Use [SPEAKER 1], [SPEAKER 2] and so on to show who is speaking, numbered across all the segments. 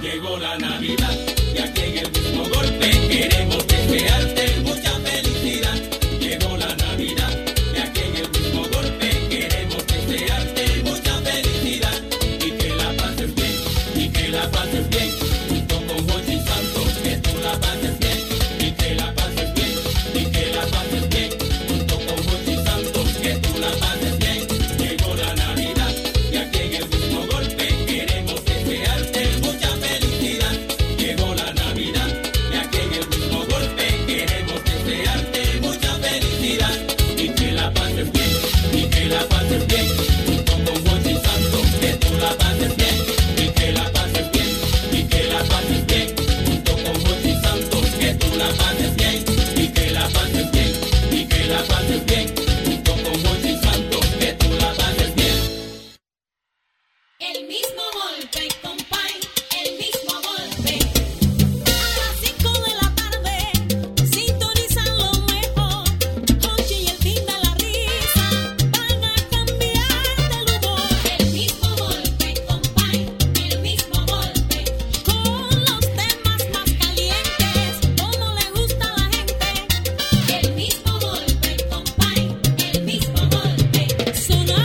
[SPEAKER 1] Llegó la Navidad y aquí en el mismo golpe queremos desearte mucha felicidad. Llegó la Navidad y aquí en el mismo golpe queremos desearte mucha felicidad. Y que la pases bien, y que la pases bien, junto con José Santos, que tú la pases bien, y que la pases bien, y que la pases bien, junto con José Santos, que tú la pases bien. Llegó la Navidad y aquí en el mismo golpe queremos desearte mucha felicidad. Llegó la Navidad y aquí en el mismo golpe queremos desearte mucha felicidad. Y que la pases bien, y que la pases bien. Junto con Juan y Santos, que tú la pases bien. Y que la pases bien, y que la pases bien. Junto con Juan y Santos, que tú la pases bien. Y que la pases bien, y que la pases bien. Junto con Juan y Santos, que tú la pases bien.
[SPEAKER 2] El mismo golpe, compay, el mismo golpe. A las 5 de la tarde, sintonizan lo mejor. Hochi y el fin de la risa van a cambiar de humor. El mismo golpe, compay, el mismo golpe. Con los temas más calientes, como le gusta a la gente. El mismo golpe, compay, el mismo golpe. Sonar.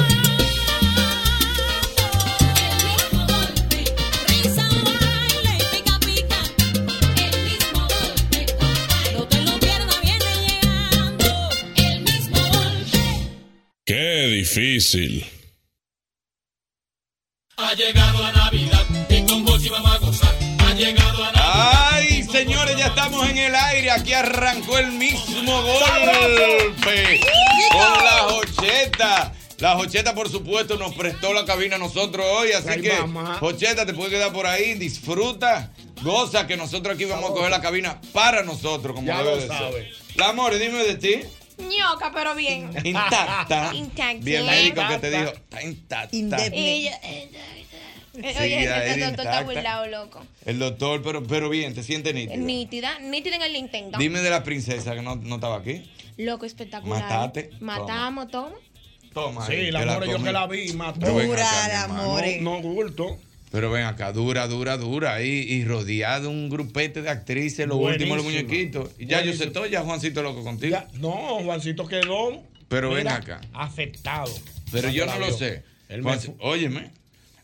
[SPEAKER 2] Risa, baile y pica, pica, el mismo golpe, no te lo pierdas, viene llegando, el mismo golpe.
[SPEAKER 3] Qué difícil.
[SPEAKER 1] Ha llegado la Navidad y con vos y vamos a gozar. Ha llegado la Navidad.
[SPEAKER 4] Ay, señores, ya estamos en el aire. Aquí arrancó el mismo golpe con la Jocheta. La Jocheta, por supuesto, nos prestó la cabina a nosotros hoy. Así
[SPEAKER 5] Ay,
[SPEAKER 4] que,
[SPEAKER 5] mamá.
[SPEAKER 4] Jocheta, te puedes quedar por ahí. Disfruta, goza, que nosotros aquí vamos a coger la cabina para nosotros, como
[SPEAKER 5] Ya
[SPEAKER 4] debe
[SPEAKER 5] lo
[SPEAKER 4] de ser.
[SPEAKER 5] sabe.
[SPEAKER 4] La amor, dime de ti.
[SPEAKER 6] ñoca, pero bien.
[SPEAKER 4] Intacta.
[SPEAKER 6] Intacta.
[SPEAKER 4] Bien,
[SPEAKER 6] Sí.
[SPEAKER 4] médico que te dijo. Está intacta.
[SPEAKER 6] Y yo-
[SPEAKER 4] Sí,
[SPEAKER 6] Oye,
[SPEAKER 4] ya
[SPEAKER 6] el
[SPEAKER 4] era
[SPEAKER 6] doctor está
[SPEAKER 4] intacta.
[SPEAKER 6] burlado, loco.
[SPEAKER 4] El doctor, pero, pero bien, te sientes nítido.
[SPEAKER 6] Nítida, nítida en el intento.
[SPEAKER 4] Dime de la princesa que no, no estaba aquí.
[SPEAKER 6] Loco, espectacular.
[SPEAKER 4] Matate.
[SPEAKER 6] Matamos, toma.
[SPEAKER 4] Toma.
[SPEAKER 5] Sí,
[SPEAKER 4] ahí,
[SPEAKER 5] la
[SPEAKER 4] te
[SPEAKER 5] amor, yo
[SPEAKER 4] comí.
[SPEAKER 5] que la vi, mató.
[SPEAKER 4] Pero ven acá, mi hermano.
[SPEAKER 6] eh.
[SPEAKER 5] No, no, bulto.
[SPEAKER 4] Pero ven acá, dura, dura, dura. Y, y rodeada de un grupete de actrices, lo último, los
[SPEAKER 5] Buenísima.
[SPEAKER 4] muñequitos. Y ya yo sé
[SPEAKER 5] Buenísima.
[SPEAKER 4] todo, ya Juancito loco contigo.
[SPEAKER 5] Ya, no, Juancito quedó.
[SPEAKER 4] Pero ven
[SPEAKER 5] mira,
[SPEAKER 4] acá.
[SPEAKER 5] Afectado.
[SPEAKER 4] Pero
[SPEAKER 5] Cuando
[SPEAKER 4] yo
[SPEAKER 5] la
[SPEAKER 4] no lo
[SPEAKER 5] vio.
[SPEAKER 4] sé.
[SPEAKER 5] Él me
[SPEAKER 4] Juanci- óyeme,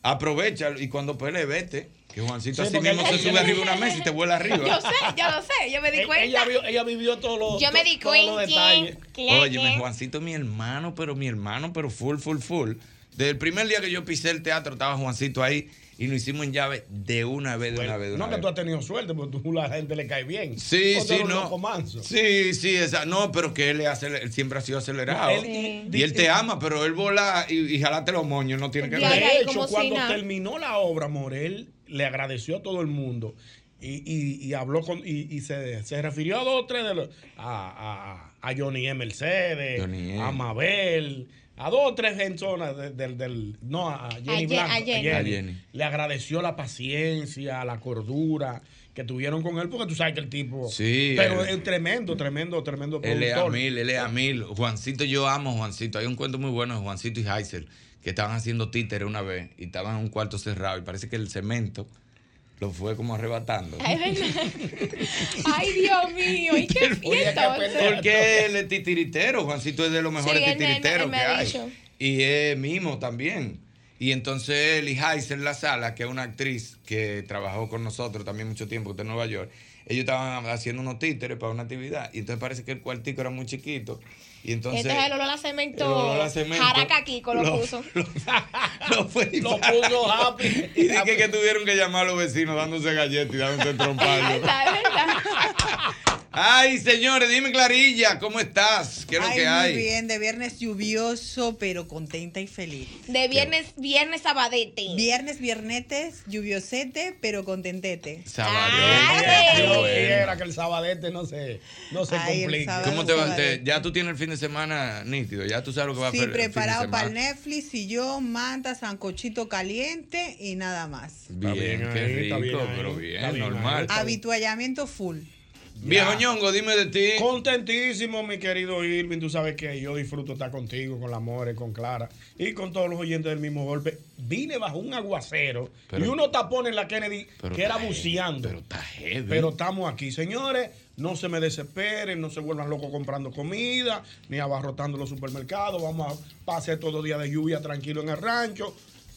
[SPEAKER 4] aprovecha y cuando pele, vete. Que Juancito
[SPEAKER 5] Sí,
[SPEAKER 4] así
[SPEAKER 5] porque
[SPEAKER 4] mismo
[SPEAKER 5] él-
[SPEAKER 4] se
[SPEAKER 5] él-
[SPEAKER 4] sube arriba de una mesa y te vuela
[SPEAKER 6] Yo
[SPEAKER 4] arriba.
[SPEAKER 6] sé, yo lo sé, yo me di
[SPEAKER 5] Él-
[SPEAKER 6] cuenta.
[SPEAKER 5] Ella, vio- ella vivió todos los
[SPEAKER 6] yo me di
[SPEAKER 5] to- todos los
[SPEAKER 6] cuenta.
[SPEAKER 5] detalles.
[SPEAKER 4] Óyeme, Juancito es mi hermano, pero mi hermano, pero full, full, full. Desde el primer día que yo pisé el teatro estaba Juancito ahí y lo hicimos en llave de una vez, de una vez, de una
[SPEAKER 5] No, que
[SPEAKER 4] vez.
[SPEAKER 5] tú has tenido suerte, porque tú la gente le cae bien.
[SPEAKER 4] Sí,
[SPEAKER 5] Otro
[SPEAKER 4] sí,
[SPEAKER 5] era un
[SPEAKER 4] no.
[SPEAKER 5] loco manso.
[SPEAKER 4] Sí, sí, esa, no, pero que él, es aceler- él siempre ha sido
[SPEAKER 5] No,
[SPEAKER 4] acelerado.
[SPEAKER 5] él-
[SPEAKER 4] y él te ama, pero él vola y, y jalate los moños, no tiene que
[SPEAKER 6] Ya,
[SPEAKER 4] ver.
[SPEAKER 6] ya.
[SPEAKER 5] De
[SPEAKER 6] como
[SPEAKER 5] hecho,
[SPEAKER 6] si
[SPEAKER 5] cuando
[SPEAKER 6] nada.
[SPEAKER 5] terminó la obra, Morel le agradeció a todo el mundo y, y- y habló con y, y se, se refirió a dos o tres de los a, a- a Johnny E. Mercedes,
[SPEAKER 4] Johnny E.
[SPEAKER 5] a Mabel, a dos o tres personas de- del, del- no a
[SPEAKER 6] A
[SPEAKER 5] Jenny
[SPEAKER 6] Ye-
[SPEAKER 5] Blanco,
[SPEAKER 6] a Jenny.
[SPEAKER 4] A Jenny.
[SPEAKER 5] le agradeció la paciencia, la cordura que tuvieron con él, porque tú sabes que el tipo
[SPEAKER 4] Sí,
[SPEAKER 5] pero
[SPEAKER 4] él-
[SPEAKER 5] es tremendo, tremendo, tremendo
[SPEAKER 4] Él es a
[SPEAKER 5] productor.
[SPEAKER 4] mil, él es a mil. Juancito, yo amo a Juancito. Hay un cuento muy bueno de Juancito y Heiser que estaban haciendo títere una vez y estaban en un cuarto cerrado y parece que el cemento lo fue como arrebatando.
[SPEAKER 6] Ay, verdad. Ay, Dios mío. ¿Y qué y
[SPEAKER 5] Oye, qué
[SPEAKER 6] entonces?
[SPEAKER 5] pendejo.
[SPEAKER 4] Porque él es titiritero. Juancito es de los mejores
[SPEAKER 6] Sí, él me-
[SPEAKER 4] titiriteros
[SPEAKER 6] él me
[SPEAKER 4] que
[SPEAKER 6] ha
[SPEAKER 4] hay.
[SPEAKER 6] dicho.
[SPEAKER 4] Y es mimo también. Y entonces Lee Heiser La Sala, que es una actriz que trabajó con nosotros también mucho tiempo, que está en Nueva York, ellos estaban haciendo unos títeres para una actividad. Y entonces parece que el cuartico era muy chiquito. Y entonces.
[SPEAKER 7] este es el olor a cemento.
[SPEAKER 4] el olor a cemento.
[SPEAKER 7] Jaraca Kiko lo,
[SPEAKER 4] Lo-
[SPEAKER 7] puso.
[SPEAKER 4] lo fue y puso happy. Y dije que tuvieron que llamar a los vecinos dándose galletas y dándose trompallo.
[SPEAKER 7] Está, es verdad.
[SPEAKER 4] Ay, señores, dime Clarilla, ¿cómo estás? ¿Qué es lo
[SPEAKER 8] Ay,
[SPEAKER 4] que hay?
[SPEAKER 8] Muy bien, de viernes lluvioso, pero contenta y feliz.
[SPEAKER 7] De viernes, viernes sabadete.
[SPEAKER 8] Viernes, viernetes, lluviosete, pero contentete.
[SPEAKER 7] Ah,
[SPEAKER 4] Ay.
[SPEAKER 5] Yo quiera que el sabadete no se, no se
[SPEAKER 8] Ay, el
[SPEAKER 5] complique.
[SPEAKER 8] sábado
[SPEAKER 4] ¿Cómo te va?
[SPEAKER 8] sábado.
[SPEAKER 4] te- ya tú tienes el fin de semana nítido, ya tú sabes lo que va a
[SPEAKER 8] Sí,
[SPEAKER 4] hacer. el fin de
[SPEAKER 8] preparado para el
[SPEAKER 4] semana.
[SPEAKER 8] Netflix, y yo, manta, sancochito caliente y nada más.
[SPEAKER 4] Bien,
[SPEAKER 5] bien
[SPEAKER 4] qué
[SPEAKER 5] ahí,
[SPEAKER 4] rico,
[SPEAKER 5] está bien ahí,
[SPEAKER 4] pero bien,
[SPEAKER 5] está bien
[SPEAKER 4] normal.
[SPEAKER 8] Habituallamiento full.
[SPEAKER 4] Viejo ñongo, dime de ti.
[SPEAKER 5] Contentísimo, mi querido Irving. Tú sabes que yo disfruto estar contigo, con la More, con Clara y con todos los oyentes del mismo golpe. Vine bajo un aguacero
[SPEAKER 4] Pero-
[SPEAKER 5] y uno tapón en la Kennedy
[SPEAKER 4] pero
[SPEAKER 5] que era
[SPEAKER 4] está heavy,
[SPEAKER 5] buceando. Pero, estamos aquí, señores. No se me desesperen, no se vuelvan locos comprando comida, ni abarrotando los supermercados. Vamos a pasar todo día de lluvia tranquilo en el rancho.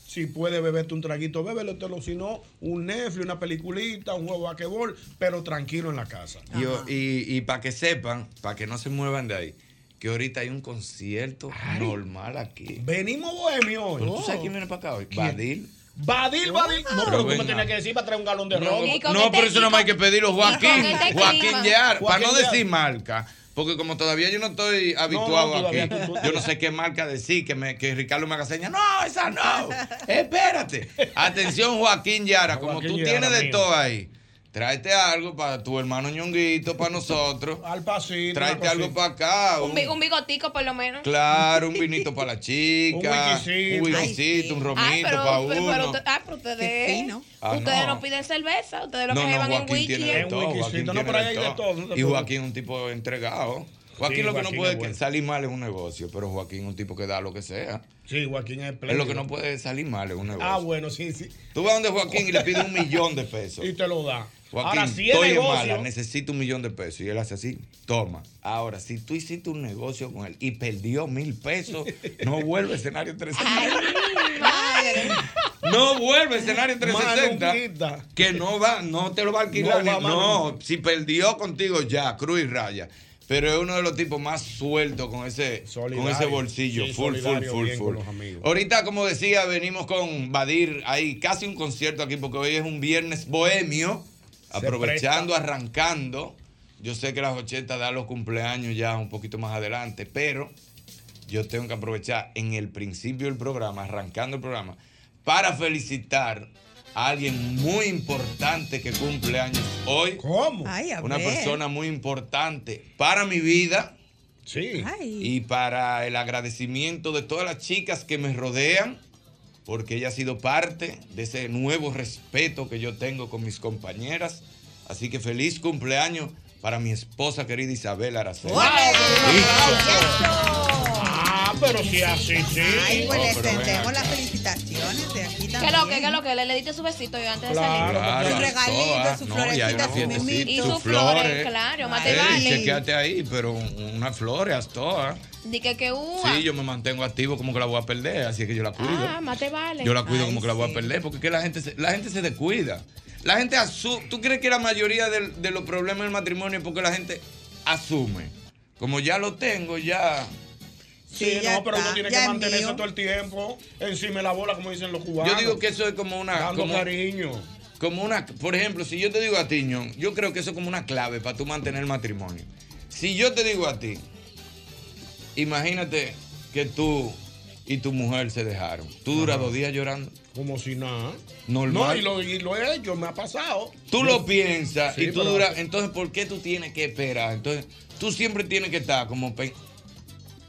[SPEAKER 5] Si puede beberte un traguito, bébelo, te lo si no, un Netflix, una peliculita, un juego de basquetbol, pero tranquilo en la casa.
[SPEAKER 4] Yo- y para que sepan, para que no se muevan de ahí, que ahorita hay un concierto normal aquí.
[SPEAKER 5] Venimos bohemios hoy.
[SPEAKER 4] Pero tú sabes quién viene para acá hoy. Badil.
[SPEAKER 5] Oh. Badil, Badil. No,
[SPEAKER 4] Pero
[SPEAKER 5] pero tú me
[SPEAKER 4] venga.
[SPEAKER 5] tenías que decir para traer un galón de
[SPEAKER 4] No, este
[SPEAKER 5] ron.
[SPEAKER 4] no, pero eso no más hay que pedirlo, Joaquín.
[SPEAKER 5] con este
[SPEAKER 4] Joaquín
[SPEAKER 5] clima.
[SPEAKER 4] Yar, para
[SPEAKER 5] Joaquín
[SPEAKER 4] no
[SPEAKER 5] Yar.
[SPEAKER 4] decir marca. Porque como todavía yo no estoy habituado aquí, yo no sé qué marca decir, que, me, que Ricardo me haga señas. No, esa no. Espérate. Atención, Joaquín Yara, como
[SPEAKER 5] Joaquín
[SPEAKER 4] tú
[SPEAKER 5] Yara,
[SPEAKER 4] tienes de
[SPEAKER 5] mío.
[SPEAKER 4] todo ahí, tráete algo para tu hermano ñonguito, para nosotros.
[SPEAKER 5] Al pasito.
[SPEAKER 4] Tráete
[SPEAKER 5] una
[SPEAKER 4] algo
[SPEAKER 5] cosita.
[SPEAKER 4] para acá.
[SPEAKER 7] Un, bi- un bigotico por lo menos.
[SPEAKER 4] Claro, un vinito para la chica.
[SPEAKER 5] Un whiskycito.
[SPEAKER 4] Un whiskycito, un
[SPEAKER 7] Ay,
[SPEAKER 4] romito
[SPEAKER 7] pero,
[SPEAKER 4] para
[SPEAKER 7] pero-
[SPEAKER 4] uno.
[SPEAKER 7] pero usted- ah, pero ustedes,
[SPEAKER 4] Ah,
[SPEAKER 7] ustedes
[SPEAKER 4] no.
[SPEAKER 7] no. piden cerveza, ustedes lo que
[SPEAKER 4] No, no,
[SPEAKER 7] llevan en
[SPEAKER 4] Joaquín
[SPEAKER 7] wiki.
[SPEAKER 4] tiene de
[SPEAKER 5] En
[SPEAKER 4] todo.
[SPEAKER 5] wiki, sí,
[SPEAKER 4] Joaquín
[SPEAKER 5] no,
[SPEAKER 4] tiene
[SPEAKER 5] pero ahí hay de
[SPEAKER 4] de
[SPEAKER 5] todo, no te
[SPEAKER 4] Y
[SPEAKER 5] preocupes.
[SPEAKER 4] Joaquín es un tipo entregado. Joaquín
[SPEAKER 5] Sí,
[SPEAKER 4] lo que
[SPEAKER 5] Joaquín
[SPEAKER 4] no puede
[SPEAKER 5] es bueno.
[SPEAKER 4] salir mal es un negocio, pero Joaquín es un tipo que da lo que sea.
[SPEAKER 5] Sí, Joaquín es
[SPEAKER 4] Es
[SPEAKER 5] espléndido.
[SPEAKER 4] lo que no puede salir mal es un negocio.
[SPEAKER 5] Ah, bueno, sí, sí.
[SPEAKER 4] Tú vas donde Joaquín y le pides un millón de pesos.
[SPEAKER 5] Y te lo da.
[SPEAKER 4] Joaquín,
[SPEAKER 5] Ahora sí es
[SPEAKER 4] estoy en
[SPEAKER 5] negocio.
[SPEAKER 4] mala, necesito un millón de pesos. Y él hace así, toma. Ahora, si tú hiciste un negocio con él y perdió mil pesos, no vuelve a escenario 360. no vuelve a escenario 360.
[SPEAKER 5] Malonguita.
[SPEAKER 4] Que no va, no te lo va a alquilar.
[SPEAKER 5] No
[SPEAKER 4] No,
[SPEAKER 5] va, mano.
[SPEAKER 4] no si perdió contigo ya, cruz y raya. Pero es uno de los tipos más sueltos con ese, con
[SPEAKER 5] Solidario.
[SPEAKER 4] ese bolsillo.
[SPEAKER 5] Sí,
[SPEAKER 4] full, full,
[SPEAKER 5] solidario,
[SPEAKER 4] full,
[SPEAKER 5] bien con
[SPEAKER 4] full.
[SPEAKER 5] los amigos.
[SPEAKER 4] Ahorita, como decía, venimos con Badir. Hay casi un concierto aquí porque hoy es un viernes bohemio.
[SPEAKER 5] Se
[SPEAKER 4] Aprovechando, arrancando. Yo sé que las 80 da los cumpleaños ya un poquito más adelante, pero yo tengo que aprovechar en el principio del programa, arrancando el programa, para felicitar a alguien muy importante que cumple años hoy.
[SPEAKER 5] ¿Cómo?
[SPEAKER 8] Ay, a
[SPEAKER 4] Una
[SPEAKER 8] ver.
[SPEAKER 4] persona muy importante para mi vida
[SPEAKER 5] Sí.
[SPEAKER 8] Ay.
[SPEAKER 4] y para el agradecimiento de todas las chicas que me rodean, porque ella ha sido parte de ese nuevo respeto que yo tengo con mis compañeras. Así que feliz cumpleaños para mi esposa querida Isabel Araceli.
[SPEAKER 5] Ah, pero sí, así, sí.
[SPEAKER 8] Ay, pues
[SPEAKER 4] No,
[SPEAKER 8] le
[SPEAKER 4] pero ven
[SPEAKER 8] extendemos
[SPEAKER 4] acá.
[SPEAKER 8] las felicitaciones de aquí
[SPEAKER 7] ¿Qué
[SPEAKER 8] también.
[SPEAKER 7] lo que, qué lo que? Le, le diste su besito yo antes de
[SPEAKER 5] Claro.
[SPEAKER 7] salir.
[SPEAKER 4] Claro,
[SPEAKER 8] Un
[SPEAKER 4] a
[SPEAKER 8] regalito,
[SPEAKER 4] todas.
[SPEAKER 8] su
[SPEAKER 4] No, y hay
[SPEAKER 8] florecita,
[SPEAKER 4] una
[SPEAKER 8] su
[SPEAKER 4] fiestecita,
[SPEAKER 8] mimito.
[SPEAKER 7] Y sus flores, claro, más te
[SPEAKER 4] Ey,
[SPEAKER 7] vale.
[SPEAKER 4] chequéate ahí, pero un- unas flores, haz todas.
[SPEAKER 7] Di que que uva.
[SPEAKER 4] Sí, yo me mantengo activo como que la voy a perder, así que yo la cuido.
[SPEAKER 7] ah, más te vale.
[SPEAKER 4] Yo la cuido
[SPEAKER 8] Ay,
[SPEAKER 4] como que la voy a
[SPEAKER 8] sí.
[SPEAKER 4] perder, porque es que la gente se, la gente se descuida. La gente asume. ¿Tú crees que la mayoría del- de los problemas del matrimonio es porque la gente asume? Como ya lo tengo, ya.
[SPEAKER 5] Sí,
[SPEAKER 8] Sí, ya
[SPEAKER 5] no, pero uno
[SPEAKER 8] está,
[SPEAKER 5] tiene
[SPEAKER 8] ya
[SPEAKER 5] que
[SPEAKER 8] es
[SPEAKER 5] mantener eso
[SPEAKER 8] mío.
[SPEAKER 5] todo el tiempo. Encima de la bola, como dicen los cubanos.
[SPEAKER 4] Yo digo que eso es como una.
[SPEAKER 5] Dando
[SPEAKER 4] Como,
[SPEAKER 5] cariño.
[SPEAKER 4] como una. Por ejemplo, si yo te digo a ti, Ñon, yo creo que eso es como una clave para tú mantener el matrimonio. Si yo te digo a ti, imagínate que tú y tu mujer se dejaron. Tú duras dos días llorando.
[SPEAKER 5] Como si nada.
[SPEAKER 4] Normal.
[SPEAKER 5] No, y lo, y lo he hecho, me ha pasado.
[SPEAKER 4] Tú lo piensas
[SPEAKER 5] Sí,
[SPEAKER 4] y tú
[SPEAKER 5] pero-
[SPEAKER 4] duras. Entonces, ¿por qué tú tienes que esperar? Entonces, tú siempre tienes que estar como pe-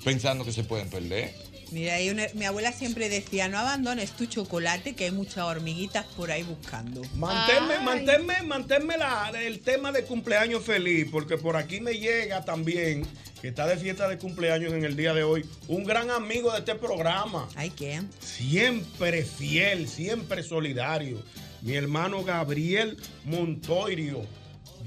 [SPEAKER 4] pensando que se pueden perder.
[SPEAKER 8] Mira, hay una- mi abuela siempre decía, no abandones tu chocolate, que hay muchas hormiguitas por ahí buscando.
[SPEAKER 5] Manténme,
[SPEAKER 7] Ay.
[SPEAKER 5] manténme, manténme la- el tema de cumpleaños feliz, porque por aquí me llega también, que está de fiesta de cumpleaños en el día de hoy, un gran amigo de este programa,
[SPEAKER 8] Ay, ¿qué?
[SPEAKER 5] siempre fiel, siempre solidario, mi hermano Gabriel Montoirio.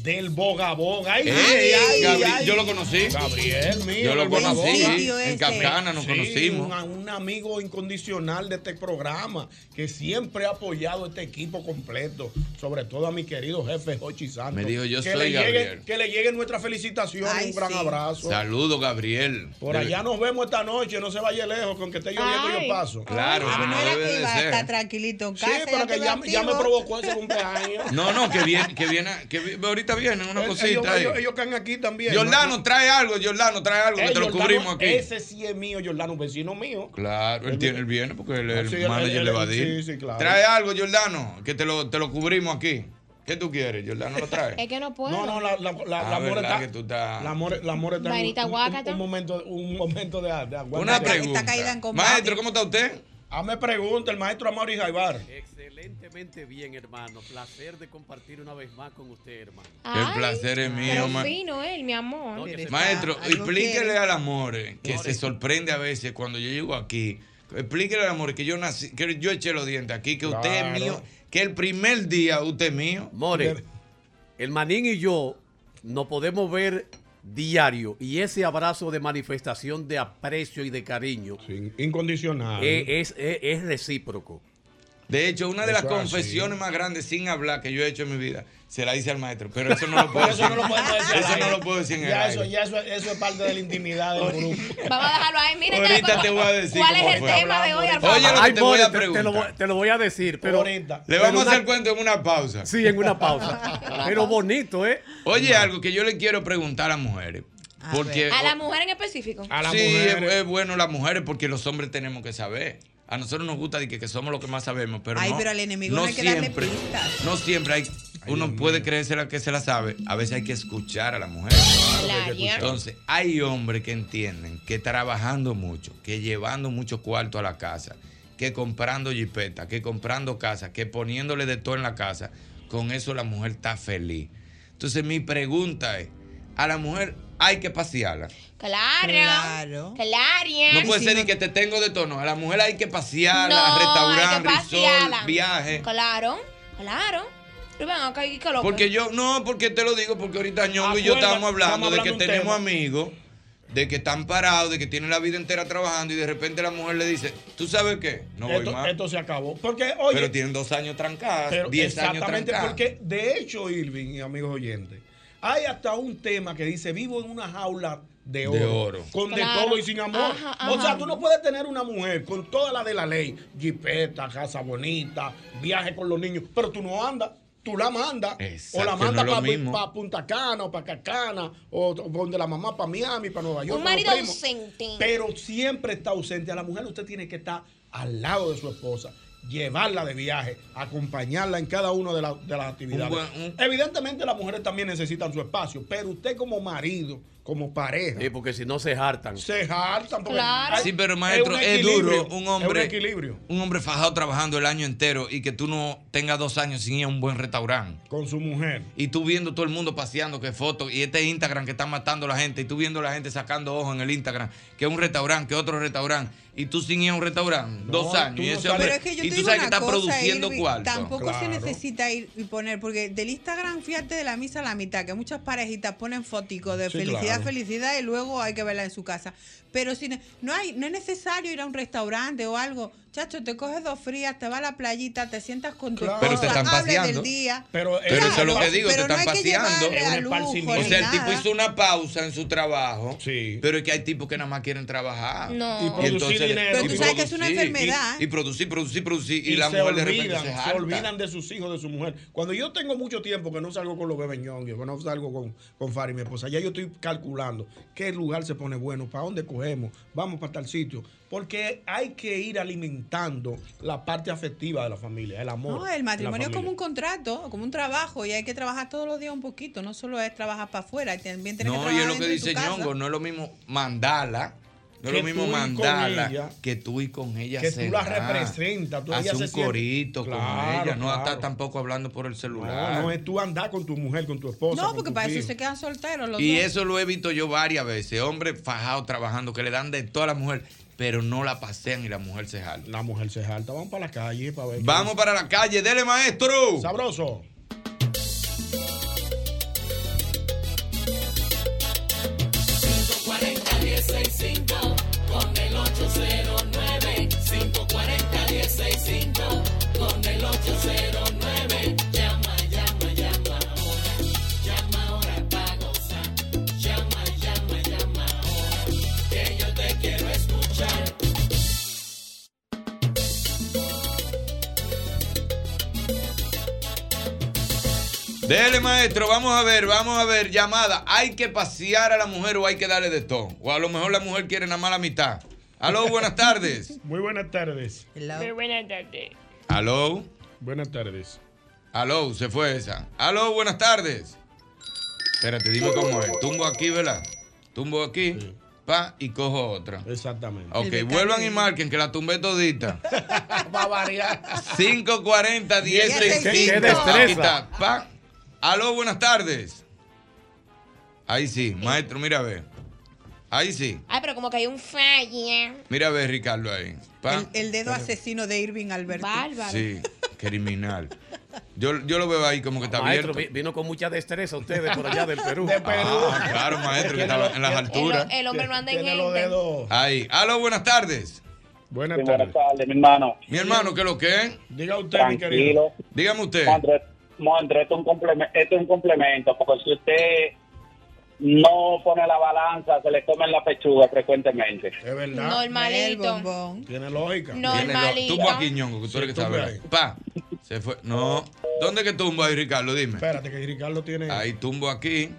[SPEAKER 5] Del Boga Boga. Ay,
[SPEAKER 4] Ey,
[SPEAKER 5] ay, ay,
[SPEAKER 4] Gabriel,
[SPEAKER 5] ay.
[SPEAKER 4] yo lo conocí.
[SPEAKER 5] Gabriel, mío.
[SPEAKER 4] Yo lo
[SPEAKER 5] del Boga
[SPEAKER 4] conocí,
[SPEAKER 5] Boga.
[SPEAKER 4] en Ese. Capcana nos
[SPEAKER 5] Sí,
[SPEAKER 4] conocimos.
[SPEAKER 5] Un, un amigo incondicional de este programa que siempre ha apoyado este equipo completo. Sobre todo a mi querido jefe Jochi Santos.
[SPEAKER 4] Me dijo, yo
[SPEAKER 5] que
[SPEAKER 4] soy
[SPEAKER 5] le llegue-
[SPEAKER 4] Gabriel.
[SPEAKER 5] que le lleguen nuestras felicitaciones, un gran abrazo.
[SPEAKER 4] Saludos, Gabriel.
[SPEAKER 5] Por
[SPEAKER 4] Debe-
[SPEAKER 5] allá nos vemos esta noche, no se vaya lejos, con que esté lloviendo yo
[SPEAKER 8] Ay.
[SPEAKER 5] paso.
[SPEAKER 4] Claro, Ah, no debe de
[SPEAKER 8] Va a
[SPEAKER 4] ser.
[SPEAKER 8] estar tranquilito en
[SPEAKER 5] Eh. Sí,
[SPEAKER 8] casa.
[SPEAKER 5] pero que
[SPEAKER 8] te
[SPEAKER 5] ya,
[SPEAKER 8] veo
[SPEAKER 5] ya me
[SPEAKER 8] activo.
[SPEAKER 5] provocó ese cumpleaños.
[SPEAKER 4] No, no, que viene, que viene, que vi- ahorita vienen una
[SPEAKER 5] Eh, Ellos-
[SPEAKER 4] cosita. ahí.
[SPEAKER 5] Ellos, ellos caen aquí también.
[SPEAKER 4] Jordano, trae algo, Jordano, trae algo, que
[SPEAKER 5] Eh,
[SPEAKER 4] te lo
[SPEAKER 5] Jordano,
[SPEAKER 4] cubrimos aquí.
[SPEAKER 5] Ese sí es mío, Jordano, un vecino mío.
[SPEAKER 4] Claro, él tiene el bien porque el, el
[SPEAKER 5] Ah, Sí, él-
[SPEAKER 4] manager
[SPEAKER 5] él-
[SPEAKER 4] le va a
[SPEAKER 5] él-
[SPEAKER 4] decir.
[SPEAKER 5] sí, sí, claro.
[SPEAKER 4] Trae algo, Jordano, que te lo, te lo cubrimos aquí. ¿Qué tú quieres, Jordano? ¿Lo trae?
[SPEAKER 9] Eh,
[SPEAKER 7] Es que no puedo.
[SPEAKER 5] No, no, la, la, la,
[SPEAKER 4] Ah,
[SPEAKER 5] la more
[SPEAKER 4] verdad
[SPEAKER 5] está.
[SPEAKER 4] que tú estás-
[SPEAKER 5] La more, la more está. en
[SPEAKER 7] Vainita
[SPEAKER 5] un, un,
[SPEAKER 7] guácata.
[SPEAKER 5] un momento, un momento de, de aguante.
[SPEAKER 4] Una pregunta. Maestro, ¿cómo está usted?
[SPEAKER 5] Hazme pregunta, el maestro Amaury Jaibar.
[SPEAKER 10] Excelentemente bien, hermano. Placer de compartir una vez más con usted, hermano.
[SPEAKER 4] el placer es mío,
[SPEAKER 7] Pero
[SPEAKER 4] ma-
[SPEAKER 7] fino él, mi amor.
[SPEAKER 4] maestro. Explíquele al amor eh, que
[SPEAKER 7] More.
[SPEAKER 4] se sorprende a veces cuando yo llego aquí. Explíquele al amor que yo nací, que yo eché los dientes aquí, que usted
[SPEAKER 10] Claro.
[SPEAKER 4] es mío, que el primer día usted es mío.
[SPEAKER 10] More, el manín y yo nos podemos ver diario y ese abrazo de manifestación de aprecio y de cariño
[SPEAKER 5] Incondicional.
[SPEAKER 10] eh, es, es- es recíproco.
[SPEAKER 4] De hecho, una de las
[SPEAKER 10] Eso es así.
[SPEAKER 4] confesiones más grandes sin hablar que yo he hecho en mi vida, se la hice al maestro, pero eso no lo puedo
[SPEAKER 5] Pero
[SPEAKER 4] decir.
[SPEAKER 5] eso no lo podemos decir. al
[SPEAKER 4] Eso
[SPEAKER 5] aire.
[SPEAKER 4] no lo puedo decir en el
[SPEAKER 5] ya
[SPEAKER 4] aire.
[SPEAKER 5] eso, ya eso, eso es parte de la intimidad del grupo.
[SPEAKER 7] Vamos a dejarlo ahí. Mira,
[SPEAKER 4] Ahorita
[SPEAKER 7] Carlos,
[SPEAKER 4] te voy a decir
[SPEAKER 7] ¿Cuál
[SPEAKER 4] cómo
[SPEAKER 7] es el
[SPEAKER 4] fue.
[SPEAKER 7] tema de hoy, Alfredo?
[SPEAKER 4] Oye, lo que
[SPEAKER 10] Ay,
[SPEAKER 4] te voy a
[SPEAKER 10] More, te- te lo voy-
[SPEAKER 4] preguntar.
[SPEAKER 10] te lo voy a decir, pero
[SPEAKER 4] Le
[SPEAKER 10] pero
[SPEAKER 4] vamos a
[SPEAKER 10] una-
[SPEAKER 4] hacer cuento en una pausa.
[SPEAKER 10] Sí, en una pausa. Pero bonito, ¿eh?
[SPEAKER 4] Oye, algo que yo le quiero preguntar a las mujeres. Porque
[SPEAKER 7] A la mujer en específico.
[SPEAKER 4] sí, es, es bueno las mujeres porque los hombres tenemos que saber. A nosotros nos gusta de que, que somos los que más sabemos, pero
[SPEAKER 8] Ay,
[SPEAKER 4] no,
[SPEAKER 8] pero al enemigo no hay que darle
[SPEAKER 4] siempre, no siempre hay, uno puede creerse la que se la sabe, a veces hay que escuchar a la mujer. Entonces, hay hombres que entienden que trabajando mucho, que llevando mucho cuarto a la casa, que comprando jipeta, que comprando casa, que poniéndole de todo en la casa, con eso la mujer está feliz. Entonces, mi pregunta es, a la mujer hay que pasearla.
[SPEAKER 7] Claro. Claro.
[SPEAKER 4] No puede ser ni que te tengo de tono. A la mujer hay que pasearla,
[SPEAKER 7] No,
[SPEAKER 4] restaurar,
[SPEAKER 7] hay que pasearla.
[SPEAKER 4] resort, viaje.
[SPEAKER 7] Claro, claro. Rubén, acá hay que lo-
[SPEAKER 4] Porque yo, no, porque te lo digo, porque ahorita Ñongo y yo estábamos hablando,
[SPEAKER 5] estamos
[SPEAKER 4] de
[SPEAKER 5] hablando
[SPEAKER 4] que
[SPEAKER 5] un tema.
[SPEAKER 4] tenemos amigos, de que están parados, de que tienen la vida entera trabajando y de repente la mujer le dice, ¿tú sabes qué? No voy
[SPEAKER 5] esto,
[SPEAKER 4] más.
[SPEAKER 5] esto se acabó. Porque, oye,
[SPEAKER 4] pero tienen dos años
[SPEAKER 5] Pero
[SPEAKER 4] trancadas, diez años
[SPEAKER 5] exactamente,
[SPEAKER 4] trancadas.
[SPEAKER 5] porque de hecho, Irving y amigos oyentes, hay hasta un tema que dice: vivo en una jaula de
[SPEAKER 4] De
[SPEAKER 5] oro.
[SPEAKER 4] oro.
[SPEAKER 5] Con de
[SPEAKER 4] Claro.
[SPEAKER 5] todo y sin amor.
[SPEAKER 4] Ajá,
[SPEAKER 5] O sea,
[SPEAKER 4] ajá.
[SPEAKER 5] tú no puedes tener una mujer con toda la de la ley: jipeta, casa bonita, viaje con los niños, pero tú no andas. Tú la mandas,
[SPEAKER 4] Exacto,
[SPEAKER 5] o la
[SPEAKER 4] que no
[SPEAKER 5] mandas
[SPEAKER 4] es lo
[SPEAKER 5] para
[SPEAKER 4] mismo.
[SPEAKER 5] Punta Cana, o para Cacana, o t- donde la mamá, para Miami, para Nueva York.
[SPEAKER 7] Un
[SPEAKER 5] para los
[SPEAKER 7] marido
[SPEAKER 5] primos.
[SPEAKER 7] ausente.
[SPEAKER 5] Pero siempre está ausente. A la mujer usted tiene que estar al lado de su esposa, llevarla de viaje, acompañarla en cada una de, la- de las actividades.
[SPEAKER 4] Un buen-
[SPEAKER 5] Evidentemente las mujeres también necesitan su espacio, pero usted como marido, como pareja,
[SPEAKER 10] Sí, porque si no se hartan.
[SPEAKER 5] se hartan. porque
[SPEAKER 7] Claro.
[SPEAKER 5] hay-
[SPEAKER 4] Sí, pero maestro,
[SPEAKER 5] un
[SPEAKER 4] es
[SPEAKER 5] equilibrio,
[SPEAKER 4] duro un hombre,
[SPEAKER 5] es un equilibrio.
[SPEAKER 4] un hombre fajado trabajando el año entero y que tú no tengas dos años sin ir a un buen restaurante.
[SPEAKER 5] Con su mujer.
[SPEAKER 4] Y tú viendo todo el mundo paseando, que fotos, y este Instagram que está matando a la gente, y tú viendo a la gente sacando ojos en el Instagram, que un restaurante, que otro restaurante, y tú sin ir a un restaurante, dos años,
[SPEAKER 5] tú
[SPEAKER 4] y
[SPEAKER 5] no
[SPEAKER 4] ese
[SPEAKER 5] sabes.
[SPEAKER 4] hombre-
[SPEAKER 5] Pero es que yo te
[SPEAKER 4] y tú
[SPEAKER 5] digo
[SPEAKER 4] sabes que
[SPEAKER 5] una
[SPEAKER 4] está
[SPEAKER 5] cosa,
[SPEAKER 4] produciendo
[SPEAKER 5] Irving,
[SPEAKER 4] cuarto.
[SPEAKER 8] Tampoco se
[SPEAKER 4] Claro.
[SPEAKER 8] necesita ir y poner, porque del Instagram, fíjate de la misa a la mitad, que muchas parejitas ponen fóticos de
[SPEAKER 11] Sí,
[SPEAKER 8] felicidad,
[SPEAKER 11] claro.
[SPEAKER 8] felicidad y luego hay que verla en su casa. Pero si no, no hay, no es necesario ir a un restaurante o algo. Chacho, te coges dos frías, te vas a la playita, te sientas con tu
[SPEAKER 4] Pero
[SPEAKER 8] esposa,
[SPEAKER 4] te están
[SPEAKER 8] hablas
[SPEAKER 4] paseando.
[SPEAKER 8] del día.
[SPEAKER 5] Pero,
[SPEAKER 4] Pero eso es lo que digo, te
[SPEAKER 8] pero no
[SPEAKER 4] están
[SPEAKER 8] hay que
[SPEAKER 4] paseando.
[SPEAKER 8] llevarle a lujo ni
[SPEAKER 4] O sea, el tipo
[SPEAKER 8] nada.
[SPEAKER 4] hizo una pausa en su trabajo, pero es que hay tipos que nada más quieren trabajar.
[SPEAKER 8] No. Y producir dinero. Pero tú sabes que es una enfermedad.
[SPEAKER 4] Y, y producir, producir, producir, y,
[SPEAKER 5] Y,
[SPEAKER 4] la
[SPEAKER 5] se,
[SPEAKER 4] mujer
[SPEAKER 5] olvidan,
[SPEAKER 4] de repente se
[SPEAKER 5] se
[SPEAKER 4] harta.
[SPEAKER 5] olvidan de sus hijos, de su mujer. Cuando yo tengo mucho tiempo que no salgo con los bebeñongues, que no salgo con, con Fari, mi esposa, ya yo estoy calculando qué lugar se pone bueno, para dónde cogemos, vamos para tal sitio. Porque hay que ir alimentando la parte afectiva de la familia, el amor.
[SPEAKER 8] No, el matrimonio
[SPEAKER 5] de
[SPEAKER 8] es
[SPEAKER 5] la
[SPEAKER 8] como un
[SPEAKER 5] familia.
[SPEAKER 8] contrato, como un trabajo y hay que trabajar todos los días un poquito, no solo es trabajar para afuera, también tienes que
[SPEAKER 4] No, y
[SPEAKER 8] trabajar
[SPEAKER 4] es lo que
[SPEAKER 8] dentro de tu
[SPEAKER 4] dice
[SPEAKER 8] casa.
[SPEAKER 4] Ñongo, no es lo mismo mandarla, no es
[SPEAKER 5] Que
[SPEAKER 4] lo mismo
[SPEAKER 5] tú ir con
[SPEAKER 4] mandarla
[SPEAKER 5] ella,
[SPEAKER 4] que tú y con ella
[SPEAKER 5] que tú la
[SPEAKER 4] cenar,
[SPEAKER 5] representas, tú- ella
[SPEAKER 4] hacer
[SPEAKER 5] se
[SPEAKER 4] un
[SPEAKER 5] siente-
[SPEAKER 4] corito con
[SPEAKER 5] Claro,
[SPEAKER 4] ella, no
[SPEAKER 5] claro.
[SPEAKER 4] está tampoco hablando por el celular.
[SPEAKER 5] No, no es tú andar con tu mujer, con tu esposa.
[SPEAKER 8] No,
[SPEAKER 5] con
[SPEAKER 8] porque
[SPEAKER 5] tus
[SPEAKER 8] para eso
[SPEAKER 5] hijos.
[SPEAKER 8] se quedan solteros los
[SPEAKER 4] Y
[SPEAKER 8] dos.
[SPEAKER 4] eso lo he visto yo varias veces. Hombres fajados trabajando que le dan de toda la mujer, pero no la pasean y la mujer se jala.
[SPEAKER 5] La mujer se jalta. Vamos para la calle para ver.
[SPEAKER 4] Vamos para la calle, dele maestro.
[SPEAKER 5] Sabroso.
[SPEAKER 12] 1065, con el 809. 540 1065, con el 809. Llama, llama, llama ahora. Llama ahora para gozar. Llama, llama, llama ahora. Que yo te quiero escuchar.
[SPEAKER 4] Dele, maestro, vamos a ver, vamos a ver. Llamada, ¿hay que pasear a la mujer o hay que darle de todo? O a lo mejor la mujer quiere nada más la mitad. Aló, buenas tardes.
[SPEAKER 5] Muy buenas tardes.
[SPEAKER 6] Muy buena tarde.
[SPEAKER 4] Aló.
[SPEAKER 5] Buenas tardes.
[SPEAKER 4] Aló, se fue esa. Aló, buenas tardes. Espérate, dime cómo es. Tumbo aquí, ¿verdad? Tumbo aquí, pa, y cojo otra.
[SPEAKER 5] Exactamente.
[SPEAKER 4] Ok, vuelvan y marquen que la tumbé todita.
[SPEAKER 5] Va a variar.
[SPEAKER 4] 540 10
[SPEAKER 5] Qué- qué destreza.
[SPEAKER 4] Aquí está, pa. Aló, buenas tardes. Ahí sí, maestro, mira a ver. Ahí sí.
[SPEAKER 6] Ay, pero como que hay un falla.
[SPEAKER 4] Mira a ver, Ricardo, ahí. Pa.
[SPEAKER 8] El, el dedo asesino de Irving Alberto. Bárbaro.
[SPEAKER 4] Sí, criminal. Yo, yo lo veo ahí como que está
[SPEAKER 13] Maestro,
[SPEAKER 4] abierto.
[SPEAKER 13] vi- vino con mucha destreza ustedes por allá del Perú.
[SPEAKER 4] Ah, claro, maestro, que está en las alturas.
[SPEAKER 6] El hombre no anda en
[SPEAKER 13] Tiene los
[SPEAKER 6] gente.
[SPEAKER 4] Ahí. Aló, buenas tardes.
[SPEAKER 5] Buenas
[SPEAKER 14] Sí, buenas tardes, mi hermano.
[SPEAKER 4] Mi hermano, ¿qué es lo que es?
[SPEAKER 5] Diga
[SPEAKER 4] usted,
[SPEAKER 14] Tranquilo.
[SPEAKER 4] Dígame usted.
[SPEAKER 14] Mondre, Mondre, esto es, un complemento, esto es un complemento, porque si usted no pone la balanza, se le comen la pechuga frecuentemente.
[SPEAKER 5] Es verdad.
[SPEAKER 6] Normalito.
[SPEAKER 5] Tiene lógica.
[SPEAKER 6] Normalito.
[SPEAKER 4] Tumba aquí, ñongo, que tú eres que sabes. ¿verdad? Pa. Se fue. No. ¿Dónde que tumbo ahí, Ricardo? Dime.
[SPEAKER 5] Espérate, que Ricardo tiene.
[SPEAKER 4] Ahí tumbo aquí.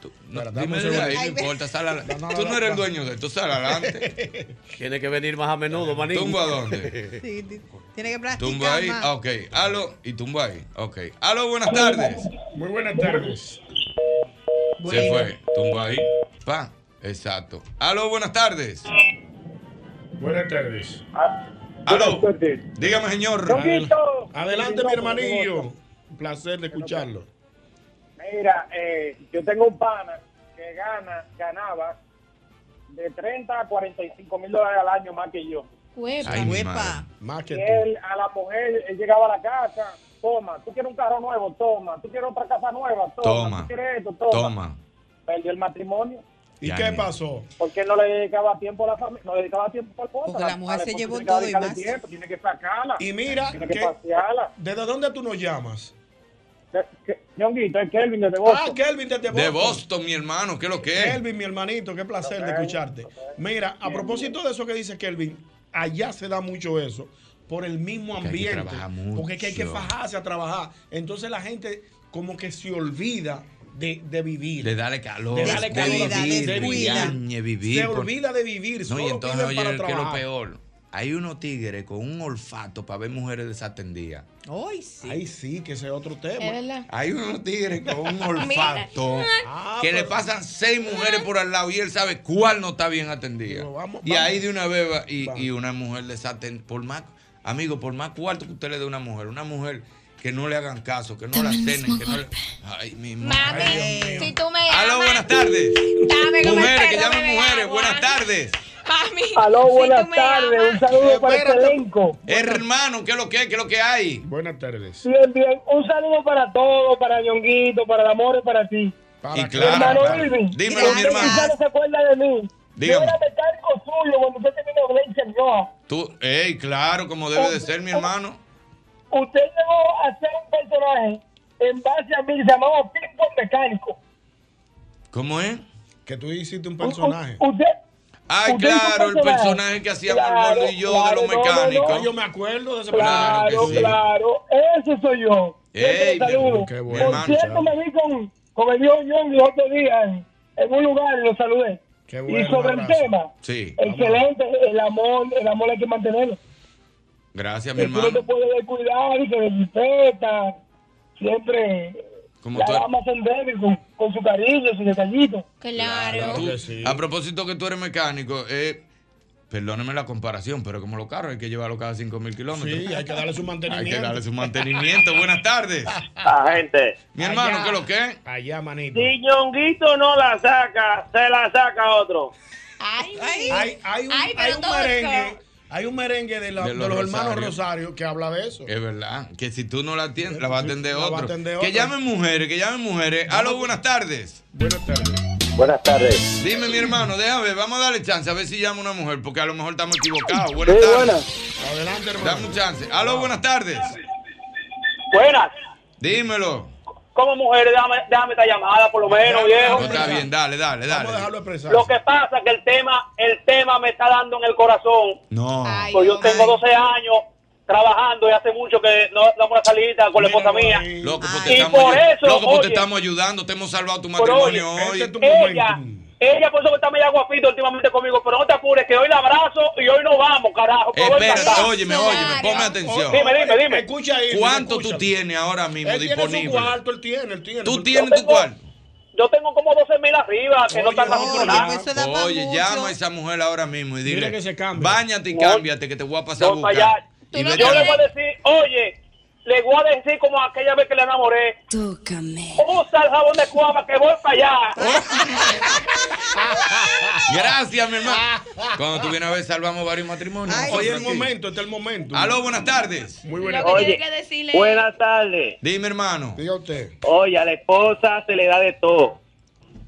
[SPEAKER 4] Tú- no,
[SPEAKER 5] Espérate,
[SPEAKER 4] dime
[SPEAKER 5] dame un
[SPEAKER 4] de ahí, no
[SPEAKER 5] segundo.
[SPEAKER 4] importa. Sal ala-
[SPEAKER 5] No, no,
[SPEAKER 4] tú
[SPEAKER 5] no,
[SPEAKER 4] no eres
[SPEAKER 5] no.
[SPEAKER 4] el dueño de esto, sal adelante.
[SPEAKER 13] Tiene que venir más a menudo, manín.
[SPEAKER 4] ¿Tumbo a dónde?
[SPEAKER 8] Sí, ti- tiene que practicar
[SPEAKER 4] Tumbo ahí.
[SPEAKER 8] más.
[SPEAKER 4] Ah, Ok. Aló. Y tumbo ahí. Ok. Aló, buenas tardes.
[SPEAKER 5] Muy buenas tardes.
[SPEAKER 4] Se fue. Tumbo ahí. Pa. Exacto. Aló, buenas tardes.
[SPEAKER 5] Buenas tardes.
[SPEAKER 4] Aló. Dígame, señor.
[SPEAKER 5] Adelante, mi hermanillo. Un placer de escucharlo.
[SPEAKER 1] Mira, eh, yo tengo un pana que gana, ganaba de 30 a 45 mil dólares al año más que yo.
[SPEAKER 15] Huepa.
[SPEAKER 5] Ay, mi Huepa. madre. Más
[SPEAKER 1] Y
[SPEAKER 5] que tú.
[SPEAKER 1] él, a la mujer, él llegaba a la casa, toma, tú quieres un carro nuevo, toma, tú quieres otra casa nueva, toma,
[SPEAKER 4] Toma.
[SPEAKER 1] tú quieres esto, toma.
[SPEAKER 4] Toma. Oh.
[SPEAKER 1] Perdió el matrimonio
[SPEAKER 5] ¿Y qué pasó?
[SPEAKER 1] porque él no le dedicaba tiempo a la familia, no le dedicaba tiempo a la esposa.
[SPEAKER 8] Porque la mujer se
[SPEAKER 1] esposa
[SPEAKER 8] llevó
[SPEAKER 1] tiene que
[SPEAKER 8] todo y
[SPEAKER 1] dedicarle
[SPEAKER 8] más.
[SPEAKER 1] tiempo, tiene que sacarla.
[SPEAKER 5] Y mira,
[SPEAKER 1] tiene que
[SPEAKER 5] que-
[SPEAKER 1] pasearla.
[SPEAKER 5] ¿desde dónde tú nos llamas?
[SPEAKER 1] Ñonguito, es Kelvin desde
[SPEAKER 5] Boston. Ah, Kelvin desde Boston.
[SPEAKER 4] De Boston, mi hermano, ¿qué es lo que es?
[SPEAKER 5] Kelvin, mi hermanito, qué placer de escucharte. Mira, a propósito de eso que dice Kelvin, allá se da mucho eso por el mismo
[SPEAKER 4] Porque hay que
[SPEAKER 5] ambiente.
[SPEAKER 4] trabajar mucho.
[SPEAKER 5] Porque es que hay que fajarse a trabajar. Entonces la gente como que se olvida de, de vivir.
[SPEAKER 4] De darle calor,
[SPEAKER 5] De darle
[SPEAKER 4] de
[SPEAKER 5] calor,
[SPEAKER 4] vivir,
[SPEAKER 5] de
[SPEAKER 4] descuida.
[SPEAKER 5] vivir.
[SPEAKER 4] vivir,
[SPEAKER 5] se
[SPEAKER 4] por-
[SPEAKER 5] olvida de vivir.
[SPEAKER 4] No,
[SPEAKER 5] solo
[SPEAKER 4] y entonces,
[SPEAKER 5] viven para
[SPEAKER 4] oye, que es lo
[SPEAKER 5] trabajar.
[SPEAKER 4] peor. Hay unos tigres con un olfato para ver mujeres desatendidas.
[SPEAKER 8] Ay, sí.
[SPEAKER 5] Ay, sí, que ese es otro tema.
[SPEAKER 4] Es
[SPEAKER 6] verdad.
[SPEAKER 4] Hay unos tigres con un
[SPEAKER 5] Mira.
[SPEAKER 4] olfato
[SPEAKER 5] Ah,
[SPEAKER 4] que le
[SPEAKER 5] pero-
[SPEAKER 4] pasan seis mujeres por al lado y él sabe cuál no está bien atendida. y ahí de una vez va- y, y una mujer desatendida. Por más, amigo, por más cuarto que usted le dé a una mujer, una mujer que no le hagan caso, que no la cenen, que no le. Ay, mi madre.
[SPEAKER 6] Mami, si tú me
[SPEAKER 4] Aló,
[SPEAKER 6] amas,
[SPEAKER 4] buenas tarres.
[SPEAKER 6] dame como
[SPEAKER 4] Mujeres,
[SPEAKER 6] el
[SPEAKER 4] que
[SPEAKER 6] pelo me
[SPEAKER 4] llamen
[SPEAKER 6] ve
[SPEAKER 4] mujeres.
[SPEAKER 6] agua.
[SPEAKER 4] Buenas tardes.
[SPEAKER 6] Mami,
[SPEAKER 1] Aló,
[SPEAKER 6] si tú
[SPEAKER 1] buenas
[SPEAKER 6] me
[SPEAKER 1] tardes. Un
[SPEAKER 6] amas-
[SPEAKER 1] saludo para el
[SPEAKER 4] Espérate.
[SPEAKER 1] elenco.
[SPEAKER 4] Hermano, ¿qué es lo que es? ¿Qué es lo que hay?
[SPEAKER 5] Buenas tardes.
[SPEAKER 1] Bien, bien. Un saludo para todos, para Ñonguito, para el amor y para ti.
[SPEAKER 4] Y claro,
[SPEAKER 1] hermano
[SPEAKER 4] claro.
[SPEAKER 1] Irving,
[SPEAKER 4] Dímelo, mi
[SPEAKER 1] usted quizá
[SPEAKER 4] hermano.
[SPEAKER 1] no se acuerda de mí. Yo
[SPEAKER 4] Dígame.
[SPEAKER 1] era mecánico suyo cuando usted terminó Glacier Rock.
[SPEAKER 4] Tú, ey, claro, como debe de ser, mi hermano.
[SPEAKER 1] Usted llegó a ser un personaje en base a mí, se llamaba Pitbull Mecánico.
[SPEAKER 4] ¿Cómo es?
[SPEAKER 5] Que tú hiciste un personaje.
[SPEAKER 1] Usted,
[SPEAKER 4] Ay,
[SPEAKER 5] Usted hizo
[SPEAKER 4] claro, el
[SPEAKER 5] personaje.
[SPEAKER 4] personaje que hacíamos el
[SPEAKER 5] Claro,
[SPEAKER 4] gordo y yo
[SPEAKER 5] claro,
[SPEAKER 4] de
[SPEAKER 5] no,
[SPEAKER 4] los
[SPEAKER 5] no, no,
[SPEAKER 4] mecánicos.
[SPEAKER 5] yo me acuerdo de ese
[SPEAKER 4] Claro
[SPEAKER 1] claro,
[SPEAKER 4] que sí.
[SPEAKER 1] claro, eso soy yo. Yo te
[SPEAKER 4] Ey, mi
[SPEAKER 1] saludo.
[SPEAKER 4] amor, qué bueno,
[SPEAKER 1] Por
[SPEAKER 4] hermano,
[SPEAKER 1] cierto,
[SPEAKER 4] chao.
[SPEAKER 1] me vi con, con el viejo John los otro día en, en un lugar y lo saludé.
[SPEAKER 4] bueno,
[SPEAKER 1] y sobre
[SPEAKER 4] un
[SPEAKER 1] el
[SPEAKER 4] abrazo.
[SPEAKER 1] tema,
[SPEAKER 4] Sí,
[SPEAKER 1] excelente, el amor, el amor hay que mantenerlo.
[SPEAKER 4] gracias, mi
[SPEAKER 1] Que tú no te
[SPEAKER 4] hermano.
[SPEAKER 1] puedes descuidar y que respeta. Siempre
[SPEAKER 4] Como
[SPEAKER 1] la
[SPEAKER 4] tú-
[SPEAKER 1] dama se endeble con, con su cariño, su detallito.
[SPEAKER 6] Claro.
[SPEAKER 4] Tú, A propósito que tú eres mecánico, eh, perdóneme la comparación, pero como los carros hay que llevarlos cada 5 mil kilómetros.
[SPEAKER 5] Sí, hay que darle su
[SPEAKER 4] Hay
[SPEAKER 5] mantenimiento.
[SPEAKER 4] que darle su mantenimiento. Buenas tardes.
[SPEAKER 14] gente.
[SPEAKER 4] Mi hermano, ¿qué es lo que es?
[SPEAKER 5] Allá, manito.
[SPEAKER 14] Si Ñonguito no la saca, se la saca otro.
[SPEAKER 5] Hay, hay un,
[SPEAKER 14] Ay, pero
[SPEAKER 5] hay un
[SPEAKER 14] tosco.
[SPEAKER 5] merengue. Hay un merengue de, la-
[SPEAKER 4] De
[SPEAKER 5] de
[SPEAKER 4] los
[SPEAKER 5] los, hermanos
[SPEAKER 4] Rosario.
[SPEAKER 5] Rosario que habla de eso.
[SPEAKER 4] Es verdad, que si tú no la atiendes, la va a atender
[SPEAKER 5] La va a
[SPEAKER 4] otro.
[SPEAKER 5] atender
[SPEAKER 4] Que
[SPEAKER 5] otro.
[SPEAKER 4] llamen mujeres, que llamen mujeres. Aló, buenas tardes.
[SPEAKER 5] Buenas tardes.
[SPEAKER 1] Buenas tardes.
[SPEAKER 4] Dime, mi hermano, déjame ver, vamos a darle chance a ver si llama una mujer, porque a lo mejor estamos equivocados. Buenas
[SPEAKER 1] Sí,
[SPEAKER 4] tardes.
[SPEAKER 1] buenas.
[SPEAKER 4] Adelante, hermano. Dame un chance. Aló, buenas tardes.
[SPEAKER 1] Buenas.
[SPEAKER 4] Dímelo.
[SPEAKER 1] Como mujeres, déjame, déjame esta llamada, por lo menos, viejo.
[SPEAKER 4] Está bien, dale, dale, dale.
[SPEAKER 1] Lo que pasa es que el tema, el tema me está dando en el corazón.
[SPEAKER 4] No.
[SPEAKER 1] Pues yo tengo 12 años trabajando y hace mucho que no damos una salida con la esposa mía.
[SPEAKER 4] Loco, pues te
[SPEAKER 1] y
[SPEAKER 4] estamos,
[SPEAKER 1] por
[SPEAKER 4] ayu-
[SPEAKER 1] eso,
[SPEAKER 4] loco, pues te
[SPEAKER 1] oye,
[SPEAKER 4] estamos ayudando, te hemos salvado tu
[SPEAKER 1] pero oye,
[SPEAKER 4] matrimonio hoy.
[SPEAKER 1] ella, ella por eso que está medio guapito últimamente conmigo, pero no te apures que hoy la abrazo y hoy nos vamos, carajo. que voy
[SPEAKER 4] Espérate,
[SPEAKER 1] cansado.
[SPEAKER 4] óyeme, óyeme, ponme atención.
[SPEAKER 1] Dime, dime, dime.
[SPEAKER 5] Escucha ahí.
[SPEAKER 4] ¿Cuánto tú tienes ahora mismo
[SPEAKER 5] Él tiene su
[SPEAKER 4] disponible?
[SPEAKER 5] cuarto, él tiene, él tiene.
[SPEAKER 4] ¿Tú tienes tu cuarto?
[SPEAKER 1] Yo tengo como 12 mil arriba, que no están
[SPEAKER 4] Oye,
[SPEAKER 5] pues,
[SPEAKER 1] nada.
[SPEAKER 4] Oye, llama a esa mujer ahora mismo y dile,
[SPEAKER 1] Dile que se cambie.
[SPEAKER 4] báñate y
[SPEAKER 1] No.
[SPEAKER 4] cámbiate que te voy a pasar a
[SPEAKER 1] No, para allá.
[SPEAKER 4] buscar. Y
[SPEAKER 1] Yo
[SPEAKER 4] vete
[SPEAKER 1] le
[SPEAKER 4] a
[SPEAKER 1] voy
[SPEAKER 4] ver.
[SPEAKER 1] a decir, oye, le voy a decir como aquella vez que le enamoré. Tócame. Usa el jabón de cuava que voy para allá.
[SPEAKER 4] Gracias, mi hermano. Cuando tú vienes a ver, salvamos varios matrimonios.
[SPEAKER 5] Oye, el
[SPEAKER 4] Aquí.
[SPEAKER 5] momento, este es el momento.
[SPEAKER 4] Aló, buenas tardes.
[SPEAKER 5] Muy
[SPEAKER 4] buenas
[SPEAKER 5] tardes.
[SPEAKER 1] Oye, buenas tardes.
[SPEAKER 4] Dime, hermano.
[SPEAKER 5] Diga usted.
[SPEAKER 1] Oye, a la esposa se le da de todo.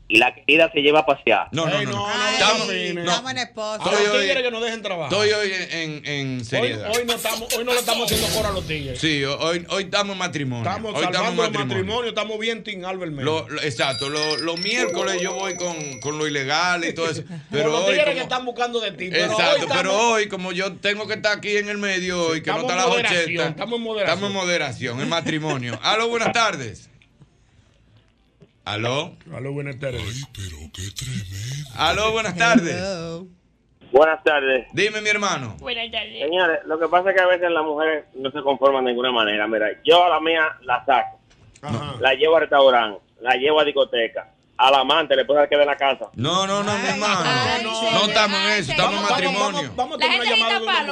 [SPEAKER 1] Y la querida se lleva a pasear.
[SPEAKER 4] No, no, no. Estamos- no,
[SPEAKER 8] Estamos en esposa.
[SPEAKER 4] Estoy
[SPEAKER 5] Los
[SPEAKER 4] hoy-
[SPEAKER 5] tigres que nos dejen trabajar.
[SPEAKER 4] Estoy hoy en, en- en
[SPEAKER 5] Hoy,
[SPEAKER 4] seriedad.
[SPEAKER 5] hoy no estamos, hoy no le estamos haciendo coro a los tigres.
[SPEAKER 4] Sí, hoy, hoy estamos en matrimonio.
[SPEAKER 5] Estamos
[SPEAKER 4] hoy estamos en
[SPEAKER 5] salvando el matrimonio.
[SPEAKER 4] matrimonio.
[SPEAKER 5] estamos bien Tim Albert Mena.
[SPEAKER 4] Lo- lo- exacto, los miércoles yo voy con, con lo ilegal y todo eso. Pero
[SPEAKER 5] Con los
[SPEAKER 4] hoy,
[SPEAKER 5] tigres que
[SPEAKER 4] como-
[SPEAKER 5] están buscando de ti. pero hoy
[SPEAKER 4] Exacto,
[SPEAKER 5] estamos-
[SPEAKER 4] pero hoy, como yo tengo que estar aquí en el medio hoy, que no
[SPEAKER 5] estamos
[SPEAKER 4] está
[SPEAKER 5] en
[SPEAKER 4] la
[SPEAKER 5] moderación,
[SPEAKER 4] jocheta,
[SPEAKER 5] estamos en moderación.
[SPEAKER 4] estamos en moderación, en matrimonio. Aló, buenas tardes. Aló.
[SPEAKER 5] Aló, buenas tardes.
[SPEAKER 4] Aló, buenas tardes.
[SPEAKER 16] Buenas tardes.
[SPEAKER 4] Dime, mi hermano.
[SPEAKER 16] Buenas tardes.
[SPEAKER 1] Señores, lo que pasa es que a veces las mujeres no se conforman de ninguna manera. Mira, yo a la mía la saco. La llevo al restaurante, la llevo a discoteca. Al amante le puedo dar que en la casa.
[SPEAKER 4] No, no, no, mi hermano. No, estamos en eso, estamos en matrimonio.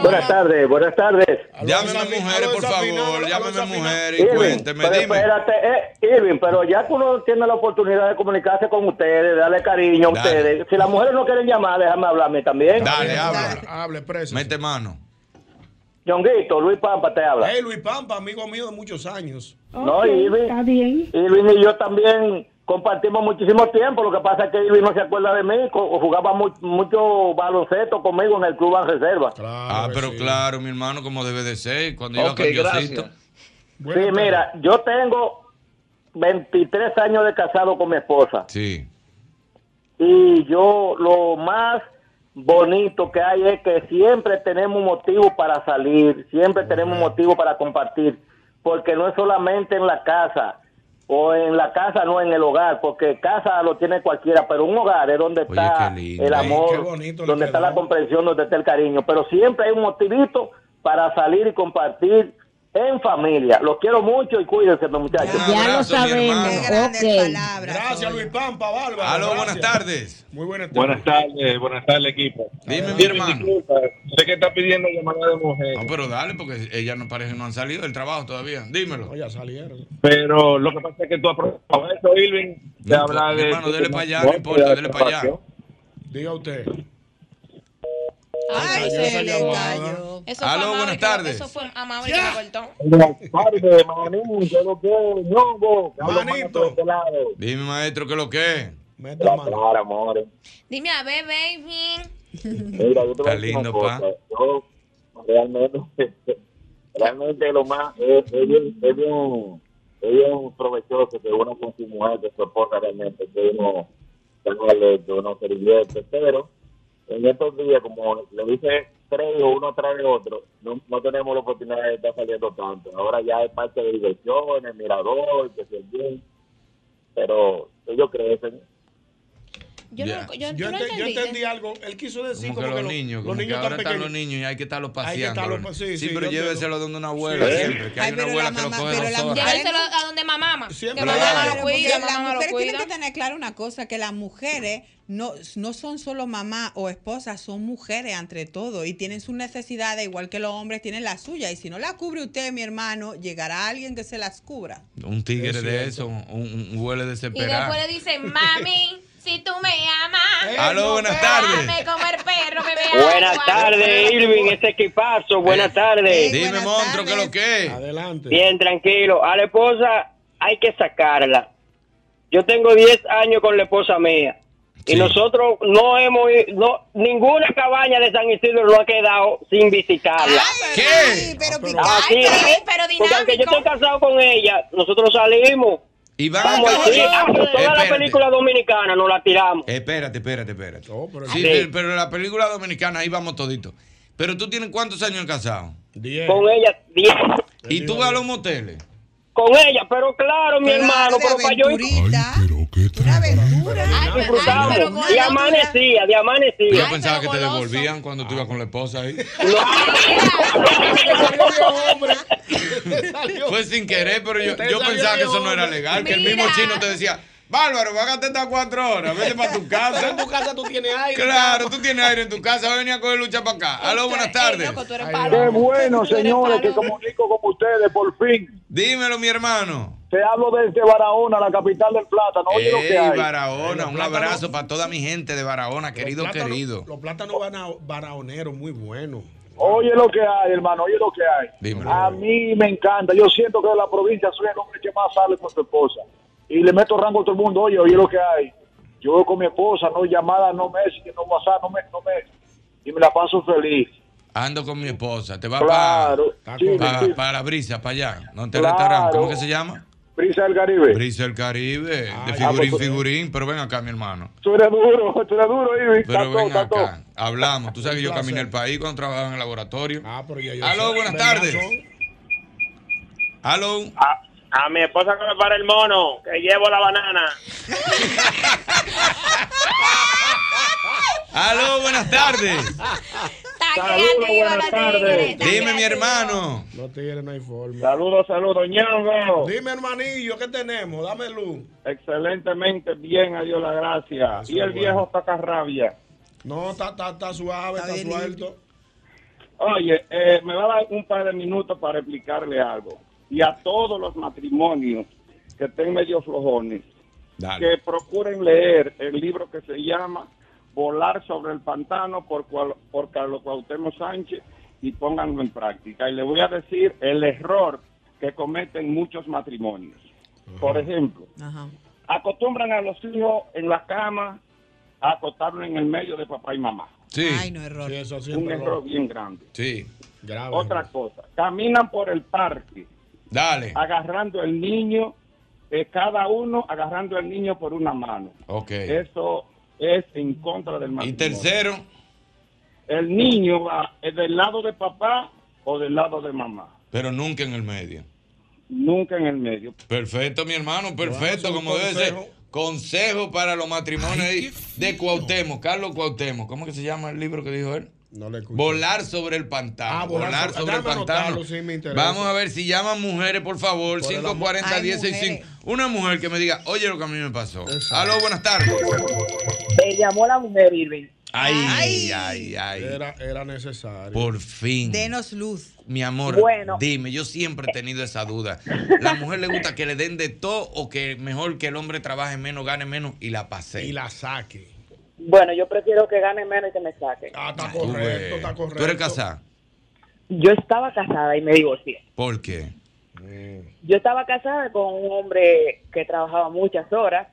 [SPEAKER 12] Buenas tardes, buenas tardes.
[SPEAKER 4] Llámeme mujeres, por favor. Llámeme mujeres y
[SPEAKER 12] Irving,
[SPEAKER 4] cuénteme.
[SPEAKER 12] pero
[SPEAKER 4] Dime.
[SPEAKER 12] espérate, eh, Irving, pero ya que uno tiene la oportunidad de comunicarse con ustedes, darle cariño a
[SPEAKER 4] Dale.
[SPEAKER 12] ustedes. Si las mujeres no quieren llamar, déjame hablarme también.
[SPEAKER 4] Dale, habla. Hable, preso. Mete mano.
[SPEAKER 12] Yonguito, Luis Pampa te habla.
[SPEAKER 5] Hey, Luis Pampa, amigo mío de muchos años.
[SPEAKER 12] No, Irving, Irving y yo también compartimos muchísimo tiempo. Lo que pasa es que Irving no se acuerda de mí. co- Jugaba mu- mucho baloncesto conmigo en el club en reserva.
[SPEAKER 4] Ah,
[SPEAKER 5] pues
[SPEAKER 4] pero claro, mi hermano, como debe de ser. Cuando
[SPEAKER 12] Ok,
[SPEAKER 4] yo a
[SPEAKER 12] gracias. sí, mira, yo tengo 23 años de casado con mi esposa.
[SPEAKER 4] Sí.
[SPEAKER 12] Y yo lo más bonito que hay es que siempre tenemos un motivo para salir, siempre tenemos un motivo para compartir, porque no es solamente en la casa, o en la casa, no en el hogar, porque casa lo tiene cualquiera, pero un hogar es donde está
[SPEAKER 4] lindo. ¿eh?
[SPEAKER 12] el
[SPEAKER 4] Ay,
[SPEAKER 12] amor,
[SPEAKER 4] qué bonito le
[SPEAKER 12] donde está
[SPEAKER 4] quedó.
[SPEAKER 12] la comprensión, donde está el cariño, pero siempre hay un motivito para salir y compartir en familia. Los quiero mucho y cuídense, muchachos.
[SPEAKER 5] Gracias, Luis Pampa, Bárbaro.
[SPEAKER 4] Aló, buenas tardes.
[SPEAKER 5] Muy buenas tardes.
[SPEAKER 16] Buenas tardes, buenas tardes, equipo.
[SPEAKER 4] Dime, mi hermano.
[SPEAKER 16] Sé que está pidiendo llamada de mujer,
[SPEAKER 4] No, pero dale, porque ellas no parece no han salido del trabajo todavía. Dímelo.
[SPEAKER 5] Oye, salieron.
[SPEAKER 16] pero lo que pasa es que tú aprovechas eso, Irving, de
[SPEAKER 4] No,
[SPEAKER 16] hablar
[SPEAKER 4] mi
[SPEAKER 16] de...
[SPEAKER 4] hermano, dele para allá, no importa, dele para allá.
[SPEAKER 5] Diga usted.
[SPEAKER 6] Ay,
[SPEAKER 5] Cayó esa
[SPEAKER 6] se le
[SPEAKER 5] llamada.
[SPEAKER 6] cayó. Eso
[SPEAKER 5] Aló,
[SPEAKER 6] fue amable
[SPEAKER 5] buenas
[SPEAKER 6] que lo-
[SPEAKER 5] tardes.
[SPEAKER 6] Eso fue amable que lo cortó.
[SPEAKER 16] Buenas tardes, manín, yo lo que, ñongo, manito.
[SPEAKER 1] este
[SPEAKER 4] Dime, maestro, ¿qué es lo que es?
[SPEAKER 16] Claro, amor.
[SPEAKER 6] Dime a ver, baby.
[SPEAKER 16] Mira, yo te voy a
[SPEAKER 4] Está
[SPEAKER 16] decir una
[SPEAKER 4] lindo,
[SPEAKER 16] cosa.
[SPEAKER 4] pa.
[SPEAKER 16] Yo realmente, realmente lo más es, es bien, es bien, es bien provechoso que uno con su mujer, que su esposa realmente, que uno se vale, que uno se divierte, pero en estos días, como le dice tres o uno tras de otro, no, no tenemos la oportunidad de estar saliendo tanto. Ahora ya es parte de diversiones, mirador, que se bien, pero ellos crecen.
[SPEAKER 6] Yo,
[SPEAKER 4] Ya.
[SPEAKER 6] no, yo,
[SPEAKER 5] Yo,
[SPEAKER 6] tú no
[SPEAKER 5] ente- yo
[SPEAKER 6] entendiste.
[SPEAKER 5] entendí algo. Él quiso decir
[SPEAKER 4] Como que los
[SPEAKER 5] lo-
[SPEAKER 4] niños,
[SPEAKER 5] los
[SPEAKER 4] como que
[SPEAKER 5] niños
[SPEAKER 4] ahora
[SPEAKER 5] están
[SPEAKER 4] están los
[SPEAKER 5] pequeños.
[SPEAKER 4] niños y hay que estarlos
[SPEAKER 5] Hay que
[SPEAKER 4] paseando.
[SPEAKER 5] estarlos
[SPEAKER 4] ¿no?
[SPEAKER 5] pa-
[SPEAKER 4] sí,
[SPEAKER 5] sí, sí,
[SPEAKER 4] pero
[SPEAKER 5] yo
[SPEAKER 4] lléveselo donde una abuela
[SPEAKER 5] Sí.
[SPEAKER 4] siempre, que hay una abuela que lo coge dos horas.
[SPEAKER 6] Lléveselo a donde mamá. ama. Que
[SPEAKER 4] Siempre
[SPEAKER 6] mamá
[SPEAKER 4] hay.
[SPEAKER 6] lo
[SPEAKER 8] Porque
[SPEAKER 6] cuida,
[SPEAKER 8] las
[SPEAKER 6] mamá lo
[SPEAKER 8] mujeres tienen
[SPEAKER 6] cuida.
[SPEAKER 8] que tener claro una cosa, que las mujeres no, no son solo mamá o esposas, son mujeres entre todo y tienen sus necesidades igual que los hombres tienen las suyas. Y si no la cubre usted, mi hermano, llegará alguien que se las cubra.
[SPEAKER 4] Un tigre de eso, un, un, un huele
[SPEAKER 6] Y después
[SPEAKER 4] desesperado.
[SPEAKER 6] le dicen, mami, si tú me amas.
[SPEAKER 4] Aló, buenas tardes.
[SPEAKER 6] Dame como el perro, bebé.
[SPEAKER 17] Buenas tardes, Irving,
[SPEAKER 18] este
[SPEAKER 17] ese equipazo. Buenas tardes.
[SPEAKER 4] Dime, monstruo, ¿qué es lo que es?
[SPEAKER 5] Adelante.
[SPEAKER 17] Bien, tranquilo. A la esposa hay que sacarla. Yo tengo 10 años con la esposa mía.
[SPEAKER 18] Y nosotros no hemos i- no ninguna cabaña de San Isidro no ha quedado sin visitarla.
[SPEAKER 4] ¿Qué?
[SPEAKER 5] Ah,
[SPEAKER 18] Pero,
[SPEAKER 11] picante, pero
[SPEAKER 18] Porque aunque yo
[SPEAKER 11] dinámico.
[SPEAKER 18] estoy casado con ella, nosotros salimos.
[SPEAKER 4] Y
[SPEAKER 18] vamos al cine. Ah, pero toda la
[SPEAKER 4] Espérate.
[SPEAKER 18] película dominicana nos la tiramos.
[SPEAKER 4] Espérate, espérate, espérate.
[SPEAKER 5] Oh, pero-
[SPEAKER 4] Sí,
[SPEAKER 18] Sí.
[SPEAKER 4] pero, pero en la película dominicana ahí vamos todito. Pero tú tienes cuántos años casado?
[SPEAKER 5] Diez.
[SPEAKER 18] Con ella, diez.
[SPEAKER 4] ¿Y tú vas a los moteles?
[SPEAKER 18] Con ella, pero claro, mi
[SPEAKER 4] Claro,
[SPEAKER 18] hermano,
[SPEAKER 4] de
[SPEAKER 18] pero para yo disfrutamos.
[SPEAKER 4] pero con
[SPEAKER 18] De
[SPEAKER 4] la
[SPEAKER 18] amanecía, de amanecía.
[SPEAKER 4] Yo pensaba que te devolvían cuando tú ibas con la esposa ahí. Fue sin querer, pero yo,
[SPEAKER 1] Usted
[SPEAKER 4] yo
[SPEAKER 1] salió
[SPEAKER 4] pensaba que
[SPEAKER 1] de
[SPEAKER 4] eso no era
[SPEAKER 1] hombre.
[SPEAKER 4] legal, que el
[SPEAKER 1] Mira.
[SPEAKER 4] mismo chino te decía, Bárbaro, va a gastar estas cuatro horas, vete para
[SPEAKER 1] Pero
[SPEAKER 4] tu casa.
[SPEAKER 1] en tu casa tú tienes aire.
[SPEAKER 4] Claro, tú tienes aire en tu casa, va a venir a coger lucha para acá. Aló, buenas tardes.
[SPEAKER 14] Qué bueno, señores, que comunico con ustedes por fin.
[SPEAKER 4] Dímelo, mi hermano.
[SPEAKER 14] Te hablo desde Barahona, la capital del plátano. Oye, lo que
[SPEAKER 4] Ey,
[SPEAKER 14] hay.
[SPEAKER 4] Barahona, un abrazo para toda mi gente de Barahona, querido,
[SPEAKER 5] plátanos-
[SPEAKER 4] querido.
[SPEAKER 5] Los plátanos bana- baraoneros muy buenos.
[SPEAKER 14] Oye, lo que hay, hermano. Oye, lo que hay. A mí me encanta. Yo siento que de la provincia soy el hombre que más sale con su esposa. Y le meto rango a todo el mundo. Oye, oye, lo que hay. Yo con mi esposa, no llamada, no Messenger, no WhatsApp, no me, no me. Y me la paso feliz.
[SPEAKER 4] Ando con mi esposa, te va
[SPEAKER 14] Claro,
[SPEAKER 4] para,
[SPEAKER 14] sí,
[SPEAKER 4] para,
[SPEAKER 14] sí.
[SPEAKER 4] para la brisa, para allá. No te
[SPEAKER 14] Claro.
[SPEAKER 4] restaurante, ¿cómo que se llama?
[SPEAKER 14] Brisa del Caribe.
[SPEAKER 4] Brisa del Caribe, de
[SPEAKER 14] ya. Ah,
[SPEAKER 4] figurín,
[SPEAKER 14] pues,
[SPEAKER 4] figurín, pero ven acá, mi hermano.
[SPEAKER 14] Tú eres duro, tú eres duro, Ibi.
[SPEAKER 4] Pero
[SPEAKER 14] Tato,
[SPEAKER 4] ven
[SPEAKER 14] tato.
[SPEAKER 4] acá, hablamos. Tú sabes que yo
[SPEAKER 14] Un placer.
[SPEAKER 4] caminé el país cuando trabajaba en el laboratorio. Ah, pero ya
[SPEAKER 5] yo
[SPEAKER 4] Aló,
[SPEAKER 5] sé.
[SPEAKER 4] buenas
[SPEAKER 5] Venga,
[SPEAKER 4] tardes. Aló.
[SPEAKER 9] A, a mi esposa que me para el mono, que llevo la banana.
[SPEAKER 4] Aló, buenas tardes.
[SPEAKER 14] Saludos, buenas tardes.
[SPEAKER 4] Dime, mi hermano.
[SPEAKER 5] No tiene, no hay forma.
[SPEAKER 14] Saludos, saludos, Ñongo.
[SPEAKER 5] Dime, hermanillo, ¿qué tenemos? Dame luz.
[SPEAKER 14] Excelentemente bien, a Dios la gracia.
[SPEAKER 5] Eso
[SPEAKER 14] y el
[SPEAKER 5] es
[SPEAKER 14] viejo saca rabia.
[SPEAKER 5] No, está, está, está suave, está, suelto.
[SPEAKER 14] Oye, eh, me va a dar un par de minutos para explicarle algo. Y a todos los matrimonios que estén medio flojones, que procuren leer el libro que se llama Volar sobre el pantano por, cual- por Carlos Cuauhtémoc Sánchez y pónganlo en práctica. Y le voy a decir el error que cometen muchos matrimonios. Por ejemplo, acostumbran a los hijos en la cama a acotarlo en el medio de papá y mamá.
[SPEAKER 4] Sí.
[SPEAKER 5] error. eso
[SPEAKER 14] un
[SPEAKER 5] siempre
[SPEAKER 14] error
[SPEAKER 5] lo-
[SPEAKER 14] bien grande.
[SPEAKER 4] Sí.
[SPEAKER 14] Otra cosa, caminan por el parque.
[SPEAKER 4] Dale.
[SPEAKER 14] Agarrando el niño, eh, cada uno agarrando el niño por una mano.
[SPEAKER 4] Ok.
[SPEAKER 14] Eso es en contra del matrimonio.
[SPEAKER 4] Y tercero,
[SPEAKER 14] El niño va eh, del lado de papá o del lado de mamá.
[SPEAKER 4] pero nunca en el medio.
[SPEAKER 14] Nunca en el medio.
[SPEAKER 4] Perfecto, mi hermano,
[SPEAKER 14] Bueno,
[SPEAKER 4] perfecto,
[SPEAKER 14] es un
[SPEAKER 4] como debe
[SPEAKER 14] consejo.
[SPEAKER 4] ser. Consejo para los matrimonios ahí de Cuauhtémoc, Carlos Cuauhtémoc. ¿Cómo que se llama el libro que dijo él?
[SPEAKER 5] No le escucho.
[SPEAKER 4] Volar sobre el pantano.
[SPEAKER 5] Ah,
[SPEAKER 4] volar,
[SPEAKER 5] volar
[SPEAKER 4] sobre
[SPEAKER 5] sobre-
[SPEAKER 4] el
[SPEAKER 5] Déjame
[SPEAKER 4] pantano.
[SPEAKER 5] anotarlo, sí, me interesa.
[SPEAKER 4] Vamos a ver si llaman mujeres, por favor.
[SPEAKER 5] Por el amor-
[SPEAKER 4] 540
[SPEAKER 5] Ay,
[SPEAKER 4] 1065. Una mujer que me diga, oye lo que a mí me pasó. Aló, buenas tardes.
[SPEAKER 2] Me llamó la mujer, Irving.
[SPEAKER 4] Ay, ay, ay.
[SPEAKER 5] Era, era necesario.
[SPEAKER 4] Por fin.
[SPEAKER 8] Denos luz.
[SPEAKER 4] Mi amor,
[SPEAKER 8] Bueno.
[SPEAKER 4] dime, yo siempre he tenido esa duda. ¿La mujer le gusta que le den de todo o que mejor que el hombre trabaje menos, gane menos y la pase? Y
[SPEAKER 5] la saque.
[SPEAKER 2] Bueno, yo prefiero que gane menos y que me saquen.
[SPEAKER 5] Correcto, Ah, está correcto.
[SPEAKER 4] Ah, ¿Tú eres casada?
[SPEAKER 2] Yo estaba casada y me divorcié.
[SPEAKER 4] ¿Por qué?
[SPEAKER 2] Yo estaba casada con un hombre que trabajaba muchas horas.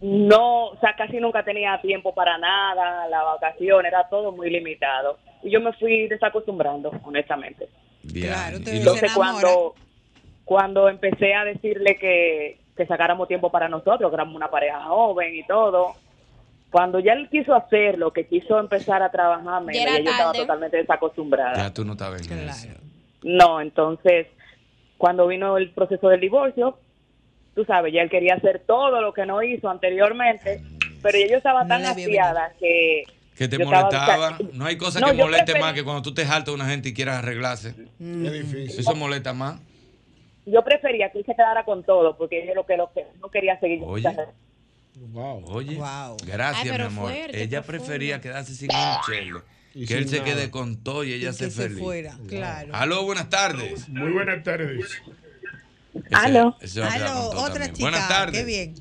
[SPEAKER 2] No, o sea, casi nunca tenía tiempo para nada, la vacación, era todo muy limitado. Y yo me fui desacostumbrando, honestamente.
[SPEAKER 4] Claro,
[SPEAKER 2] Y Entonces cuando, cuando empecé a decirle que, que sacáramos tiempo para nosotros, que éramos una pareja joven y todo, cuando ya él quiso hacerlo, que quiso empezar a trabajar menos,
[SPEAKER 11] era
[SPEAKER 2] ya yo estaba
[SPEAKER 11] tarde.
[SPEAKER 2] totalmente desacostumbrada.
[SPEAKER 4] Ya tú no estabas en eso.
[SPEAKER 2] No, entonces, cuando vino el proceso del divorcio, tú sabes, ya él quería hacer todo lo que no hizo anteriormente, pero yo estaba tan hastiada que...
[SPEAKER 4] Que te
[SPEAKER 2] yo estaba-
[SPEAKER 4] molestaba.
[SPEAKER 2] o sea,
[SPEAKER 4] no hay cosa
[SPEAKER 2] no,
[SPEAKER 4] que
[SPEAKER 2] yo
[SPEAKER 4] moleste
[SPEAKER 2] preferí-
[SPEAKER 4] más que cuando tú te jaltas a una gente y quieras arreglarse.
[SPEAKER 5] Mm. Es difícil.
[SPEAKER 4] Eso molesta más.
[SPEAKER 2] Yo prefería que él se quedara con todo, porque yo lo que, lo que no quería seguir.
[SPEAKER 4] Oye. Oye, gracias,
[SPEAKER 2] Ay,
[SPEAKER 4] mi
[SPEAKER 2] pero
[SPEAKER 4] amor.
[SPEAKER 2] fuerte,
[SPEAKER 4] ella
[SPEAKER 2] profundo.
[SPEAKER 4] prefería quedarse sin un chelo.
[SPEAKER 5] Y
[SPEAKER 4] Que él
[SPEAKER 5] sin
[SPEAKER 4] se
[SPEAKER 5] nada.
[SPEAKER 4] quede con todo y ella
[SPEAKER 5] Y
[SPEAKER 4] se
[SPEAKER 5] que se
[SPEAKER 4] feliz.
[SPEAKER 5] fuera, claro.
[SPEAKER 4] Aló, buenas tardes.
[SPEAKER 5] Muy buenas tardes.
[SPEAKER 2] Aló.
[SPEAKER 4] Ese va a quedar
[SPEAKER 8] Aló,
[SPEAKER 4] con todo
[SPEAKER 8] otra
[SPEAKER 4] también.
[SPEAKER 8] chica.
[SPEAKER 4] Buenas tardes.
[SPEAKER 8] Qué bien.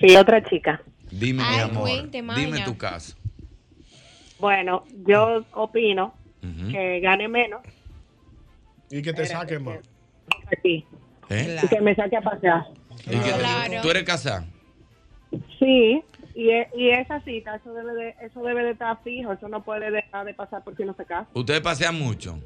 [SPEAKER 2] Sí, otra chica.
[SPEAKER 4] Dime, mi
[SPEAKER 2] Ay,
[SPEAKER 4] amor.
[SPEAKER 2] cuente, Maya.
[SPEAKER 4] dime tu caso.
[SPEAKER 2] Bueno, yo opino
[SPEAKER 4] Ujú.
[SPEAKER 2] que gane menos
[SPEAKER 5] Y que te saque más.
[SPEAKER 2] aquí
[SPEAKER 4] ¿Eh?
[SPEAKER 2] y que me saque a pasear.
[SPEAKER 4] Y que-
[SPEAKER 2] Claro.
[SPEAKER 4] ¿Tú eres casada?
[SPEAKER 2] Sí, Sí, y, e- y esa cita, eso debe, de, eso debe de estar fijo, eso no puede dejar de pasar por si no se casa.
[SPEAKER 4] Ustedes pasean mucho.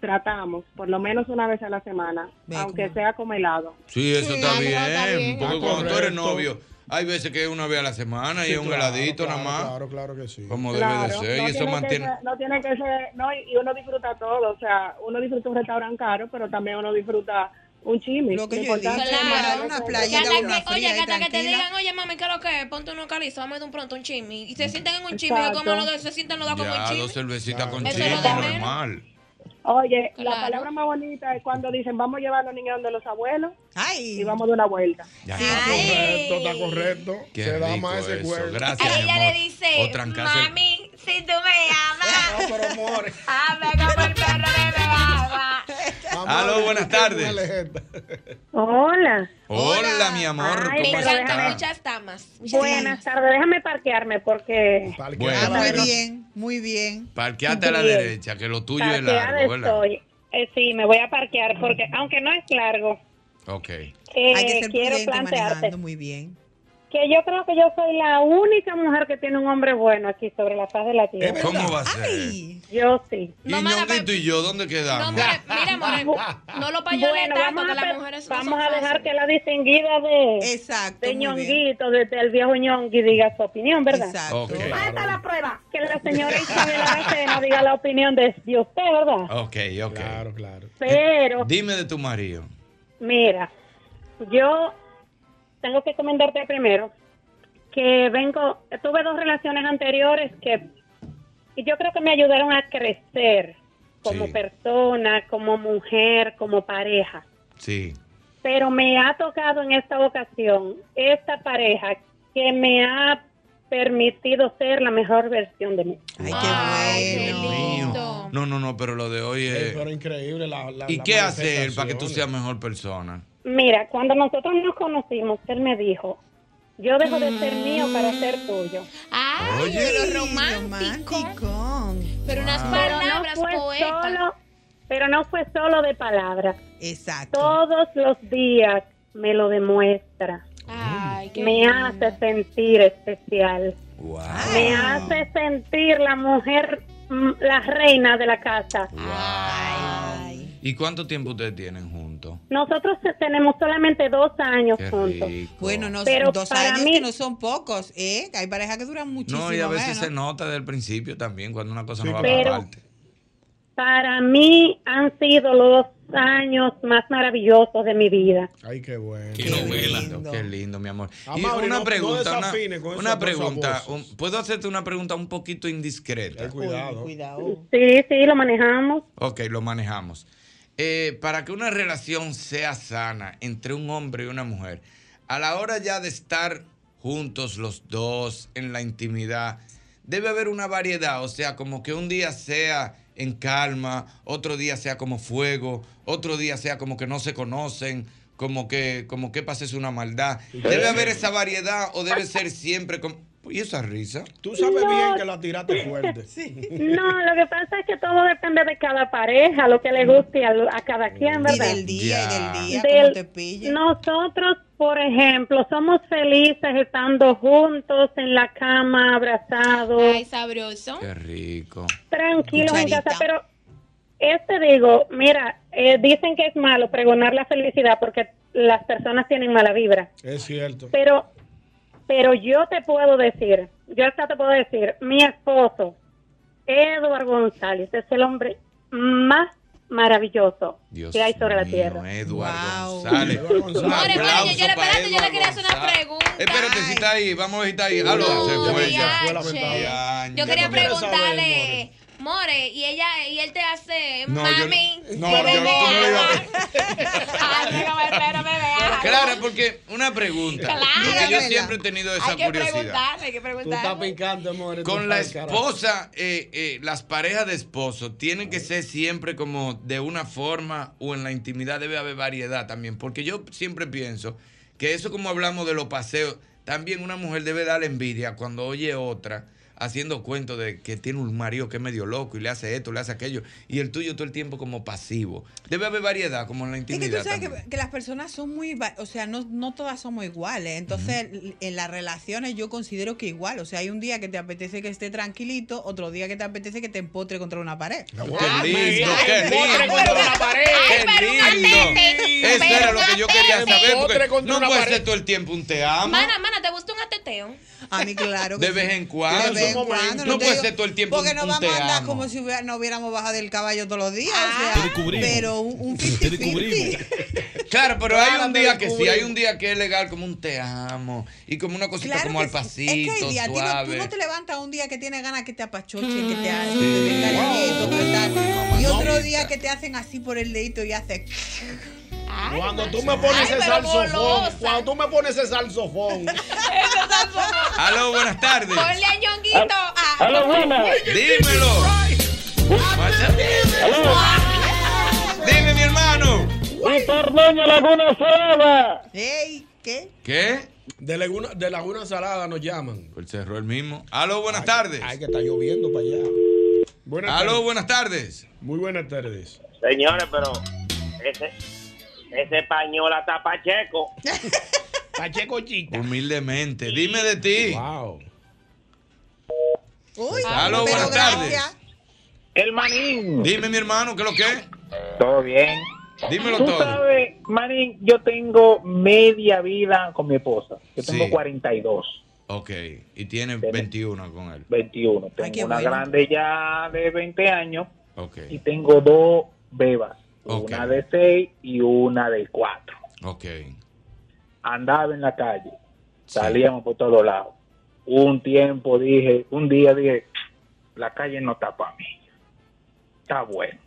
[SPEAKER 2] Tratamos, por lo menos una vez a la semana, aunque sea como helado.
[SPEAKER 4] Sí, eso está, bien,
[SPEAKER 2] bien.
[SPEAKER 4] Porque
[SPEAKER 2] Ah,
[SPEAKER 4] cuando tú eres
[SPEAKER 2] correcto.
[SPEAKER 4] novio, hay veces que es una vez a la semana y
[SPEAKER 5] Sí,
[SPEAKER 4] es un
[SPEAKER 5] claro,
[SPEAKER 4] heladito
[SPEAKER 5] claro,
[SPEAKER 4] nada más.
[SPEAKER 5] Claro, claro que sí.
[SPEAKER 4] Como debe de
[SPEAKER 2] Claro,
[SPEAKER 4] ser.
[SPEAKER 2] no
[SPEAKER 4] y eso
[SPEAKER 2] tiene que
[SPEAKER 4] mantiene.
[SPEAKER 2] ser- no tiene que ser, no, y y uno disfruta todo, o sea, uno disfruta un restaurante caro, pero también uno disfruta un chisme. Lo
[SPEAKER 8] que yo he dicho, claro, una playita,
[SPEAKER 6] Que hasta
[SPEAKER 8] una
[SPEAKER 6] que- oye,
[SPEAKER 8] fría
[SPEAKER 6] que
[SPEAKER 8] y
[SPEAKER 6] hasta que te
[SPEAKER 8] tranquila.
[SPEAKER 6] digan, oye, mami, ¿qué es lo que es? Ponte unos calizos, vamos a ir un pronto un chisme. Y se sienten en un chisme,
[SPEAKER 2] Exacto.
[SPEAKER 6] como los dos se sienten los dos como un
[SPEAKER 4] Ya,
[SPEAKER 6] chisme.
[SPEAKER 4] dos cervecitas con
[SPEAKER 6] Eso
[SPEAKER 4] chile,
[SPEAKER 6] es lo de menos.
[SPEAKER 4] normal.
[SPEAKER 2] Oye,
[SPEAKER 6] Claro.
[SPEAKER 2] la palabra más bonita es cuando dicen, vamos a llevar a los niños donde los abuelos y vamos de una vuelta.
[SPEAKER 4] Ya.
[SPEAKER 5] Correcto, está correcto.
[SPEAKER 4] Qué
[SPEAKER 5] Se da
[SPEAKER 4] rico
[SPEAKER 5] más ese
[SPEAKER 4] eso.
[SPEAKER 5] cuerpo.
[SPEAKER 4] Gracias,
[SPEAKER 6] Ella
[SPEAKER 4] mi amor.
[SPEAKER 6] le dice,
[SPEAKER 4] O trancarse el-
[SPEAKER 6] mami, si tú me amas. No, pero amor. Hazme como el perro de agua.
[SPEAKER 4] Aló, buenas tardes.
[SPEAKER 11] Hola.
[SPEAKER 4] Hola, mi amor.
[SPEAKER 11] Ay,
[SPEAKER 4] ¿Cómo
[SPEAKER 11] pero déjame-
[SPEAKER 4] estás?
[SPEAKER 6] Muchas damas. muchas
[SPEAKER 11] Buenas tardes, déjame parquearme porque
[SPEAKER 4] Bueno.
[SPEAKER 11] muy
[SPEAKER 8] Ah, bien, muy bien.
[SPEAKER 4] Parqueate a la
[SPEAKER 11] Bien.
[SPEAKER 4] derecha, que lo tuyo es
[SPEAKER 11] parqueada
[SPEAKER 4] largo, ¿verdad?
[SPEAKER 11] estoy. Eh, sí, me voy a parquear porque aunque no es largo,
[SPEAKER 4] Ok.
[SPEAKER 11] eh,
[SPEAKER 8] Mm. Hay que ser
[SPEAKER 11] quiero
[SPEAKER 8] prudente
[SPEAKER 11] plantearte
[SPEAKER 8] manejando muy bien.
[SPEAKER 11] que yo creo que yo soy la única mujer que tiene un hombre bueno aquí sobre la faz de la tierra.
[SPEAKER 4] ¿Cómo va a ser?
[SPEAKER 11] Yo sí.
[SPEAKER 4] Y Ñonguito y yo, ¿dónde quedamos?
[SPEAKER 6] mira, amor, no lo payones
[SPEAKER 11] Bueno,
[SPEAKER 6] tanto,
[SPEAKER 11] vamos
[SPEAKER 6] que
[SPEAKER 11] a
[SPEAKER 6] las
[SPEAKER 11] pe-
[SPEAKER 6] mujeres no
[SPEAKER 11] Vamos
[SPEAKER 6] son
[SPEAKER 11] a dejar
[SPEAKER 6] fáciles.
[SPEAKER 11] que la distinguida de, de
[SPEAKER 8] muy
[SPEAKER 11] ñonguito, de- del viejo ñongui, diga su opinión, ¿verdad?
[SPEAKER 8] Exacto.
[SPEAKER 4] Ok.
[SPEAKER 11] Falta la prueba. Que la señora Isabel Aracena diga la opinión de, de usted, ¿verdad?
[SPEAKER 4] Ok, ok. Claro,
[SPEAKER 5] claro.
[SPEAKER 11] Pero,
[SPEAKER 4] Dime de tu marido.
[SPEAKER 11] mira, yo tengo que comentarte primero que vengo, tuve dos relaciones anteriores que y yo creo que me ayudaron a crecer como persona, como mujer, como pareja.
[SPEAKER 4] Sí.
[SPEAKER 11] pero me ha tocado en esta ocasión esta pareja que me ha permitido ser la mejor versión de mí.
[SPEAKER 4] No, no, no, pero lo de hoy es.
[SPEAKER 5] Pero increíble la. la
[SPEAKER 4] ¿Y
[SPEAKER 5] la
[SPEAKER 4] qué hace él
[SPEAKER 5] manifestación.
[SPEAKER 4] para que tú seas mejor persona?
[SPEAKER 11] Mira, cuando nosotros nos conocimos, él me dijo, yo dejo de
[SPEAKER 6] Mm.
[SPEAKER 11] ser mío para ser tuyo.
[SPEAKER 6] Ay,
[SPEAKER 11] Oye.
[SPEAKER 6] pero romántico. Pero unas
[SPEAKER 11] Wow.
[SPEAKER 6] palabras
[SPEAKER 11] Pero no fue
[SPEAKER 6] poetas.
[SPEAKER 11] solo- pero no fue solo de palabras.
[SPEAKER 8] Exacto.
[SPEAKER 11] Todos los días me lo demuestra.
[SPEAKER 6] qué
[SPEAKER 11] me
[SPEAKER 6] lindo.
[SPEAKER 11] hace sentir especial. Me hace sentir la mujer, mm, la reina de la casa.
[SPEAKER 4] ¿Y cuánto tiempo ustedes tienen juntos?
[SPEAKER 11] Nosotros tenemos solamente dos años
[SPEAKER 4] Qué
[SPEAKER 11] juntos.
[SPEAKER 4] rico.
[SPEAKER 8] Bueno, no,
[SPEAKER 11] Pero
[SPEAKER 8] dos
[SPEAKER 11] para
[SPEAKER 8] años
[SPEAKER 11] mí-
[SPEAKER 8] que no son pocos, ¿eh? Que Hay parejas que duran muchísimo.
[SPEAKER 4] No, y a veces
[SPEAKER 8] menos.
[SPEAKER 4] se nota desde el principio también cuando una cosa
[SPEAKER 11] Sí,
[SPEAKER 4] no va
[SPEAKER 11] claro.
[SPEAKER 4] para parte.
[SPEAKER 11] Para mí han sido los años más maravillosos de mi vida.
[SPEAKER 5] Ay, qué bueno.
[SPEAKER 4] Qué, lindo, qué lindo, mi amor.
[SPEAKER 5] Ah,
[SPEAKER 4] Y
[SPEAKER 5] Mauri,
[SPEAKER 4] una
[SPEAKER 5] no- no
[SPEAKER 4] pregunta, una-
[SPEAKER 5] desafines con
[SPEAKER 4] una,
[SPEAKER 5] esas
[SPEAKER 4] pregunta.
[SPEAKER 5] voces.
[SPEAKER 4] un- ¿Puedo hacerte una pregunta un poquito indiscreta?
[SPEAKER 5] cuidado.
[SPEAKER 11] Sí, sí, lo manejamos.
[SPEAKER 4] Ok, lo manejamos. Eh, para que una relación sea sana entre un hombre y una mujer, a la hora ya de estar juntos los dos en la intimidad, debe haber una variedad, o sea, como que un día sea en calma, otro día sea como fuego, otro día sea como que no se conocen, como que como que pases una maldad. Debe haber esa variedad o debe ser siempre como y esa risa.
[SPEAKER 5] Tú sabes
[SPEAKER 11] No.
[SPEAKER 5] bien que la tiraste fuerte.
[SPEAKER 11] No, lo que pasa es que todo depende de cada pareja, lo que le guste a, lo- a cada quien, ¿verdad?
[SPEAKER 8] Mm. del día, y del día,
[SPEAKER 11] Del-
[SPEAKER 8] cómo te pillen.
[SPEAKER 11] Nosotros, por ejemplo, somos felices estando juntos en la cama, abrazados,
[SPEAKER 6] Ay, sabroso.
[SPEAKER 4] Qué rico.
[SPEAKER 11] tranquilos en casa, pero este digo, mira, eh, dicen que es malo pregonar la felicidad porque las personas tienen mala vibra.
[SPEAKER 5] Es cierto.
[SPEAKER 11] Pero, pero yo te puedo decir, yo hasta te puedo decir, mi esposo, Eduardo González, es el hombre más maravilloso
[SPEAKER 4] Dios ¿eh?
[SPEAKER 11] que hay sobre la tierra.
[SPEAKER 4] Eduardo González. Un
[SPEAKER 11] More,
[SPEAKER 4] aplauso
[SPEAKER 11] vaya, yo le-
[SPEAKER 4] para
[SPEAKER 11] espérate, yo le
[SPEAKER 4] Eduardo
[SPEAKER 11] quería hacer una
[SPEAKER 4] González. Espérate, si está ahí, vamos a ver si está ahí. Aló,
[SPEAKER 5] No,
[SPEAKER 4] se fue,
[SPEAKER 5] diache.
[SPEAKER 4] ya fue la
[SPEAKER 5] Diache.
[SPEAKER 4] ventana.
[SPEAKER 6] Yo quería
[SPEAKER 4] Ya no quiero saber.
[SPEAKER 6] preguntarle, More, y ella y él te hace,
[SPEAKER 4] No, yo-
[SPEAKER 6] mami,
[SPEAKER 4] no,
[SPEAKER 6] que
[SPEAKER 4] yo-
[SPEAKER 6] me
[SPEAKER 4] tú
[SPEAKER 6] vea".
[SPEAKER 4] no le ibas
[SPEAKER 6] Ay, no, pero me vea.
[SPEAKER 4] Clara, porque una pregunta.
[SPEAKER 6] Claro.
[SPEAKER 4] Porque yo
[SPEAKER 6] Dígamela.
[SPEAKER 4] siempre he tenido esa
[SPEAKER 6] Hay que
[SPEAKER 4] curiosidad.
[SPEAKER 6] preguntarle, hay que
[SPEAKER 5] Tú estás
[SPEAKER 6] preguntarle.
[SPEAKER 5] picante, amor. tú
[SPEAKER 4] Con la
[SPEAKER 5] estás, carajo.
[SPEAKER 4] esposa, eh, eh, las parejas de esposo tienen que ser siempre como de una forma o en la intimidad debe haber variedad también. Porque yo siempre pienso que eso como hablamos de los paseos, también una mujer debe dar envidia cuando oye otra. haciendo cuentos de que tiene un marido que es medio loco y le hace esto, le hace aquello, y el tuyo todo el tiempo como pasivo. Debe haber variedad, como en la
[SPEAKER 8] Es que
[SPEAKER 4] intimidad.
[SPEAKER 8] tú sabes
[SPEAKER 4] también.
[SPEAKER 8] que, que las personas son muy, va- o sea, no, no todas somos iguales. Entonces, en las relaciones yo considero que igual. O sea, hay un día que te apetece que esté tranquilito, otro día que te apetece que te empotre contra una pared. Ah,
[SPEAKER 4] ¡Qué lindo! ¡Qué lindo! ¡Qué lindo! Eso era lo que yo quería saber. porque No puede ser todo el tiempo un te amo.
[SPEAKER 6] Mana, mana, ¿te gusta un ateteo?
[SPEAKER 8] A mí, claro.
[SPEAKER 4] De vez en cuando.
[SPEAKER 8] De vez en cuando,
[SPEAKER 4] No
[SPEAKER 8] te
[SPEAKER 4] puede
[SPEAKER 8] digo-
[SPEAKER 4] ser todo el tiempo
[SPEAKER 8] Porque
[SPEAKER 4] un-
[SPEAKER 8] no
[SPEAKER 4] un
[SPEAKER 8] vamos
[SPEAKER 4] te
[SPEAKER 8] a andar
[SPEAKER 4] amo.
[SPEAKER 8] como si hubiera- no hubiéramos bajado del caballo todos los días. o sea,
[SPEAKER 4] Ah. descubrimos.
[SPEAKER 8] pero un, un 50-50.
[SPEAKER 4] Claro, pero
[SPEAKER 8] Claro,
[SPEAKER 4] hay un
[SPEAKER 8] pero
[SPEAKER 4] día que sí,
[SPEAKER 8] descubrimos.
[SPEAKER 4] hay un día que es legal como un te amo y como una cosita
[SPEAKER 8] Claro
[SPEAKER 4] como
[SPEAKER 8] que
[SPEAKER 4] al
[SPEAKER 8] sí.
[SPEAKER 4] pasito,
[SPEAKER 8] Es que el día, a ti no-
[SPEAKER 4] suave. Ah.
[SPEAKER 8] tú no te levantas un día que tienes ganas que te apachochen, que te hacen, que te cariñito, que tal. Y otro día que te hacen así por el dedito y haces.
[SPEAKER 5] Cuando tú me pones ese salsofón,
[SPEAKER 8] golosa.
[SPEAKER 5] cuando tú me pones ese salsofón.
[SPEAKER 4] Aló, buenas tardes.
[SPEAKER 6] Ponle a Ñonguito. Ah.
[SPEAKER 4] Aló, buenas. Dímelo. Dime, mi hermano.
[SPEAKER 5] Víctor Doña Laguna Salada.
[SPEAKER 8] Ey, ¿qué?
[SPEAKER 4] ¿Qué?
[SPEAKER 5] De Laguna, de Laguna Salada nos llaman.
[SPEAKER 4] Pues cerró el mismo. Aló, buenas tardes.
[SPEAKER 5] Ay, que está lloviendo para allá.
[SPEAKER 4] Aló,
[SPEAKER 5] tardes.
[SPEAKER 4] buenas tardes.
[SPEAKER 5] Muy buenas tardes.
[SPEAKER 9] Señores, pero ese, ese pañol hasta Pacheco.
[SPEAKER 5] Pacheco Chita.
[SPEAKER 4] Humildemente. Dime de ti. Wow.
[SPEAKER 8] Uy,
[SPEAKER 4] Aló,
[SPEAKER 8] pero
[SPEAKER 4] buenas tardes.
[SPEAKER 8] gracias.
[SPEAKER 4] El manín. Dime, mi hermano, ¿qué es lo que es?
[SPEAKER 19] Todo bien.
[SPEAKER 4] Dímelo
[SPEAKER 19] Tú
[SPEAKER 4] todo.
[SPEAKER 19] sabes, Marín, yo tengo media vida con mi esposa. Yo tengo
[SPEAKER 4] Sí.
[SPEAKER 19] 42,
[SPEAKER 4] Ok. Y tiene 21 con él.
[SPEAKER 19] 21. Tengo
[SPEAKER 4] qué
[SPEAKER 19] una
[SPEAKER 4] bueno.
[SPEAKER 19] grande ya de 20 años
[SPEAKER 4] Ok.
[SPEAKER 19] y tengo dos bebas.
[SPEAKER 4] Ok.
[SPEAKER 19] Una de 6 y una de 4.
[SPEAKER 4] Ok.
[SPEAKER 19] Andaba en la calle, salíamos por todos lados. Un tiempo dije, un día dije, la calle no está para mí. Está bueno.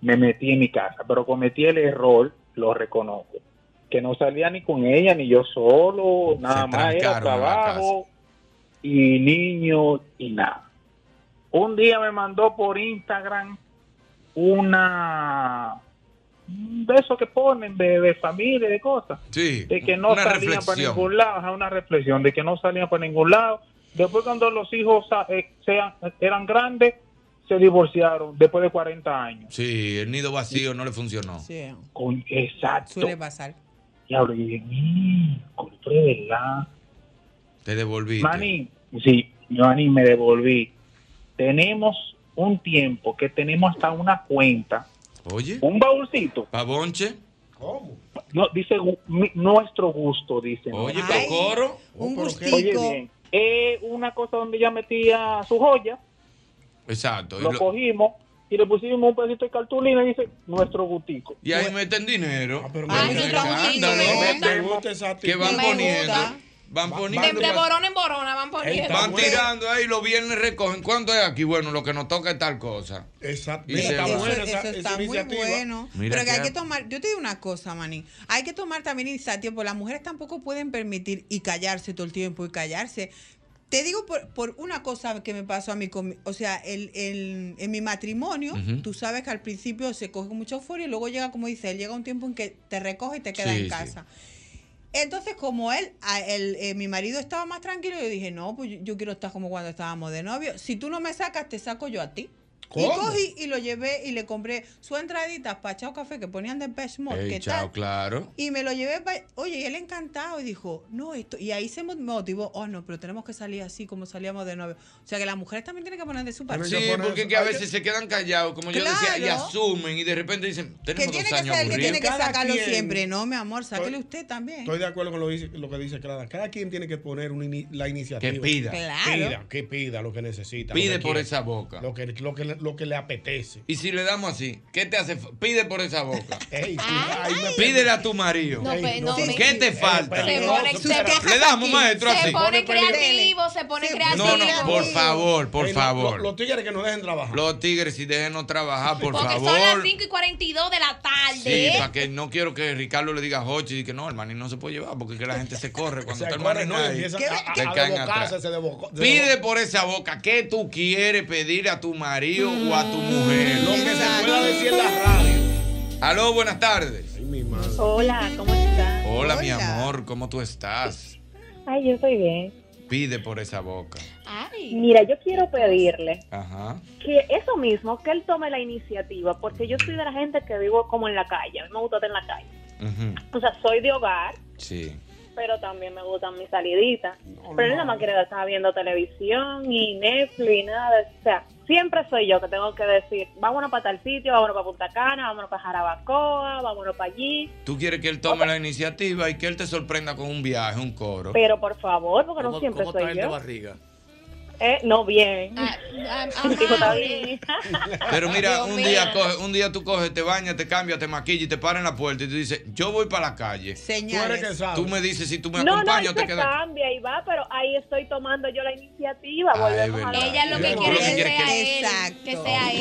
[SPEAKER 19] Me metí en mi casa, pero cometí el error, lo reconozco. Que no salía ni con ella, ni yo solo, nada más era
[SPEAKER 4] trancaron en la
[SPEAKER 19] trabajo y niños y nada. Un día me mandó por Instagram una de esos que ponen de, de familia, de cosas.
[SPEAKER 4] Sí,
[SPEAKER 19] de que no
[SPEAKER 4] una
[SPEAKER 19] salían para
[SPEAKER 4] reflexión.
[SPEAKER 19] ningún lado, ajá, una reflexión, de que no salían para ningún lado. Después cuando los hijos sa- eh, sean, eran grandes, se divorciaron después de 40 años.
[SPEAKER 4] Sí, el nido vacío no le funcionó.
[SPEAKER 8] Sí.
[SPEAKER 19] Con, exacto.
[SPEAKER 8] Suele pasar.
[SPEAKER 19] Diablo, yo dije, "Mm, compré, ¿verdad?
[SPEAKER 4] Te devolviste.
[SPEAKER 19] Mani, sí, Mani, me devolví. Tenemos un tiempo que tenemos hasta una cuenta.
[SPEAKER 4] Oye.
[SPEAKER 19] Un baúlcito.
[SPEAKER 4] ¿Pabonche?
[SPEAKER 19] No, dice gu- mi- nuestro gusto, dice.
[SPEAKER 4] Oye, pero Ay, coro.
[SPEAKER 19] Un
[SPEAKER 4] gustico.
[SPEAKER 19] bien, eh, una cosa donde ella metía su joya,
[SPEAKER 4] Exacto. Y,
[SPEAKER 19] lo
[SPEAKER 4] lo-
[SPEAKER 19] cogimos y le pusimos un pedacito de cartulina y dice nuestro gustico.
[SPEAKER 4] y ahí meten dinero. Ah, pero
[SPEAKER 19] Ay,
[SPEAKER 4] meten
[SPEAKER 19] no, no,
[SPEAKER 4] escándalo.
[SPEAKER 19] no, me
[SPEAKER 4] Meten-
[SPEAKER 5] gusta esa actitud.
[SPEAKER 4] Que van
[SPEAKER 5] Me
[SPEAKER 4] poniendo.
[SPEAKER 5] gusta.
[SPEAKER 4] Van
[SPEAKER 6] De,
[SPEAKER 4] poniendo.
[SPEAKER 6] de borón en borona van poniendo.
[SPEAKER 4] Van tirando ahí, los viernes recogen. ¿Cuándo es aquí? Bueno, lo que nos toca es tal cosa.
[SPEAKER 5] Exacto.
[SPEAKER 4] Y
[SPEAKER 5] Mira,
[SPEAKER 4] se
[SPEAKER 5] está
[SPEAKER 4] va.
[SPEAKER 5] buena esa-
[SPEAKER 8] Eso
[SPEAKER 5] esa
[SPEAKER 8] está muy
[SPEAKER 5] iniciativa.
[SPEAKER 8] bueno.
[SPEAKER 4] Mira
[SPEAKER 8] pero que
[SPEAKER 4] que-
[SPEAKER 8] hay que tomar, yo te digo una cosa, Manín, hay que tomar también iniciativa, porque las mujeres tampoco pueden permitir y callarse todo el tiempo y callarse. Te digo por, por una cosa que me pasó a mí, con mi- o sea, el, el- en mi matrimonio,
[SPEAKER 20] Ujú.
[SPEAKER 8] tú sabes que al principio se coge mucha euforia y luego llega, como dice él, llega un tiempo en que te recoge y te queda
[SPEAKER 20] Sí,
[SPEAKER 8] en
[SPEAKER 20] sí.
[SPEAKER 8] casa. Entonces, como él, a- él, eh, mi marido estaba más tranquilo, yo dije, no, pues yo- yo quiero estar como cuando estábamos de novio. Si tú no me sacas, te saco yo a ti.
[SPEAKER 4] ¿Cómo?
[SPEAKER 8] Y cogí y lo llevé y le compré su entradita para Chao Café que ponían de Best Mode,
[SPEAKER 4] Ey,
[SPEAKER 8] ¿qué
[SPEAKER 4] chao,
[SPEAKER 8] tal?
[SPEAKER 4] claro.
[SPEAKER 8] Y me lo llevé para... Oye, y él encantado y dijo, no, esto... Y ahí se mo- motivó, oh, no, pero tenemos que salir así como salíamos de novio. O sea, que las mujeres también tienen que poner de su parte.
[SPEAKER 4] Sí, porque que a veces se quedan callados, como yo decía, y
[SPEAKER 8] Claro.
[SPEAKER 4] asumen y de repente dicen,
[SPEAKER 8] Que
[SPEAKER 4] tenemos
[SPEAKER 8] tiene
[SPEAKER 4] dos
[SPEAKER 8] que
[SPEAKER 4] años
[SPEAKER 8] ser el que tiene que
[SPEAKER 4] aburridos.
[SPEAKER 5] Cada
[SPEAKER 8] sacarlo
[SPEAKER 5] quien.
[SPEAKER 8] siempre, ¿no, mi amor? Sáquele usted también.
[SPEAKER 5] Estoy de acuerdo con lo, dice- lo que dice Clara. Cada quien tiene que poner una ini- la iniciativa.
[SPEAKER 4] Que pida. Claro.
[SPEAKER 5] Pida, que pida lo que necesita. lo
[SPEAKER 4] Pide
[SPEAKER 5] que
[SPEAKER 4] por
[SPEAKER 5] quiere,
[SPEAKER 4] esa boca.
[SPEAKER 5] Lo que, lo, que, le- lo que le apetece.
[SPEAKER 4] Y si le damos así, ¿qué te hace? fa- Pide por esa boca.
[SPEAKER 5] Ey, cuidado, ahí me-
[SPEAKER 4] Pídele a tu marido.
[SPEAKER 6] No, pe- no, me-
[SPEAKER 4] ¿Qué te
[SPEAKER 6] Ey,
[SPEAKER 4] falta?
[SPEAKER 6] Se pone- se caja
[SPEAKER 4] Le damos,
[SPEAKER 6] aquí.
[SPEAKER 4] maestro,
[SPEAKER 6] Se
[SPEAKER 4] así.
[SPEAKER 6] pone creativo, se pone creativo.
[SPEAKER 4] No, no, por favor, por
[SPEAKER 5] Ey, lo-
[SPEAKER 4] favor.
[SPEAKER 5] lo- Los tigres que nos dejen trabajar.
[SPEAKER 4] Los tigres, si déjenos trabajar, por
[SPEAKER 6] Porque
[SPEAKER 4] favor.
[SPEAKER 6] son las 5 y 42 de la tarde.
[SPEAKER 4] Sí,
[SPEAKER 6] ¿eh?
[SPEAKER 4] para que no quiero que Ricardo le diga a Hochi que no, el maní no se puede llevar porque es que la gente se corre cuando está el
[SPEAKER 5] corre,
[SPEAKER 4] maní
[SPEAKER 5] no, y
[SPEAKER 4] ahí,
[SPEAKER 5] empieza
[SPEAKER 4] te
[SPEAKER 5] a- a- a
[SPEAKER 4] caen
[SPEAKER 5] desbocarse,
[SPEAKER 4] atrás.
[SPEAKER 5] se desbocó- se
[SPEAKER 4] Pide por esa boca qué tú quieres pedirle a tu marido o a tu mujer. Lo que se pueda decir en la radio. Aló, buenas tardes.
[SPEAKER 21] Hola, ¿cómo estás?
[SPEAKER 4] Hola, mi amor, ¿cómo tú estás?
[SPEAKER 21] Ay, yo estoy bien.
[SPEAKER 4] Pide por esa boca.
[SPEAKER 2] Mira, yo quiero pedirle
[SPEAKER 4] Ajá.
[SPEAKER 2] que eso mismo, que él tome la iniciativa, porque yo soy de la gente que vivo como en la calle, a mí me gusta estar en la calle.
[SPEAKER 4] Ujú.
[SPEAKER 2] O sea, soy de hogar,
[SPEAKER 4] Sí.
[SPEAKER 2] pero también me gustan mis saliditas.
[SPEAKER 4] Oh,
[SPEAKER 2] pero él nada más quiere estar viendo televisión y Netflix y nada. de- O sea, siempre soy yo que tengo que decir, vámonos para tal sitio, vámonos para Punta Cana, vámonos para Jarabacoa, vámonos para allí.
[SPEAKER 4] Tú quieres que él tome la iniciativa y que él te sorprenda con un viaje, un coro.
[SPEAKER 2] Pero por favor, porque no
[SPEAKER 4] ¿Cómo-
[SPEAKER 2] siempre
[SPEAKER 4] cómo está
[SPEAKER 2] soy
[SPEAKER 4] él de
[SPEAKER 2] yo.
[SPEAKER 4] barriga?
[SPEAKER 2] Eh, no, bien.
[SPEAKER 6] Ah, El
[SPEAKER 2] tipo está bien.
[SPEAKER 4] Pero mira,
[SPEAKER 2] Dios
[SPEAKER 4] un
[SPEAKER 2] mío.
[SPEAKER 4] día, coge- un día tú coges, te bañas, te cambias, te maquillas y te paras en la puerta y tú dices, yo voy para la calle.
[SPEAKER 8] Señales. Tú eres que sabes.
[SPEAKER 4] Tú me dices, si tú me
[SPEAKER 2] No, no, él
[SPEAKER 4] acompañas, te
[SPEAKER 2] se
[SPEAKER 4] quedas.
[SPEAKER 2] cambia y va, pero ahí estoy tomando yo la iniciativa.
[SPEAKER 4] Ah,
[SPEAKER 2] Volvemos
[SPEAKER 4] es
[SPEAKER 2] a
[SPEAKER 4] verdad.
[SPEAKER 2] la-
[SPEAKER 6] Ella lo que
[SPEAKER 4] Tú
[SPEAKER 6] quiere
[SPEAKER 4] lo
[SPEAKER 6] es
[SPEAKER 4] que
[SPEAKER 6] que
[SPEAKER 4] quieres
[SPEAKER 6] sea
[SPEAKER 4] que-
[SPEAKER 6] él. Que sea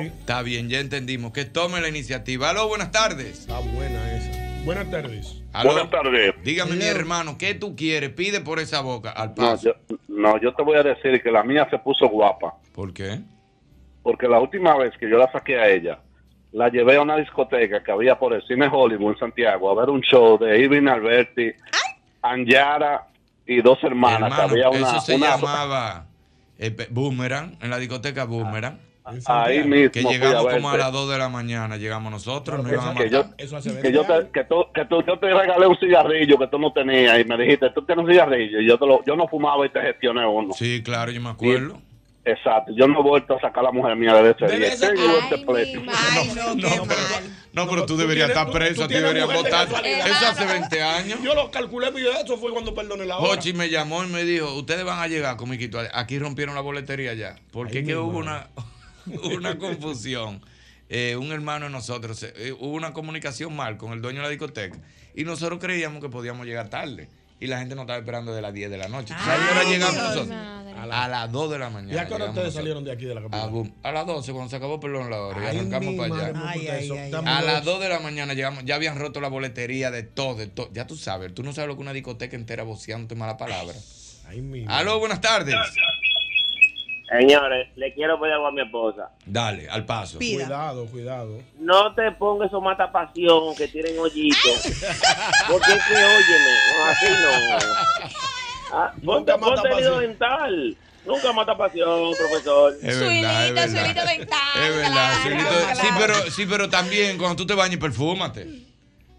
[SPEAKER 6] él.
[SPEAKER 4] Está bien, ya entendimos. Que tome la iniciativa. Aló, buenas tardes. Está buena esa. Buenas tardes.
[SPEAKER 22] Buenas tardes.
[SPEAKER 4] Dígame, mi hermano, ¿qué tú quieres? Pide por esa boca al
[SPEAKER 22] No yo, no, yo te voy a decir que la mía se puso guapa.
[SPEAKER 4] ¿Por qué?
[SPEAKER 22] Porque la última vez que yo la saqué a ella, la llevé a una discoteca que había por el cine Hollywood en Santiago a ver un show de Irving Alberti, Anjara y dos hermanas. que
[SPEAKER 4] Hermano,
[SPEAKER 22] había una,
[SPEAKER 4] eso se
[SPEAKER 22] una-
[SPEAKER 4] llamaba eh, pe- Boomerang, en la discoteca Boomerang.
[SPEAKER 22] Ahí mismo
[SPEAKER 4] Que
[SPEAKER 22] fui
[SPEAKER 4] llegamos
[SPEAKER 22] a
[SPEAKER 4] como a
[SPEAKER 22] verte.
[SPEAKER 4] las 2 de la mañana, llegamos nosotros, nos
[SPEAKER 22] que
[SPEAKER 4] iban a
[SPEAKER 22] yo-
[SPEAKER 4] matar.
[SPEAKER 22] que yo te, que tú- que tú- yo te regalé un cigarrillo que tú no tenías y me dijiste, tú tienes un cigarrillo y yo, te lo, yo no fumaba y te gestioné uno.
[SPEAKER 4] Sí, claro, yo me acuerdo.
[SPEAKER 22] exacto, yo no he vuelto a sacar a la mujer mía de ese día.
[SPEAKER 4] ese-
[SPEAKER 22] Tengo este pleito.
[SPEAKER 4] No, pero tú deberías estar preso, a ti deberías votar. Eso hace 20 años.
[SPEAKER 5] Yo lo calculé pues, y eso fue cuando perdoné la hora.
[SPEAKER 4] Hochi me llamó y me dijo, ustedes van a llegar, comiquito, aquí rompieron la boletería ya. Porque es que hubo una, una confusión. Eh, un hermano de nosotros, eh, hubo una comunicación mal con el dueño de la discoteca y nosotros creíamos que podíamos llegar tarde. Y la gente nos estaba esperando de las 10 de la noche. ¿Sabes a qué hora llegamos nosotros? A, la- a las 2 de la mañana.
[SPEAKER 5] ¿Y a qué hora
[SPEAKER 4] llegamos
[SPEAKER 5] ustedes
[SPEAKER 4] nosotros.
[SPEAKER 5] salieron de aquí de la
[SPEAKER 4] A,
[SPEAKER 5] capital?
[SPEAKER 4] boom. a las 12, cuando se acabó perdón la hora, y
[SPEAKER 5] Ay,
[SPEAKER 4] arrancamos
[SPEAKER 5] mi
[SPEAKER 4] para allá.
[SPEAKER 5] madre, ay, ay, ay,
[SPEAKER 4] A
[SPEAKER 5] ay.
[SPEAKER 4] las 2 de la mañana llegamos, ya habían roto la boletería de todo, de todo. Ya tú sabes, tú no sabes lo que una discoteca entera voceando es mala palabra. Aló, buenas tardes.
[SPEAKER 23] Señores, le quiero pedir algo a mi esposa.
[SPEAKER 4] Dale, al paso.
[SPEAKER 5] Cuidado, cuidado.
[SPEAKER 23] No te pongas esos mata pasión que tienen hoyitos. Porque es que, óyeme, no, así no. Ah, ponte,
[SPEAKER 5] Nunca mata
[SPEAKER 23] ponte el hilo
[SPEAKER 5] pasión.
[SPEAKER 23] dental. Nunca mata pasión, profesor.
[SPEAKER 4] Es verdad, es verdad. Es verdad, suelito- Sí, pero, sí, pero también cuando tú te bañas, perfúmate.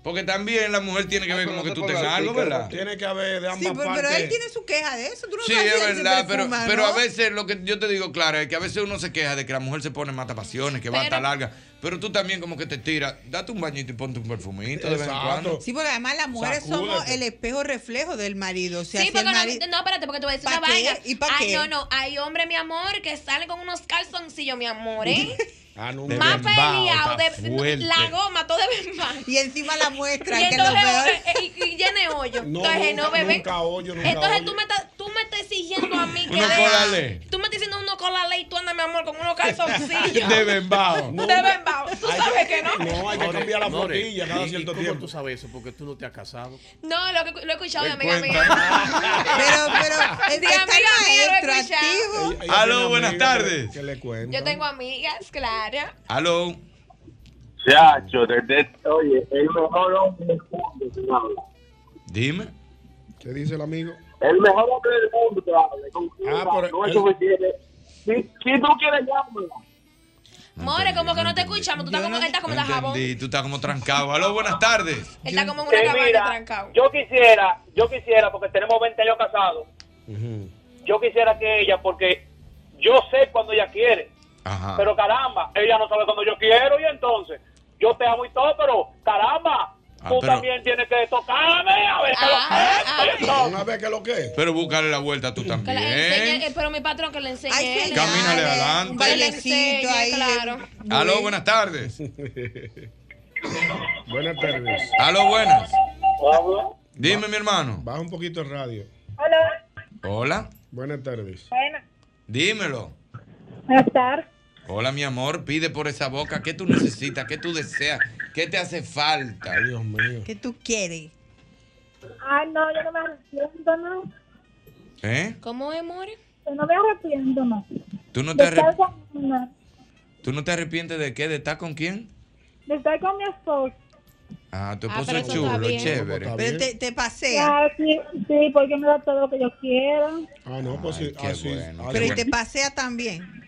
[SPEAKER 4] Porque también la mujer tiene que
[SPEAKER 5] Ah,
[SPEAKER 4] ver como que tú tengas algo, ¿verdad?
[SPEAKER 5] Tiene que haber de ambas
[SPEAKER 8] Sí, pero,
[SPEAKER 5] partes.
[SPEAKER 8] pero él tiene su queja de eso. Tú no
[SPEAKER 4] Sí,
[SPEAKER 8] sabes si
[SPEAKER 4] es
[SPEAKER 8] él se
[SPEAKER 4] verdad, pero,
[SPEAKER 8] perfuma,
[SPEAKER 4] pero
[SPEAKER 8] ¿no?
[SPEAKER 4] a veces lo que yo te digo, Clara, es que a veces uno se queja de que la mujer se pone mata pasiones, que va hasta larga, pero tú también como que te tiras, date un bañito y ponte un perfumito de vez en cuando.
[SPEAKER 8] Sí, porque además las mujeres
[SPEAKER 4] Sacúdete.
[SPEAKER 8] somos el espejo reflejo del marido. O sea, si
[SPEAKER 6] Sí,
[SPEAKER 8] el
[SPEAKER 6] porque
[SPEAKER 8] mari-
[SPEAKER 6] no, no, espérate, porque te voy a decir
[SPEAKER 8] ¿Pa'
[SPEAKER 6] una
[SPEAKER 8] qué?
[SPEAKER 6] vaina.
[SPEAKER 8] ¿Y pa'
[SPEAKER 6] Ay,
[SPEAKER 8] qué?
[SPEAKER 6] no, no, hay hombre, mi amor, que sale con unos calzoncillos, mi amor, ¿eh?
[SPEAKER 5] Ah, no,
[SPEAKER 6] Más
[SPEAKER 5] de verdad,
[SPEAKER 6] peleado,
[SPEAKER 5] está
[SPEAKER 6] de,
[SPEAKER 5] fuerte.
[SPEAKER 6] la goma, todo de bembán.
[SPEAKER 8] Y encima la muestra,
[SPEAKER 6] y
[SPEAKER 8] que es lo
[SPEAKER 6] entonces,
[SPEAKER 8] peor.
[SPEAKER 6] eh, eh, y, y llene hoyo.
[SPEAKER 8] No,
[SPEAKER 6] entonces, no,
[SPEAKER 8] nunca,
[SPEAKER 6] bebé.
[SPEAKER 8] nunca hoyo, nunca
[SPEAKER 6] entonces,
[SPEAKER 8] hoyo.
[SPEAKER 6] Tú, me estás, tú me estás exigiendo a mí que.
[SPEAKER 4] Uno
[SPEAKER 6] deje-
[SPEAKER 4] colale.
[SPEAKER 6] Tú me estás diciendo uno colale y tú andas, mi amor, con unos calzoncillos.
[SPEAKER 4] De bembao.
[SPEAKER 6] De bembao. Tú sabes que no.
[SPEAKER 24] More,
[SPEAKER 5] cambiar la
[SPEAKER 24] More,
[SPEAKER 5] flotilla cada
[SPEAKER 24] ¿y- y
[SPEAKER 5] cierto
[SPEAKER 24] cómo
[SPEAKER 5] tiempo?
[SPEAKER 24] tú sabes eso? Porque tú no te has casado.
[SPEAKER 6] No, lo, que, lo he escuchado de
[SPEAKER 24] Te
[SPEAKER 6] amiga mía.
[SPEAKER 8] Pero, pero,
[SPEAKER 6] De
[SPEAKER 8] está
[SPEAKER 6] amiga mía lo he
[SPEAKER 8] maestro,
[SPEAKER 6] escuchado.
[SPEAKER 4] Aló, buenas tardes.
[SPEAKER 5] ¿Qué le cuento?
[SPEAKER 6] Yo tengo amigas, Clara.
[SPEAKER 4] Aló.
[SPEAKER 22] Chacho, desde...
[SPEAKER 12] Oye, el mejor hombre del mundo, señor.
[SPEAKER 4] Dime.
[SPEAKER 5] ¿Qué dice el amigo?
[SPEAKER 12] El mejor hombre del mundo, señor. Con
[SPEAKER 5] Ah,
[SPEAKER 12] Cuba,
[SPEAKER 5] pero
[SPEAKER 12] no es
[SPEAKER 5] él-
[SPEAKER 12] suficiente. Si, si tú quieres, llámame.
[SPEAKER 6] More, como que no te escuchamos. Tú estás como, él está como
[SPEAKER 4] No
[SPEAKER 6] de Ah, jabón.
[SPEAKER 4] entendí, tú estás como trancado. Aló, buenas tardes.
[SPEAKER 6] Él está como en
[SPEAKER 1] Eh,
[SPEAKER 6] una cabaña
[SPEAKER 1] mira,
[SPEAKER 6] trancado.
[SPEAKER 1] Yo quisiera, yo quisiera, porque tenemos 20 años casados, yo quisiera que ella, porque yo sé cuando ella quiere, pero caramba, ella no sabe cuando yo quiero y entonces yo te amo y todo, pero caramba, tú
[SPEAKER 4] Ah, pero-
[SPEAKER 1] también tienes que tocarme a ver qué
[SPEAKER 6] Ah,
[SPEAKER 1] lo que es, pues,
[SPEAKER 5] Una vez que lo que es.
[SPEAKER 4] Pero búscale la vuelta tú
[SPEAKER 6] Que la enseñe,
[SPEAKER 4] también.
[SPEAKER 6] eh, pero mi patrón que le enseñe. él.
[SPEAKER 4] Camínale adelante.
[SPEAKER 6] Que le enseñe,
[SPEAKER 8] ahí,
[SPEAKER 6] claro.
[SPEAKER 4] Aló, buenas tardes.
[SPEAKER 5] Buenas tardes.
[SPEAKER 4] Aló, buenas. Dime, mi hermano.
[SPEAKER 5] Baja un poquito el radio.
[SPEAKER 11] Hola,
[SPEAKER 4] Hola.
[SPEAKER 5] Buenas tardes.
[SPEAKER 11] buenas.
[SPEAKER 4] Dímelo.
[SPEAKER 5] Ah,
[SPEAKER 11] Buenas tardes.
[SPEAKER 4] Hola, mi amor. Pide por esa boca. ¿Qué tú necesitas? ¿Qué tú deseas? ¿Qué te hace falta?
[SPEAKER 5] Dios mío.
[SPEAKER 8] ¿Qué tú quieres?
[SPEAKER 11] Ay, no, yo no me arrepiento, no.
[SPEAKER 4] ¿Eh?
[SPEAKER 6] ¿Cómo es, More?
[SPEAKER 11] Yo no me arrepiento, no.
[SPEAKER 4] ¿Tú no, te
[SPEAKER 11] De
[SPEAKER 4] arrep-
[SPEAKER 11] estar con, no.
[SPEAKER 4] ¿Tú no te arrepientes de qué? ¿De estar con quién?
[SPEAKER 11] De estar con mi esposo.
[SPEAKER 4] Ah, tu
[SPEAKER 1] Ah,
[SPEAKER 4] esposo
[SPEAKER 1] pero
[SPEAKER 4] es
[SPEAKER 1] eso
[SPEAKER 4] chulo,
[SPEAKER 1] está bien.
[SPEAKER 4] chévere.
[SPEAKER 8] Pero te, te pasea.
[SPEAKER 1] Claro, sí, sí, porque me da todo lo que yo quiero.
[SPEAKER 5] Ah, no, pues sí.
[SPEAKER 4] Qué bueno.
[SPEAKER 8] Pero y te pasea también.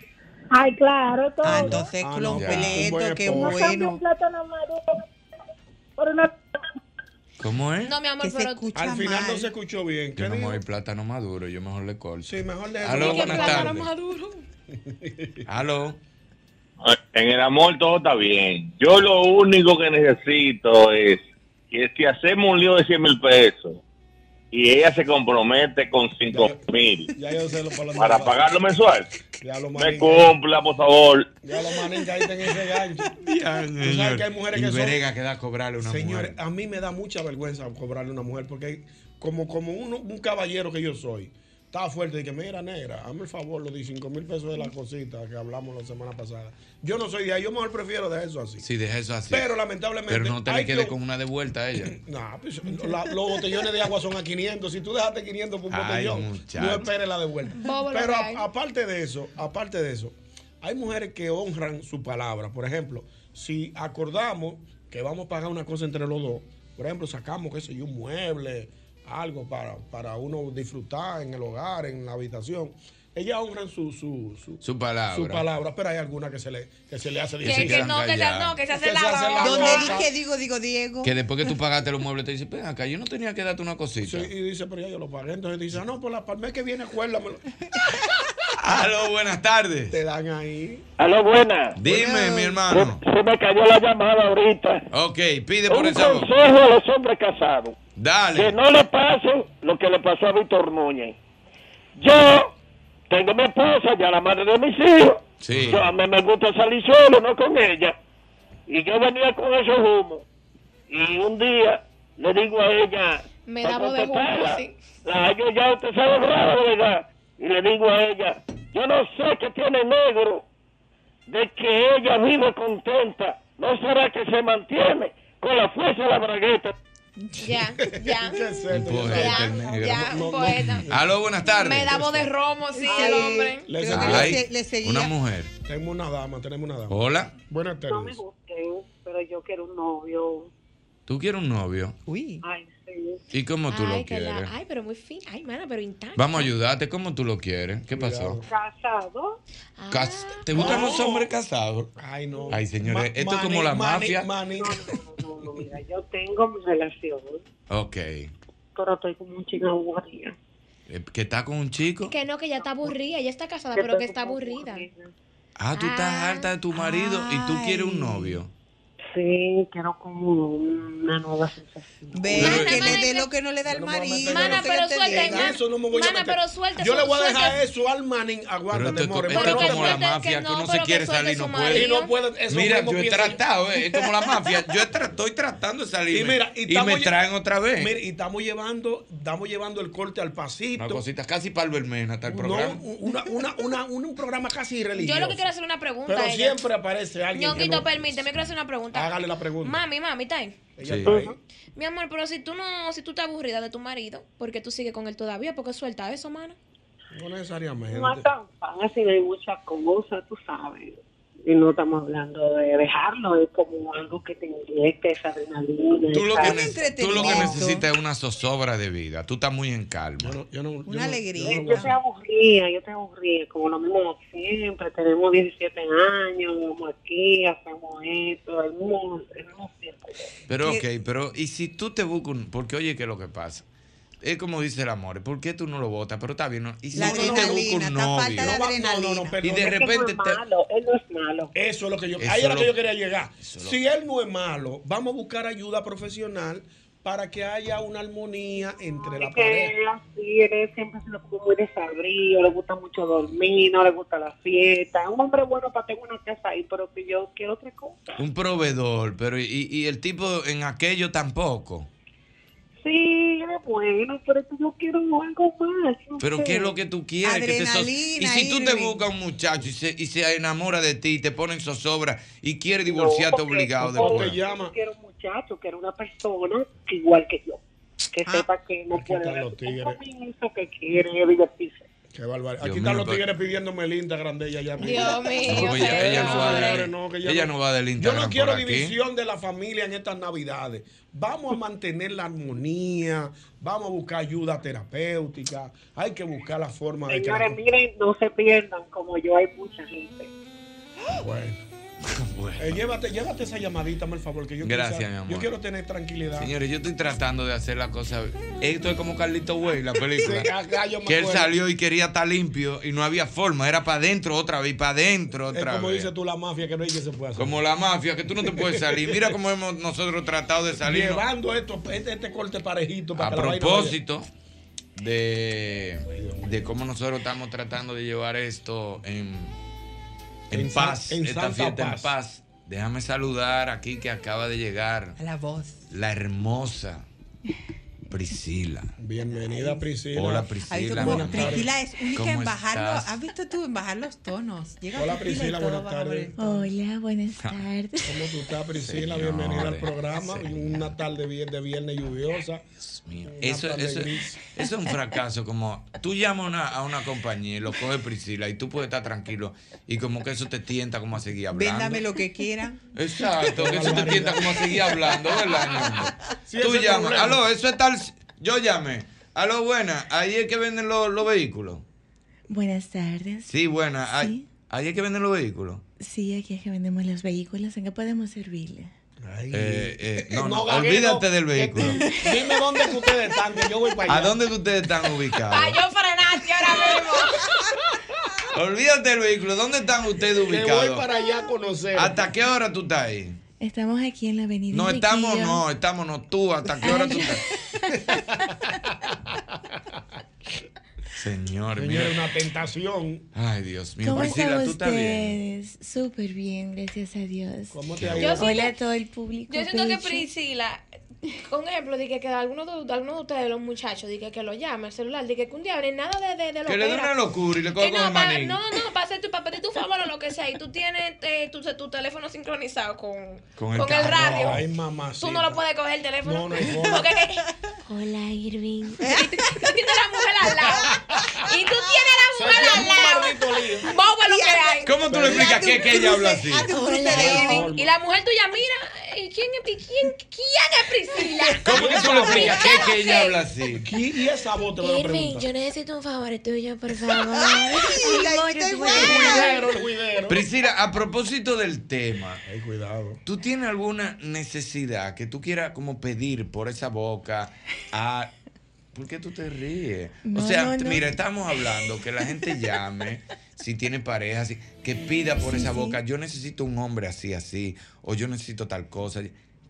[SPEAKER 1] Ay, claro, todo.
[SPEAKER 8] Ah, entonces
[SPEAKER 4] Ah, no,
[SPEAKER 5] pues,
[SPEAKER 8] completo,
[SPEAKER 4] ya.
[SPEAKER 8] qué
[SPEAKER 1] No cambio
[SPEAKER 8] bueno.
[SPEAKER 1] un plátano maduro por una
[SPEAKER 4] ¿Cómo es?
[SPEAKER 6] No, mi amor, pero
[SPEAKER 5] Al final no se escuchó bien.
[SPEAKER 4] Yo no me doy plátano maduro, yo mejor le corto.
[SPEAKER 5] Sí, mejor le
[SPEAKER 4] Aló,
[SPEAKER 6] que
[SPEAKER 4] buenas
[SPEAKER 6] plátano
[SPEAKER 4] tardes.
[SPEAKER 6] maduro.
[SPEAKER 4] Aló.
[SPEAKER 14] En el amor todo está bien. Yo lo único que necesito es que si hacemos un lío de 100 mil pesos y ella se compromete con 5 mil
[SPEAKER 5] Ya yo sé lo para
[SPEAKER 14] para pagarlo mensual,
[SPEAKER 5] Ya lo
[SPEAKER 14] me
[SPEAKER 5] manín,
[SPEAKER 14] cumpla, por favor.
[SPEAKER 5] ya lo manín caíste en ese gancho. Tú sabes
[SPEAKER 4] señor.
[SPEAKER 5] que hay mujeres
[SPEAKER 4] Y
[SPEAKER 5] que son.
[SPEAKER 4] brega que da cobrarle a una
[SPEAKER 5] Señores, a mí me da mucha vergüenza cobrarle a una mujer porque hay- como, como un, un caballero que yo soy, estaba fuerte y que mira negra, hazme el favor, los 15 mil pesos de la cosita que hablamos la semana pasada. Yo no soy de ahí, yo mejor prefiero de eso así.
[SPEAKER 4] Sí, deja eso así.
[SPEAKER 5] Pero lamentablemente...
[SPEAKER 4] Pero no te
[SPEAKER 5] hay
[SPEAKER 4] le quedes
[SPEAKER 5] que-
[SPEAKER 4] con una de vuelta a ella.
[SPEAKER 5] Nah, pues, la- los botellones de agua son a 500. Si tú dejaste 500 por un
[SPEAKER 4] Ay,
[SPEAKER 5] botellón,
[SPEAKER 4] muchacho.
[SPEAKER 5] no esperes la devuelta.
[SPEAKER 4] Bobo lo
[SPEAKER 5] Pero
[SPEAKER 4] que
[SPEAKER 5] a-
[SPEAKER 4] hay.
[SPEAKER 5] aparte de eso, aparte de eso, hay mujeres que honran su palabra. Por ejemplo, si acordamos que vamos a pagar una cosa entre los dos, por ejemplo, sacamos, qué sé yo, un mueble, algo para, para uno disfrutar en el hogar, en la habitación. Ellas honran su, su, su,
[SPEAKER 4] Su palabra.
[SPEAKER 5] su palabra, pero hay alguna que se le, que se le hace
[SPEAKER 4] Que-
[SPEAKER 5] difícil.
[SPEAKER 4] que no, que se- no,
[SPEAKER 6] que se hace
[SPEAKER 5] Que
[SPEAKER 6] la boca.
[SPEAKER 8] Donde
[SPEAKER 5] boca.
[SPEAKER 8] dije, digo, digo, Diego.
[SPEAKER 4] Que después que tú pagaste los muebles te dice, ven acá, yo no tenía que darte una
[SPEAKER 5] Sí,
[SPEAKER 4] cosita.
[SPEAKER 5] y dice, pero ya yo lo pagué. Entonces dice, ah, no, por la palma que viene, acuérdamelo.
[SPEAKER 4] Aló, buenas tardes.
[SPEAKER 5] Te dan ahí.
[SPEAKER 12] Aló, buena.
[SPEAKER 4] Dime, mi hermano.
[SPEAKER 12] Se me cayó la llamada ahorita.
[SPEAKER 4] Ok, pide por
[SPEAKER 12] Un
[SPEAKER 4] el sabor.
[SPEAKER 12] consejo a los hombres casados.
[SPEAKER 4] Dale.
[SPEAKER 12] Que no le pase lo que le pasó a Víctor Núñez. Yo tengo mi esposa, ya la madre de mis hijos.
[SPEAKER 4] Sí.
[SPEAKER 12] Yo, a mí me gusta salir solo, no con ella. Y yo venía con esos humos. Y un día le digo a ella,
[SPEAKER 6] Me
[SPEAKER 12] pa'
[SPEAKER 6] daba de
[SPEAKER 12] contestarla,
[SPEAKER 6] humo, sí.
[SPEAKER 1] "Ah,
[SPEAKER 12] la- yo ya usted sabe bravo, ¿verdad? Y le digo a ella, yo no sé qué tiene negro de que ella vive contenta. ¿No será que se mantiene con la fuerza de la bragueta?
[SPEAKER 6] Ya, ya.
[SPEAKER 4] Un poeta, el Pues, este negro.
[SPEAKER 6] Ya, un poeta.
[SPEAKER 4] Aló, buenas tardes.
[SPEAKER 6] Me daba de romo, sí, el hombre.
[SPEAKER 5] Le
[SPEAKER 4] Ay,
[SPEAKER 5] seguía-
[SPEAKER 4] una mujer.
[SPEAKER 5] Tenemos una dama, tenemos una dama.
[SPEAKER 4] Hola.
[SPEAKER 5] Buenas
[SPEAKER 2] No me
[SPEAKER 5] tardes.
[SPEAKER 2] busquen, pero yo quiero un novio.
[SPEAKER 4] ¿Tú quieres un novio?
[SPEAKER 8] Uy.
[SPEAKER 2] Ay, sí.
[SPEAKER 4] ¿Y cómo tú
[SPEAKER 6] Ay,
[SPEAKER 4] lo
[SPEAKER 6] que la-
[SPEAKER 4] quieres?
[SPEAKER 6] Ay, pero muy fin. Ay, mana, pero intacto.
[SPEAKER 4] Vamos a ayudarte. ¿Cómo tú lo quieres? ¿Qué pasó?
[SPEAKER 2] Casado.
[SPEAKER 6] Ah,
[SPEAKER 4] Cas- ¿Te gustan los hombres casados?
[SPEAKER 5] Ay, no.
[SPEAKER 4] Ay, señores,
[SPEAKER 2] Ma-
[SPEAKER 4] esto es como la
[SPEAKER 2] mani-
[SPEAKER 4] mafia.
[SPEAKER 5] mani-
[SPEAKER 2] No, no, no, mira, yo tengo mi relación,
[SPEAKER 4] Ok.
[SPEAKER 2] pero estoy como un chico aburrido.
[SPEAKER 4] Eh, ¿Que está con un chico?
[SPEAKER 6] Que no, que ya está aburrida. Ella está casada, pero que está aburrida.
[SPEAKER 4] Ah, tú estás harta de tu marido y tú quieres un novio.
[SPEAKER 2] Sí, quiero como una nueva sensación.
[SPEAKER 8] Ve, que le dé lo que no le da el marido.
[SPEAKER 6] Mana,
[SPEAKER 8] no sé
[SPEAKER 6] pero
[SPEAKER 8] qué te
[SPEAKER 6] suelta,
[SPEAKER 8] diga.
[SPEAKER 6] mana.
[SPEAKER 5] Eso no me voy a
[SPEAKER 6] Mana,
[SPEAKER 5] meter.
[SPEAKER 6] pero suelta,
[SPEAKER 5] Yo le
[SPEAKER 6] su-
[SPEAKER 5] voy a dejar
[SPEAKER 6] suelta.
[SPEAKER 5] eso al manín. Aguántate,
[SPEAKER 4] esto-
[SPEAKER 5] more.
[SPEAKER 4] esto
[SPEAKER 5] more,
[SPEAKER 4] es como
[SPEAKER 5] more.
[SPEAKER 4] la mafia, que uno se quiere salir y no puede.
[SPEAKER 5] Y no puede. eso
[SPEAKER 4] Mira,
[SPEAKER 5] mismo
[SPEAKER 4] yo he
[SPEAKER 5] pienso
[SPEAKER 4] tratado, eh, es como la mafia. Yo he tra- estoy tratando de salir.
[SPEAKER 5] Y mira, y, estamos
[SPEAKER 4] me
[SPEAKER 5] lle-
[SPEAKER 4] traen otra vez.
[SPEAKER 5] Mira, y estamos llevando, estamos llevando el corte al pasito.
[SPEAKER 4] Una cosita casi para el Bermena hasta el
[SPEAKER 5] No,
[SPEAKER 4] programa.
[SPEAKER 5] una- una- una- un, un programa casi religioso.
[SPEAKER 6] Yo lo que quiero hacer una pregunta.
[SPEAKER 5] Pero
[SPEAKER 6] a ella.
[SPEAKER 5] siempre aparece alguien. que
[SPEAKER 6] Ñonguito,
[SPEAKER 5] no-
[SPEAKER 6] permíteme, quiero hacer una pregunta.
[SPEAKER 5] Hágale la pregunta.
[SPEAKER 6] Mami, mami, está ahí.
[SPEAKER 5] Ella está ahí.
[SPEAKER 6] Mi amor, pero si tú no, si tú estás aburrida de tu marido, ¿por qué tú sigues con él todavía? ¿Por qué suelta eso, mana?
[SPEAKER 5] No necesariamente.
[SPEAKER 2] No es tan fácil, hay muchas cosas, tú sabes. Y no estamos hablando de dejarlo, es como algo que te inyecta esa adrenalina.
[SPEAKER 4] Tú lo,
[SPEAKER 2] esa-
[SPEAKER 4] que ne- tú lo que necesitas es una zozobra de vida. Tú estás muy en calma.
[SPEAKER 2] Una alegría. Yo, te aburría, yo te aburría, como lo mismo siempre, tenemos 17 años, vamos aquí, hacemos esto, el mismo, el mismo siempre.
[SPEAKER 4] Pero ok, pero y si tú te buscas un- porque oye que es lo que pasa. Es como dice el amor, ¿por qué tú no lo votas? Pero está bien, ¿no? y si
[SPEAKER 2] La
[SPEAKER 4] tú te buscas un novio.
[SPEAKER 5] No va- no, no, no,
[SPEAKER 4] Y
[SPEAKER 5] perdón.
[SPEAKER 4] de repente
[SPEAKER 2] no es malo, él no es malo.
[SPEAKER 5] Eso es lo que yo,
[SPEAKER 4] Eso
[SPEAKER 5] Eh, ahí era
[SPEAKER 4] lo-
[SPEAKER 5] que yo quería llegar.
[SPEAKER 4] eso lo-
[SPEAKER 5] Si él no es malo, vamos a buscar ayuda profesional para que haya una armonía entre la
[SPEAKER 2] Es que
[SPEAKER 5] pareja.
[SPEAKER 2] él así, él es siempre se lo pongo muy desabrido, le gusta mucho dormir, no le gusta la fiesta. Es un hombre bueno para tener una casa ahí, pero que yo quiero otra cosa.
[SPEAKER 4] Un proveedor, pero y, y el tipo en aquello tampoco.
[SPEAKER 2] Sí, él es bueno, pero que yo quiero algo más. no
[SPEAKER 4] Pero
[SPEAKER 2] sé.
[SPEAKER 4] qué es lo que tú quieres. que te so- y
[SPEAKER 2] Adrenalina,
[SPEAKER 4] si tú te
[SPEAKER 2] Irving.
[SPEAKER 4] buscas un muchacho y se, y se enamora de ti, y te pone en zozobra y quiere divorciarte
[SPEAKER 2] porque-
[SPEAKER 4] obligado
[SPEAKER 2] porque
[SPEAKER 4] después.
[SPEAKER 2] yo Quiero un muchacho, quiero una persona que igual que yo, que sepa que no puede
[SPEAKER 5] están
[SPEAKER 2] dar
[SPEAKER 5] los
[SPEAKER 2] su compromiso, que quiere divertirse.
[SPEAKER 5] Qué barbaridad.
[SPEAKER 4] Dios
[SPEAKER 5] Aquí están
[SPEAKER 4] mío,
[SPEAKER 5] los
[SPEAKER 4] pero-
[SPEAKER 5] tigres pidiéndome el Instagram de ella ya.
[SPEAKER 6] Dios mío,
[SPEAKER 4] No, ella, ella no va de- ella no va del Instagram
[SPEAKER 5] Yo
[SPEAKER 4] por
[SPEAKER 5] no quiero
[SPEAKER 4] aquí.
[SPEAKER 5] división de la familia en estas navidades. Vamos a mantener la armonía, vamos a buscar ayuda terapéutica, hay que buscar la forma de que la-
[SPEAKER 20] Señores, miren, no se pierdan, como yo hay mucha gente.
[SPEAKER 5] Bueno. Eh, llévate, llévate esa llamadita, por favor, que yo quiero
[SPEAKER 4] Gracias,
[SPEAKER 5] saber-
[SPEAKER 4] mi amor.
[SPEAKER 5] Yo quiero tener tranquilidad.
[SPEAKER 4] Señores, yo estoy tratando de hacer la cosa. Esto es como Carlito Way, la película.
[SPEAKER 5] Sí, acá yo me
[SPEAKER 4] que él
[SPEAKER 5] acuerdo.
[SPEAKER 4] salió y quería estar limpio y no había forma. Era para adentro otra vez, para adentro
[SPEAKER 5] Es
[SPEAKER 4] otra
[SPEAKER 5] como
[SPEAKER 4] vez.
[SPEAKER 5] dices tú, la mafia, que no hay que se pueda hacer.
[SPEAKER 4] Como la mafia, que tú no te puedes salir. Mira cómo hemos nosotros tratado de salir. ¿no?
[SPEAKER 5] Llevando esto, este, este corte parejito para
[SPEAKER 4] A
[SPEAKER 5] que la vaina vaya.
[SPEAKER 4] propósito de, de cómo nosotros estamos tratando de llevar esto en, en
[SPEAKER 5] En san-
[SPEAKER 4] paz,
[SPEAKER 5] en
[SPEAKER 4] esta
[SPEAKER 5] santa
[SPEAKER 4] fiesta en
[SPEAKER 5] paz.
[SPEAKER 4] paz. Déjame saludar aquí que acaba de llegar
[SPEAKER 8] La voz.
[SPEAKER 4] la hermosa Priscila.
[SPEAKER 5] Bienvenida, Priscila.
[SPEAKER 4] Hola,
[SPEAKER 8] ¿Has visto
[SPEAKER 4] Priscila.
[SPEAKER 8] cómo
[SPEAKER 4] Buenas tardes.
[SPEAKER 8] Priscila es única
[SPEAKER 4] ¿Cómo
[SPEAKER 8] en bajar los,
[SPEAKER 4] estás?
[SPEAKER 8] ¿Has visto tú en bajar los tonos? Llega
[SPEAKER 5] Hola, Priscila,
[SPEAKER 8] y todo
[SPEAKER 5] buenas
[SPEAKER 8] baja
[SPEAKER 5] tardes.
[SPEAKER 8] por el-
[SPEAKER 7] Hola, buenas tardes.
[SPEAKER 5] ¿Cómo tú estás, Priscila?
[SPEAKER 4] Señores,
[SPEAKER 5] Bienvenida al programa. Una tarde bien- de viernes lluviosa. Una
[SPEAKER 4] Eso,
[SPEAKER 5] tarde
[SPEAKER 4] eso-
[SPEAKER 5] gris.
[SPEAKER 4] eso es un fracaso, como tú llamas a una, a una compañía y lo coge Priscila y tú puedes estar tranquilo y como que eso te tienta como a seguir hablando.
[SPEAKER 8] Véndame lo que quieran.
[SPEAKER 4] Exacto, que eso te tienta como a seguir hablando, ¿verdad? mi amor?
[SPEAKER 8] ese
[SPEAKER 4] Tú
[SPEAKER 8] es el
[SPEAKER 4] llamas,
[SPEAKER 8] problema.
[SPEAKER 4] aló, eso es tal, yo llamé, aló, buena, ahí es que venden los, los vehículos.
[SPEAKER 7] Buenas tardes.
[SPEAKER 4] Sí, buena, ahí, ahí es que venden los vehículos.
[SPEAKER 7] Sí, aquí es que vendemos los vehículos. ¿En qué podemos servirle?
[SPEAKER 4] Eh, eh, no,
[SPEAKER 5] No,
[SPEAKER 4] no,
[SPEAKER 5] Gaguero,
[SPEAKER 4] olvídate del vehículo.
[SPEAKER 5] Dime dónde que ustedes están, que yo voy para allá.
[SPEAKER 4] ¿A dónde que ustedes están ubicados?
[SPEAKER 11] Ay, yo frenaste ahora mismo.
[SPEAKER 4] Olvídate del vehículo, ¿dónde están ustedes
[SPEAKER 5] Que
[SPEAKER 4] ubicados?
[SPEAKER 5] voy para allá a conocer.
[SPEAKER 4] ¿Hasta qué hora tú estás ahí?
[SPEAKER 7] Estamos aquí en la avenida.
[SPEAKER 4] Ah. No estamos,
[SPEAKER 7] Enriquillo.
[SPEAKER 4] no, estamos, no tú. ¿Hasta qué hora tú estás? Señor,
[SPEAKER 5] Señores,
[SPEAKER 4] mira.
[SPEAKER 5] una tentación.
[SPEAKER 4] Ay, Dios mío.
[SPEAKER 7] ¿Cómo
[SPEAKER 4] Priscila,
[SPEAKER 7] están
[SPEAKER 4] tú estás bien.
[SPEAKER 7] ustedes? Súper bien, gracias a Dios.
[SPEAKER 4] ¿Cómo te ha
[SPEAKER 7] Hola
[SPEAKER 4] ido? Yo
[SPEAKER 7] Hola a
[SPEAKER 6] siento-
[SPEAKER 7] todo el público.
[SPEAKER 6] Yo siento que
[SPEAKER 7] bello.
[SPEAKER 6] Priscila, un ejemplo, de que, que alguno, de, de alguno de ustedes, los muchachos, de que, que lo llame al celular, de que un día ni nada de, de, de lo
[SPEAKER 4] Que le dé una locura y le coge
[SPEAKER 6] Que
[SPEAKER 4] con el
[SPEAKER 6] no, pa-
[SPEAKER 4] maní.
[SPEAKER 6] no, no, para hacer tu papel de tu favor o lo que sea. Y tú tienes eh, tu, tu teléfono sincronizado con,
[SPEAKER 4] Con
[SPEAKER 6] con el radio.
[SPEAKER 5] Ay, mamá.
[SPEAKER 6] Tú no lo puedes coger el teléfono.
[SPEAKER 5] No, no hay
[SPEAKER 6] Porque que-
[SPEAKER 7] Hola, Irving.
[SPEAKER 6] tú tienes la mujer al lado. Y tú tienes la mujer al lado. Bobo es lo que hay.
[SPEAKER 4] ¿Cómo tú le explicas que, que ella habla así?
[SPEAKER 6] Hola, Y la mujer tuya mira, eh, ¿quién es, Pri- quién, quién es Priscila?
[SPEAKER 4] ¿Cómo que tú le explicas que, que ella habla así?
[SPEAKER 5] ¿Y esa voz te lo
[SPEAKER 7] Irving,
[SPEAKER 5] pregunta?
[SPEAKER 7] yo necesito un favor tuyo, por favor. Ay, la Amor, hiciste tú buena. puedes-
[SPEAKER 4] Priscila, a propósito del tema. ¿Tú tienes alguna necesidad que tú quieras como pedir por esa boca a... ¿Por qué tú te ríes?
[SPEAKER 7] No,
[SPEAKER 4] o sea,
[SPEAKER 7] no, no.
[SPEAKER 4] mira, estamos hablando que la gente llame, si tiene pareja, si- que pida por esa boca, yo necesito un hombre así, así, o yo necesito tal cosa.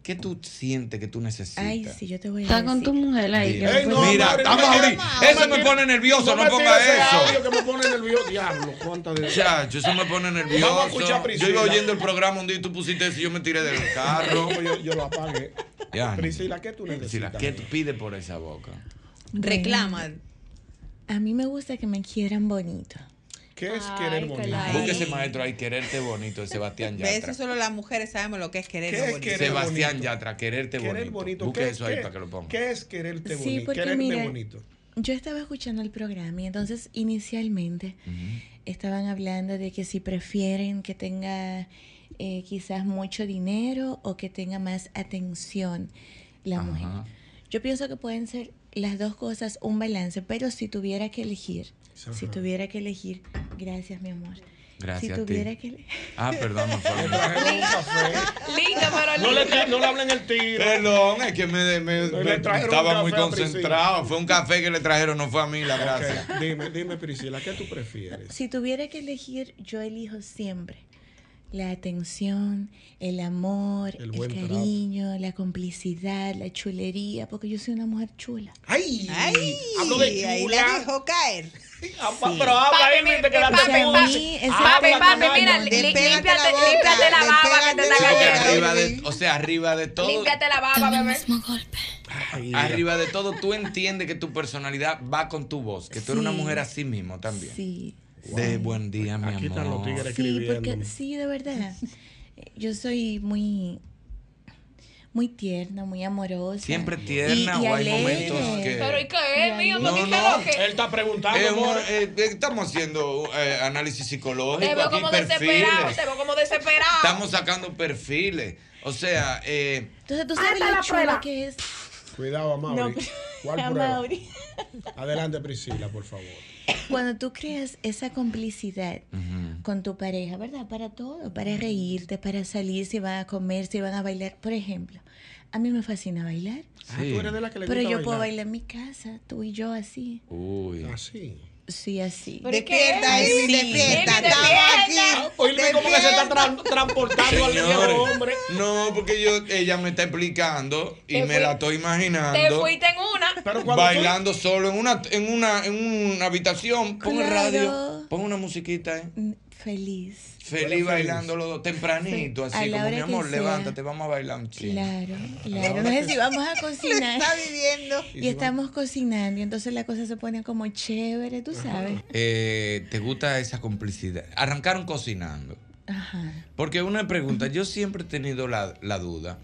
[SPEAKER 4] ¿Qué tú sientes que tú necesitas?
[SPEAKER 7] Ay, sí, yo te voy a
[SPEAKER 12] Está con tu mujer ahí.
[SPEAKER 4] Mira, mira, estamos ahorita. Eso me pone nervioso, no, ponga eso.
[SPEAKER 5] que me pone nervioso. Diablo, cuánta de...
[SPEAKER 4] Chacho, eso me pone
[SPEAKER 5] Vamos a escuchar a
[SPEAKER 4] nervioso. Yo
[SPEAKER 5] Priscila.
[SPEAKER 4] iba oyendo el programa un día y tú pusiste eso y yo me tiré del carro.
[SPEAKER 5] Yo, yo lo apagué.
[SPEAKER 4] Ya.
[SPEAKER 5] Priscila, ¿qué tú
[SPEAKER 4] Priscila,
[SPEAKER 5] necesitas?
[SPEAKER 4] ¿qué tú pides por esa boca?
[SPEAKER 7] Reclama. A mí me gusta que me quieran bonito.
[SPEAKER 5] ¿Qué
[SPEAKER 7] es querer bonito?
[SPEAKER 4] Búsquese, maestro, ahí quererte bonito, Sebastián
[SPEAKER 8] De eso
[SPEAKER 4] Yatra.
[SPEAKER 8] solo las mujeres sabemos lo que es querer.
[SPEAKER 5] ¿Qué
[SPEAKER 8] lo
[SPEAKER 5] es
[SPEAKER 8] bonito.
[SPEAKER 4] Sebastián Yatra, quererte
[SPEAKER 5] Querer
[SPEAKER 4] bonito.
[SPEAKER 5] bonito,
[SPEAKER 4] Busque
[SPEAKER 5] ¿qué-
[SPEAKER 4] eso ahí
[SPEAKER 5] qué-
[SPEAKER 4] para que lo ponga.
[SPEAKER 5] ¿Qué es quererte
[SPEAKER 7] Sí,
[SPEAKER 5] bonito?
[SPEAKER 7] porque
[SPEAKER 5] Quererte
[SPEAKER 7] mira-
[SPEAKER 5] bonito.
[SPEAKER 7] Yo estaba escuchando el programa y entonces inicialmente estaban hablando de que si prefieren que tenga eh, quizás mucho dinero o que tenga más atención la mujer. Yo pienso que pueden ser las dos cosas un balance, pero si tuviera que elegir, si
[SPEAKER 4] Ajá.
[SPEAKER 7] tuviera que elegir, gracias mi amor.
[SPEAKER 4] Gracias
[SPEAKER 7] si
[SPEAKER 4] a ti.
[SPEAKER 7] tuviera que ele-
[SPEAKER 4] Ah, perdón, me fue.
[SPEAKER 6] Linda, pero
[SPEAKER 5] No le, ti- no le hablen el tiro.
[SPEAKER 4] Perdón, es que me, me-
[SPEAKER 5] trajeron un
[SPEAKER 4] me- estaba
[SPEAKER 5] café
[SPEAKER 4] muy
[SPEAKER 5] a
[SPEAKER 4] concentrado. Fue un café que le trajeron, no fue a mí la
[SPEAKER 5] Ok,
[SPEAKER 4] gracia.
[SPEAKER 5] Dime, dime, Priscila, ¿qué tú prefieres?
[SPEAKER 7] Si tuviera que elegir, yo elijo siempre la atención, el amor,
[SPEAKER 5] El
[SPEAKER 7] el,
[SPEAKER 5] buen trato.
[SPEAKER 7] cariño, la complicidad, la chulería, porque yo soy una mujer chula.
[SPEAKER 5] ¡Ay!
[SPEAKER 7] Hablo de chula.
[SPEAKER 8] Ahí la dejó caer.
[SPEAKER 7] pero habla,
[SPEAKER 6] Papi,
[SPEAKER 7] Irving,
[SPEAKER 6] mi-
[SPEAKER 7] te quedaste
[SPEAKER 6] papi,
[SPEAKER 7] mudo.
[SPEAKER 6] papi,
[SPEAKER 7] Ese
[SPEAKER 6] papi,
[SPEAKER 7] habla
[SPEAKER 6] papi,
[SPEAKER 7] con
[SPEAKER 6] mira,
[SPEAKER 7] alma.
[SPEAKER 6] li-
[SPEAKER 7] Despégate la
[SPEAKER 6] límpiate,
[SPEAKER 7] boca,
[SPEAKER 6] límpiate la baba que te está
[SPEAKER 4] Sí, porque
[SPEAKER 6] cayendo.
[SPEAKER 4] arriba de- o sea, arriba de todo,
[SPEAKER 6] Límpiate la baba, bebé.
[SPEAKER 4] arriba de todo, tú entiendes que tu personalidad va con tu voz, que tú eres una
[SPEAKER 7] Sí.
[SPEAKER 4] mujer así mismo también.
[SPEAKER 7] Sí.
[SPEAKER 4] De buen día, mi amor.
[SPEAKER 5] Aquí están los tigres
[SPEAKER 7] Sí, porque sí, de verdad. Eh, Yo soy muy muy tierna, muy amorosa.
[SPEAKER 4] Siempre tierna
[SPEAKER 7] Y- y
[SPEAKER 4] o hay
[SPEAKER 7] alegre.
[SPEAKER 4] momentos que.
[SPEAKER 6] Pero ¿y qué es, mío?
[SPEAKER 4] No,
[SPEAKER 6] Porque
[SPEAKER 4] no,
[SPEAKER 6] claro que...
[SPEAKER 5] Él está preguntando.
[SPEAKER 4] Eh,
[SPEAKER 5] amor.
[SPEAKER 4] amor, eh, estamos haciendo eh,
[SPEAKER 6] Te
[SPEAKER 4] análisis psicológico
[SPEAKER 6] veo
[SPEAKER 4] aquí,
[SPEAKER 6] como desesperado,
[SPEAKER 4] perfiles.
[SPEAKER 6] te veo como desesperado.
[SPEAKER 4] Estamos sacando perfiles. O sea, eh,
[SPEAKER 7] Entonces, ¿tú sabes
[SPEAKER 6] está
[SPEAKER 7] lo
[SPEAKER 6] la
[SPEAKER 7] chulo
[SPEAKER 6] prueba.
[SPEAKER 7] que es?
[SPEAKER 5] Cuidado, Amaury.
[SPEAKER 7] No,
[SPEAKER 5] ¿Cuál
[SPEAKER 7] a
[SPEAKER 5] prueba?
[SPEAKER 7] Mauri.
[SPEAKER 5] Adelante, Priscila, por favor.
[SPEAKER 7] Cuando tú creas esa complicidad con tu pareja, ¿verdad? Para todo, para reírte, para salir, si van a comer, si van a bailar. Por ejemplo, a mí me fascina bailar.
[SPEAKER 5] Ah, Sí. tú eres de las que le
[SPEAKER 7] Pero yo
[SPEAKER 5] gusta
[SPEAKER 7] puedo
[SPEAKER 5] bailar. Ah,
[SPEAKER 7] bailar en mi casa, tú y yo así.
[SPEAKER 4] Uy.
[SPEAKER 5] Así.
[SPEAKER 7] Sí, así.
[SPEAKER 8] ¿Pero Despierta, qué? Irving, despierta.
[SPEAKER 7] Irving,
[SPEAKER 8] Estamos
[SPEAKER 7] despierta.
[SPEAKER 8] aquí.
[SPEAKER 5] Ah, pues Irving como que se está tra- transportando al viejo
[SPEAKER 4] señores,
[SPEAKER 5] hombre.
[SPEAKER 4] no, porque yo, ella me está explicando y
[SPEAKER 6] Te
[SPEAKER 4] me
[SPEAKER 6] fui-
[SPEAKER 4] la estoy
[SPEAKER 6] Te
[SPEAKER 4] imaginando
[SPEAKER 6] fuiste en una.
[SPEAKER 4] bailando solo en una, en una, en una habitación. Pon el radio, pon una musiquita, eh.
[SPEAKER 7] Mm, Feliz.
[SPEAKER 4] Feliz bailando los dos, tempranito,
[SPEAKER 7] Sí, a
[SPEAKER 4] así
[SPEAKER 7] la
[SPEAKER 4] como mi
[SPEAKER 7] hora que
[SPEAKER 4] amor,
[SPEAKER 7] sea.
[SPEAKER 4] levántate, vamos a bailar un chingo.
[SPEAKER 7] Claro,
[SPEAKER 4] Ahora
[SPEAKER 7] claro. No sé
[SPEAKER 4] Ah, que-
[SPEAKER 7] si vamos a cocinar.
[SPEAKER 8] Lo está viviendo.
[SPEAKER 7] Y estamos cocinando, y entonces la cosa se pone como chévere, tú sabes.
[SPEAKER 4] Eh, ¿Te gusta esa complicidad? Arrancaron cocinando.
[SPEAKER 7] Ajá.
[SPEAKER 4] Porque una pregunta, yo siempre he tenido la, la duda,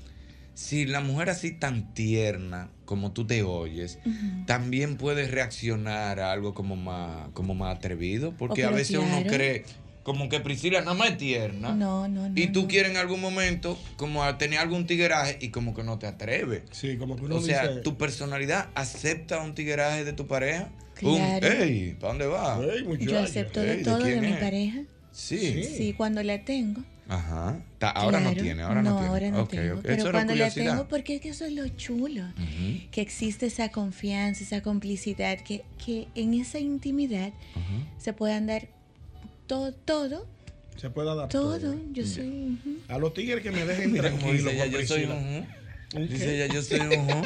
[SPEAKER 4] si la mujer así tan tierna como tú te oyes,
[SPEAKER 7] Ujú.
[SPEAKER 4] también puedes reaccionar a algo como más, como más atrevido, porque a
[SPEAKER 7] pero
[SPEAKER 4] veces uno
[SPEAKER 7] claro.
[SPEAKER 4] cree como que Priscila nada más es tierna.
[SPEAKER 7] No, no, no.
[SPEAKER 4] Y tú quieres en algún momento como a tener algún tigueraje y como que no te atreves.
[SPEAKER 5] Sí, como que
[SPEAKER 4] O sea,
[SPEAKER 5] dice-
[SPEAKER 4] tu personalidad acepta un tigueraje de tu pareja. Un,
[SPEAKER 7] Claro.
[SPEAKER 4] ey, ¿para dónde vas?
[SPEAKER 7] Yo acepto
[SPEAKER 4] Ey,
[SPEAKER 7] de todo de,
[SPEAKER 4] quién
[SPEAKER 7] mi
[SPEAKER 4] es?
[SPEAKER 7] pareja.
[SPEAKER 4] Sí.
[SPEAKER 7] Sí, cuando la tengo.
[SPEAKER 4] Ajá. Ta- ahora no
[SPEAKER 7] Claro.
[SPEAKER 4] tiene, ahora no, tiene.
[SPEAKER 7] ahora no
[SPEAKER 4] Ok,
[SPEAKER 7] tengo.
[SPEAKER 4] ok. Eso
[SPEAKER 7] Pero
[SPEAKER 4] era
[SPEAKER 7] cuando la
[SPEAKER 4] curiosidad.
[SPEAKER 7] tengo, porque es que eso es lo chulo.
[SPEAKER 4] Ujú.
[SPEAKER 7] Que existe esa confianza, esa complicidad, que, que en esa intimidad se puedan dar todo, todo,
[SPEAKER 5] Se puede adaptar.
[SPEAKER 7] todo. Yo soy. ujú.
[SPEAKER 5] A los tigres que me dejen
[SPEAKER 4] Mira cómo
[SPEAKER 5] tranquilo.
[SPEAKER 4] dice ella,
[SPEAKER 5] con
[SPEAKER 4] yo soy
[SPEAKER 5] Priscila.
[SPEAKER 4] un
[SPEAKER 5] ¿Un
[SPEAKER 4] Dice
[SPEAKER 5] qué?
[SPEAKER 4] ella, yo soy un ju.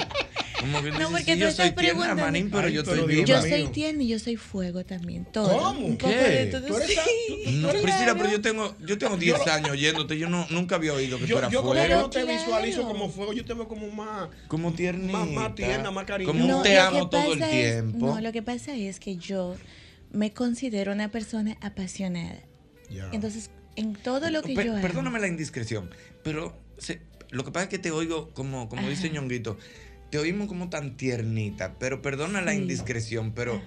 [SPEAKER 4] Como que
[SPEAKER 7] No,
[SPEAKER 4] dice,
[SPEAKER 7] porque
[SPEAKER 4] sí,
[SPEAKER 7] tú
[SPEAKER 4] yo
[SPEAKER 7] estás
[SPEAKER 4] soy tierna,
[SPEAKER 7] preguntando.
[SPEAKER 4] manín, pero
[SPEAKER 7] Ay,
[SPEAKER 4] yo
[SPEAKER 7] pero
[SPEAKER 4] estoy
[SPEAKER 7] Yo
[SPEAKER 4] viva.
[SPEAKER 7] soy tierna y yo soy fuego también. Todo.
[SPEAKER 4] ¿Cómo?
[SPEAKER 7] Un poco
[SPEAKER 4] ¿Qué?
[SPEAKER 7] de todo.
[SPEAKER 4] ¿Tú eres
[SPEAKER 7] sí.
[SPEAKER 4] No, Priscila,
[SPEAKER 7] Claro.
[SPEAKER 4] pero yo tengo, yo tengo 10 años oyéndote. Yo no, nunca había oído que tú
[SPEAKER 5] Yo,
[SPEAKER 4] eras
[SPEAKER 5] yo como que
[SPEAKER 4] fuego.
[SPEAKER 5] no te visualizo como fuego, yo te veo como más.
[SPEAKER 4] Como tiernita.
[SPEAKER 5] Más, más tierna, más cariñosa.
[SPEAKER 4] Como
[SPEAKER 7] No,
[SPEAKER 4] un te
[SPEAKER 7] lo
[SPEAKER 4] amo
[SPEAKER 7] que
[SPEAKER 4] todo el
[SPEAKER 7] pasa es-
[SPEAKER 4] tiempo.
[SPEAKER 7] no, lo que pasa es que yo me considero una persona apasionada.
[SPEAKER 4] Ya.
[SPEAKER 7] Entonces, en todo lo que
[SPEAKER 4] Pe-
[SPEAKER 7] yo hago.
[SPEAKER 4] Perdóname la indiscreción, pero se- lo que pasa es que te oigo, como, como dice Ñonguito, te oímos como tan tiernita, pero perdona la
[SPEAKER 7] Sí.
[SPEAKER 4] indiscreción, pero,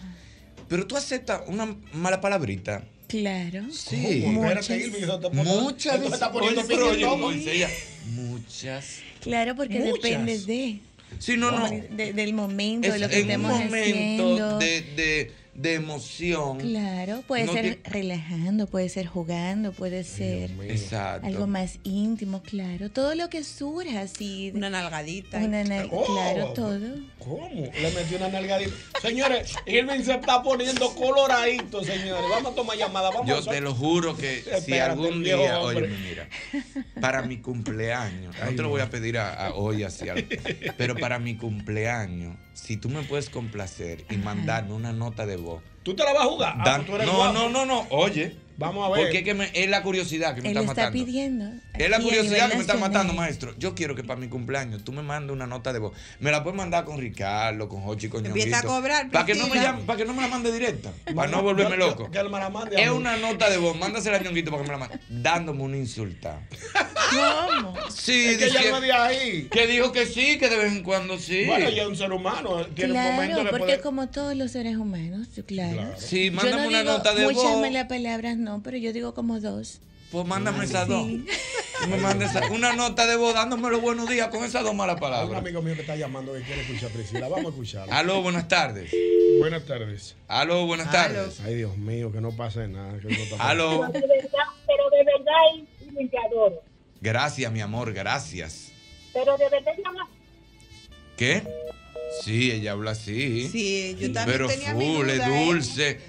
[SPEAKER 4] pero tú aceptas una mala palabrita.
[SPEAKER 7] Claro.
[SPEAKER 4] Sí.
[SPEAKER 5] ¿Cómo? Espérate,
[SPEAKER 4] Muchas-
[SPEAKER 5] Irving, eso está poniendo-
[SPEAKER 4] Muchas
[SPEAKER 5] esto me está poniendo
[SPEAKER 4] Oye,
[SPEAKER 5] pique
[SPEAKER 4] pero
[SPEAKER 5] en
[SPEAKER 4] oye,
[SPEAKER 5] todo.
[SPEAKER 4] como dice ella, muchas.
[SPEAKER 7] Claro, porque
[SPEAKER 4] Muchas.
[SPEAKER 7] depende de.
[SPEAKER 4] Sí, no, no.
[SPEAKER 7] de- del momento, de
[SPEAKER 4] Es
[SPEAKER 7] lo que
[SPEAKER 4] en un
[SPEAKER 7] estemos
[SPEAKER 4] momento
[SPEAKER 7] haciendo.
[SPEAKER 4] de, de, de emoción.
[SPEAKER 7] Claro, puede
[SPEAKER 4] no
[SPEAKER 7] ser
[SPEAKER 4] ti-
[SPEAKER 7] relajando, puede ser jugando, puede ser
[SPEAKER 4] Exacto.
[SPEAKER 7] algo más íntimo, claro. Todo lo que surja así. Una
[SPEAKER 8] nalgadita.
[SPEAKER 7] Una nal-
[SPEAKER 5] Oh.
[SPEAKER 7] Claro, todo.
[SPEAKER 5] ¿Cómo? Le metí una nalgadita. Señores, Irving se está poniendo coloradito, señores. Vamos a tomar llamada. Vamos a
[SPEAKER 4] Yo
[SPEAKER 5] hacer-
[SPEAKER 4] te lo juro que si
[SPEAKER 5] Espérate,
[SPEAKER 4] algún
[SPEAKER 5] viejo
[SPEAKER 4] día,
[SPEAKER 5] hombre.
[SPEAKER 4] oye, mira, para mi cumpleaños, no te lo voy a pedir a, a hoy así, al- pero para mi cumpleaños, si tú me puedes complacer y mandarme una nota de voz.
[SPEAKER 5] Tú te la vas a jugar. Ah,
[SPEAKER 4] dan-
[SPEAKER 5] pues tú eres
[SPEAKER 4] no,
[SPEAKER 5] guapo.
[SPEAKER 4] no, no, no, oye.
[SPEAKER 5] Vamos a ver.
[SPEAKER 4] Porque es, que me- es la curiosidad que me
[SPEAKER 7] Él
[SPEAKER 4] está
[SPEAKER 7] está
[SPEAKER 4] matando.
[SPEAKER 7] pidiendo.
[SPEAKER 4] Es la
[SPEAKER 7] aquí a
[SPEAKER 4] curiosidad
[SPEAKER 7] nivel
[SPEAKER 4] que me está
[SPEAKER 7] nacional.
[SPEAKER 4] matando, maestro. Yo quiero que para mi cumpleaños tú me mandes una nota de voz. Me la puedes mandar con Ricardo, con Jochi, con
[SPEAKER 8] Empieza a cobrar,
[SPEAKER 4] Para que, no me
[SPEAKER 8] Priscila.
[SPEAKER 4] llame- para que no me la mande directa. Para no volverme
[SPEAKER 5] Yo- yo-
[SPEAKER 4] loco.
[SPEAKER 5] Que él me la mande a
[SPEAKER 4] Es
[SPEAKER 5] mí.
[SPEAKER 4] una nota de voz, mándasela a Ñonguito para que me la mande. Dándome una insulta.
[SPEAKER 7] ¿Cómo?
[SPEAKER 4] Sí,
[SPEAKER 5] Es que
[SPEAKER 4] dice-
[SPEAKER 5] ya no es de ahí.
[SPEAKER 4] Que dijo que sí, que de vez en cuando sí.
[SPEAKER 5] Bueno, ella es un ser humano. Tiene un
[SPEAKER 7] Claro,
[SPEAKER 5] momento que
[SPEAKER 7] porque
[SPEAKER 5] puede.
[SPEAKER 7] como todos los seres humanos, yo- claro.
[SPEAKER 4] Sí,
[SPEAKER 7] Yo
[SPEAKER 4] mándame
[SPEAKER 7] no
[SPEAKER 4] una
[SPEAKER 7] digo
[SPEAKER 4] nota de
[SPEAKER 7] muchas
[SPEAKER 4] voz.
[SPEAKER 7] malas palabras, no, pero yo digo como dos.
[SPEAKER 4] Pues mándame esas dos. Tú Me mandas esa- una nota de voz dándome los buenos días con esas dos malas
[SPEAKER 5] Un
[SPEAKER 4] palabras.
[SPEAKER 5] amigo mío que está llamando que quiere escuchar a Priscila. Vamos a escucharla.
[SPEAKER 4] Aló, buenas tardes.
[SPEAKER 5] Buenas tardes.
[SPEAKER 4] Aló, buenas tardes.
[SPEAKER 5] Ay, Dios mío, que no pase nada. que no pase
[SPEAKER 4] Aló.
[SPEAKER 25] Pero de verdad, pero de verdad, Irving, te adoro.
[SPEAKER 4] Gracias, mi amor, gracias.
[SPEAKER 25] Pero de verdad, nada más
[SPEAKER 4] ¿Qué? Sí, ella habla así.
[SPEAKER 8] Sí, yo también
[SPEAKER 4] Mm. Pero
[SPEAKER 8] tenía mi
[SPEAKER 4] full, es
[SPEAKER 8] duda, ¿eh?
[SPEAKER 4] dulce.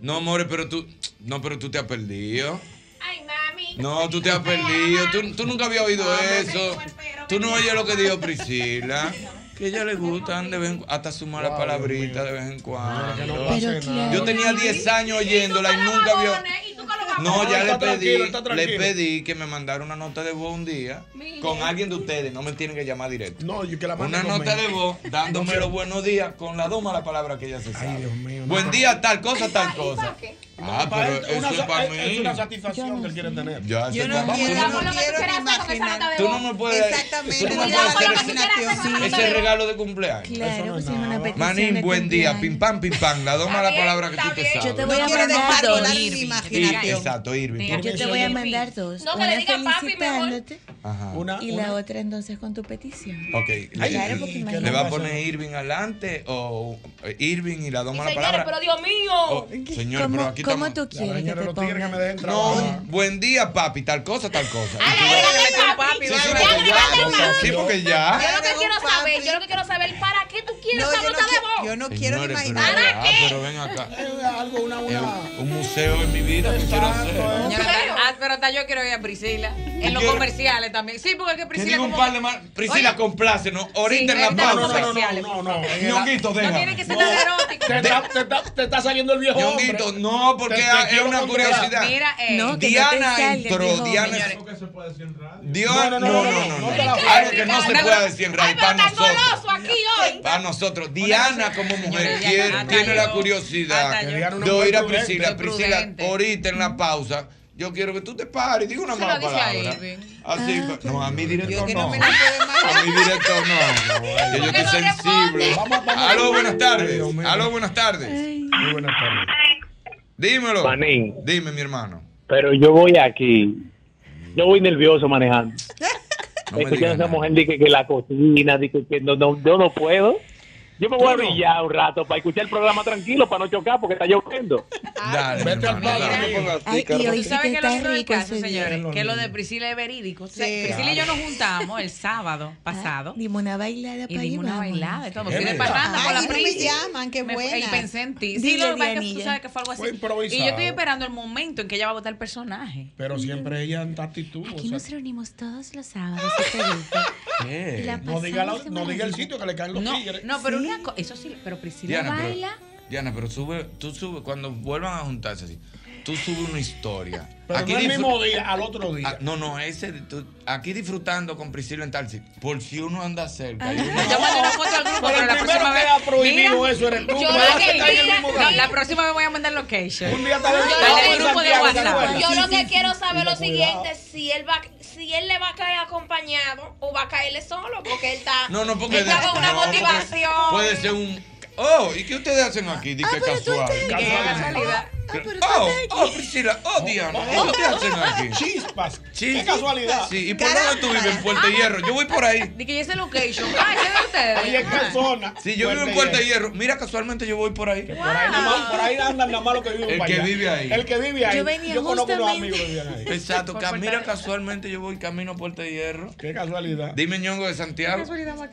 [SPEAKER 4] No, amores, pero tú. No, pero tú te has perdido.
[SPEAKER 6] Ay, mami.
[SPEAKER 4] No, tú te has perdido. Tú, tú nunca habías oído eso. Tú no oyes lo que dijo Priscila. Que a ella le gustan de vez en cu- hasta su mala palabrita de vez en cuando.
[SPEAKER 5] Pero claro. ¿eh?
[SPEAKER 4] Yo tenía 10 años oyéndola y nunca había. No, ya le pedí, le pedí que me mandara una nota de voz un día
[SPEAKER 5] Mira.
[SPEAKER 4] con alguien de ustedes. No me tienen que llamar directo.
[SPEAKER 5] No, yo que la mande
[SPEAKER 4] Una
[SPEAKER 5] conmigo.
[SPEAKER 4] nota de voz dándome los buenos días con las dos malas palabras que ella se sabe. Buen día, tal cosa, tal cosa. Ah, pero
[SPEAKER 5] Para él,
[SPEAKER 4] eso
[SPEAKER 5] una
[SPEAKER 4] es
[SPEAKER 5] sa-
[SPEAKER 4] para
[SPEAKER 5] es- es
[SPEAKER 4] mí.
[SPEAKER 5] una satisfacción que él quiere tener.
[SPEAKER 4] Ya, eso es para mí.
[SPEAKER 5] quiero-
[SPEAKER 4] Tú no-
[SPEAKER 5] yo no
[SPEAKER 6] Lo que tú quieras hacer con esa nota de
[SPEAKER 4] Tú
[SPEAKER 6] voz.
[SPEAKER 4] no me puedes.
[SPEAKER 6] Exactamente.
[SPEAKER 4] tú no me
[SPEAKER 6] Cuidado
[SPEAKER 4] puedes
[SPEAKER 6] con lo que tú
[SPEAKER 4] hacer
[SPEAKER 6] quieras hacer con
[SPEAKER 4] ese-
[SPEAKER 6] esa nota
[SPEAKER 4] Ese
[SPEAKER 6] de voz.
[SPEAKER 4] regalo de cumpleaños.
[SPEAKER 7] Claro, pues es una petición.
[SPEAKER 4] Manín,
[SPEAKER 7] de
[SPEAKER 4] buen día.
[SPEAKER 7] cumpleaños.
[SPEAKER 4] Pim pam, pim pam. Las dos malas palabras que tú te sabes.
[SPEAKER 7] Yo te voy a mandar dos. Irving.
[SPEAKER 4] Exacto, Irving. por
[SPEAKER 7] Yo te
[SPEAKER 4] favor.
[SPEAKER 7] voy a mandar dos.
[SPEAKER 6] No, que
[SPEAKER 7] una
[SPEAKER 6] le diga papi, mi amor.
[SPEAKER 7] felicitándote
[SPEAKER 4] Ajá.
[SPEAKER 7] y la otra entonces con tu petición.
[SPEAKER 4] Ok, le,
[SPEAKER 7] claro, porque imagínate.
[SPEAKER 4] ¿le va a poner Irving adelante o eh, Irving y las dos malas
[SPEAKER 6] Señores,
[SPEAKER 4] palabras?
[SPEAKER 6] pero Dios mío.
[SPEAKER 4] Oh, señor, pero aquí estamos-
[SPEAKER 7] tú quieres que te ponga?
[SPEAKER 4] No, buen día, papi, tal cosa, tal cosa.
[SPEAKER 6] papi,
[SPEAKER 4] Sí, sí,
[SPEAKER 6] bárbaro.
[SPEAKER 4] porque ya,
[SPEAKER 6] Agrégale
[SPEAKER 4] o sea,
[SPEAKER 6] papi.
[SPEAKER 4] sí, porque ya.
[SPEAKER 6] Yo lo que quiero saber, yo lo que quiero saber, ¿para qué tú quieres
[SPEAKER 26] Ah. No, yo
[SPEAKER 6] esa
[SPEAKER 26] no
[SPEAKER 6] nota de
[SPEAKER 26] qui-
[SPEAKER 6] voz?
[SPEAKER 26] yo no
[SPEAKER 4] Señores, pero,
[SPEAKER 6] ¿Para
[SPEAKER 4] ah,
[SPEAKER 6] qué?
[SPEAKER 4] pero ven acá.
[SPEAKER 5] Es algo, una,
[SPEAKER 4] Es un- un museo en mi vida que quiero hacer.
[SPEAKER 27] Ah, pero hasta yo quiero ir a Priscila. En los
[SPEAKER 4] Yo-
[SPEAKER 27] comerciales también. Sí, porque es que
[SPEAKER 4] Que
[SPEAKER 27] Priscila.
[SPEAKER 4] diga un
[SPEAKER 27] como-
[SPEAKER 4] par de más. Priscila, complace, ¿no? Ahorita
[SPEAKER 27] Sí,
[SPEAKER 4] en la
[SPEAKER 27] ahorita los
[SPEAKER 4] pausa.
[SPEAKER 27] comerciales,
[SPEAKER 4] No,
[SPEAKER 27] por
[SPEAKER 4] no,
[SPEAKER 27] favor.
[SPEAKER 4] Ñonguito,
[SPEAKER 27] No
[SPEAKER 4] déjame.
[SPEAKER 27] tiene que ser tan erótico.
[SPEAKER 4] Te está- te está-
[SPEAKER 5] Te está saliendo el viejo
[SPEAKER 4] Ñonguito,
[SPEAKER 5] hombre.
[SPEAKER 4] no, porque
[SPEAKER 5] Te- te
[SPEAKER 4] es
[SPEAKER 5] quiero
[SPEAKER 4] una
[SPEAKER 5] controlar.
[SPEAKER 4] curiosidad.
[SPEAKER 27] Mira, eh. No, que no te
[SPEAKER 4] Diana
[SPEAKER 27] salga el
[SPEAKER 4] entró,
[SPEAKER 27] viejo
[SPEAKER 4] Diana.
[SPEAKER 27] hombre.
[SPEAKER 4] Dios, no, no, no, no, no,
[SPEAKER 27] te la-
[SPEAKER 4] Algo que no se
[SPEAKER 27] Ricardo.
[SPEAKER 4] pueda decir en radio para nosotros.
[SPEAKER 6] Goloso aquí hoy.
[SPEAKER 4] Para nosotros, Diana como mujer
[SPEAKER 6] Señores, ya,
[SPEAKER 4] quiere-
[SPEAKER 6] hasta
[SPEAKER 4] tiene la
[SPEAKER 6] yo.
[SPEAKER 4] curiosidad
[SPEAKER 6] Hasta yo. Diana, una
[SPEAKER 4] de
[SPEAKER 6] mujer
[SPEAKER 4] oír a
[SPEAKER 6] prudente.
[SPEAKER 4] Priscila. Priscila,
[SPEAKER 6] Prudente.
[SPEAKER 4] ahorita en la pausa, yo quiero que tú te pares y diga una
[SPEAKER 6] Se lo
[SPEAKER 4] mala
[SPEAKER 6] dice a
[SPEAKER 4] palabra.
[SPEAKER 6] Irving. Ah,
[SPEAKER 4] Así, pa- no, a mi director
[SPEAKER 6] que no
[SPEAKER 4] no.
[SPEAKER 6] me
[SPEAKER 4] A mi director no. no, Yo, yo estoy sensible. Aló, buenas tardes. Aló, buenas tardes.
[SPEAKER 5] Muy buenas tardes.
[SPEAKER 4] Dímelo.
[SPEAKER 1] Manín.
[SPEAKER 4] Dime, mi hermano.
[SPEAKER 1] Pero yo voy aquí. Yo voy nervioso manejando. Escuchando a
[SPEAKER 4] digas
[SPEAKER 1] esa mujer dice que la cocina, dice que no, no, yo no puedo. Yo me voy a
[SPEAKER 4] Tú no.
[SPEAKER 1] brillar un rato para escuchar el programa tranquilo, para no chocar porque está lloviendo.
[SPEAKER 4] Dale, Vete al
[SPEAKER 1] Ay, y
[SPEAKER 27] ¿Y saben qué es lo lindo del caso, señores?
[SPEAKER 1] lindo.
[SPEAKER 27] Que lo de Priscila es verídico. O sea,
[SPEAKER 7] Sí.
[SPEAKER 27] Priscila y yo nos juntamos el sábado pasado.
[SPEAKER 7] Dimos una bailada
[SPEAKER 27] Y
[SPEAKER 7] pa' ahí,
[SPEAKER 27] dimos una
[SPEAKER 7] vamos.
[SPEAKER 27] bailada y todo. Me
[SPEAKER 7] Qué
[SPEAKER 27] fui de
[SPEAKER 7] bien.
[SPEAKER 27] parranda con la
[SPEAKER 7] Ay, no me
[SPEAKER 27] Prisi.
[SPEAKER 7] llaman, qué
[SPEAKER 27] Me fui-
[SPEAKER 7] buena.
[SPEAKER 27] Y pensé en ti. Sí,
[SPEAKER 7] Dile,
[SPEAKER 27] lo que pasa es que tú
[SPEAKER 7] Dianilla.
[SPEAKER 27] sabes que fue algo así.
[SPEAKER 5] Fue
[SPEAKER 27] Y
[SPEAKER 5] improvisado.
[SPEAKER 27] yo estoy esperando el momento en que ella va a votar el personaje.
[SPEAKER 5] Pero siempre ella en actitud.
[SPEAKER 7] Aquí
[SPEAKER 5] o
[SPEAKER 7] nos
[SPEAKER 5] sea,
[SPEAKER 7] reunimos todos los sábados, ¿qué te dije? Y la
[SPEAKER 5] no, diga la-
[SPEAKER 7] pasamos de
[SPEAKER 5] no diga el
[SPEAKER 7] maravilla.
[SPEAKER 5] sitio que le caen los
[SPEAKER 27] No,
[SPEAKER 5] tigres.
[SPEAKER 27] no, pero una cosa, eso sí, pero Priscila
[SPEAKER 4] Diana, pero-
[SPEAKER 27] baila.
[SPEAKER 4] Diana, pero sube, tú sube, cuando vuelvan a juntarse así, tú sube una historia.
[SPEAKER 5] Pero no el
[SPEAKER 4] disfr-
[SPEAKER 5] mismo día, al otro día.
[SPEAKER 4] Ah, no, no, ese, tú- aquí disfrutando con Priscila en tal sitio, por si uno anda cerca. y uno-
[SPEAKER 27] Ah. Yo mandé una foto al grupo,
[SPEAKER 5] Pero
[SPEAKER 27] pero
[SPEAKER 5] el
[SPEAKER 27] la
[SPEAKER 5] primero
[SPEAKER 27] próxima
[SPEAKER 5] que
[SPEAKER 27] vez.
[SPEAKER 5] ha prohibido eso eres tú,
[SPEAKER 27] Yo
[SPEAKER 5] me
[SPEAKER 27] lo
[SPEAKER 5] vas a
[SPEAKER 27] que
[SPEAKER 5] sentar en el
[SPEAKER 27] quiero-
[SPEAKER 5] mismo
[SPEAKER 27] no,
[SPEAKER 5] lugar.
[SPEAKER 27] la próxima vez voy a mandar location.
[SPEAKER 5] Un día te voy a-
[SPEAKER 27] Dale
[SPEAKER 5] Vamos
[SPEAKER 27] el
[SPEAKER 5] en
[SPEAKER 27] grupo de
[SPEAKER 5] Santiago, ¿te
[SPEAKER 27] WhatsApp.
[SPEAKER 5] acuerdas?
[SPEAKER 6] Yo lo que quiero
[SPEAKER 5] Y
[SPEAKER 6] saber
[SPEAKER 5] no
[SPEAKER 6] lo siguiente, si él va, si él le va a caer acompañado o va a caerle solo, porque él está,
[SPEAKER 4] No, no, porque
[SPEAKER 6] está con una
[SPEAKER 4] no, porque
[SPEAKER 6] motivación.
[SPEAKER 4] Puede ser un. Oh, ¿y qué ustedes hacen aquí?
[SPEAKER 27] Ah,
[SPEAKER 4] Dice casual.
[SPEAKER 5] casualidad.
[SPEAKER 4] Oh, oh, Priscila, oh, Diana, ¿qué ustedes hacen aquí?
[SPEAKER 5] Chispas.
[SPEAKER 4] Chispas.
[SPEAKER 5] Qué casualidad.
[SPEAKER 4] Sí, ¿y por dónde tú vives? En Puerto Hierro. Yo voy por ahí.
[SPEAKER 27] Dije, ¿y ese location? Ah, ese es de ustedes.
[SPEAKER 5] Oye,
[SPEAKER 27] Ah.
[SPEAKER 5] qué zona.
[SPEAKER 4] Sí, yo vivo en Puerto Hierro. Mira, casualmente yo voy por ahí.
[SPEAKER 5] Por ahí, nada más- por ahí andan nada más los que viven
[SPEAKER 4] El
[SPEAKER 5] para
[SPEAKER 4] que
[SPEAKER 5] allá.
[SPEAKER 4] vive ahí.
[SPEAKER 5] El que vive ahí.
[SPEAKER 7] Yo venía
[SPEAKER 5] conozco unos
[SPEAKER 7] justamente-
[SPEAKER 5] amigos que vivían ahí.
[SPEAKER 4] Exacto,
[SPEAKER 5] Por
[SPEAKER 4] ca-
[SPEAKER 5] Puerto
[SPEAKER 4] mira,
[SPEAKER 5] Hierro.
[SPEAKER 4] casualmente yo voy camino a Puerto Hierro.
[SPEAKER 5] Qué casualidad.
[SPEAKER 4] Dime ñongo de Santiago.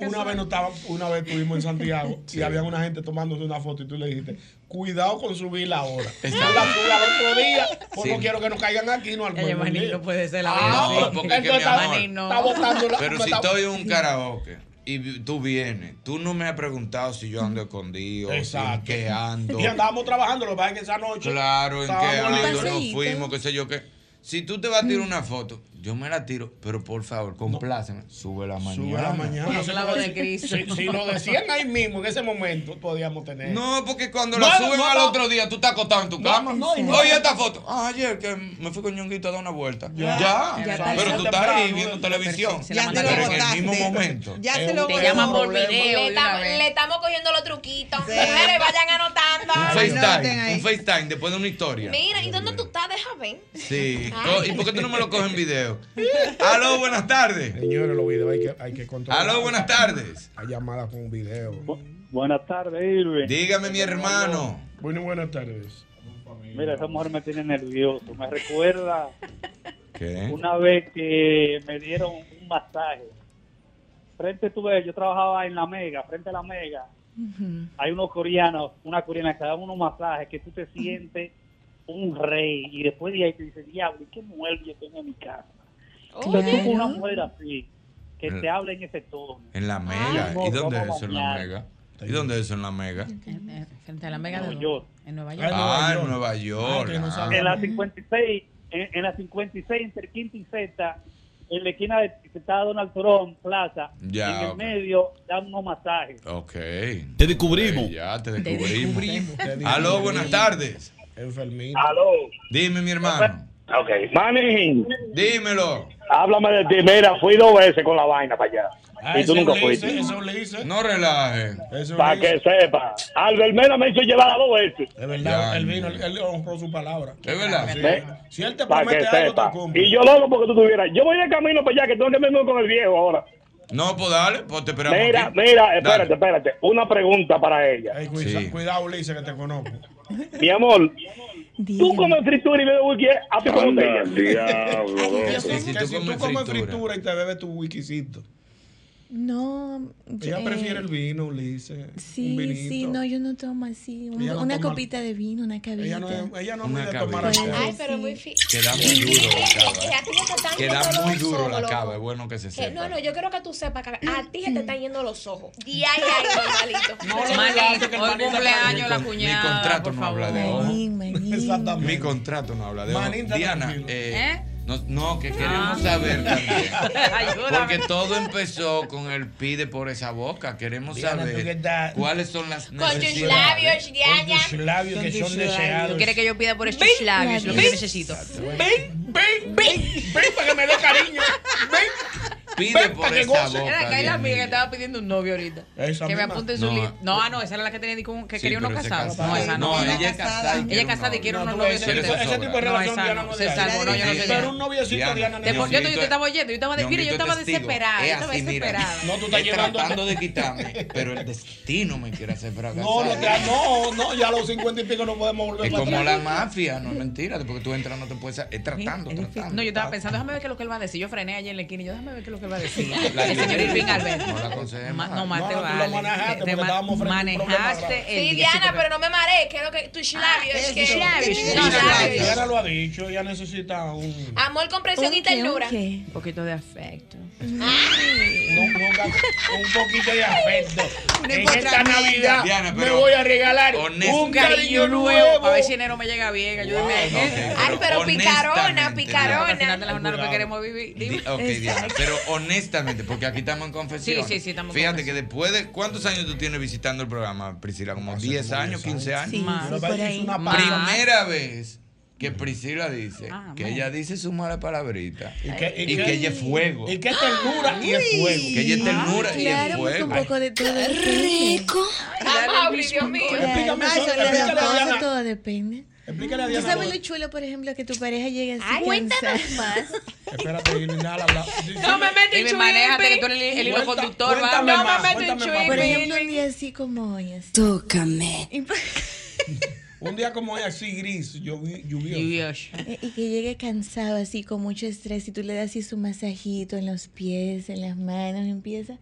[SPEAKER 5] Una vez, no estaba, una vez estuvimos en Santiago y había una gente tomándose una foto y tú le dijiste, cuidado con subirla ahora. No la subas al otro día, porque
[SPEAKER 4] Sí.
[SPEAKER 5] no quiero que nos caigan aquí, no al
[SPEAKER 27] Oye,
[SPEAKER 5] pueblo
[SPEAKER 27] Manín,
[SPEAKER 5] mío.
[SPEAKER 27] no puede ser la
[SPEAKER 5] Ah,
[SPEAKER 27] verdad.
[SPEAKER 4] No, porque es que mi
[SPEAKER 5] Entonces,
[SPEAKER 4] amor.
[SPEAKER 27] Manín, no.
[SPEAKER 5] Está botando la-
[SPEAKER 4] Pero
[SPEAKER 5] me
[SPEAKER 4] si
[SPEAKER 5] está-
[SPEAKER 4] estoy en un karaoke y vi- tú vienes, tú no me has preguntado si yo ando escondido, si en qué ando,
[SPEAKER 5] Y andábamos trabajando, lo que pasa es que esa noche.
[SPEAKER 4] claro, en qué
[SPEAKER 5] estábamos Mm.
[SPEAKER 4] ando,
[SPEAKER 5] libres.
[SPEAKER 4] nos fuimos, qué sé yo qué. Si tú te vas a tirar una foto, yo me la tiro, pero por favor, compláceme, sube la mañana.
[SPEAKER 5] Sube la mañana.
[SPEAKER 27] Por el amor de Cristo.
[SPEAKER 5] Si, si lo decían ahí mismo, en ese momento, podíamos tener.
[SPEAKER 4] No, porque cuando
[SPEAKER 5] No,
[SPEAKER 4] la
[SPEAKER 5] no,
[SPEAKER 4] suben
[SPEAKER 5] no,
[SPEAKER 4] al
[SPEAKER 5] no.
[SPEAKER 4] otro día, tú estás acostado en tu
[SPEAKER 5] No,
[SPEAKER 4] cama.
[SPEAKER 5] no, y no.
[SPEAKER 4] Oye, esta foto. Ah, ayer que me fui con Ñonguito a dar una vuelta. Ya.
[SPEAKER 5] Ya. Ya
[SPEAKER 4] pero
[SPEAKER 5] pasó.
[SPEAKER 4] tú estás ahí
[SPEAKER 5] Temprano,
[SPEAKER 4] viendo televisión.
[SPEAKER 5] se la Ya te
[SPEAKER 4] pero
[SPEAKER 5] lo
[SPEAKER 4] en el
[SPEAKER 5] botaste.
[SPEAKER 4] mismo momento.
[SPEAKER 5] Ya se lo Te botaste.
[SPEAKER 4] llaman
[SPEAKER 5] llaman por video
[SPEAKER 6] Le,
[SPEAKER 5] de una
[SPEAKER 6] estamos-
[SPEAKER 5] vez.
[SPEAKER 6] le estamos cogiendo los truquitos. Mujeres, vayan anotando.
[SPEAKER 4] Un FaceTime, un FaceTime después de una historia.
[SPEAKER 6] Mira, ¿y dónde tú estás? Deja ver.
[SPEAKER 4] Sí.
[SPEAKER 6] Ay.
[SPEAKER 4] Co- ¿Y por qué tú no me lo coges en video? Aló, buenas tardes.
[SPEAKER 5] Señores, los videos hay que, hay que controlar.
[SPEAKER 4] Aló, buenas tardes.
[SPEAKER 5] Hay llamadas con video.
[SPEAKER 16] Buenas tardes, Irving.
[SPEAKER 4] Dígame, mi hermano.
[SPEAKER 5] Bueno, buenas tardes.
[SPEAKER 16] Mira, esa mujer me tiene nervioso. Me recuerda
[SPEAKER 4] ¿Qué?
[SPEAKER 16] una vez que me dieron un masaje. Frente tuve, yo trabajaba en la Mega, frente a la Mega. Hay unos coreanos, una coreana que da unos masajes que tú te sientes un rey. Y después de ahí te dices, diablo, ¿y qué mujer yo tengo en mi casa?
[SPEAKER 6] Oye.
[SPEAKER 16] Yo tengo una mujer así, que te
[SPEAKER 4] Mm.
[SPEAKER 16] habla en ese tono.
[SPEAKER 4] En la mega.
[SPEAKER 16] no,
[SPEAKER 4] ¿Y dónde es
[SPEAKER 16] vamos
[SPEAKER 4] eso en la mega? ¿Y dónde es eso en la mega?
[SPEAKER 27] Frente a la mega de
[SPEAKER 16] Nueva York.
[SPEAKER 27] En Nueva York.
[SPEAKER 4] Ah, en Nueva York. ah.
[SPEAKER 16] en la 56, en, en la 56 entre Quinta y Sexta, en la esquina de que está Donald Trump Plaza,
[SPEAKER 4] Ya,
[SPEAKER 16] en el
[SPEAKER 4] ok.
[SPEAKER 16] medio dan unos masajes.
[SPEAKER 4] Ok. Te descubrimos. ya, te descubrimos.
[SPEAKER 16] descubrimos.
[SPEAKER 4] Aló, buenas tardes.
[SPEAKER 5] Enfermito.
[SPEAKER 14] Aló.
[SPEAKER 4] Dime, mi hermano.
[SPEAKER 14] Ok. Manning.
[SPEAKER 4] Dímelo.
[SPEAKER 14] Háblame de ti. Mira, fui dos veces con la vaina para allá. y tú nunca fuiste.
[SPEAKER 5] Ah, Eso le hice.
[SPEAKER 4] No relaje.
[SPEAKER 5] Eso
[SPEAKER 14] Para eh. que sepa. Albert Mena me hizo llevar a dos veces.
[SPEAKER 5] Es verdad, él vino, él, él honró su palabra.
[SPEAKER 4] Es verdad.
[SPEAKER 5] Sí. Si él te
[SPEAKER 14] Para que
[SPEAKER 5] promete algo,
[SPEAKER 14] sepa.
[SPEAKER 5] te cumple.
[SPEAKER 14] Y yo loco porque tú tuvieras. Yo voy de camino para allá, que tengo que verme con el viejo ahora.
[SPEAKER 4] No, pues dale, pues te esperamos.
[SPEAKER 14] Mira,
[SPEAKER 4] aquí.
[SPEAKER 14] mira, espérate, espérate. Una pregunta para ella.
[SPEAKER 5] Ey, cuida- Cuidado, Ulises, que te conozco.
[SPEAKER 14] Mi amor, tú comes fritura y bebes whisky a tu botella.
[SPEAKER 5] Que si tú comes fritura y te bebes tu wikisito.
[SPEAKER 7] No. yo-
[SPEAKER 5] Ella prefiere
[SPEAKER 7] eh,
[SPEAKER 5] el vino, Ulises.
[SPEAKER 7] Sí,
[SPEAKER 5] un vinito.
[SPEAKER 7] sí, no, yo no tomo así. un-
[SPEAKER 5] Ella no
[SPEAKER 7] una
[SPEAKER 5] toma-
[SPEAKER 7] copita de vino, una cabita.
[SPEAKER 5] Ella no es- ella no es
[SPEAKER 4] Una
[SPEAKER 5] muy de tomar
[SPEAKER 4] cabeza.
[SPEAKER 5] alcohol.
[SPEAKER 6] Ay, pero muy fi...
[SPEAKER 4] Queda muy duro
[SPEAKER 6] Que
[SPEAKER 4] la
[SPEAKER 6] a
[SPEAKER 4] cava. eh.
[SPEAKER 6] ti no te están
[SPEAKER 4] Queda
[SPEAKER 6] yendo
[SPEAKER 4] muy
[SPEAKER 6] los
[SPEAKER 4] duro
[SPEAKER 6] ojos,
[SPEAKER 4] la
[SPEAKER 6] loco.
[SPEAKER 4] cava. Es bueno que se
[SPEAKER 6] Que-
[SPEAKER 4] sepa.
[SPEAKER 6] no, no, yo quiero que tú sepas que a ti se te están yendo los ojos. Y ay, normalito.
[SPEAKER 27] Hoy cumpleaños la
[SPEAKER 4] Mi
[SPEAKER 27] cuñada.
[SPEAKER 4] contrato no habla de ojo.
[SPEAKER 5] Exactamente.
[SPEAKER 4] Mi contrato no habla de ojo.
[SPEAKER 5] Manín, está
[SPEAKER 4] Diana,
[SPEAKER 5] tranquilo.
[SPEAKER 4] eh, no, no, que
[SPEAKER 27] Ah.
[SPEAKER 4] queremos saber también.
[SPEAKER 27] Ayúdame.
[SPEAKER 4] Porque todo empezó con el pide por esa boca. Queremos
[SPEAKER 1] Diana, tú que
[SPEAKER 4] saber
[SPEAKER 1] estás-
[SPEAKER 4] cuáles son las
[SPEAKER 1] Con tus
[SPEAKER 4] necesidades.
[SPEAKER 1] Con tus labios que son deseados.
[SPEAKER 27] ¿Tú quieres que yo pida por estos labios? Lo que yo necesito.
[SPEAKER 1] Ven, ven, ven, ven para que me dé cariño.
[SPEAKER 4] Pide por
[SPEAKER 27] Para que
[SPEAKER 4] esa
[SPEAKER 27] goce.
[SPEAKER 4] boca.
[SPEAKER 27] Era que es la
[SPEAKER 4] Dios mío.
[SPEAKER 27] amiga que estaba pidiendo un novio ahorita.
[SPEAKER 4] Esa
[SPEAKER 27] que me
[SPEAKER 4] misma.
[SPEAKER 27] apunte en su
[SPEAKER 4] No,
[SPEAKER 27] lista. No, ah, no, esa era la que tenía dijo, que
[SPEAKER 4] Sí,
[SPEAKER 27] quería uno
[SPEAKER 4] pero ese
[SPEAKER 27] casado.
[SPEAKER 4] casado.
[SPEAKER 27] No, esa no.
[SPEAKER 4] No, ella es casada y
[SPEAKER 27] Ella
[SPEAKER 4] quiere
[SPEAKER 27] es casada y
[SPEAKER 4] un
[SPEAKER 27] quiere
[SPEAKER 4] novio.
[SPEAKER 27] unos
[SPEAKER 4] No, tú
[SPEAKER 27] novios.
[SPEAKER 4] ves, ese- ese tipo de relación
[SPEAKER 27] esa
[SPEAKER 4] Diana
[SPEAKER 27] no.
[SPEAKER 4] no
[SPEAKER 27] Se
[SPEAKER 4] deja.
[SPEAKER 27] salvó, no, yo no sé.
[SPEAKER 4] Pero
[SPEAKER 27] Diana.
[SPEAKER 4] un noviecito
[SPEAKER 27] Diana,
[SPEAKER 4] Diana no
[SPEAKER 27] te- Yo
[SPEAKER 4] deja.
[SPEAKER 27] te- yo te estaba oyendo, yo estaba de- mira, yo
[SPEAKER 4] Diosito
[SPEAKER 27] estaba
[SPEAKER 4] es testigo.
[SPEAKER 27] desesperada, yo
[SPEAKER 4] Es
[SPEAKER 27] estaba
[SPEAKER 4] así, mira.
[SPEAKER 27] desesperada.
[SPEAKER 4] No, tú estás tratando de quitarme, pero el destino me quiere hacer fracasar.
[SPEAKER 5] No, no, ya, no, no, ya a los 50 y pico no podemos volver
[SPEAKER 4] Es
[SPEAKER 5] para
[SPEAKER 4] como la
[SPEAKER 5] atrás.
[SPEAKER 4] mafia, no es mentira, porque tú entras no te puedes... Es tratando, tratando.
[SPEAKER 27] No, yo estaba pensando, déjame ver qué es lo que él va a decir. Yo frené ayer en la esquina y yo, déjame ver qué es lo que él va a decir.
[SPEAKER 4] La
[SPEAKER 27] El señor
[SPEAKER 4] idea.
[SPEAKER 27] Irving Alberto.
[SPEAKER 4] No la aconsejé
[SPEAKER 27] Ma-
[SPEAKER 4] más.
[SPEAKER 27] No, más
[SPEAKER 4] No,
[SPEAKER 27] te
[SPEAKER 4] no, tú lo
[SPEAKER 27] vale.
[SPEAKER 4] manejaste
[SPEAKER 27] Te-
[SPEAKER 4] porque
[SPEAKER 27] te ma-
[SPEAKER 4] estábamos frente a un problema
[SPEAKER 27] Manejaste
[SPEAKER 4] grave.
[SPEAKER 27] el
[SPEAKER 6] Sí, Diana, pero no me marees. Quiero que tus labios. que-
[SPEAKER 5] Ella-
[SPEAKER 6] Tus labios.
[SPEAKER 5] Ella lo ha dicho, ella necesita un.
[SPEAKER 6] Amor, comprensión y ternura. Ah.
[SPEAKER 27] Un poquito de afecto.
[SPEAKER 5] No, nunca- un poquito de afecto.
[SPEAKER 27] Una
[SPEAKER 5] en esta
[SPEAKER 27] encontradita.
[SPEAKER 5] Navidad
[SPEAKER 27] Diana,
[SPEAKER 5] me
[SPEAKER 27] pero
[SPEAKER 5] voy a regalar
[SPEAKER 27] Honest-
[SPEAKER 5] un cariño nuevo.
[SPEAKER 27] Para ver si enero me llega bien. Ayúdame ahí.
[SPEAKER 6] Ay, pero picarona,
[SPEAKER 27] Al final
[SPEAKER 6] picarona.
[SPEAKER 27] de la jornada lo que queremos es vivir.
[SPEAKER 4] Di- ok, Diana, pero honestamente, porque aquí estamos en confesión.
[SPEAKER 27] Sí, sí, sí, estamos en
[SPEAKER 4] Fíjate que después de. ¿Cuántos años tú tienes visitando el programa, Priscila? ¿Como 10 años, 15 años?
[SPEAKER 5] Sí, Más. sí, Pero por es ahí. una parada.
[SPEAKER 4] Primera vez que Priscila dice
[SPEAKER 5] Ah,
[SPEAKER 4] que
[SPEAKER 5] man.
[SPEAKER 4] ella dice su mala palabrita y
[SPEAKER 5] que-
[SPEAKER 4] que,
[SPEAKER 5] y que-
[SPEAKER 4] ella es fuego.
[SPEAKER 5] Y qué ternura y es fuego.
[SPEAKER 4] Que
[SPEAKER 27] Ah,
[SPEAKER 4] ella es ternura y es
[SPEAKER 7] Claro, porque
[SPEAKER 4] fuego.
[SPEAKER 7] un poco de todo. Rico.
[SPEAKER 6] Amable, Dios mío.
[SPEAKER 5] Explícame
[SPEAKER 7] Claro,
[SPEAKER 5] eso,
[SPEAKER 7] de las
[SPEAKER 5] explícale a
[SPEAKER 7] cosas
[SPEAKER 5] Diana.
[SPEAKER 7] todo depende.
[SPEAKER 5] Explícale a
[SPEAKER 7] ¿Tú
[SPEAKER 5] Diana
[SPEAKER 7] sabes
[SPEAKER 5] lo-
[SPEAKER 7] lo chulo, por ejemplo, que tu pareja llegue así?
[SPEAKER 5] Ay, cuéntanos
[SPEAKER 7] más.
[SPEAKER 5] Espérate, Irving, déjala hablar.
[SPEAKER 7] No me meto en
[SPEAKER 27] Y
[SPEAKER 7] chuipi.
[SPEAKER 27] manéjate que tú eres el, el hilo
[SPEAKER 7] Cuenta-
[SPEAKER 27] conductor. va.
[SPEAKER 7] cuéntame
[SPEAKER 27] No
[SPEAKER 7] más,
[SPEAKER 27] me meto en
[SPEAKER 5] cuéntame más.
[SPEAKER 7] Por
[SPEAKER 27] chuipi.
[SPEAKER 7] ejemplo, un día así como hoy. así.
[SPEAKER 5] Tócame. Un día como hoy, así gris, llovi- lluvioso.
[SPEAKER 7] Eh, Y que llegue cansado, así con mucho estrés, y tú le das así su masajito en los pies, en las manos, empieza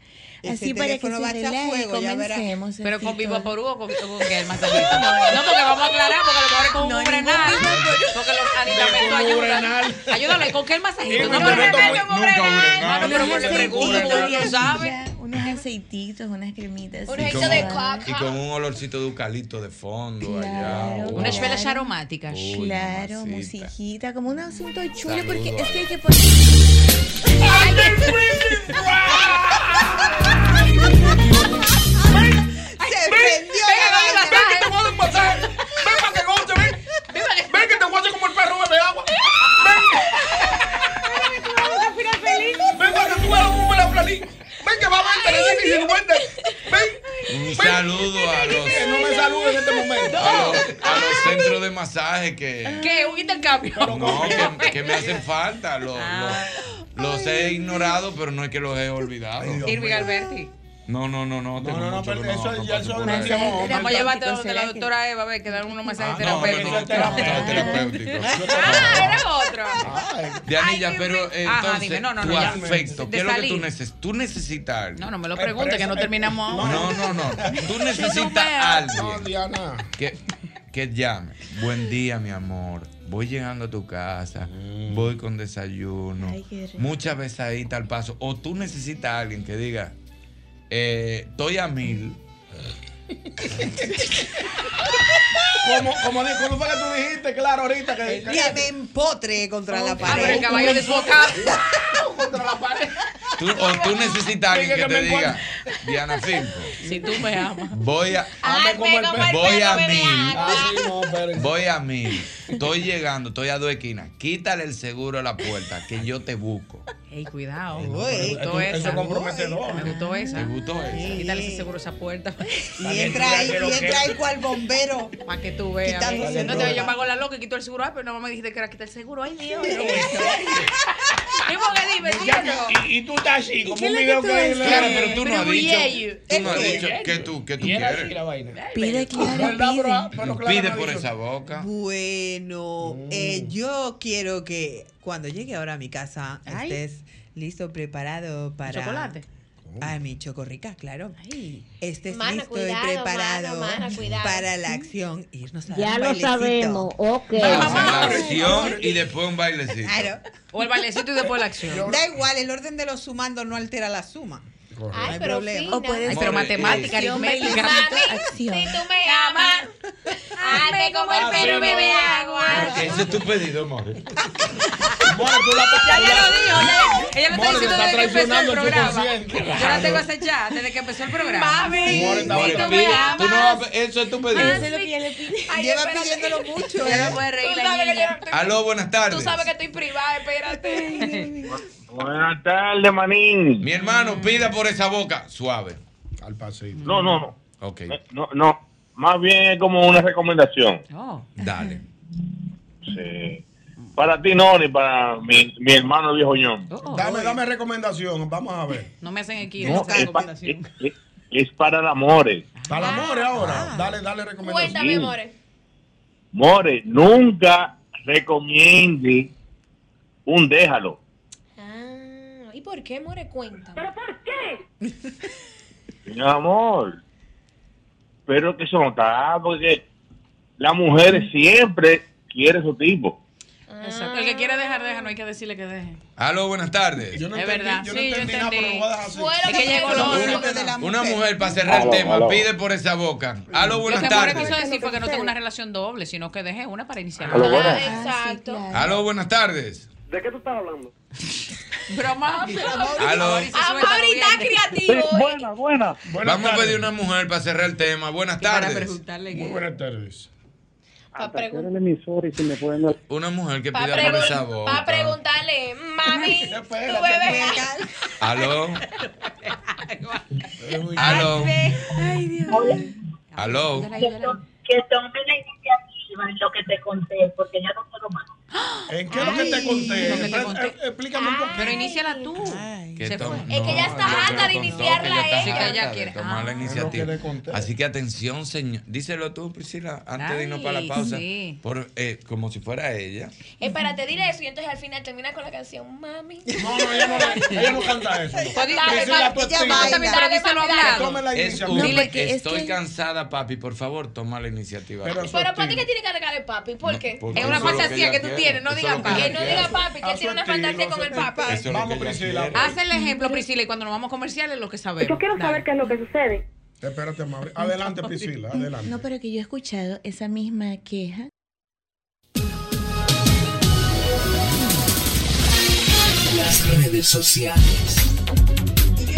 [SPEAKER 8] Ese
[SPEAKER 7] así para que
[SPEAKER 8] teléfono va a
[SPEAKER 7] se
[SPEAKER 8] echar
[SPEAKER 7] relaje y
[SPEAKER 8] fuego, ya verás.
[SPEAKER 7] comencemos.
[SPEAKER 27] Pero
[SPEAKER 7] así
[SPEAKER 27] con
[SPEAKER 7] todo.
[SPEAKER 27] Vivaporú o con, o con qué, el masajito. No, porque vamos a aclarar, porque a lo mejor es con un
[SPEAKER 7] No,
[SPEAKER 27] urenal.
[SPEAKER 7] ningún Vivaporú.
[SPEAKER 27] Porque los aditamentos
[SPEAKER 7] Ningún
[SPEAKER 27] ayudan.
[SPEAKER 7] urenal.
[SPEAKER 27] Ayúdale, ¿con qué el masajito?
[SPEAKER 7] Ningún
[SPEAKER 27] No, pero
[SPEAKER 7] urenal,
[SPEAKER 27] no,
[SPEAKER 7] nunca
[SPEAKER 27] no, urenal. Mano, pero
[SPEAKER 7] Unos
[SPEAKER 27] le pregunto,
[SPEAKER 7] aceititos,
[SPEAKER 27] porque uno no sabe.
[SPEAKER 7] ya, Unos aceititos, unas cremitas.
[SPEAKER 4] Y
[SPEAKER 7] así
[SPEAKER 4] con,
[SPEAKER 7] suaves.
[SPEAKER 4] y con un olorcito de eucalipto de fondo allá.
[SPEAKER 7] Claro,
[SPEAKER 4] Wow.
[SPEAKER 27] Unas velas aromáticas.
[SPEAKER 4] Uy,
[SPEAKER 7] Claro, musiquita, como un asunto chulo,
[SPEAKER 4] Saludo
[SPEAKER 7] porque
[SPEAKER 4] a-
[SPEAKER 7] es que hay que poner.
[SPEAKER 1] Se prendió. Ven a darle masaje. Ven que te voy a dar un masaje. Ven para que goce, ven. Ven que te voy a hacer como el perro bebe agua. Ven. Ven para que tú veas como la planí. Ven que vamos a interesar y se encuentra.
[SPEAKER 4] Un saludo a los.
[SPEAKER 5] Que no me salude en este momento.
[SPEAKER 4] A los, a los centros de masaje que.
[SPEAKER 27] ¿Qué? ¿Un intercambio? Ah,
[SPEAKER 4] No, que, que me hacen falta. Los, los, los he ignorado, pero no es que los he olvidado.
[SPEAKER 27] Irving Alberti.
[SPEAKER 4] No, no, no, no. Tengo mucho que no,
[SPEAKER 5] eso
[SPEAKER 4] no
[SPEAKER 5] ya
[SPEAKER 4] paso
[SPEAKER 5] eso
[SPEAKER 4] por
[SPEAKER 5] no
[SPEAKER 4] ahí.
[SPEAKER 5] se llama hombre.
[SPEAKER 27] Vamos a llevarte donde la
[SPEAKER 5] ¿Será
[SPEAKER 27] doctora Eva, a ver, que dan unos masajes
[SPEAKER 4] No, pero
[SPEAKER 27] terapéuticos.
[SPEAKER 4] no, terapéutico.
[SPEAKER 27] Ah, era otro.
[SPEAKER 4] Dianilla, pero entonces,
[SPEAKER 27] Ajá, dime, no, no, no,
[SPEAKER 4] tu
[SPEAKER 27] ya.
[SPEAKER 4] afecto,
[SPEAKER 27] De
[SPEAKER 4] ¿qué es lo que tú
[SPEAKER 27] salir.
[SPEAKER 4] necesitas? Tú necesitas algo.
[SPEAKER 27] No, no me lo preguntes, que no terminamos ahora.
[SPEAKER 4] No, no, no. Tú necesitas a
[SPEAKER 5] No,
[SPEAKER 4] alguien
[SPEAKER 5] Diana.
[SPEAKER 4] que, que llame. Buen día, mi amor. Voy llegando a tu casa. Voy con desayuno.
[SPEAKER 7] Ay, qué rico.
[SPEAKER 4] Muchas veces ahí está el paso. O tú necesitas a alguien que diga, eh, estoy a mil.
[SPEAKER 5] Como, como, di- como fue que tú dijiste, claro, ahorita que.
[SPEAKER 8] Que me empotre contra la pared.
[SPEAKER 27] Abre el caballo desbocado.
[SPEAKER 5] Contra la pared.
[SPEAKER 4] Tú- o tú necesitas alguien que,
[SPEAKER 1] Diga que
[SPEAKER 4] te
[SPEAKER 1] me
[SPEAKER 4] diga, Diana Filpo.
[SPEAKER 27] Si tú me amas.
[SPEAKER 4] Voy a,
[SPEAKER 27] Ay,
[SPEAKER 4] voy
[SPEAKER 27] me como el
[SPEAKER 4] a
[SPEAKER 27] perro
[SPEAKER 4] mil.
[SPEAKER 27] bebeaco.
[SPEAKER 4] Voy a mil. Estoy llegando, estoy a dos esquinas. Quítale el seguro a la puerta, que yo te busco.
[SPEAKER 27] Ey, cuidado.
[SPEAKER 4] Uy,
[SPEAKER 27] me gustó
[SPEAKER 4] eso-
[SPEAKER 27] esa.
[SPEAKER 4] eso es comprometedor.
[SPEAKER 27] Me gustó esa.
[SPEAKER 4] Me gustó esa.
[SPEAKER 27] Quítale ese seguro a esa puerta.
[SPEAKER 8] Y entra ahí, y entra ahí cual bombero.
[SPEAKER 27] Para que tú veas.
[SPEAKER 8] Quitando
[SPEAKER 27] mira.
[SPEAKER 8] el
[SPEAKER 27] No te
[SPEAKER 8] seguro.
[SPEAKER 27] veo, yo pago la loca y quito el seguro. Ay, pero no me dijiste que era quitar el seguro. Ay, Dios. Yo me hice. ¿Y por qué dime? ¿sí o no?
[SPEAKER 1] Y, y tú estás así, como
[SPEAKER 27] qué
[SPEAKER 1] un
[SPEAKER 27] es
[SPEAKER 1] video
[SPEAKER 27] lo que
[SPEAKER 1] que,
[SPEAKER 27] tú
[SPEAKER 1] hay en la-
[SPEAKER 27] haces?
[SPEAKER 4] Claro, pero tú no has
[SPEAKER 27] Pero
[SPEAKER 4] dicho.
[SPEAKER 27] bulleño.
[SPEAKER 4] Tú no has
[SPEAKER 1] este,
[SPEAKER 27] ¿Qué?
[SPEAKER 4] dicho que tú, que tú
[SPEAKER 1] Y era así
[SPEAKER 4] quieres.
[SPEAKER 1] la vaina.
[SPEAKER 7] Pide, claro,
[SPEAKER 1] ¿Verdad,
[SPEAKER 7] pide.
[SPEAKER 1] bro? Pero claro,
[SPEAKER 4] Pide
[SPEAKER 1] no
[SPEAKER 4] por Mm.
[SPEAKER 1] hizo.
[SPEAKER 4] esa boca.
[SPEAKER 8] Bueno, eh, yo quiero que cuando llegue ahora a mi casa
[SPEAKER 27] Ay.
[SPEAKER 8] estés listo, preparado para.
[SPEAKER 27] chocolate?
[SPEAKER 8] A mi chocorrica, claro. Estés Este
[SPEAKER 6] Mana,
[SPEAKER 8] listo
[SPEAKER 6] cuidado,
[SPEAKER 8] y preparado
[SPEAKER 6] mana, mana, cuidado.
[SPEAKER 8] para la acción. Irnos a dar
[SPEAKER 6] Ya
[SPEAKER 8] un
[SPEAKER 6] lo
[SPEAKER 8] bailecito.
[SPEAKER 6] sabemos,
[SPEAKER 28] oh.
[SPEAKER 8] ok.
[SPEAKER 4] La acción y después un bailecito.
[SPEAKER 8] Claro.
[SPEAKER 27] O el bailecito y después la acción.
[SPEAKER 8] Da igual, el orden de los sumandos no altera la suma.
[SPEAKER 4] Correcto.
[SPEAKER 8] no hay
[SPEAKER 27] pero
[SPEAKER 8] problema.
[SPEAKER 27] fina. O puede Ay, pero ser- matemática,
[SPEAKER 8] Acción,
[SPEAKER 27] aritmética.
[SPEAKER 8] matemática.
[SPEAKER 7] Acción.
[SPEAKER 6] Si tú me amas, hazme como el perro bebe agua.
[SPEAKER 4] Ese es tu pedido, amor.
[SPEAKER 1] Bueno, tú la
[SPEAKER 27] Ya, ya lo dijo. ya- Ella lo está
[SPEAKER 1] More, te
[SPEAKER 27] diciendo
[SPEAKER 1] está
[SPEAKER 27] desde que empezó
[SPEAKER 1] traicionando
[SPEAKER 27] el
[SPEAKER 1] el
[SPEAKER 27] programa.
[SPEAKER 1] 100%.
[SPEAKER 27] Yo la tengo acechada desde que empezó el programa.
[SPEAKER 8] Mami.
[SPEAKER 4] More,
[SPEAKER 27] si
[SPEAKER 4] more,
[SPEAKER 27] tú me
[SPEAKER 4] pide.
[SPEAKER 27] amas. Ah,
[SPEAKER 4] Tú no vas a- Eso es tu pedido.
[SPEAKER 7] Eso es lo que yo le pido.
[SPEAKER 27] Ay,
[SPEAKER 8] Lleva
[SPEAKER 27] espérate.
[SPEAKER 8] pidiéndolo mucho.
[SPEAKER 27] Ya
[SPEAKER 8] ¿eh?
[SPEAKER 27] no puede reír
[SPEAKER 6] Tú
[SPEAKER 27] la
[SPEAKER 6] sabes que
[SPEAKER 27] niña.
[SPEAKER 4] Aló, buenas tardes.
[SPEAKER 6] Tú sabes que estoy privada, espérate.
[SPEAKER 14] Buenas tardes, manín.
[SPEAKER 4] Mi hermano, pida por esa boca. Suave.
[SPEAKER 5] Al pasito.
[SPEAKER 14] No, no, no.
[SPEAKER 4] Ok.
[SPEAKER 14] No, no. Más bien es como una recomendación.
[SPEAKER 4] Dale.
[SPEAKER 14] Sí. Para ti, no, ni para mi, mi hermano viejo ñón.
[SPEAKER 5] Dame, dame recomendación, vamos a ver.
[SPEAKER 27] No me hacen equipo.
[SPEAKER 14] No, eh, es, pa- es- es- es para el amores.
[SPEAKER 27] Ah.
[SPEAKER 5] Para More ahora, dale, dale recomendación.
[SPEAKER 6] Cuéntame, amores.
[SPEAKER 14] More, nunca recomiende un déjalo.
[SPEAKER 6] Ah, ¿y por qué, more? Cuéntame. ¿Pero por qué?
[SPEAKER 14] Mi amor. Pero que eso no está, porque las mujeres siempre quieren su tipo.
[SPEAKER 27] Exacto. El que quiere dejar, deja. No hay que decirle que deje.
[SPEAKER 4] Aló, buenas tardes.
[SPEAKER 27] Es verdad. Sí, yo entendí.
[SPEAKER 6] Fue lo
[SPEAKER 27] Es que llegó el otro.
[SPEAKER 4] Una, una mujer, para cerrar
[SPEAKER 14] Aló,
[SPEAKER 4] el tema,
[SPEAKER 14] aló.
[SPEAKER 4] pide por esa boca. Aló,
[SPEAKER 27] Lo
[SPEAKER 4] buenas
[SPEAKER 27] que More
[SPEAKER 4] tardes.
[SPEAKER 27] quiso decir fue que no tengo una relación doble, sino que deje una para iniciar.
[SPEAKER 4] Aló, buenas.
[SPEAKER 6] Ah, Exacto.
[SPEAKER 4] Aló, buenas tardes.
[SPEAKER 16] ¿De qué tú estás hablando?
[SPEAKER 27] Pero mami,
[SPEAKER 4] Aló.
[SPEAKER 6] Ah, Mauri está creativo.
[SPEAKER 16] Buena, buena.
[SPEAKER 4] Vamos a pedir una mujer para cerrar el tema. Buenas tardes.
[SPEAKER 5] Muy buenas tardes.
[SPEAKER 6] Para preguntar.
[SPEAKER 16] emisor y si me pueden dar-
[SPEAKER 4] Una mujer que
[SPEAKER 6] Pa'
[SPEAKER 4] pida por
[SPEAKER 6] pregun- Para
[SPEAKER 4] esa boca.
[SPEAKER 6] preguntarle, mami, tu bebé.
[SPEAKER 4] Aló. Aló.
[SPEAKER 7] Ay, Dios.
[SPEAKER 4] Aló.
[SPEAKER 2] Que tome la iniciativa en lo que te conté, porque ya no puedo más.
[SPEAKER 5] ¿En qué es lo que te conté?
[SPEAKER 27] lo que te conté.
[SPEAKER 5] Eh, Explícame un poquito.
[SPEAKER 27] Pero iníciala tú.
[SPEAKER 4] Que
[SPEAKER 27] Se
[SPEAKER 4] tom-
[SPEAKER 27] fue.
[SPEAKER 6] Es que ya está
[SPEAKER 4] yo
[SPEAKER 6] harta de
[SPEAKER 4] creo que contó
[SPEAKER 6] iniciarla
[SPEAKER 4] que ya
[SPEAKER 6] ella.
[SPEAKER 4] está harta
[SPEAKER 6] Sí, que ella
[SPEAKER 4] de
[SPEAKER 6] quiere.
[SPEAKER 4] tomar la
[SPEAKER 6] Ah.
[SPEAKER 4] iniciativa. Así que atención, señor. Díselo tú, Priscila, antes de irnos
[SPEAKER 6] Ay,
[SPEAKER 4] para la pausa.
[SPEAKER 6] sí.
[SPEAKER 4] Por, eh, como si fuera ella.
[SPEAKER 6] Espérate, dile eso y entonces al final termina con la canción, mami.
[SPEAKER 5] No, no, ella no, le- ella no canta eso.
[SPEAKER 6] Pues di-
[SPEAKER 5] Que sea la
[SPEAKER 6] papi,
[SPEAKER 5] postura.
[SPEAKER 6] ella baila. También, pero díselo
[SPEAKER 5] Que
[SPEAKER 6] hablado.
[SPEAKER 5] tome la
[SPEAKER 4] Es
[SPEAKER 5] iniciativa.
[SPEAKER 4] un- estoy cansada, papi. Por favor, toma la iniciativa.
[SPEAKER 5] Pero
[SPEAKER 4] Aquí.
[SPEAKER 6] Pero ¿por qué tiene que regalar papi? ¿Por qué?
[SPEAKER 4] porque Es una eso es lo que fantasía ella que tú quiere. tienes, no Eso es diga lo que papi. ella
[SPEAKER 6] Que no
[SPEAKER 4] quiere.
[SPEAKER 6] diga papi, que
[SPEAKER 5] A
[SPEAKER 6] él tiene
[SPEAKER 5] su
[SPEAKER 6] una
[SPEAKER 5] estilo,
[SPEAKER 6] fantasía con
[SPEAKER 5] a
[SPEAKER 6] el
[SPEAKER 5] su-
[SPEAKER 6] papi.
[SPEAKER 4] Eso es lo que ella quiere.
[SPEAKER 27] Haz el ejemplo, Priscila, y cuando nos vamos a comerciales, lo que sabemos.
[SPEAKER 5] Yo quiero saber
[SPEAKER 27] qué es lo que sucede.
[SPEAKER 5] Espérate, Mauri. Adelante, Priscila, adelante.
[SPEAKER 7] No, pero que yo he escuchado esa misma queja.
[SPEAKER 25] Las redes sociales.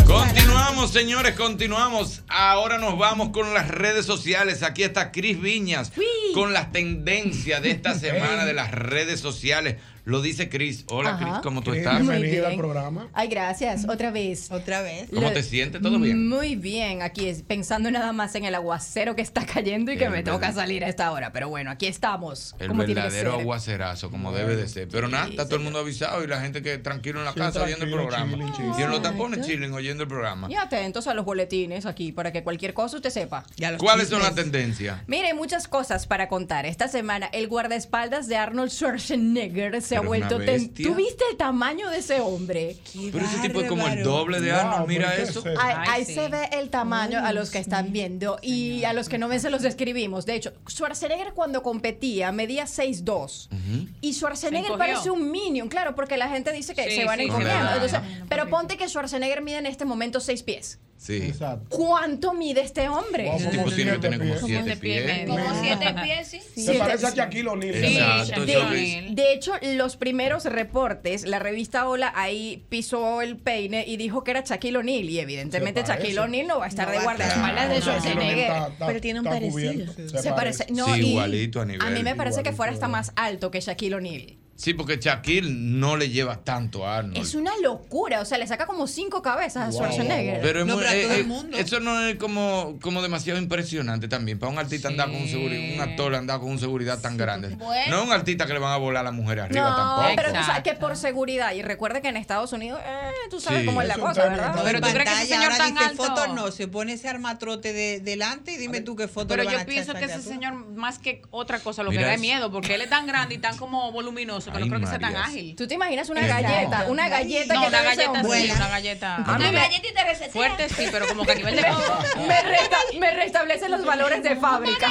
[SPEAKER 4] Continuamos, señores, continuamos. Ahora nos vamos con las redes sociales. Aquí está Cris Viñas con las tendencias de esta semana de las redes sociales. Lo dice Cris. Hola,
[SPEAKER 28] Ajá.
[SPEAKER 4] Cris, ¿cómo tú
[SPEAKER 5] Cris,
[SPEAKER 4] estás?
[SPEAKER 28] bienvenida al Muy bien.
[SPEAKER 5] programa.
[SPEAKER 28] Ay, gracias. Otra vez. Otra vez.
[SPEAKER 4] ¿Cómo te sientes? ¿Todo bien?
[SPEAKER 28] Muy bien. Aquí es- pensando nada más en el aguacero que está cayendo y que
[SPEAKER 4] El
[SPEAKER 28] me toca
[SPEAKER 4] verdad-
[SPEAKER 28] salir a esta hora. Pero bueno, aquí estamos.
[SPEAKER 4] El
[SPEAKER 28] como tiene que
[SPEAKER 4] verdadero
[SPEAKER 28] ser.
[SPEAKER 4] aguacerazo, como debe de ser. Pero nada, está todo el mundo avisado y la gente que tranquilo en la
[SPEAKER 28] Sí,
[SPEAKER 4] casa oyendo el
[SPEAKER 28] tranquilo,
[SPEAKER 4] programa.
[SPEAKER 28] chilling,
[SPEAKER 4] Tienen
[SPEAKER 28] chilling.
[SPEAKER 4] los tapones chilling oyendo el programa.
[SPEAKER 28] Y atentos a los boletines aquí para que cualquier cosa usted sepa.
[SPEAKER 4] ¿Cuáles son las tendencias?
[SPEAKER 28] Mire, muchas cosas para contar. Esta semana, el guardaespaldas de Arnold Schwarzenegger se ha
[SPEAKER 4] Pero es una
[SPEAKER 28] vuelto. ten-
[SPEAKER 4] bestia.
[SPEAKER 28] ¿Tú viste el tamaño de ese hombre?
[SPEAKER 4] Pero ese tipo es como el doble de Arnold, mira eso.
[SPEAKER 28] Ahí, ahí se ve el tamaño a los que están viendo y a los que no ven se los describimos. De hecho, Schwarzenegger cuando competía medía 6'2".
[SPEAKER 4] ¿Mm?
[SPEAKER 28] Y
[SPEAKER 29] Se
[SPEAKER 28] Schwarzenegger
[SPEAKER 29] encogió.
[SPEAKER 28] parece un minion, claro, porque la gente dice que
[SPEAKER 29] Sí,
[SPEAKER 28] se van
[SPEAKER 29] sí,
[SPEAKER 28] encogiendo.
[SPEAKER 29] sí.
[SPEAKER 28] Entonces,
[SPEAKER 29] Con la edad.
[SPEAKER 28] pero ponte que Schwarzenegger mide en este momento 6 pies.
[SPEAKER 4] Sí.
[SPEAKER 28] ¿Cuánto mide este hombre?
[SPEAKER 4] Ese tipo tiene que tener como
[SPEAKER 28] Como
[SPEAKER 4] siete
[SPEAKER 28] siete
[SPEAKER 4] pies.
[SPEAKER 28] pies.
[SPEAKER 27] Como siete pies, sí.
[SPEAKER 5] Se parece a Shaquille O'Neal.
[SPEAKER 4] Exacto,
[SPEAKER 28] De,
[SPEAKER 4] yo vi-
[SPEAKER 28] de hecho, los primeros reportes, la revista Hola ahí pisó el peine y dijo que era Shaquille O'Neal. Y evidentemente
[SPEAKER 7] Se parece.
[SPEAKER 28] Shaquille O'Neal no va a estar
[SPEAKER 7] No
[SPEAKER 28] de
[SPEAKER 7] va a
[SPEAKER 28] guardaespaldas
[SPEAKER 7] estar.
[SPEAKER 28] de
[SPEAKER 7] No, Shaquille
[SPEAKER 28] Schwarzenegger.
[SPEAKER 7] O'Neal está- Pero tiene un está parecido. cubierto.
[SPEAKER 28] Se,
[SPEAKER 4] Se
[SPEAKER 28] parece.
[SPEAKER 4] parece.
[SPEAKER 28] No,
[SPEAKER 4] Sí,
[SPEAKER 28] y
[SPEAKER 4] igualito a nivel.
[SPEAKER 28] A mí me parece que fuera hasta más alto que Shaquille O'Neal.
[SPEAKER 4] Sí, porque Shaquille no le lleva tanto a Arnold.
[SPEAKER 28] Es una locura. O sea, le saca como cinco cabezas a Schwarzenegger.
[SPEAKER 4] Pero es muy- eh, eh, eso no es como, como demasiado impresionante también. Para un artista andar con un seguridad, un actor andar con un seguridad tan grande.
[SPEAKER 28] Bueno.
[SPEAKER 4] No es un artista que le van a volar a la mujer arriba
[SPEAKER 28] No,
[SPEAKER 4] tampoco.
[SPEAKER 28] pero tú sabes que por seguridad. Y recuerda que en Estados Unidos, eh, tú sabes
[SPEAKER 4] Sí.
[SPEAKER 28] cómo es la
[SPEAKER 4] Es un
[SPEAKER 28] cosa,
[SPEAKER 4] tema,
[SPEAKER 28] ¿verdad?
[SPEAKER 4] ¿no? Pero
[SPEAKER 28] tú crees que ese
[SPEAKER 8] Pantalla,
[SPEAKER 28] señor
[SPEAKER 8] ahora
[SPEAKER 28] tan
[SPEAKER 8] dice
[SPEAKER 28] alto-
[SPEAKER 8] foto no, se pone ese armatrote de, delante y dime tú qué foto
[SPEAKER 1] Pero
[SPEAKER 8] le van a
[SPEAKER 1] yo
[SPEAKER 8] echar
[SPEAKER 1] pienso
[SPEAKER 8] esa
[SPEAKER 1] que ese
[SPEAKER 8] criatura.
[SPEAKER 1] señor, más que otra cosa, lo que
[SPEAKER 8] Mira
[SPEAKER 1] da es
[SPEAKER 8] eso.
[SPEAKER 1] miedo, porque él es tan grande y tan como voluminoso, que
[SPEAKER 4] Ay,
[SPEAKER 1] no creo que sea tan
[SPEAKER 4] María.
[SPEAKER 1] ágil.
[SPEAKER 28] ¿Tú te imaginas una
[SPEAKER 1] No.
[SPEAKER 28] galleta? Una galleta
[SPEAKER 1] No,
[SPEAKER 28] que
[SPEAKER 1] una
[SPEAKER 28] te desea
[SPEAKER 1] galleta,
[SPEAKER 28] un
[SPEAKER 1] sí,
[SPEAKER 28] vuelo.
[SPEAKER 1] una galleta.
[SPEAKER 27] Ah,
[SPEAKER 28] A mí
[SPEAKER 1] Una
[SPEAKER 28] me-
[SPEAKER 1] galleta Fuerte sí, pero como que a nivel de...
[SPEAKER 28] me, me resta- me restablecen los valores de fábrica.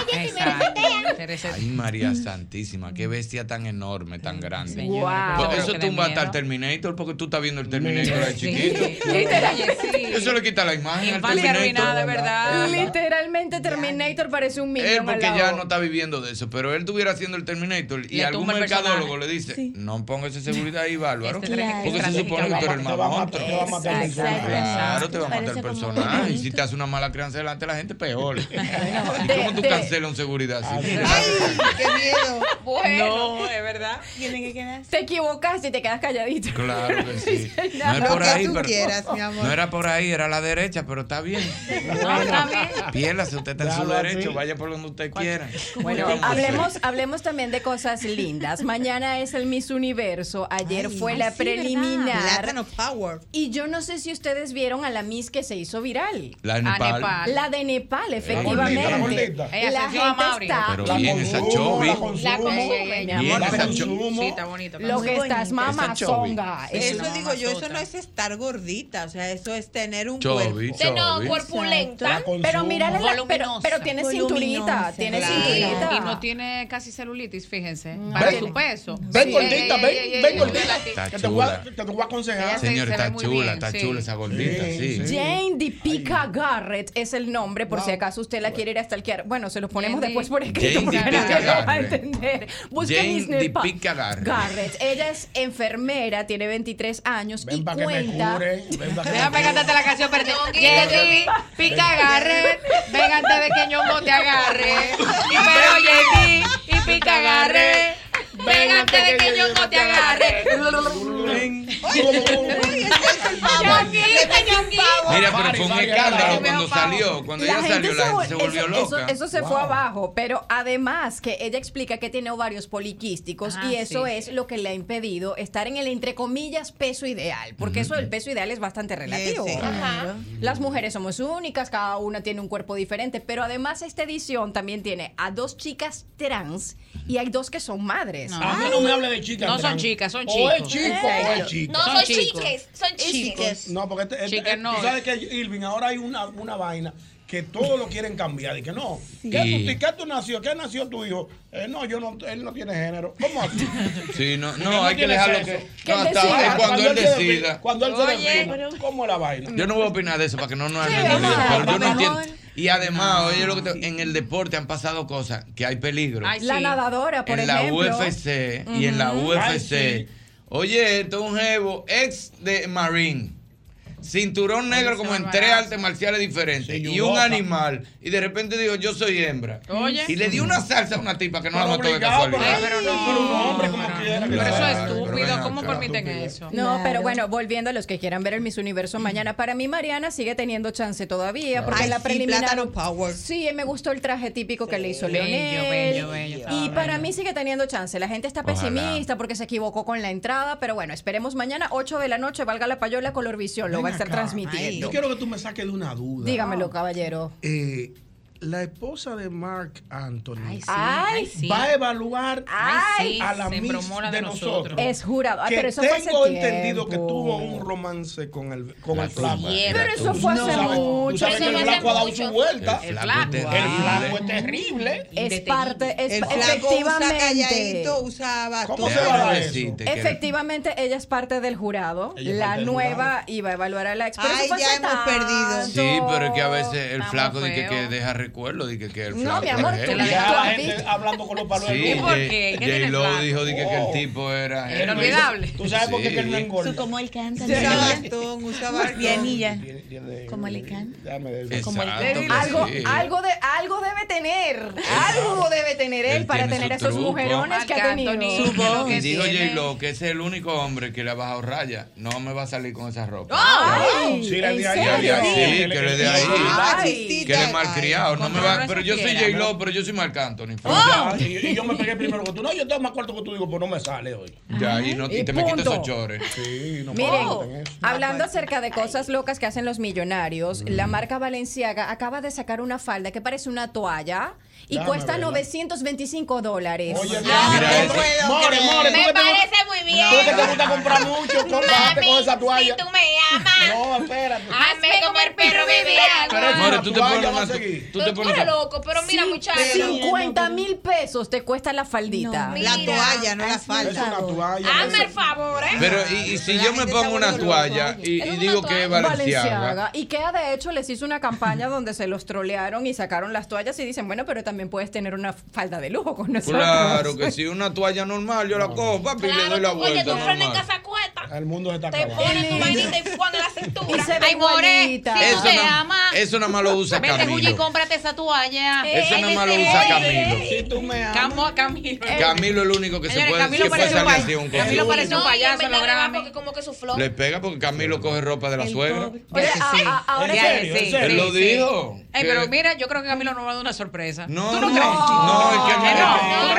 [SPEAKER 4] Ay, María Santísima, qué bestia tan enorme,
[SPEAKER 28] Mm,
[SPEAKER 4] tan grande.
[SPEAKER 28] Wow.
[SPEAKER 4] Por
[SPEAKER 28] Pero
[SPEAKER 4] eso
[SPEAKER 28] que da
[SPEAKER 4] tumba hasta
[SPEAKER 28] miedo.
[SPEAKER 4] el Terminator, porque tú estás viendo el Terminator ahí chiquito.
[SPEAKER 28] Literal-
[SPEAKER 4] Eso le quita la imagen al
[SPEAKER 1] Infancia
[SPEAKER 4] Terminator.
[SPEAKER 1] arruinada, ¿verdad?
[SPEAKER 28] Literalmente Terminator parece un
[SPEAKER 4] Él
[SPEAKER 28] millón.
[SPEAKER 4] Eh, porque ya no está viviendo de eso, pero él estuviera haciendo el Terminator y
[SPEAKER 28] Le
[SPEAKER 4] algún
[SPEAKER 28] tumba el
[SPEAKER 4] mercadólogo
[SPEAKER 28] personaje.
[SPEAKER 4] le dice, no ponga esa seguridad ahí, bárbaro,
[SPEAKER 28] Este traje
[SPEAKER 4] porque se supone que tú eres
[SPEAKER 5] Te
[SPEAKER 4] el
[SPEAKER 5] va a
[SPEAKER 4] mamón.
[SPEAKER 5] matar- te va a matar el personaje.
[SPEAKER 4] Claro, te va a matar
[SPEAKER 5] Parece
[SPEAKER 4] el
[SPEAKER 5] como
[SPEAKER 4] personaje. Y si te hace una mala crianza delante de la gente, peor. ¿Y cómo tú cancelas un seguridad así?
[SPEAKER 28] ¡Qué miedo! Bueno.
[SPEAKER 1] No, es verdad.
[SPEAKER 28] Tiene que quedarse. Te equivocaste y te quedas calladito.
[SPEAKER 4] Claro que sí. No
[SPEAKER 28] Lo
[SPEAKER 4] es por
[SPEAKER 28] que
[SPEAKER 4] ahí,
[SPEAKER 28] tú
[SPEAKER 4] pero-
[SPEAKER 28] quieras, mi amor.
[SPEAKER 4] No era por ahí, era la derecha, pero está bien.
[SPEAKER 28] No, está bien.
[SPEAKER 4] Piélase, usted está en su
[SPEAKER 5] Déjalo así.
[SPEAKER 4] derecho, vaya por donde usted quiera.
[SPEAKER 28] Bueno, Eh, hablemos, hablemos también de cosas lindas. Mañana es el Miss Universo. Ayer
[SPEAKER 8] Ay,
[SPEAKER 28] fue
[SPEAKER 8] ay,
[SPEAKER 28] la
[SPEAKER 8] sí,
[SPEAKER 28] preliminar.
[SPEAKER 8] ¿verdad? Plátano Power.
[SPEAKER 28] Y yo no sé si ustedes vieron a la Miss que se hizo viral.
[SPEAKER 4] La de Nepal. Ah, Nepal.
[SPEAKER 28] La de Nepal,
[SPEAKER 4] gordita, la
[SPEAKER 28] efectivamente.
[SPEAKER 4] gordita.
[SPEAKER 1] Ella
[SPEAKER 28] la
[SPEAKER 1] se dio a
[SPEAKER 28] gente
[SPEAKER 1] Mauri.
[SPEAKER 28] está...
[SPEAKER 4] Pero bien esa chovi.
[SPEAKER 28] La consume, mi
[SPEAKER 4] Bien
[SPEAKER 28] amor.
[SPEAKER 4] esa chovi.
[SPEAKER 1] Sí, está bonito.
[SPEAKER 28] Lo que estás mamazonga.
[SPEAKER 8] Eso,
[SPEAKER 28] Es una
[SPEAKER 8] digo yo, eso
[SPEAKER 28] mamazota.
[SPEAKER 8] no es estar gordita, o sea, eso es tener un
[SPEAKER 4] Chubby,
[SPEAKER 8] cuerpo.
[SPEAKER 4] No, chubby.
[SPEAKER 28] corpulenta. Pero mira la- pero- pero tiene cinturita, tiene cinturita.
[SPEAKER 1] Y no tiene casi celulitis, fíjense.
[SPEAKER 5] Mm.
[SPEAKER 1] Para
[SPEAKER 5] Ven.
[SPEAKER 1] su peso.
[SPEAKER 5] Ven gordita,
[SPEAKER 1] Ey, ey,
[SPEAKER 5] ven,
[SPEAKER 1] ey,
[SPEAKER 5] ven
[SPEAKER 1] ey,
[SPEAKER 5] gordita.
[SPEAKER 1] ey,
[SPEAKER 4] Está
[SPEAKER 5] Que te voy a-
[SPEAKER 4] chula.
[SPEAKER 5] que te voy a aconsejar.
[SPEAKER 4] Señor, está chula, está
[SPEAKER 5] sí.
[SPEAKER 4] chula esa gordita, sí.
[SPEAKER 28] Jane Dipica Garrett es el nombre, por si acaso usted la quiere ir a stalkear. Bueno, se los ponemos después por escrito
[SPEAKER 4] Jane
[SPEAKER 28] porque
[SPEAKER 4] Dipica
[SPEAKER 28] nadie lo va a
[SPEAKER 4] Garrett.
[SPEAKER 28] entender. Busquen
[SPEAKER 4] Jane
[SPEAKER 28] Disney
[SPEAKER 4] de
[SPEAKER 28] Pop.
[SPEAKER 4] Pica Garra.
[SPEAKER 28] Garrett, ella es enfermera, tiene 23 años y
[SPEAKER 5] pa' que me
[SPEAKER 28] cuenta.
[SPEAKER 1] Deja para cantarte la canción, espérate. Jenny, pica agarre. Ven antes de que ñongo te agarre. Y pero Jenny, y pica agarre. Ven antes de que ñongo te agarre.
[SPEAKER 4] Mira, pero fue un
[SPEAKER 5] Vari,
[SPEAKER 4] escándalo
[SPEAKER 5] vari,
[SPEAKER 4] cuando salió. Cuando
[SPEAKER 28] La
[SPEAKER 4] ella
[SPEAKER 28] gente
[SPEAKER 4] salió, la
[SPEAKER 28] se
[SPEAKER 4] gente
[SPEAKER 28] vol-
[SPEAKER 4] se volvió
[SPEAKER 28] eso, eso-
[SPEAKER 4] loca.
[SPEAKER 28] eso se fue abajo, pero además que ella explica que tiene ovarios poliquísticos
[SPEAKER 1] Ah,
[SPEAKER 28] y eso
[SPEAKER 1] sí.
[SPEAKER 28] es lo que le ha impedido estar en el entre comillas peso ideal, porque eso del peso ideal es bastante relativo.
[SPEAKER 8] Sí, sí.
[SPEAKER 28] Ajá. Las mujeres somos únicas, cada una tiene un cuerpo diferente, pero además esta edición también tiene a dos chicas trans y hay dos que son madres.
[SPEAKER 5] A
[SPEAKER 4] Ah,
[SPEAKER 5] mí no me hable de chicas.
[SPEAKER 1] No son
[SPEAKER 5] Adrián.
[SPEAKER 1] chicas, son
[SPEAKER 5] O es
[SPEAKER 1] chicos.
[SPEAKER 5] chico o es
[SPEAKER 1] Exacto.
[SPEAKER 5] chico.
[SPEAKER 1] No, Son son chicos. chiques,
[SPEAKER 27] son
[SPEAKER 5] Es
[SPEAKER 27] chiques.
[SPEAKER 5] chico. No, porque este, este-
[SPEAKER 1] Chicas
[SPEAKER 5] eh,
[SPEAKER 1] no.
[SPEAKER 5] tú sabes que Irving, ahora hay una, una vaina que todos lo quieren cambiar. Y que no, ¿qué,
[SPEAKER 4] Sí.
[SPEAKER 5] tú, ¿qué tú nació? ¿Qué nació tu hijo? Eh, no, yo no, él no tiene género. ¿Cómo así?
[SPEAKER 4] Sí, no,
[SPEAKER 5] Porque
[SPEAKER 4] no, hay que
[SPEAKER 5] tiene
[SPEAKER 4] dejarlo
[SPEAKER 5] sexo.
[SPEAKER 4] que. No, hasta ahora, cuando él
[SPEAKER 5] se defina-
[SPEAKER 4] decida.
[SPEAKER 5] Cuando él se
[SPEAKER 4] Oye.
[SPEAKER 5] defina, ¿cómo es la vaina?
[SPEAKER 4] Yo no voy a opinar de eso para que no nos hagan
[SPEAKER 5] vamos
[SPEAKER 4] lío,
[SPEAKER 5] a-
[SPEAKER 4] pero yo no
[SPEAKER 5] mejor.
[SPEAKER 4] entiendo. Y además, oye, lo que te- en el deporte han pasado cosas que hay peligro.
[SPEAKER 28] Ay, La sí. nadadora, por
[SPEAKER 4] en
[SPEAKER 28] ejemplo.
[SPEAKER 4] la UFC y en la
[SPEAKER 28] Ujú.
[SPEAKER 4] UFC.
[SPEAKER 28] Ay,
[SPEAKER 4] Oye, esto es un jevo ex de Marine. Cinturón negro como en tres artes marciales diferentes. y un
[SPEAKER 5] yudoka.
[SPEAKER 4] animal. Y de repente dijo, yo soy hembra.
[SPEAKER 1] Oye.
[SPEAKER 4] Y le dio una salsa a una tipa que no la
[SPEAKER 5] Pero
[SPEAKER 4] mató de
[SPEAKER 5] obligado,
[SPEAKER 4] casualidad.
[SPEAKER 5] porque- Ay, pero un hombre como quiera que
[SPEAKER 4] Pero
[SPEAKER 5] sea.
[SPEAKER 4] eso es
[SPEAKER 5] Ay, pero
[SPEAKER 1] Estúpido,
[SPEAKER 5] ven
[SPEAKER 1] ¿cómo
[SPEAKER 5] acá.
[SPEAKER 1] permiten eso?
[SPEAKER 28] No, pero bueno, volviendo a los que quieran ver el Miss Universo mañana, para mí Mariana sigue teniendo chance todavía porque
[SPEAKER 8] Ay,
[SPEAKER 28] la
[SPEAKER 8] sí,
[SPEAKER 28] preliminar.
[SPEAKER 8] plátano power.
[SPEAKER 28] Sí, me gustó el traje típico que le hizo
[SPEAKER 8] Bello,
[SPEAKER 28] Leonel.
[SPEAKER 8] bello, bello, estaba
[SPEAKER 28] y para mí sigue teniendo chance. La gente está
[SPEAKER 8] Ojalá.
[SPEAKER 28] pesimista porque se equivocó con la entrada, pero bueno, esperemos mañana 8 de la noche valga la payola Color Visión, lo
[SPEAKER 5] Ven
[SPEAKER 28] va a estar
[SPEAKER 5] acá.
[SPEAKER 28] transmitiendo.
[SPEAKER 5] Yo quiero que tú me saques de una duda.
[SPEAKER 28] Dígamelo, caballero.
[SPEAKER 5] Eh, la esposa de Mark Anthony
[SPEAKER 28] Ay, sí.
[SPEAKER 5] va
[SPEAKER 28] Ay, sí.
[SPEAKER 5] a evaluar
[SPEAKER 28] Ay, sí,
[SPEAKER 5] a la
[SPEAKER 28] se
[SPEAKER 5] Miss
[SPEAKER 28] bromó la
[SPEAKER 5] de,
[SPEAKER 28] de
[SPEAKER 5] nosotros.
[SPEAKER 28] nosotros. Es jurado. Ay,
[SPEAKER 5] que
[SPEAKER 28] pero eso fue hace
[SPEAKER 5] tengo entendido que
[SPEAKER 28] tiempo.
[SPEAKER 5] tuvo un romance con el, con el flaco.
[SPEAKER 28] mierda, Pero eso tú. fue
[SPEAKER 5] Tú
[SPEAKER 28] hace
[SPEAKER 5] sabes- tú
[SPEAKER 28] mucho.
[SPEAKER 5] sabes que
[SPEAKER 28] Eso
[SPEAKER 5] el
[SPEAKER 28] fue
[SPEAKER 5] flaco ha
[SPEAKER 28] hace
[SPEAKER 5] dado su
[SPEAKER 28] mucho.
[SPEAKER 5] vuelta.
[SPEAKER 28] El flaco es
[SPEAKER 5] El flaco es
[SPEAKER 28] terrible.
[SPEAKER 5] terrible.
[SPEAKER 28] Es parte, es
[SPEAKER 8] El flaco usa
[SPEAKER 28] efectivamente.
[SPEAKER 8] calladito, usaba
[SPEAKER 5] ¿Cómo se va a dar eso?
[SPEAKER 28] Efectivamente, ella es parte del jurado.
[SPEAKER 4] Ella es
[SPEAKER 28] la
[SPEAKER 4] parte del
[SPEAKER 28] nueva iba a evaluar a la ex. pero
[SPEAKER 8] Ay,
[SPEAKER 28] eso fue
[SPEAKER 8] ya
[SPEAKER 28] hace
[SPEAKER 8] hemos
[SPEAKER 28] tanto.
[SPEAKER 8] perdido.
[SPEAKER 4] Sí, pero es que a veces el
[SPEAKER 28] Estamos
[SPEAKER 4] flaco dice que,
[SPEAKER 28] feos.
[SPEAKER 4] deja recuerdo, dice que el
[SPEAKER 28] No,
[SPEAKER 4] flaco.
[SPEAKER 28] mi amor,
[SPEAKER 4] es
[SPEAKER 28] tú
[SPEAKER 4] él.
[SPEAKER 28] la dejas-
[SPEAKER 5] Ya la
[SPEAKER 28] Tú has
[SPEAKER 5] gente
[SPEAKER 28] visto.
[SPEAKER 5] hablando con los palos
[SPEAKER 4] Sí,
[SPEAKER 5] del
[SPEAKER 4] J-
[SPEAKER 5] mundo.
[SPEAKER 4] J-Lo dijo dice que el tipo era.
[SPEAKER 5] Era
[SPEAKER 4] él.
[SPEAKER 5] olvidable. Oh. Tú sabes por qué
[SPEAKER 4] Sí.
[SPEAKER 5] que él no engorda.
[SPEAKER 7] Su- Como él canta.
[SPEAKER 8] Sí.
[SPEAKER 7] mira.
[SPEAKER 8] Usaba bastón, usaba bastón.
[SPEAKER 7] Bien, y ya.
[SPEAKER 5] Tiene-
[SPEAKER 7] Como le canta.
[SPEAKER 5] Déjame ver.
[SPEAKER 7] Como el-
[SPEAKER 4] Exacto, que
[SPEAKER 28] Algo,
[SPEAKER 4] sí.
[SPEAKER 28] algo, de, algo debe tener, algo debe tener él,
[SPEAKER 4] Él
[SPEAKER 28] para
[SPEAKER 4] tiene
[SPEAKER 28] tener a
[SPEAKER 4] su
[SPEAKER 28] esos
[SPEAKER 4] truco.
[SPEAKER 28] mujerones que ha
[SPEAKER 1] Marc
[SPEAKER 28] tenido.
[SPEAKER 1] Anthony, Su
[SPEAKER 4] Y dijo J-Lo que ese es el único hombre que le ha bajado raya. No me va a salir con esa ropa.
[SPEAKER 5] ¡Oh!
[SPEAKER 28] ¡Ay!
[SPEAKER 4] Sí,
[SPEAKER 28] ¿En
[SPEAKER 4] le
[SPEAKER 28] serio?
[SPEAKER 4] Sí, que le dé ahí.
[SPEAKER 28] Ay.
[SPEAKER 4] Que le malcriado. No me va,
[SPEAKER 5] Comprarlo
[SPEAKER 4] pero
[SPEAKER 5] esa
[SPEAKER 4] yo soy
[SPEAKER 5] fiera, ¿no?
[SPEAKER 4] J-Lo, pero yo soy Marc Anthony. ¡Oh!
[SPEAKER 5] Y, y yo me pegué primero que tú. No, yo tengo más cuarto que tú. Digo, pues no me sale hoy.
[SPEAKER 4] Ya, y, no, y
[SPEAKER 28] Y
[SPEAKER 4] te me quito
[SPEAKER 28] punto.
[SPEAKER 4] esos chores.
[SPEAKER 5] Sí, no
[SPEAKER 28] Miren,
[SPEAKER 5] puedo con eso.
[SPEAKER 28] hablando acerca de cosas locas que hacen los millonarios, la marca Valenciaga acaba de sacar una falda que parece una toalla y
[SPEAKER 11] Dame,
[SPEAKER 28] cuesta
[SPEAKER 11] ¿verdad?
[SPEAKER 28] 925 dólares.
[SPEAKER 5] More, more, tú
[SPEAKER 11] Me
[SPEAKER 5] que te-
[SPEAKER 11] parece muy bien.
[SPEAKER 5] Tú que te gusta comprar mucho, comparte
[SPEAKER 11] Mami,
[SPEAKER 5] con esa toalla.
[SPEAKER 11] Si tú me amas.
[SPEAKER 5] No, espérate.
[SPEAKER 11] Hazme como el perro bebé
[SPEAKER 4] Pero es que
[SPEAKER 11] agua.
[SPEAKER 4] More, tú te pones una- tú te
[SPEAKER 28] Pero
[SPEAKER 4] pones
[SPEAKER 28] tú eres
[SPEAKER 4] una-
[SPEAKER 28] loco, pero mira,
[SPEAKER 11] Sí,
[SPEAKER 28] muchachos.
[SPEAKER 11] pero-
[SPEAKER 28] 50 mil pesos te cuesta la faldita. Ah,
[SPEAKER 11] La mira, toalla,
[SPEAKER 28] no la falda.
[SPEAKER 11] Hazme el favor, ¿eh?
[SPEAKER 4] Pero y, y si yo me pongo una toalla y, y digo que es valenciaga.
[SPEAKER 28] Y que ah, de hecho les hizo una campaña donde se los trolearon y sacaron las toallas y dicen, bueno, pero también puedes tener una falda de lujo con nosotros.
[SPEAKER 4] Claro que si una toalla normal yo la cojo, papi, y le doy la vuelta.
[SPEAKER 11] Oye, tú frenas en
[SPEAKER 4] normal.
[SPEAKER 11] casa cueta.
[SPEAKER 5] El mundo se está
[SPEAKER 11] Te
[SPEAKER 4] acabando.
[SPEAKER 11] pones tu vainita y pones la cintura.
[SPEAKER 28] Y se ve
[SPEAKER 11] Ay, more,
[SPEAKER 28] igualita.
[SPEAKER 11] si tú
[SPEAKER 4] Eso
[SPEAKER 11] me
[SPEAKER 4] no-
[SPEAKER 11] amas.
[SPEAKER 4] Eso nada más lo usa
[SPEAKER 11] Vete, Julio, y
[SPEAKER 4] Camilo.
[SPEAKER 11] cómprate esa toalla.
[SPEAKER 4] Eso nada más lo usa Camilo.
[SPEAKER 11] Si
[SPEAKER 5] tú me
[SPEAKER 11] amas. Camilo.
[SPEAKER 4] Camilo es el único que se
[SPEAKER 11] Señores,
[SPEAKER 4] puede,
[SPEAKER 11] Camilo
[SPEAKER 4] que puede
[SPEAKER 11] parece un
[SPEAKER 4] salir
[SPEAKER 11] pa-
[SPEAKER 4] así a un
[SPEAKER 11] Camilo
[SPEAKER 4] concierto.
[SPEAKER 11] parece un payaso,
[SPEAKER 6] en
[SPEAKER 11] lo
[SPEAKER 6] verdad le va
[SPEAKER 11] graban.
[SPEAKER 6] porque como que su flow.
[SPEAKER 4] Le pega porque Camilo coge ropa de la suegra.
[SPEAKER 6] Oye,
[SPEAKER 27] Sí,
[SPEAKER 6] a-
[SPEAKER 27] sí.
[SPEAKER 6] a- ahora
[SPEAKER 27] Ya,
[SPEAKER 6] que-
[SPEAKER 27] sí,
[SPEAKER 4] Él
[SPEAKER 27] sí,
[SPEAKER 4] lo
[SPEAKER 27] sí.
[SPEAKER 4] dijo.
[SPEAKER 27] Ey,
[SPEAKER 4] Que-
[SPEAKER 27] pero mira, yo creo que Camilo nos va a dar una sorpresa.
[SPEAKER 4] No,
[SPEAKER 27] ¿Tú no,
[SPEAKER 4] no,
[SPEAKER 27] crees?
[SPEAKER 4] no, es
[SPEAKER 27] no, no, no,
[SPEAKER 4] que no, no,
[SPEAKER 27] no, no,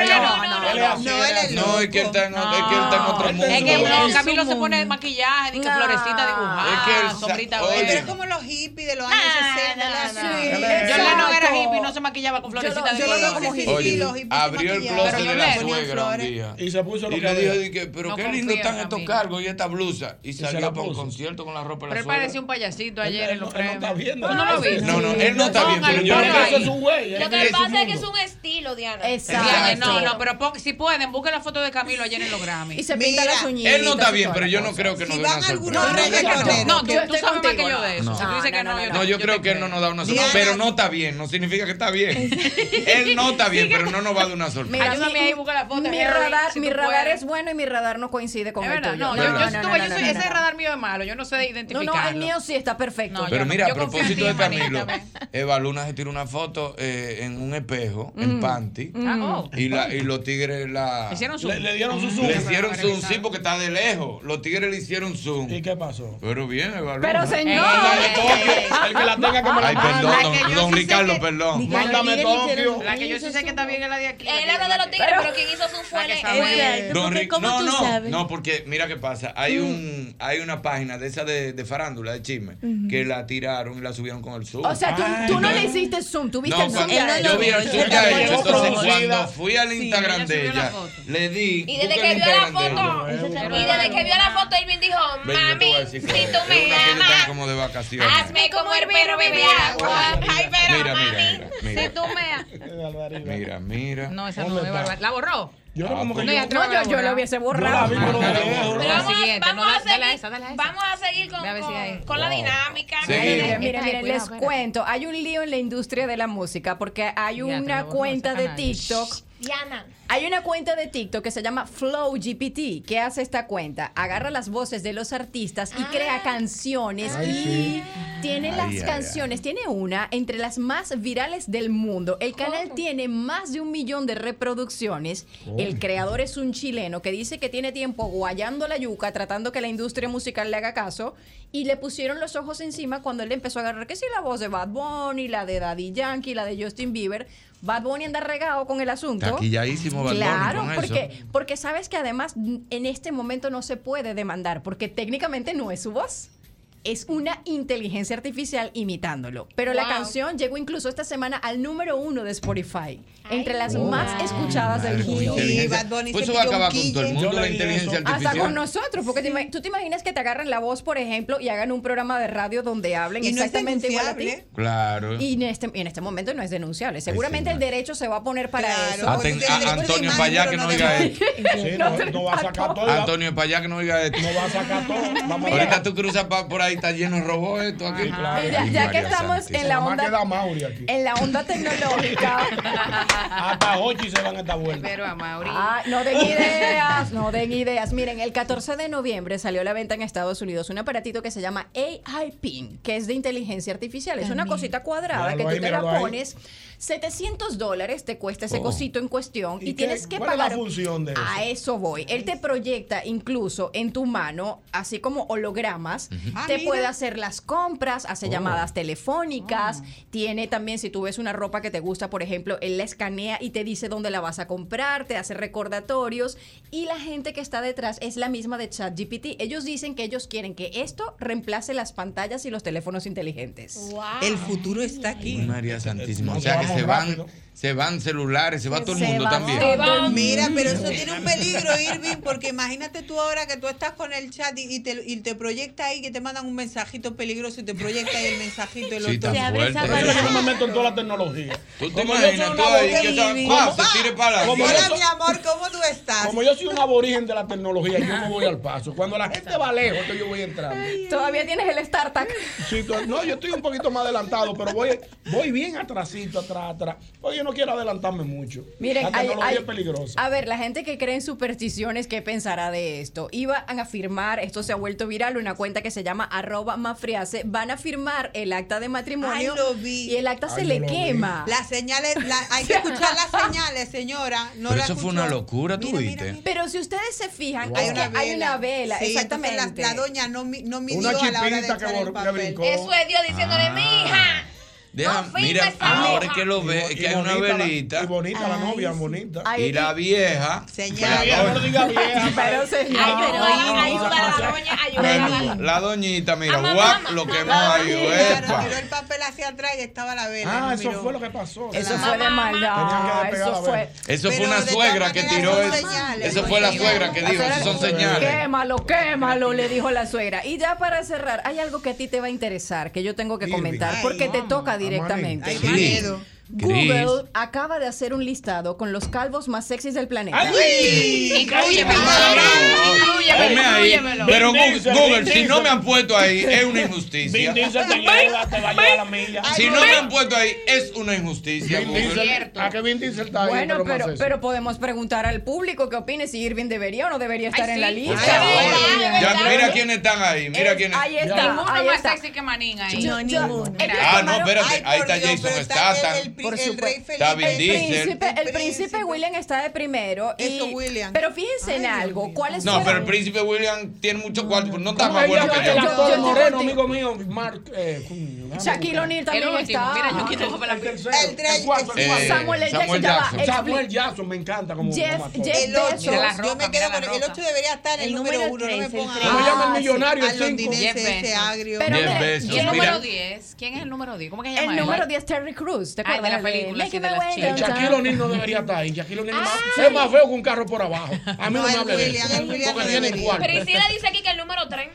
[SPEAKER 27] no, él es
[SPEAKER 4] No, es que él está en otro- es que él está en otro mundo.
[SPEAKER 27] Es que no, Camilo se pone maquillaje, dice
[SPEAKER 8] No.
[SPEAKER 27] florecita
[SPEAKER 4] Es que él
[SPEAKER 27] dibujada,
[SPEAKER 4] sa-
[SPEAKER 27] sombrita
[SPEAKER 4] oye.
[SPEAKER 27] verde.
[SPEAKER 8] Pero como los hippies de los años 60. la-
[SPEAKER 27] Yo
[SPEAKER 8] Sí.
[SPEAKER 27] en la no era hippie, no se maquillaba con
[SPEAKER 8] Yo lo-
[SPEAKER 27] florecita
[SPEAKER 8] yo lo veo como
[SPEAKER 27] hippie.
[SPEAKER 4] Oye, abrió el closet de la suegra un día.
[SPEAKER 5] Y se puso lo
[SPEAKER 4] Y
[SPEAKER 5] que
[SPEAKER 4] le dijo,
[SPEAKER 5] había.
[SPEAKER 4] dije, pero
[SPEAKER 27] No
[SPEAKER 4] qué lindo
[SPEAKER 27] confía
[SPEAKER 4] están
[SPEAKER 27] en
[SPEAKER 4] estos
[SPEAKER 27] Camilo.
[SPEAKER 4] cargos y esta blusa. Y
[SPEAKER 5] se la
[SPEAKER 4] salió para un
[SPEAKER 5] puso.
[SPEAKER 4] concierto con la ropa
[SPEAKER 27] Pero
[SPEAKER 4] de la
[SPEAKER 27] él
[SPEAKER 4] suegra.
[SPEAKER 27] parecía un payasito ayer en los premios.
[SPEAKER 5] viendo.
[SPEAKER 27] ¿Tú no lo viste?
[SPEAKER 4] No, no, él no está bien, pero yo
[SPEAKER 27] Póngalo
[SPEAKER 4] creo
[SPEAKER 27] ahí.
[SPEAKER 4] que eso es un
[SPEAKER 27] ¿eh?
[SPEAKER 4] güey.
[SPEAKER 6] Lo
[SPEAKER 4] Ese
[SPEAKER 6] que
[SPEAKER 4] es un
[SPEAKER 6] pasa es que es
[SPEAKER 4] mundo.
[SPEAKER 6] un estilo, Diana.
[SPEAKER 27] Diana, No, no, pero pon- si pueden, busquen la foto de Camilo ayer en los Grammy.
[SPEAKER 28] Y se pinta las uñitas.
[SPEAKER 4] Él no está bien, pero yo no creo que nos dé una sorpresa.
[SPEAKER 27] No, tú,
[SPEAKER 28] Yo
[SPEAKER 27] tú
[SPEAKER 28] estoy
[SPEAKER 27] sabes más que
[SPEAKER 28] contigo,
[SPEAKER 27] yo
[SPEAKER 28] no.
[SPEAKER 27] de eso.
[SPEAKER 4] No.
[SPEAKER 27] Si tú dices que no, yo
[SPEAKER 4] No, yo creo que él no nos da una sorpresa.
[SPEAKER 27] Diana-
[SPEAKER 4] Pero no está bien, no significa que está bien. Él no está bien, pero no nos va a dar una sorpresa.
[SPEAKER 28] Mira,
[SPEAKER 27] Ayúdame
[SPEAKER 28] mi-
[SPEAKER 27] ahí, busca la foto,
[SPEAKER 28] Mi
[SPEAKER 27] Henry,
[SPEAKER 28] radar,
[SPEAKER 27] si
[SPEAKER 28] mi
[SPEAKER 27] tú
[SPEAKER 28] radar
[SPEAKER 27] puedes.
[SPEAKER 28] es bueno y mi radar no coincide con
[SPEAKER 27] Es
[SPEAKER 28] el
[SPEAKER 27] verdad,
[SPEAKER 28] tuyo.
[SPEAKER 27] no, yo, yo estuve- pues yo soy- ese radar mío es malo, yo no sé
[SPEAKER 28] No,
[SPEAKER 27] identificarlo.
[SPEAKER 28] no, el mío sí está perfecto.
[SPEAKER 4] Pero mira, a propósito de Camilo, Eva Luna se tiró una foto eh, en un espejo, en
[SPEAKER 28] Mm.
[SPEAKER 4] panty,
[SPEAKER 28] Ah, oh.
[SPEAKER 4] y, la, y los tigres la...
[SPEAKER 27] Hicieron zoom.
[SPEAKER 4] Le, le dieron su
[SPEAKER 27] Ah.
[SPEAKER 4] zoom. Le hicieron
[SPEAKER 27] Para
[SPEAKER 4] zoom,
[SPEAKER 27] revisar.
[SPEAKER 4] sí, porque está de lejos. Los tigres le hicieron zoom. ¿Y
[SPEAKER 5] qué pasó?
[SPEAKER 4] Pero bien, Eva Luna.
[SPEAKER 28] Pero,
[SPEAKER 27] Eh,
[SPEAKER 28] señor.
[SPEAKER 4] Mándame Tokio.
[SPEAKER 5] El que la tenga que me la
[SPEAKER 4] Ay,
[SPEAKER 5] mande.
[SPEAKER 4] perdón,
[SPEAKER 5] La
[SPEAKER 4] don,
[SPEAKER 5] que yo
[SPEAKER 4] don
[SPEAKER 5] sí sé
[SPEAKER 4] Ricardo,
[SPEAKER 5] que-
[SPEAKER 4] perdón.
[SPEAKER 5] Diga, Mándame los tigres Tokio. hicieron-
[SPEAKER 27] La que yo sí sé que está bien es la de aquí.
[SPEAKER 6] Él habla de los tigres, pero quien hizo su fue
[SPEAKER 27] está buena.
[SPEAKER 4] Don Ric-
[SPEAKER 27] ¿cómo
[SPEAKER 4] no,
[SPEAKER 27] tú
[SPEAKER 4] no,
[SPEAKER 27] sabes?
[SPEAKER 4] no, porque mira qué pasa. Hay
[SPEAKER 28] Mm.
[SPEAKER 4] un, hay una página de esa de, de farándula, de chisme,
[SPEAKER 28] Ujú.
[SPEAKER 4] que la tiraron y la subieron con el zoom.
[SPEAKER 28] O sea, tú,
[SPEAKER 4] Ay,
[SPEAKER 28] tú no
[SPEAKER 4] no.
[SPEAKER 28] le hiciste zoom, tú viste
[SPEAKER 4] No,
[SPEAKER 28] el zoom.
[SPEAKER 4] cuando-
[SPEAKER 28] de él.
[SPEAKER 4] yo vi el zoom de ella, entonces cuando fui al Instagram
[SPEAKER 6] ella
[SPEAKER 4] de
[SPEAKER 6] subió la
[SPEAKER 4] ella, le di.
[SPEAKER 6] Y desde
[SPEAKER 4] busca
[SPEAKER 6] que
[SPEAKER 4] el
[SPEAKER 6] vio la
[SPEAKER 4] Instagram de
[SPEAKER 6] foto,
[SPEAKER 4] ella.
[SPEAKER 6] y desde que vio la foto, Irving dijo,
[SPEAKER 4] Ven, yo te voy a
[SPEAKER 6] mami, si
[SPEAKER 4] decir
[SPEAKER 6] tú
[SPEAKER 4] que es una que
[SPEAKER 6] me
[SPEAKER 4] ellos
[SPEAKER 6] amas,
[SPEAKER 4] están como de vacaciones.
[SPEAKER 6] hazme como el perro bebe agua. Ay, pero
[SPEAKER 4] Mira, mira, mira,
[SPEAKER 27] Si tú me...
[SPEAKER 4] mira, mira, mira.
[SPEAKER 27] No, esa no es barbaridad. ¿La borró?
[SPEAKER 4] Yo no como
[SPEAKER 27] que No, yo- ya te
[SPEAKER 28] No,
[SPEAKER 27] la
[SPEAKER 28] yo, yo lo
[SPEAKER 27] borrado.
[SPEAKER 28] hubiese
[SPEAKER 4] la
[SPEAKER 28] borrado.
[SPEAKER 4] vi, pero la borró.
[SPEAKER 27] Pero
[SPEAKER 4] La
[SPEAKER 27] vamos, siguiente,
[SPEAKER 6] vamos
[SPEAKER 27] no,
[SPEAKER 6] a
[SPEAKER 27] da- dale a
[SPEAKER 6] seguir-
[SPEAKER 27] esa, dale a esa.
[SPEAKER 6] Vamos a seguir con,
[SPEAKER 27] Ve a ver si
[SPEAKER 6] con-
[SPEAKER 27] hay.
[SPEAKER 6] con la
[SPEAKER 27] Wow.
[SPEAKER 6] dinámica.
[SPEAKER 4] Seguimos.
[SPEAKER 6] Miren,
[SPEAKER 28] Miren, miren,
[SPEAKER 6] cuidado,
[SPEAKER 28] les
[SPEAKER 6] espérate.
[SPEAKER 28] cuento, hay un lío en la industria de la música porque hay
[SPEAKER 6] Fíjate,
[SPEAKER 28] una
[SPEAKER 6] lo bueno
[SPEAKER 28] cuenta
[SPEAKER 6] es
[SPEAKER 28] de
[SPEAKER 6] canalla.
[SPEAKER 28] TikTok
[SPEAKER 6] Diana.
[SPEAKER 28] Hay una cuenta de TikTok que se llama Flow GPT. ¿Qué hace esta cuenta? Agarra las voces de los artistas y crea canciones
[SPEAKER 7] Ay,
[SPEAKER 28] y
[SPEAKER 7] sí.
[SPEAKER 28] tiene
[SPEAKER 7] Ay,
[SPEAKER 28] las
[SPEAKER 7] ay, ay.
[SPEAKER 28] canciones. Tiene una entre las más virales del mundo. El canal tiene más de un millón de reproducciones. El creador es un chileno que dice que tiene tiempo guayando la yuca, tratando que la industria musical le haga caso. Y le pusieron los ojos encima cuando él empezó a agarrar que sí la voz de Bad Bunny, la de Daddy Yankee, la de Justin Bieber. Bad Bunny anda regado con el asunto.
[SPEAKER 4] Taquilladísimo Bad Bunny
[SPEAKER 28] Claro,
[SPEAKER 4] con eso.
[SPEAKER 28] porque, porque sabes que además n- en este momento no se puede demandar, porque técnicamente no es su voz. es una inteligencia artificial imitándolo. Pero la
[SPEAKER 1] Wow.
[SPEAKER 28] canción llegó incluso esta semana al número uno de Spotify, entre las
[SPEAKER 1] wow.
[SPEAKER 28] más escuchadas del
[SPEAKER 4] Madre,
[SPEAKER 28] mundo.
[SPEAKER 4] inteligencia. Pues eso va a acabar con todo el mundo, la inteligencia
[SPEAKER 28] Hasta con
[SPEAKER 4] artificial.
[SPEAKER 28] nosotros, porque te ima- tú te imaginas que te agarran la voz, por ejemplo, y hagan un programa de radio donde hablen
[SPEAKER 8] Y no es
[SPEAKER 28] exactamente igual a ti.
[SPEAKER 8] denunciable.
[SPEAKER 4] Claro. Pues
[SPEAKER 28] Y en este, y en este momento no es denunciable. Seguramente el derecho se va a poner para eso. porque
[SPEAKER 4] Aten- a-
[SPEAKER 28] después de
[SPEAKER 4] Antonio
[SPEAKER 28] imagen,
[SPEAKER 4] Payá que
[SPEAKER 28] pero
[SPEAKER 4] no
[SPEAKER 28] de
[SPEAKER 4] diga
[SPEAKER 28] imagen.
[SPEAKER 4] esto.
[SPEAKER 5] Sí, no, no va a sacar todo.
[SPEAKER 4] Antonio Payá que no diga esto.
[SPEAKER 5] No va a sacar todo. Vamos
[SPEAKER 4] Ahorita tú cruzas pa- por ahí, está lleno de robots esto aquí.
[SPEAKER 28] Claro. Mira, ya que estamos en la onda- En la onda tecnológica.
[SPEAKER 5] Hasta Hochi se van a estar vuelta.
[SPEAKER 28] Pero a Mauri. Ah, no den ideas, no den ideas. Miren, el 14 de noviembre salió a la venta en Estados Unidos un aparatito que se llama AI Pin, que es de inteligencia artificial. Es una
[SPEAKER 1] También.
[SPEAKER 28] cosita cuadrada
[SPEAKER 1] Míralo
[SPEAKER 28] que tú
[SPEAKER 1] ahí,
[SPEAKER 28] te la
[SPEAKER 1] míralo ahí.
[SPEAKER 28] pones. 700 dólares te cuesta ese
[SPEAKER 1] Oh.
[SPEAKER 28] cosito en cuestión y,
[SPEAKER 1] ¿Y qué-
[SPEAKER 28] tienes que
[SPEAKER 1] cuál es la
[SPEAKER 28] pagar.
[SPEAKER 1] función de
[SPEAKER 28] A eso voy. Él te proyecta incluso en tu mano, así como hologramas,
[SPEAKER 1] Ah,
[SPEAKER 28] te
[SPEAKER 1] mira.
[SPEAKER 28] puede hacer las compras, hace
[SPEAKER 1] Oh.
[SPEAKER 28] llamadas telefónicas,
[SPEAKER 1] Ah.
[SPEAKER 28] tiene también, si tú ves una ropa que te gusta, por ejemplo, él la escanea y te dice dónde la vas a comprar, te hace recordatorios y la gente que está detrás es la misma de ChatGPT. Ellos dicen que ellos quieren que esto reemplace las pantallas y los teléfonos inteligentes.
[SPEAKER 8] El futuro está aquí.
[SPEAKER 4] María Santísima. O sea que se van, se van celulares, se va todo el
[SPEAKER 8] Se
[SPEAKER 4] mundo
[SPEAKER 8] va
[SPEAKER 4] también.
[SPEAKER 8] todo el mundo. Mira, pero eso tiene un peligro, Irving, porque imagínate tú ahora que tú estás con el chat y, y te, y te proyecta ahí que te mandan un mensajito peligroso y te proyecta ahí el mensajito. El
[SPEAKER 4] Sí,
[SPEAKER 8] otro.
[SPEAKER 4] tan Te abre esa fuerte.
[SPEAKER 5] Pero yo no me meto en toda la tecnología.
[SPEAKER 4] Tú te
[SPEAKER 5] Como yo
[SPEAKER 4] imaginas
[SPEAKER 5] soy
[SPEAKER 4] tú
[SPEAKER 5] una
[SPEAKER 4] ahí que
[SPEAKER 5] aborigen,
[SPEAKER 4] esa- pa, se tire para adelante.
[SPEAKER 5] Como yo
[SPEAKER 4] Hola,
[SPEAKER 5] soy-
[SPEAKER 8] Mi amor, ¿cómo tú estás?
[SPEAKER 5] Como yo soy un aborigen de la tecnología, yo no voy al paso. Cuando la gente va lejos, que yo voy entrando.
[SPEAKER 28] Todavía tienes el startup.
[SPEAKER 5] Sí, to- no, yo estoy un poquito más adelantado, pero voy, voy bien atrasito, atrás, atrás. Oye, yo no quiero adelantarme mucho.
[SPEAKER 28] Miren,
[SPEAKER 5] la
[SPEAKER 28] hay-
[SPEAKER 5] tecnología
[SPEAKER 28] hay-
[SPEAKER 5] es peligrosa.
[SPEAKER 28] A ver, la gente que cree en supersticiones, ¿qué pensará de esto? Iban a firmar, esto se ha vuelto viral, una cuenta que se llama arroba mafriase, van a firmar el acta de matrimonio
[SPEAKER 8] Ay, lo vi.
[SPEAKER 28] y el acta se le quema.
[SPEAKER 8] Las señales, la- hay que escuchar las señales, señora. No
[SPEAKER 4] Pero
[SPEAKER 8] la
[SPEAKER 4] eso fue una locura, tú viste.
[SPEAKER 28] Pero si ustedes se fijan,
[SPEAKER 4] Wow.
[SPEAKER 28] hay, una vela, hay una vela,
[SPEAKER 8] Sí, entonces la-
[SPEAKER 28] exactamente.
[SPEAKER 8] La, doña no, mi- no midió
[SPEAKER 4] Una
[SPEAKER 8] a la hora de
[SPEAKER 4] chispita que
[SPEAKER 8] echar el
[SPEAKER 4] bor- que
[SPEAKER 8] papel.
[SPEAKER 4] brincó. Eso es
[SPEAKER 8] Dios
[SPEAKER 4] diciéndole, Ah. "Mija, Deja- mira, ahora es que lo ve, es que hay una velita.
[SPEAKER 5] Y bonita la novia, bonita.
[SPEAKER 4] Y la vieja.
[SPEAKER 5] Señora. No diga vieja.
[SPEAKER 28] Pero señora.
[SPEAKER 5] Ay, pero ahí- ahí
[SPEAKER 4] No,
[SPEAKER 5] para
[SPEAKER 4] no,
[SPEAKER 5] la
[SPEAKER 4] no.
[SPEAKER 5] doña,
[SPEAKER 4] Bueno, La doñita, mira, guap, lo quemó ahí. epa.
[SPEAKER 8] Miró el papel hacia atrás y estaba la vela.
[SPEAKER 5] Ah,
[SPEAKER 8] no
[SPEAKER 5] eso
[SPEAKER 8] miró.
[SPEAKER 5] fue lo que pasó.
[SPEAKER 28] Eso fue de
[SPEAKER 5] Tenían que
[SPEAKER 28] maldad.
[SPEAKER 5] despegar la
[SPEAKER 28] Ah, Eso
[SPEAKER 5] vela.
[SPEAKER 28] fue.
[SPEAKER 4] Eso fue
[SPEAKER 5] Pero
[SPEAKER 4] una
[SPEAKER 5] de
[SPEAKER 4] suegra que tiró
[SPEAKER 28] son
[SPEAKER 4] eso.
[SPEAKER 28] señales,
[SPEAKER 4] Eso
[SPEAKER 28] son
[SPEAKER 4] fue la
[SPEAKER 28] señales.
[SPEAKER 4] suegra que
[SPEAKER 28] La
[SPEAKER 4] dijo,
[SPEAKER 28] suegra
[SPEAKER 4] eso son
[SPEAKER 28] dijo,
[SPEAKER 4] señales.
[SPEAKER 28] Quémalo, quémalo, le dijo la suegra. Y ya para cerrar, hay algo que a ti te va a interesar, que yo tengo que comentar,
[SPEAKER 1] Ay,
[SPEAKER 28] porque te toca directamente.
[SPEAKER 1] Ay, Sí. miedo.
[SPEAKER 28] Google
[SPEAKER 1] Cris.
[SPEAKER 28] acaba de hacer un listado con los calvos más sexys del planeta.
[SPEAKER 1] Ay,
[SPEAKER 28] Inclúyeme.
[SPEAKER 1] Inclúyemelo,
[SPEAKER 4] Ponme ahí.
[SPEAKER 1] inclúyemelo.
[SPEAKER 4] Pero
[SPEAKER 1] Vin
[SPEAKER 4] Google,
[SPEAKER 1] Diesel,
[SPEAKER 4] Google,
[SPEAKER 1] Vin
[SPEAKER 4] si
[SPEAKER 1] Diesel.
[SPEAKER 4] no me han puesto ahí, es una injusticia.
[SPEAKER 5] Vin Diesel te lleva, te va a llevar a la milla.
[SPEAKER 4] Si no me han puesto ahí, es una injusticia.
[SPEAKER 5] Vin
[SPEAKER 4] Google.
[SPEAKER 5] Diesel, ¿A qué Vin Diesel está ahí?
[SPEAKER 28] Bueno, pero,
[SPEAKER 5] más eso?
[SPEAKER 28] pero podemos preguntar al público qué opine si Irving debería o no debería estar en la
[SPEAKER 4] Por
[SPEAKER 28] lista.
[SPEAKER 4] favor.
[SPEAKER 28] Ay,
[SPEAKER 4] Ya,
[SPEAKER 28] ¿verdad?
[SPEAKER 4] mira quiénes están ahí. Mira quiénes.
[SPEAKER 28] Ahí está.
[SPEAKER 27] Ninguno
[SPEAKER 28] ahí
[SPEAKER 27] más
[SPEAKER 28] está.
[SPEAKER 27] sexy que Manín ahí.
[SPEAKER 28] No, ninguno.
[SPEAKER 4] Ah, no, espérate. Ahí está Jason Statham.
[SPEAKER 28] Por supuesto.
[SPEAKER 4] Está Vin Diesel.
[SPEAKER 28] príncipe, el príncipe William está de primero. y- Pero fíjense en algo. ¿Cuáles
[SPEAKER 4] No, pero el
[SPEAKER 28] fueron?
[SPEAKER 4] príncipe William tiene mucho cuarto, pero no está
[SPEAKER 5] No,
[SPEAKER 4] más
[SPEAKER 5] él
[SPEAKER 4] bueno
[SPEAKER 5] ya-
[SPEAKER 4] que
[SPEAKER 5] él ya todo
[SPEAKER 4] yo.
[SPEAKER 5] moreno, amigo mío, Mark. Eh, coño, dame
[SPEAKER 28] Shaquille
[SPEAKER 5] un-
[SPEAKER 28] O'Neal también
[SPEAKER 27] El último,
[SPEAKER 28] está.
[SPEAKER 27] mira, yo quiero
[SPEAKER 5] El tercero, el cuarto, el
[SPEAKER 28] Eh,
[SPEAKER 5] cuarto.
[SPEAKER 28] Samuel L. Samuel Jackson, ya va,
[SPEAKER 5] Samuel
[SPEAKER 28] explica.
[SPEAKER 5] Jackson, me encanta como
[SPEAKER 28] Jeff-
[SPEAKER 5] como actor.
[SPEAKER 28] Jeff
[SPEAKER 8] El
[SPEAKER 28] Bezos.
[SPEAKER 8] 8,
[SPEAKER 28] Mira la
[SPEAKER 8] yo me quedo con el 8 debería estar en el, número 1, no me pongan
[SPEAKER 5] tres. ¿Cómo llama el millonario, el
[SPEAKER 8] al
[SPEAKER 5] cinco?
[SPEAKER 8] londinense
[SPEAKER 5] Jeff
[SPEAKER 8] ese
[SPEAKER 5] Bezos.
[SPEAKER 8] agrio.
[SPEAKER 28] Pero
[SPEAKER 4] Jeff
[SPEAKER 28] mira,
[SPEAKER 4] Bezos,
[SPEAKER 27] ¿Y el
[SPEAKER 4] mira.
[SPEAKER 27] número 10? ¿Quién es el número 10? ¿Cómo que se
[SPEAKER 28] El
[SPEAKER 27] llama?
[SPEAKER 28] número 10, Terry Crews. ¿Te
[SPEAKER 27] Ah, de
[SPEAKER 28] acuerdas
[SPEAKER 27] la película,
[SPEAKER 28] Make
[SPEAKER 27] sí,
[SPEAKER 28] it
[SPEAKER 27] de
[SPEAKER 28] my
[SPEAKER 27] las
[SPEAKER 28] way
[SPEAKER 5] El
[SPEAKER 28] downtown?
[SPEAKER 5] Shaquille O'Neal no debería estar ahí. Shaquille O'Neal es más- es más feo que un carro por abajo. A mí no,
[SPEAKER 8] No,
[SPEAKER 5] me
[SPEAKER 8] el
[SPEAKER 5] hable de
[SPEAKER 8] William,
[SPEAKER 5] eso.
[SPEAKER 8] el William
[SPEAKER 5] Porque
[SPEAKER 8] no
[SPEAKER 5] tiene
[SPEAKER 8] debería.
[SPEAKER 5] cuarto.
[SPEAKER 10] Priscila dice aquí que el número 3.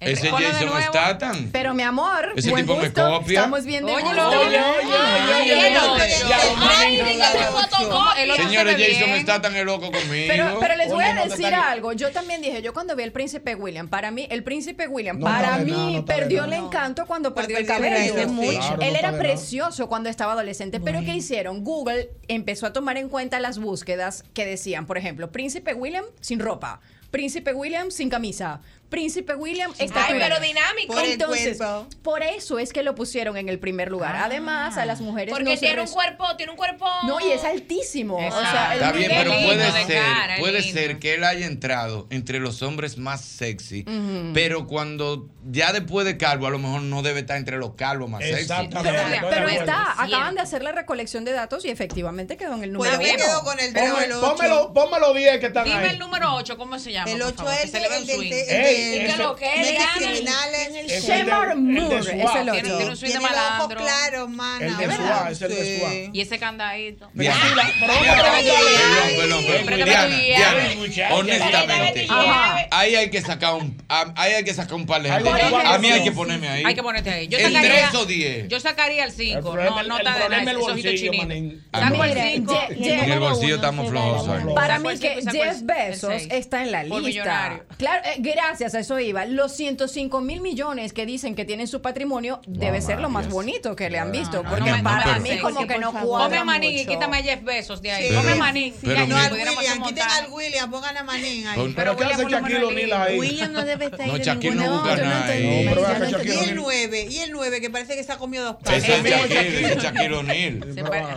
[SPEAKER 4] Ese
[SPEAKER 28] Ponlo de nuevo.
[SPEAKER 4] Jason Statham.
[SPEAKER 28] Pero mi amor,
[SPEAKER 4] Ese
[SPEAKER 28] buen
[SPEAKER 4] tipo me
[SPEAKER 28] gusto,
[SPEAKER 4] copia.
[SPEAKER 28] Estamos bien de
[SPEAKER 27] Oye,
[SPEAKER 28] gusto.
[SPEAKER 27] oye, oye, oye, oye,
[SPEAKER 4] Señores, Jason Statham es loco conmigo.
[SPEAKER 28] Pero, pero les voy
[SPEAKER 4] Oye,
[SPEAKER 28] a
[SPEAKER 4] no te
[SPEAKER 28] decir
[SPEAKER 4] están-
[SPEAKER 28] algo. Yo también dije, yo cuando vi el príncipe William, para mí, el príncipe William,
[SPEAKER 4] No
[SPEAKER 28] para
[SPEAKER 4] está de
[SPEAKER 28] mí,
[SPEAKER 4] nada, no está de
[SPEAKER 28] perdió el
[SPEAKER 4] nada.
[SPEAKER 28] encanto cuando perdió el
[SPEAKER 8] perdió el
[SPEAKER 28] cabello.
[SPEAKER 8] cabello, sí. Claro, no
[SPEAKER 28] Él
[SPEAKER 8] está
[SPEAKER 28] era
[SPEAKER 8] de nada.
[SPEAKER 28] precioso cuando estaba adolescente. Pero ¿qué hicieron? Google empezó a tomar en cuenta las búsquedas que decían, por ejemplo, príncipe William sin ropa. Príncipe William sin camisa. Príncipe William está
[SPEAKER 10] pero dinámico. Por el
[SPEAKER 28] Entonces,
[SPEAKER 10] cuerpo.
[SPEAKER 28] por eso es que lo pusieron en el primer lugar. Además, a las mujeres no
[SPEAKER 10] Ah. Porque
[SPEAKER 28] se
[SPEAKER 10] tiene un
[SPEAKER 28] res-
[SPEAKER 10] cuerpo, tiene un cuerpo.
[SPEAKER 28] No, y es altísimo. O sea,
[SPEAKER 4] Está
[SPEAKER 28] el
[SPEAKER 4] bien,
[SPEAKER 28] nivel-
[SPEAKER 4] pero
[SPEAKER 10] lindo,
[SPEAKER 4] puede
[SPEAKER 10] de
[SPEAKER 4] ser,
[SPEAKER 10] cara, es
[SPEAKER 4] puede
[SPEAKER 10] lindo.
[SPEAKER 4] ser que él haya entrado entre los hombres más sexy,
[SPEAKER 28] Ujú.
[SPEAKER 4] pero cuando ya después de calvo, a lo mejor no debe estar entre los calvos más sexy.
[SPEAKER 28] Pero, pero está, acaban de hacer la recolección de datos y efectivamente quedó en el número
[SPEAKER 27] Pues yo me
[SPEAKER 28] uno.
[SPEAKER 27] quedo con el
[SPEAKER 28] Pero-
[SPEAKER 27] número
[SPEAKER 5] Pónmelo, pónmelo 10 que están
[SPEAKER 27] Dime el
[SPEAKER 5] ahí.
[SPEAKER 27] número 8, ¿cómo se llama? llama?
[SPEAKER 8] El
[SPEAKER 27] por
[SPEAKER 8] 8
[SPEAKER 27] favor?
[SPEAKER 8] es
[SPEAKER 27] que se le ve un
[SPEAKER 8] el de-
[SPEAKER 27] swing.
[SPEAKER 8] el de- Ey, ¿Y qué ese- lo que es? de
[SPEAKER 27] Vean,
[SPEAKER 8] criminales.
[SPEAKER 27] en el
[SPEAKER 8] Ese es
[SPEAKER 27] swing.
[SPEAKER 8] el de- Seymour el de Moore, es Suárez. el
[SPEAKER 27] Tiene,
[SPEAKER 8] otro.
[SPEAKER 27] tiene un swing de
[SPEAKER 8] Tiene los ojos
[SPEAKER 27] malandro.
[SPEAKER 8] claros, mana, El de ¿verdad?
[SPEAKER 5] Suárez, es el de Sí. Suárez.
[SPEAKER 27] Y ese candadito.
[SPEAKER 4] Diana, Perdón, perdón,
[SPEAKER 27] Préstame
[SPEAKER 4] Diana,
[SPEAKER 27] tu llave.
[SPEAKER 4] Diana,
[SPEAKER 27] Muchacha.
[SPEAKER 4] honestamente,
[SPEAKER 27] Préstame tu llave.
[SPEAKER 4] ahí hay que sacar un, a- ahí hay que sacar un par de
[SPEAKER 27] Hay
[SPEAKER 4] gente.
[SPEAKER 27] que ponerle
[SPEAKER 4] A mí hay
[SPEAKER 27] sí.
[SPEAKER 4] que ponerme ahí.
[SPEAKER 27] Hay que ponerte ahí. Yo
[SPEAKER 4] el
[SPEAKER 27] sacaría,
[SPEAKER 4] 3 o 10.
[SPEAKER 27] yo sacaría el 5. No, no está de nada. Esos ojitos chinitos.
[SPEAKER 4] Ah, no.
[SPEAKER 27] Saco el 5.
[SPEAKER 4] En el bolsillo estamos flojos hoy.
[SPEAKER 28] Para
[SPEAKER 27] Saco
[SPEAKER 28] mí
[SPEAKER 27] el
[SPEAKER 28] que
[SPEAKER 27] cinco y saco
[SPEAKER 28] Jeff
[SPEAKER 27] el- el
[SPEAKER 28] Bezos
[SPEAKER 27] seis.
[SPEAKER 28] está en la
[SPEAKER 27] Por
[SPEAKER 28] lista.
[SPEAKER 27] millonario.
[SPEAKER 28] Claro, eh, gracias a eso iba. Los 105 mil millones que dicen que tienen su patrimonio debe ser lo más bonito que le han visto. porque para mí como que no cuadra
[SPEAKER 27] Come a Manín y
[SPEAKER 28] mucho.
[SPEAKER 27] quítame a Jeff Bezos de ahí.
[SPEAKER 4] Pero-
[SPEAKER 27] Come a Manín.
[SPEAKER 4] pero
[SPEAKER 27] Ya,
[SPEAKER 4] mira-
[SPEAKER 27] si
[SPEAKER 4] No,
[SPEAKER 27] pudiéramos hacer un
[SPEAKER 8] Quiten al William, pongan a Manín ahí.
[SPEAKER 4] Pero Pero ¿qué hace William, por lo Shaquille menos, O'Neal ahí?
[SPEAKER 8] William no debe estar
[SPEAKER 4] ahí No, de Shaquille no ninguna busca otra, no nada ahí. entendí. No, pero es que Shaquille
[SPEAKER 8] Y el
[SPEAKER 4] O'Neal-
[SPEAKER 8] 9, y el 9, que parece que se ha comido dos papas.
[SPEAKER 4] Ese es Shaquille, ese es Shaquille O'Neal.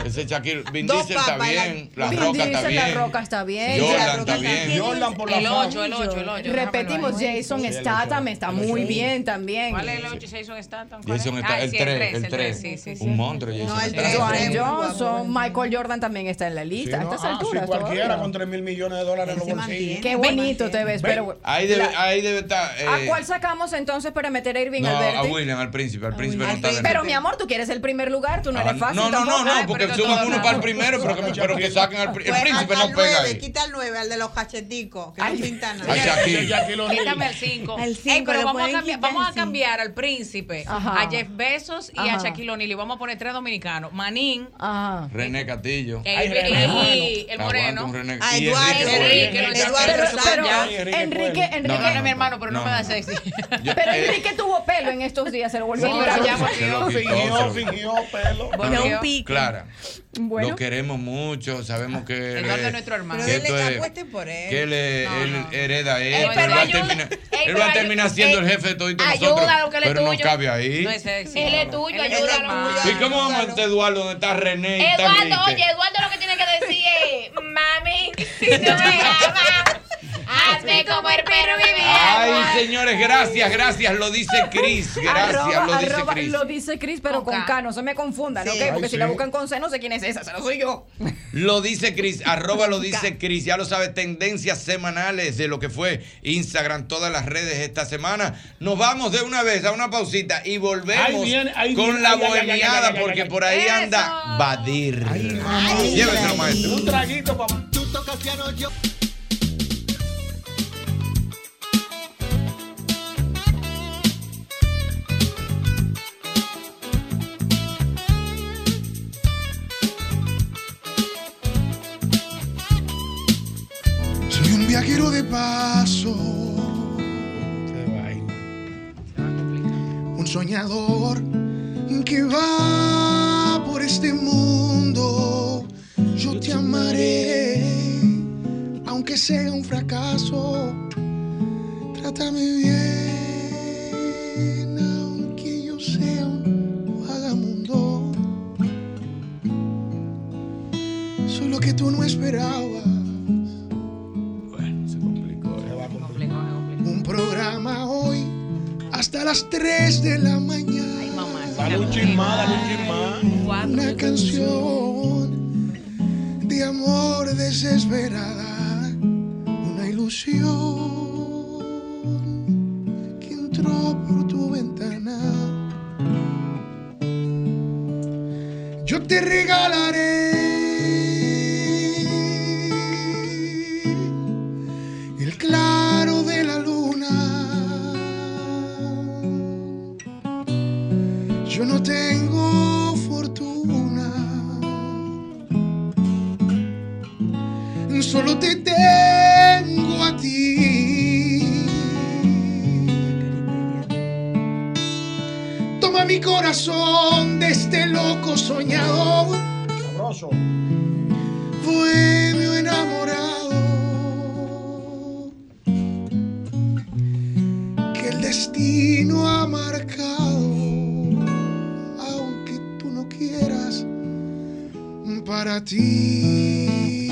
[SPEAKER 4] Ese es Shaquille. Vin
[SPEAKER 8] Dos
[SPEAKER 4] Diesel está
[SPEAKER 8] papas, la-
[SPEAKER 4] bien. La
[SPEAKER 28] Vin
[SPEAKER 4] Roca está
[SPEAKER 28] Diesel, La
[SPEAKER 4] bien.
[SPEAKER 28] Roca está bien.
[SPEAKER 4] Jordan
[SPEAKER 28] La Roca
[SPEAKER 4] está bien. Jordan por la
[SPEAKER 28] El
[SPEAKER 4] fama.
[SPEAKER 28] 8, el 8, el 8. Repetimos,
[SPEAKER 27] déjamelo ahí.
[SPEAKER 28] Jason
[SPEAKER 27] Sí, el ocho.
[SPEAKER 28] Statham está muy
[SPEAKER 27] ocho.
[SPEAKER 28] bien también.
[SPEAKER 27] ¿Cuál es el 8 Jason Statham? ¿Cuál es?
[SPEAKER 4] Jason
[SPEAKER 27] Ah,
[SPEAKER 4] está el
[SPEAKER 27] sí,
[SPEAKER 4] 3, el
[SPEAKER 27] tres,
[SPEAKER 4] 3.
[SPEAKER 27] sí, sí, sí.
[SPEAKER 4] Un monstruo, Jason.
[SPEAKER 28] No, el
[SPEAKER 4] está.
[SPEAKER 28] tres, Joan Johnson, Michael Jordan también está en la
[SPEAKER 5] Sí,
[SPEAKER 28] lista.
[SPEAKER 5] no,
[SPEAKER 28] a estas
[SPEAKER 5] ah,
[SPEAKER 28] alturas.
[SPEAKER 5] sí, cualquiera
[SPEAKER 28] todavía.
[SPEAKER 5] con 3 mil millones de dólares en los bolsillos.
[SPEAKER 28] Qué bonito te ves,
[SPEAKER 4] Ven,
[SPEAKER 28] pero bueno.
[SPEAKER 4] ahí, debe,
[SPEAKER 28] La-
[SPEAKER 4] ahí debe estar.
[SPEAKER 28] ¿A
[SPEAKER 4] eh,
[SPEAKER 28] cuál sacamos entonces para meter a Irving
[SPEAKER 4] no, a
[SPEAKER 28] Alberti?
[SPEAKER 4] William, al príncipe. Al príncipe no está de
[SPEAKER 28] Pero mi amor, tú quieres el primer lugar, tú no eres fácil.
[SPEAKER 4] Ah, No, no, no,
[SPEAKER 28] tampoco.
[SPEAKER 4] no, porque suban uno para el primero, pero que, me- pero que saquen al príncipe. El príncipe no pega
[SPEAKER 8] nueve,
[SPEAKER 4] ahí.
[SPEAKER 8] quita al 9, al de los cacheticos, que no pinta nada.
[SPEAKER 4] A Shaquille.
[SPEAKER 27] Quítame al 5.
[SPEAKER 8] Al cinco,
[SPEAKER 27] pero
[SPEAKER 8] lo
[SPEAKER 27] vamos a,
[SPEAKER 8] pueden
[SPEAKER 27] cambiar,
[SPEAKER 8] quitar,
[SPEAKER 27] vamos a
[SPEAKER 8] sí.
[SPEAKER 27] cambiar al príncipe,
[SPEAKER 8] Ajá.
[SPEAKER 27] a Jeff Bezos y a
[SPEAKER 4] Ajá.
[SPEAKER 27] Shaquille O'Neal. Y vamos a poner tres dominicanos. Manín.
[SPEAKER 4] René Castillo.
[SPEAKER 27] Ey, Ay, René, ey, bueno. el moreno.
[SPEAKER 4] Aguanta un René.
[SPEAKER 27] A
[SPEAKER 4] Y
[SPEAKER 27] Eduardo.
[SPEAKER 4] Enrique
[SPEAKER 27] Enrique,
[SPEAKER 4] Cuello.
[SPEAKER 27] lo Eduardo
[SPEAKER 28] Pero,
[SPEAKER 27] Sánchez.
[SPEAKER 28] pero,
[SPEAKER 27] Ya.
[SPEAKER 28] Enrique, Enrique,
[SPEAKER 27] Enrique,
[SPEAKER 4] No, no,
[SPEAKER 27] era mi
[SPEAKER 4] no,
[SPEAKER 27] hermano, pero no,
[SPEAKER 4] no,
[SPEAKER 27] me da
[SPEAKER 4] no. eh,
[SPEAKER 27] sexy.
[SPEAKER 28] Pero Enrique tuvo pelo en estos días, se lo volvió
[SPEAKER 27] Sí,
[SPEAKER 28] a quitar.
[SPEAKER 27] pero
[SPEAKER 28] ya.
[SPEAKER 4] Se lo quitó,
[SPEAKER 5] Fingió,
[SPEAKER 4] se lo quitó.
[SPEAKER 5] fingió, pelo.
[SPEAKER 4] No,
[SPEAKER 28] Volvió
[SPEAKER 4] no,
[SPEAKER 28] un pique.
[SPEAKER 4] Clara,
[SPEAKER 28] Bueno.
[SPEAKER 4] lo queremos mucho, sabemos que.
[SPEAKER 27] Eduardo
[SPEAKER 4] eh,
[SPEAKER 27] es nuestro hermano.
[SPEAKER 4] que
[SPEAKER 27] Pero dile
[SPEAKER 4] esto
[SPEAKER 27] que
[SPEAKER 4] es-
[SPEAKER 27] apuesten por él.
[SPEAKER 4] Que él, eh,
[SPEAKER 27] No,
[SPEAKER 4] él
[SPEAKER 27] no.
[SPEAKER 4] hereda
[SPEAKER 27] Ey,
[SPEAKER 4] esto.
[SPEAKER 27] pero
[SPEAKER 4] él va a
[SPEAKER 27] ayuda-
[SPEAKER 4] terminar,
[SPEAKER 27] Ey,
[SPEAKER 4] él
[SPEAKER 27] pero
[SPEAKER 4] va a
[SPEAKER 27] ayu-
[SPEAKER 4] terminar siendo
[SPEAKER 27] ey,
[SPEAKER 4] el jefe de todo
[SPEAKER 27] Ayúdalo,
[SPEAKER 4] nosotros.
[SPEAKER 27] que él es
[SPEAKER 4] Pero
[SPEAKER 27] tuyo.
[SPEAKER 4] no cabe ahí.
[SPEAKER 27] No es sexy.
[SPEAKER 6] Él es tuyo,
[SPEAKER 27] Él es
[SPEAKER 6] ayúdalo.
[SPEAKER 27] hermano.
[SPEAKER 4] ¿Y cómo vamos a meter a Eduardo donde está René? y está
[SPEAKER 6] Eduardo,
[SPEAKER 4] Enrique?
[SPEAKER 6] oye, Eduardo lo que tiene que decir es, mami, si no me amas, hazme como el perro viviendo.
[SPEAKER 4] Ay, señores, gracias, gracias. Lo dice Chris. Gracias,
[SPEAKER 28] Arroba,
[SPEAKER 4] lo dice
[SPEAKER 28] arroba,
[SPEAKER 4] Chris.
[SPEAKER 28] lo dice Chris, pero con K. no se me confundan,
[SPEAKER 4] Sí.
[SPEAKER 28] ¿ok?
[SPEAKER 4] Ay,
[SPEAKER 28] Porque si
[SPEAKER 4] sí.
[SPEAKER 28] la buscan con C, no sé quién es esa, se la soy yo.
[SPEAKER 4] Lo dice Chris, arroba lo dice Chris, ya lo sabes, tendencias semanales de lo que fue Instagram, todas las redes esta semana. Nos vamos de una vez a una pausita y volvemos
[SPEAKER 1] Ahí viene, ahí
[SPEAKER 4] con
[SPEAKER 1] viene,
[SPEAKER 4] la
[SPEAKER 1] ay, ay, ay, ay, ay,
[SPEAKER 4] bohemiada
[SPEAKER 1] ay,
[SPEAKER 4] porque
[SPEAKER 1] ay.
[SPEAKER 4] por ahí
[SPEAKER 1] Eso.
[SPEAKER 4] anda Badir. Lléveselo, maestro.
[SPEAKER 5] Un traguito, papá.
[SPEAKER 1] Tú tocas piano, yo.
[SPEAKER 30] Soy un viajero de paso. Un soñador que va por este mundo. Yo te amaré, aunque sea un fracaso. Trátame bien, aunque yo sea un vagamundo. Soy lo que tú no esperabas.
[SPEAKER 4] Ah,
[SPEAKER 30] Un programa hoy hasta las 3 de la mañana.
[SPEAKER 5] Dale un chin más, dale un chin más.
[SPEAKER 30] Una canción de amor desesperada. Una ilusión que entró por tu ventana. Yo te regalaré el claro de la luna. Yo no tengo fortuna, solo te tengo a ti. Toma mi corazón de este loco soñador. Sabroso. Bohemio enamorado. que el destino ha marcado, aunque tú no quieras, para ti.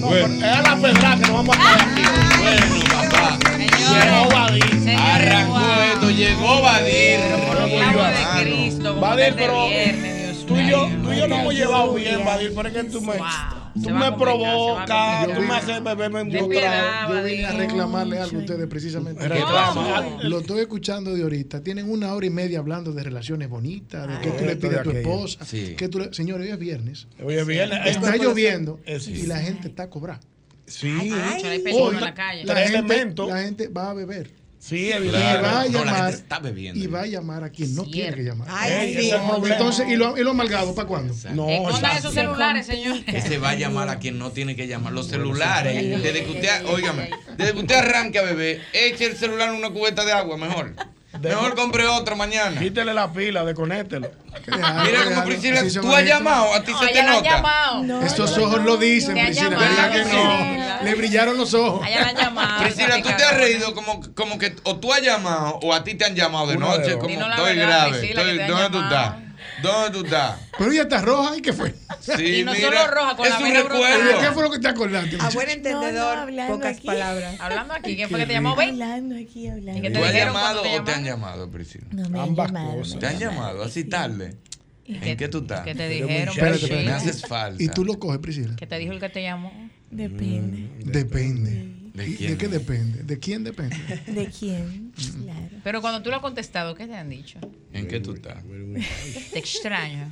[SPEAKER 5] No, pero es a la verdad que nos vamos a quedar aquí.
[SPEAKER 4] Bueno, papá. Llegó
[SPEAKER 5] Badir.
[SPEAKER 4] Arrancó esto, llegó Badir.
[SPEAKER 5] Hermano. Badir, pero tú y yo, tú y yo nos hemos llevado bien, Badir, pero es que tú me. Tú
[SPEAKER 9] va a
[SPEAKER 5] me
[SPEAKER 9] complicar, se va a
[SPEAKER 5] provocas,
[SPEAKER 9] complicar.
[SPEAKER 5] tú me haces beberme un
[SPEAKER 9] Yo,
[SPEAKER 5] trago.
[SPEAKER 9] yo vine a reclamarle algo a ustedes precisamente.
[SPEAKER 5] ¿Qué Reclama.
[SPEAKER 9] Lo estoy escuchando de ahorita. Tienen una hora y media hablando de relaciones bonitas, de qué tú le
[SPEAKER 5] Esto
[SPEAKER 9] pides
[SPEAKER 5] de
[SPEAKER 9] a tu
[SPEAKER 5] aquello.
[SPEAKER 9] esposa.
[SPEAKER 5] Sí.
[SPEAKER 9] qué tú le- Señores, hoy es viernes.
[SPEAKER 5] Hoy es viernes. Esto
[SPEAKER 9] Está
[SPEAKER 5] puede ser-
[SPEAKER 9] lloviendo
[SPEAKER 5] Eh, sí.
[SPEAKER 9] y la gente está a cobrar.
[SPEAKER 5] Sí.
[SPEAKER 27] Nacho, hay peligro en la calle.
[SPEAKER 5] Tres
[SPEAKER 9] gente,
[SPEAKER 5] elementos.
[SPEAKER 9] la gente va a beber.
[SPEAKER 5] Sí,
[SPEAKER 9] Y va a
[SPEAKER 4] No, la
[SPEAKER 9] llamar.
[SPEAKER 4] gente está bebiendo.
[SPEAKER 9] y va a llamar a quien no tiene que llamar.
[SPEAKER 4] Ay, Ey, sí. ese es el problema.
[SPEAKER 9] Entonces, ¿y lo, y lo amalgado para cuándo?
[SPEAKER 4] No,
[SPEAKER 27] Pongan esos celulares, señor.
[SPEAKER 4] Que se va a llamar a quien no tiene que llamar. Los celulares, desde que usted, óigame, desde que usted arranque a beber, eche el celular en una cubeta de agua, mejor. Mejor compre otro mañana.
[SPEAKER 5] Quítele la pila, desconéctelo.
[SPEAKER 4] Mira como Priscila, tú has llamado, a ti se te nota.
[SPEAKER 9] Esos ojos lo dicen,
[SPEAKER 4] Te han
[SPEAKER 9] Priscila.
[SPEAKER 4] llamado,
[SPEAKER 9] ¿Verdad que
[SPEAKER 4] sí,
[SPEAKER 9] no? Le brillaron los ojos.
[SPEAKER 4] Priscila, tú te has reído como, como que o tú has llamado o a ti te han llamado de
[SPEAKER 9] Una de
[SPEAKER 4] noche,
[SPEAKER 9] dos.
[SPEAKER 4] como
[SPEAKER 9] Dino la
[SPEAKER 4] estoy
[SPEAKER 9] verdad,
[SPEAKER 4] grave.
[SPEAKER 9] Priscila, que
[SPEAKER 4] estoy-
[SPEAKER 9] te han
[SPEAKER 4] ¿Dónde tú estás? ¿Dónde tú estás?
[SPEAKER 9] Pero ella está roja, ¿y qué fue?
[SPEAKER 4] Sí, Y no mira, solo roja, con es la un vena recuerdo.
[SPEAKER 9] ¿De qué fue lo que te acordaste?
[SPEAKER 8] A buen entendedor, pocas
[SPEAKER 7] aquí.
[SPEAKER 8] palabras.
[SPEAKER 27] Hablando aquí, ¿quién
[SPEAKER 9] fue que te llamó? Ven.
[SPEAKER 7] Hablando aquí, hablando.
[SPEAKER 4] ¿Tú has llamado o te han llamado, Priscila?
[SPEAKER 7] No me han llamado. me
[SPEAKER 4] ¿Te han
[SPEAKER 7] han llamado.
[SPEAKER 4] llamado así tarde? ¿En qué tú estás?
[SPEAKER 27] qué te dijeron,
[SPEAKER 9] Espérate, espérate.
[SPEAKER 4] Me haces falta.
[SPEAKER 9] ¿Y tú lo coges, Priscila?
[SPEAKER 27] ¿Qué te dijo el que te llamó?
[SPEAKER 7] Depende.
[SPEAKER 9] Depende.
[SPEAKER 4] Mm, ¿De
[SPEAKER 9] ¿Y ¿De qué depende? ¿De quién depende?
[SPEAKER 7] ¿De quién? Claro.
[SPEAKER 27] Pero cuando tú lo has contestado, ¿qué te han dicho?
[SPEAKER 4] ¿En qué tú estás?
[SPEAKER 27] Te extraño.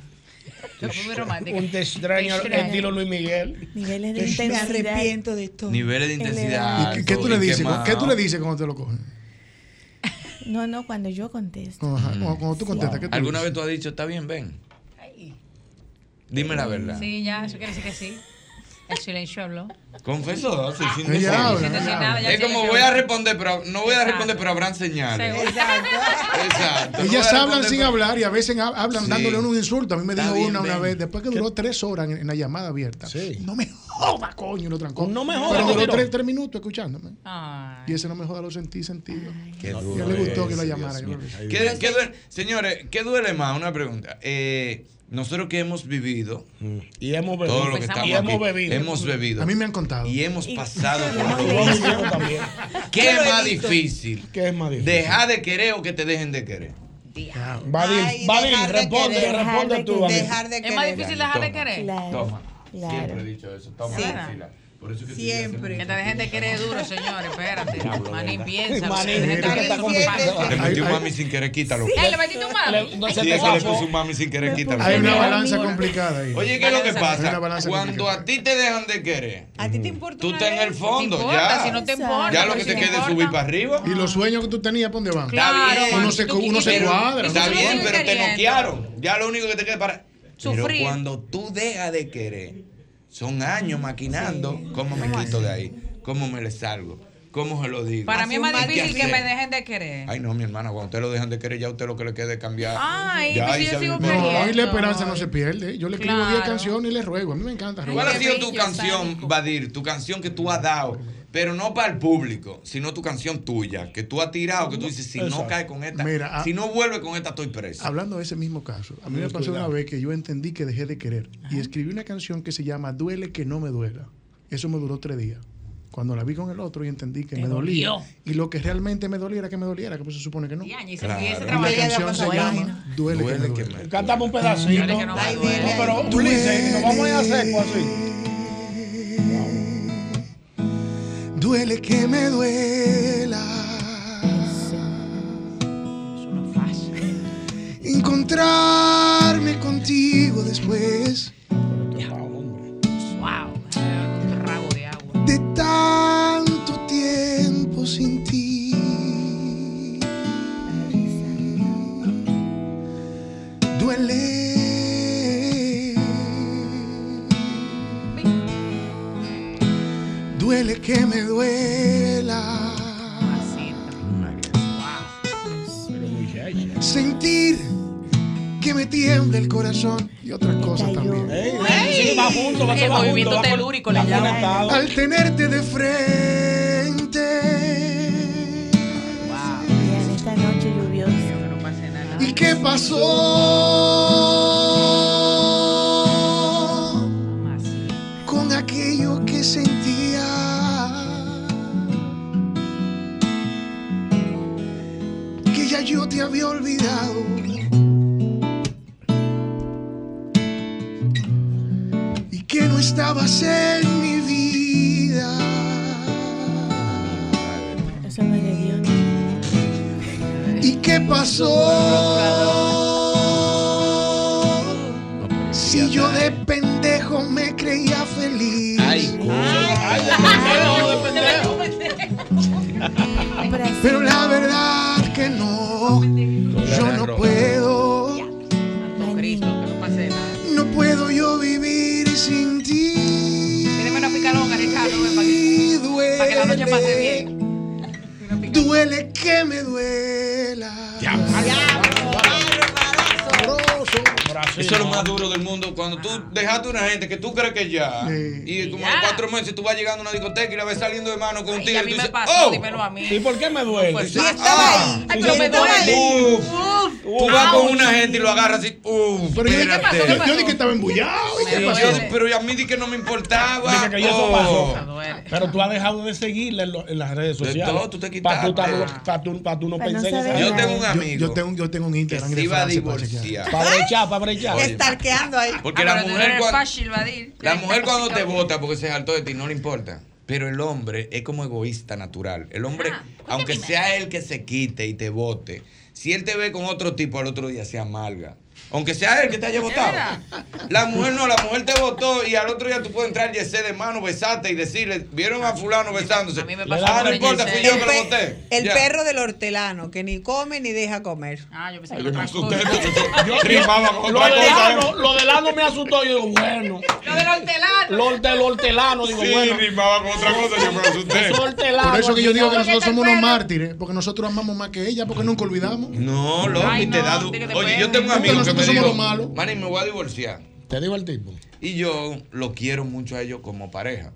[SPEAKER 27] Yo fui muy romántica.
[SPEAKER 5] Un te extraño estilo Luis Miguel.
[SPEAKER 7] Niveles
[SPEAKER 8] de intensidad. Me arrepiento de todo.
[SPEAKER 4] Niveles de intensidad.
[SPEAKER 9] ¿Y qué, qué tú le
[SPEAKER 4] y
[SPEAKER 9] dices?
[SPEAKER 4] quemado.
[SPEAKER 9] ¿Qué tú le dices cuando te lo coges?
[SPEAKER 7] No, no, cuando yo contesto.
[SPEAKER 9] Ajá, Cuando, cuando tú contestas, ¿qué tú
[SPEAKER 4] Mm. ¿Alguna
[SPEAKER 9] dices?
[SPEAKER 4] vez tú has dicho, está bien, ven? Dime la verdad.
[SPEAKER 27] Sí, ya, eso quiere decir que sí. El silencio habló.
[SPEAKER 4] Confesó, sí, sin
[SPEAKER 9] Ella
[SPEAKER 4] decir.
[SPEAKER 9] habla,
[SPEAKER 4] Sin decir
[SPEAKER 9] ella
[SPEAKER 4] nada,
[SPEAKER 27] habla.
[SPEAKER 4] Es como voy a responder, pero no voy a responder, pero habrán señales. Exacto. no voy a
[SPEAKER 9] Ellas hablan
[SPEAKER 4] responder,
[SPEAKER 9] sin
[SPEAKER 4] pero-
[SPEAKER 9] hablar y a veces hab- hablan
[SPEAKER 4] Sí.
[SPEAKER 9] dándole uno un insulto. A mí me
[SPEAKER 4] Está
[SPEAKER 9] dijo
[SPEAKER 4] bien,
[SPEAKER 9] una una
[SPEAKER 4] ven.
[SPEAKER 9] vez, después que duró tres horas en, en la llamada abierta. No me joda, coño, y lo trancó.
[SPEAKER 5] No me
[SPEAKER 9] Pero
[SPEAKER 5] joda,
[SPEAKER 9] duró
[SPEAKER 5] tiró.
[SPEAKER 9] tres, tres minutos escuchándome. Y ese no me joda, lo sentí, sentido.
[SPEAKER 4] Qué
[SPEAKER 9] Ya
[SPEAKER 4] duro
[SPEAKER 9] le gustó que
[SPEAKER 4] es,
[SPEAKER 9] lo
[SPEAKER 4] Dios
[SPEAKER 9] llamara.
[SPEAKER 4] mío.
[SPEAKER 9] que lo-
[SPEAKER 4] ¿Qué- qué duele- señores, ¿qué duele más? Una pregunta. Eh, nosotros que hemos vivido
[SPEAKER 5] y hemos
[SPEAKER 9] bebido.
[SPEAKER 4] todo lo que estamos
[SPEAKER 9] Y Mm. hemos
[SPEAKER 4] aquí,
[SPEAKER 9] bebido.
[SPEAKER 4] hemos bebido.
[SPEAKER 9] A mí me han contado.
[SPEAKER 4] y hemos pasado
[SPEAKER 9] y
[SPEAKER 4] por
[SPEAKER 9] hemos
[SPEAKER 4] todo.
[SPEAKER 9] leído también.
[SPEAKER 4] ¿Qué
[SPEAKER 9] Yo lo
[SPEAKER 4] es
[SPEAKER 9] he
[SPEAKER 4] más
[SPEAKER 9] visto.
[SPEAKER 4] difícil?
[SPEAKER 5] ¿Qué es más difícil?
[SPEAKER 4] ¿Dejar de querer o que te dejen de querer?
[SPEAKER 5] Badil, Badil, responde, responde tú. Badil.
[SPEAKER 27] Es más difícil dejar de querer.
[SPEAKER 4] Toma.
[SPEAKER 27] Claro.
[SPEAKER 4] Siempre he dicho eso. Toma,
[SPEAKER 27] Sí.
[SPEAKER 4] Priscila. Por eso que tú ya
[SPEAKER 27] Siempre. Que te dejen de querer duro, señores. Espérate. Manín, piensa.
[SPEAKER 4] Manín,
[SPEAKER 27] Dejen de
[SPEAKER 4] mira,
[SPEAKER 27] querer
[SPEAKER 4] está
[SPEAKER 27] duro.
[SPEAKER 4] Le metí un mami sin querer, quítalo.
[SPEAKER 27] Ey, le metiste un mami.
[SPEAKER 4] Sí,
[SPEAKER 27] No
[SPEAKER 4] es
[SPEAKER 27] se
[SPEAKER 4] que
[SPEAKER 27] te
[SPEAKER 4] le
[SPEAKER 27] escapó.
[SPEAKER 4] puse un mami sin querer, quítalo.
[SPEAKER 9] Hay una balanza complicada ahí.
[SPEAKER 4] Oye, ¿qué es lo que
[SPEAKER 9] Hay una
[SPEAKER 4] pasa?
[SPEAKER 9] balanza
[SPEAKER 4] Cuando a ti te dejan de querer, tú estás en el fondo,
[SPEAKER 27] importa,
[SPEAKER 4] ya.
[SPEAKER 27] si no te importa,
[SPEAKER 4] Ya
[SPEAKER 27] pero
[SPEAKER 4] lo que
[SPEAKER 27] si
[SPEAKER 4] te
[SPEAKER 27] te
[SPEAKER 4] queda es
[SPEAKER 27] importa.
[SPEAKER 4] subir para arriba.
[SPEAKER 9] Y los sueños que tú tenías, ¿para dónde van?
[SPEAKER 4] Está bien.
[SPEAKER 9] Uno se,
[SPEAKER 4] Tú
[SPEAKER 9] uno se
[SPEAKER 4] quieres-
[SPEAKER 9] cuadra.
[SPEAKER 4] Está
[SPEAKER 9] uno se-
[SPEAKER 4] bien, pero te
[SPEAKER 27] queriendo.
[SPEAKER 4] noquearon. Ya lo único que te queda es para. Pero
[SPEAKER 27] Sufrir.
[SPEAKER 4] cuando tú dejas de querer, son años maquinando cómo me quito de ahí, cómo me le salgo, cómo se lo digo.
[SPEAKER 27] Para mí es más
[SPEAKER 4] ¿Qué
[SPEAKER 27] difícil que
[SPEAKER 4] hacer?
[SPEAKER 27] me dejen de querer.
[SPEAKER 4] Ay, no, mi hermana, cuando ustedes lo dejan de querer, ya usted lo que le quede es cambiar.
[SPEAKER 27] Ay,
[SPEAKER 4] Ya,
[SPEAKER 27] pues
[SPEAKER 4] ahí
[SPEAKER 27] yo
[SPEAKER 4] se
[SPEAKER 27] sigo
[SPEAKER 4] vive.
[SPEAKER 9] No, y la esperanza no se pierde. Yo le escribo 10
[SPEAKER 4] Claro.
[SPEAKER 9] canciones y le ruego. A mí me encanta
[SPEAKER 4] ¿Cuál
[SPEAKER 9] rugar.
[SPEAKER 4] ha sido tu canción, Badir? Tu canción que tú has dado, pero no para el público, sino tu canción tuya, que tú has tirado, que tú dices, si no
[SPEAKER 9] Exacto.
[SPEAKER 4] cae con esta,
[SPEAKER 9] Mira, ah-
[SPEAKER 4] si no vuelve con esta, estoy preso.
[SPEAKER 9] Hablando de ese mismo caso, a mí me
[SPEAKER 4] Cuidado.
[SPEAKER 9] pasó una vez que yo entendí que dejé de querer y escribí una canción que se llama Duele que no me duela. Eso me duró tres días. Cuando la vi con el otro y entendí que
[SPEAKER 27] Te
[SPEAKER 9] me dolía.
[SPEAKER 27] dolió.
[SPEAKER 9] Y lo que realmente me dolía era que me doliera, que pues se supone que no.
[SPEAKER 27] Diaña, y se
[SPEAKER 9] La
[SPEAKER 27] y ese trabajo.
[SPEAKER 9] canción se llama Duele, que, me duela.
[SPEAKER 5] Cantamos un pedacito. No, pero Ulises, nos vamos a ir a seco así.
[SPEAKER 9] Duele que me duela. Encontrarme contigo después
[SPEAKER 27] Wow. Un rabo de agua.
[SPEAKER 9] de tanto tiempo sin ti. Duele. Duele que me duela. Sentir que me tiembla el corazón y otras cosas también.
[SPEAKER 5] Sí, va junto, va
[SPEAKER 27] El
[SPEAKER 5] va junto,
[SPEAKER 27] movimiento
[SPEAKER 5] va con-
[SPEAKER 27] telúrico le
[SPEAKER 5] va
[SPEAKER 27] llaman.
[SPEAKER 5] conectado.
[SPEAKER 9] Al tenerte de frente.
[SPEAKER 7] Esta noche lluviosa.
[SPEAKER 9] ¿Y qué pasó? Con aquello que sentía. Que ya yo te había olvidado. ¿Y
[SPEAKER 30] que no estabas en mi vida.
[SPEAKER 9] ¿Y qué
[SPEAKER 30] pasó? Si yo de pendejo me creía feliz. Pero la verdad que no, yo no puedo. No puedo yo vivir sin ti.
[SPEAKER 27] una picalonga, Ricardo, ven, para
[SPEAKER 30] duele,
[SPEAKER 27] para que la noche pase bien.
[SPEAKER 30] Duele que me duela.
[SPEAKER 4] Eso es lo más duro del mundo. Cuando tú
[SPEAKER 27] Ah.
[SPEAKER 4] dejaste una gente que tú crees que ya, y como en cuatro meses tú vas llegando a una discoteca y la ves saliendo de mano con un
[SPEAKER 27] y
[SPEAKER 4] tigre.
[SPEAKER 27] a mí
[SPEAKER 4] tú
[SPEAKER 27] me
[SPEAKER 4] dices,
[SPEAKER 27] pasó,
[SPEAKER 4] "Oh". Ah,
[SPEAKER 27] dímelo a mí.
[SPEAKER 5] ¿Y por qué me duele?
[SPEAKER 27] Y estaba ahí. Ay, pero me duele.
[SPEAKER 4] Uf.
[SPEAKER 27] Uf.
[SPEAKER 4] Tú vas con
[SPEAKER 27] Ouch.
[SPEAKER 4] una gente y lo agarras así. Uf,
[SPEAKER 9] Pero yo-
[SPEAKER 4] espérate.
[SPEAKER 9] ¿Qué pasó? ¿Qué pasó? Yo dije que estaba embullado, ¿y qué
[SPEAKER 4] Sí,
[SPEAKER 9] pasó?
[SPEAKER 4] yo- Pero a mí di que no me importaba.
[SPEAKER 5] Dice que ya eso
[SPEAKER 4] Oh.
[SPEAKER 5] pasó. Pero tú has dejado de seguirla en, lo- en las redes
[SPEAKER 4] De
[SPEAKER 5] sociales.
[SPEAKER 4] todo, tú te quitaste.
[SPEAKER 5] Para tú, estar- pa' tú- pa' tú Ah. Pues no
[SPEAKER 9] Para no
[SPEAKER 5] pensar en
[SPEAKER 9] saber
[SPEAKER 5] esa-
[SPEAKER 9] Yo nada. tengo un amigo
[SPEAKER 5] Yo, tengo, yo tengo un Instagram
[SPEAKER 4] se iba a divorciar.
[SPEAKER 5] Para brechar, para brechar.
[SPEAKER 4] Oye,
[SPEAKER 8] Estarqueando ahí.
[SPEAKER 4] Porque la mujer cuando- La mujer cuando te vota porque se saltó de ti, no le importa. Pero el hombre es como egoísta natural. El hombre, aunque sea él que se quite y te vote, si él te ve con otro tipo al otro día, se amarga. Aunque sea él que te haya votado. La mujer no, la mujer te votó y al otro día tú puedes entrar y de mano, besarte y decirle, vieron a fulano besándose. A mí me
[SPEAKER 8] pasó
[SPEAKER 4] Ah,
[SPEAKER 8] con
[SPEAKER 4] no
[SPEAKER 8] el
[SPEAKER 4] importa, fui
[SPEAKER 8] yesé.
[SPEAKER 4] yo que lo
[SPEAKER 8] pe-
[SPEAKER 4] voté.
[SPEAKER 8] El
[SPEAKER 4] Ya.
[SPEAKER 8] perro del hortelano, que ni come ni deja comer.
[SPEAKER 27] Ah, yo pensé
[SPEAKER 4] Ay, me asusté.
[SPEAKER 5] Yo-
[SPEAKER 4] Rimaba con
[SPEAKER 5] lo
[SPEAKER 4] otra
[SPEAKER 5] del
[SPEAKER 4] cosa,
[SPEAKER 5] ano-
[SPEAKER 4] ¿eh?
[SPEAKER 5] Lo del ano me asustó. Yo digo, bueno.
[SPEAKER 27] Lo del hortelano.
[SPEAKER 5] Lo del hortelano, digo,
[SPEAKER 4] Sí,
[SPEAKER 5] bueno.
[SPEAKER 4] rimaba con otra cosa, yo me asusté.
[SPEAKER 5] Eso hortelano.
[SPEAKER 9] Por eso que yo digo que
[SPEAKER 5] aquí no-
[SPEAKER 9] nosotros somos unos mártires, porque nosotros amamos más que ella, porque nunca olvidamos.
[SPEAKER 4] No, loco,
[SPEAKER 9] Ay,
[SPEAKER 4] y te
[SPEAKER 9] no,
[SPEAKER 4] da du-
[SPEAKER 9] dile que te
[SPEAKER 4] Oye,
[SPEAKER 9] pueden.
[SPEAKER 4] yo tengo un
[SPEAKER 9] Porque
[SPEAKER 4] amigo que me
[SPEAKER 9] nosotros somos
[SPEAKER 4] dijo,
[SPEAKER 9] los malos.
[SPEAKER 4] Manny, me voy a divorciar.
[SPEAKER 5] Te digo al tipo.
[SPEAKER 4] Y yo lo quiero mucho a ellos como pareja.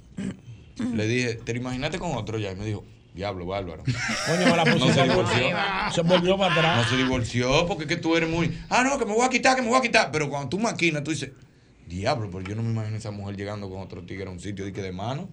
[SPEAKER 4] Le dije, ¿te lo imaginaste con otro ya? Y me dijo, diablo, bárbaro.
[SPEAKER 5] Coño, me la
[SPEAKER 4] No
[SPEAKER 5] pusiste
[SPEAKER 4] se
[SPEAKER 5] a-
[SPEAKER 4] divorció.
[SPEAKER 5] Se volvió para atrás.
[SPEAKER 4] No se divorció porque es que tú eres muy. Ah, no, que me voy a quitar, que me voy a quitar. Pero cuando tú maquinas, tú dices, diablo, pero yo no me imagino esa mujer llegando con otro tigre a un sitio de que de mano.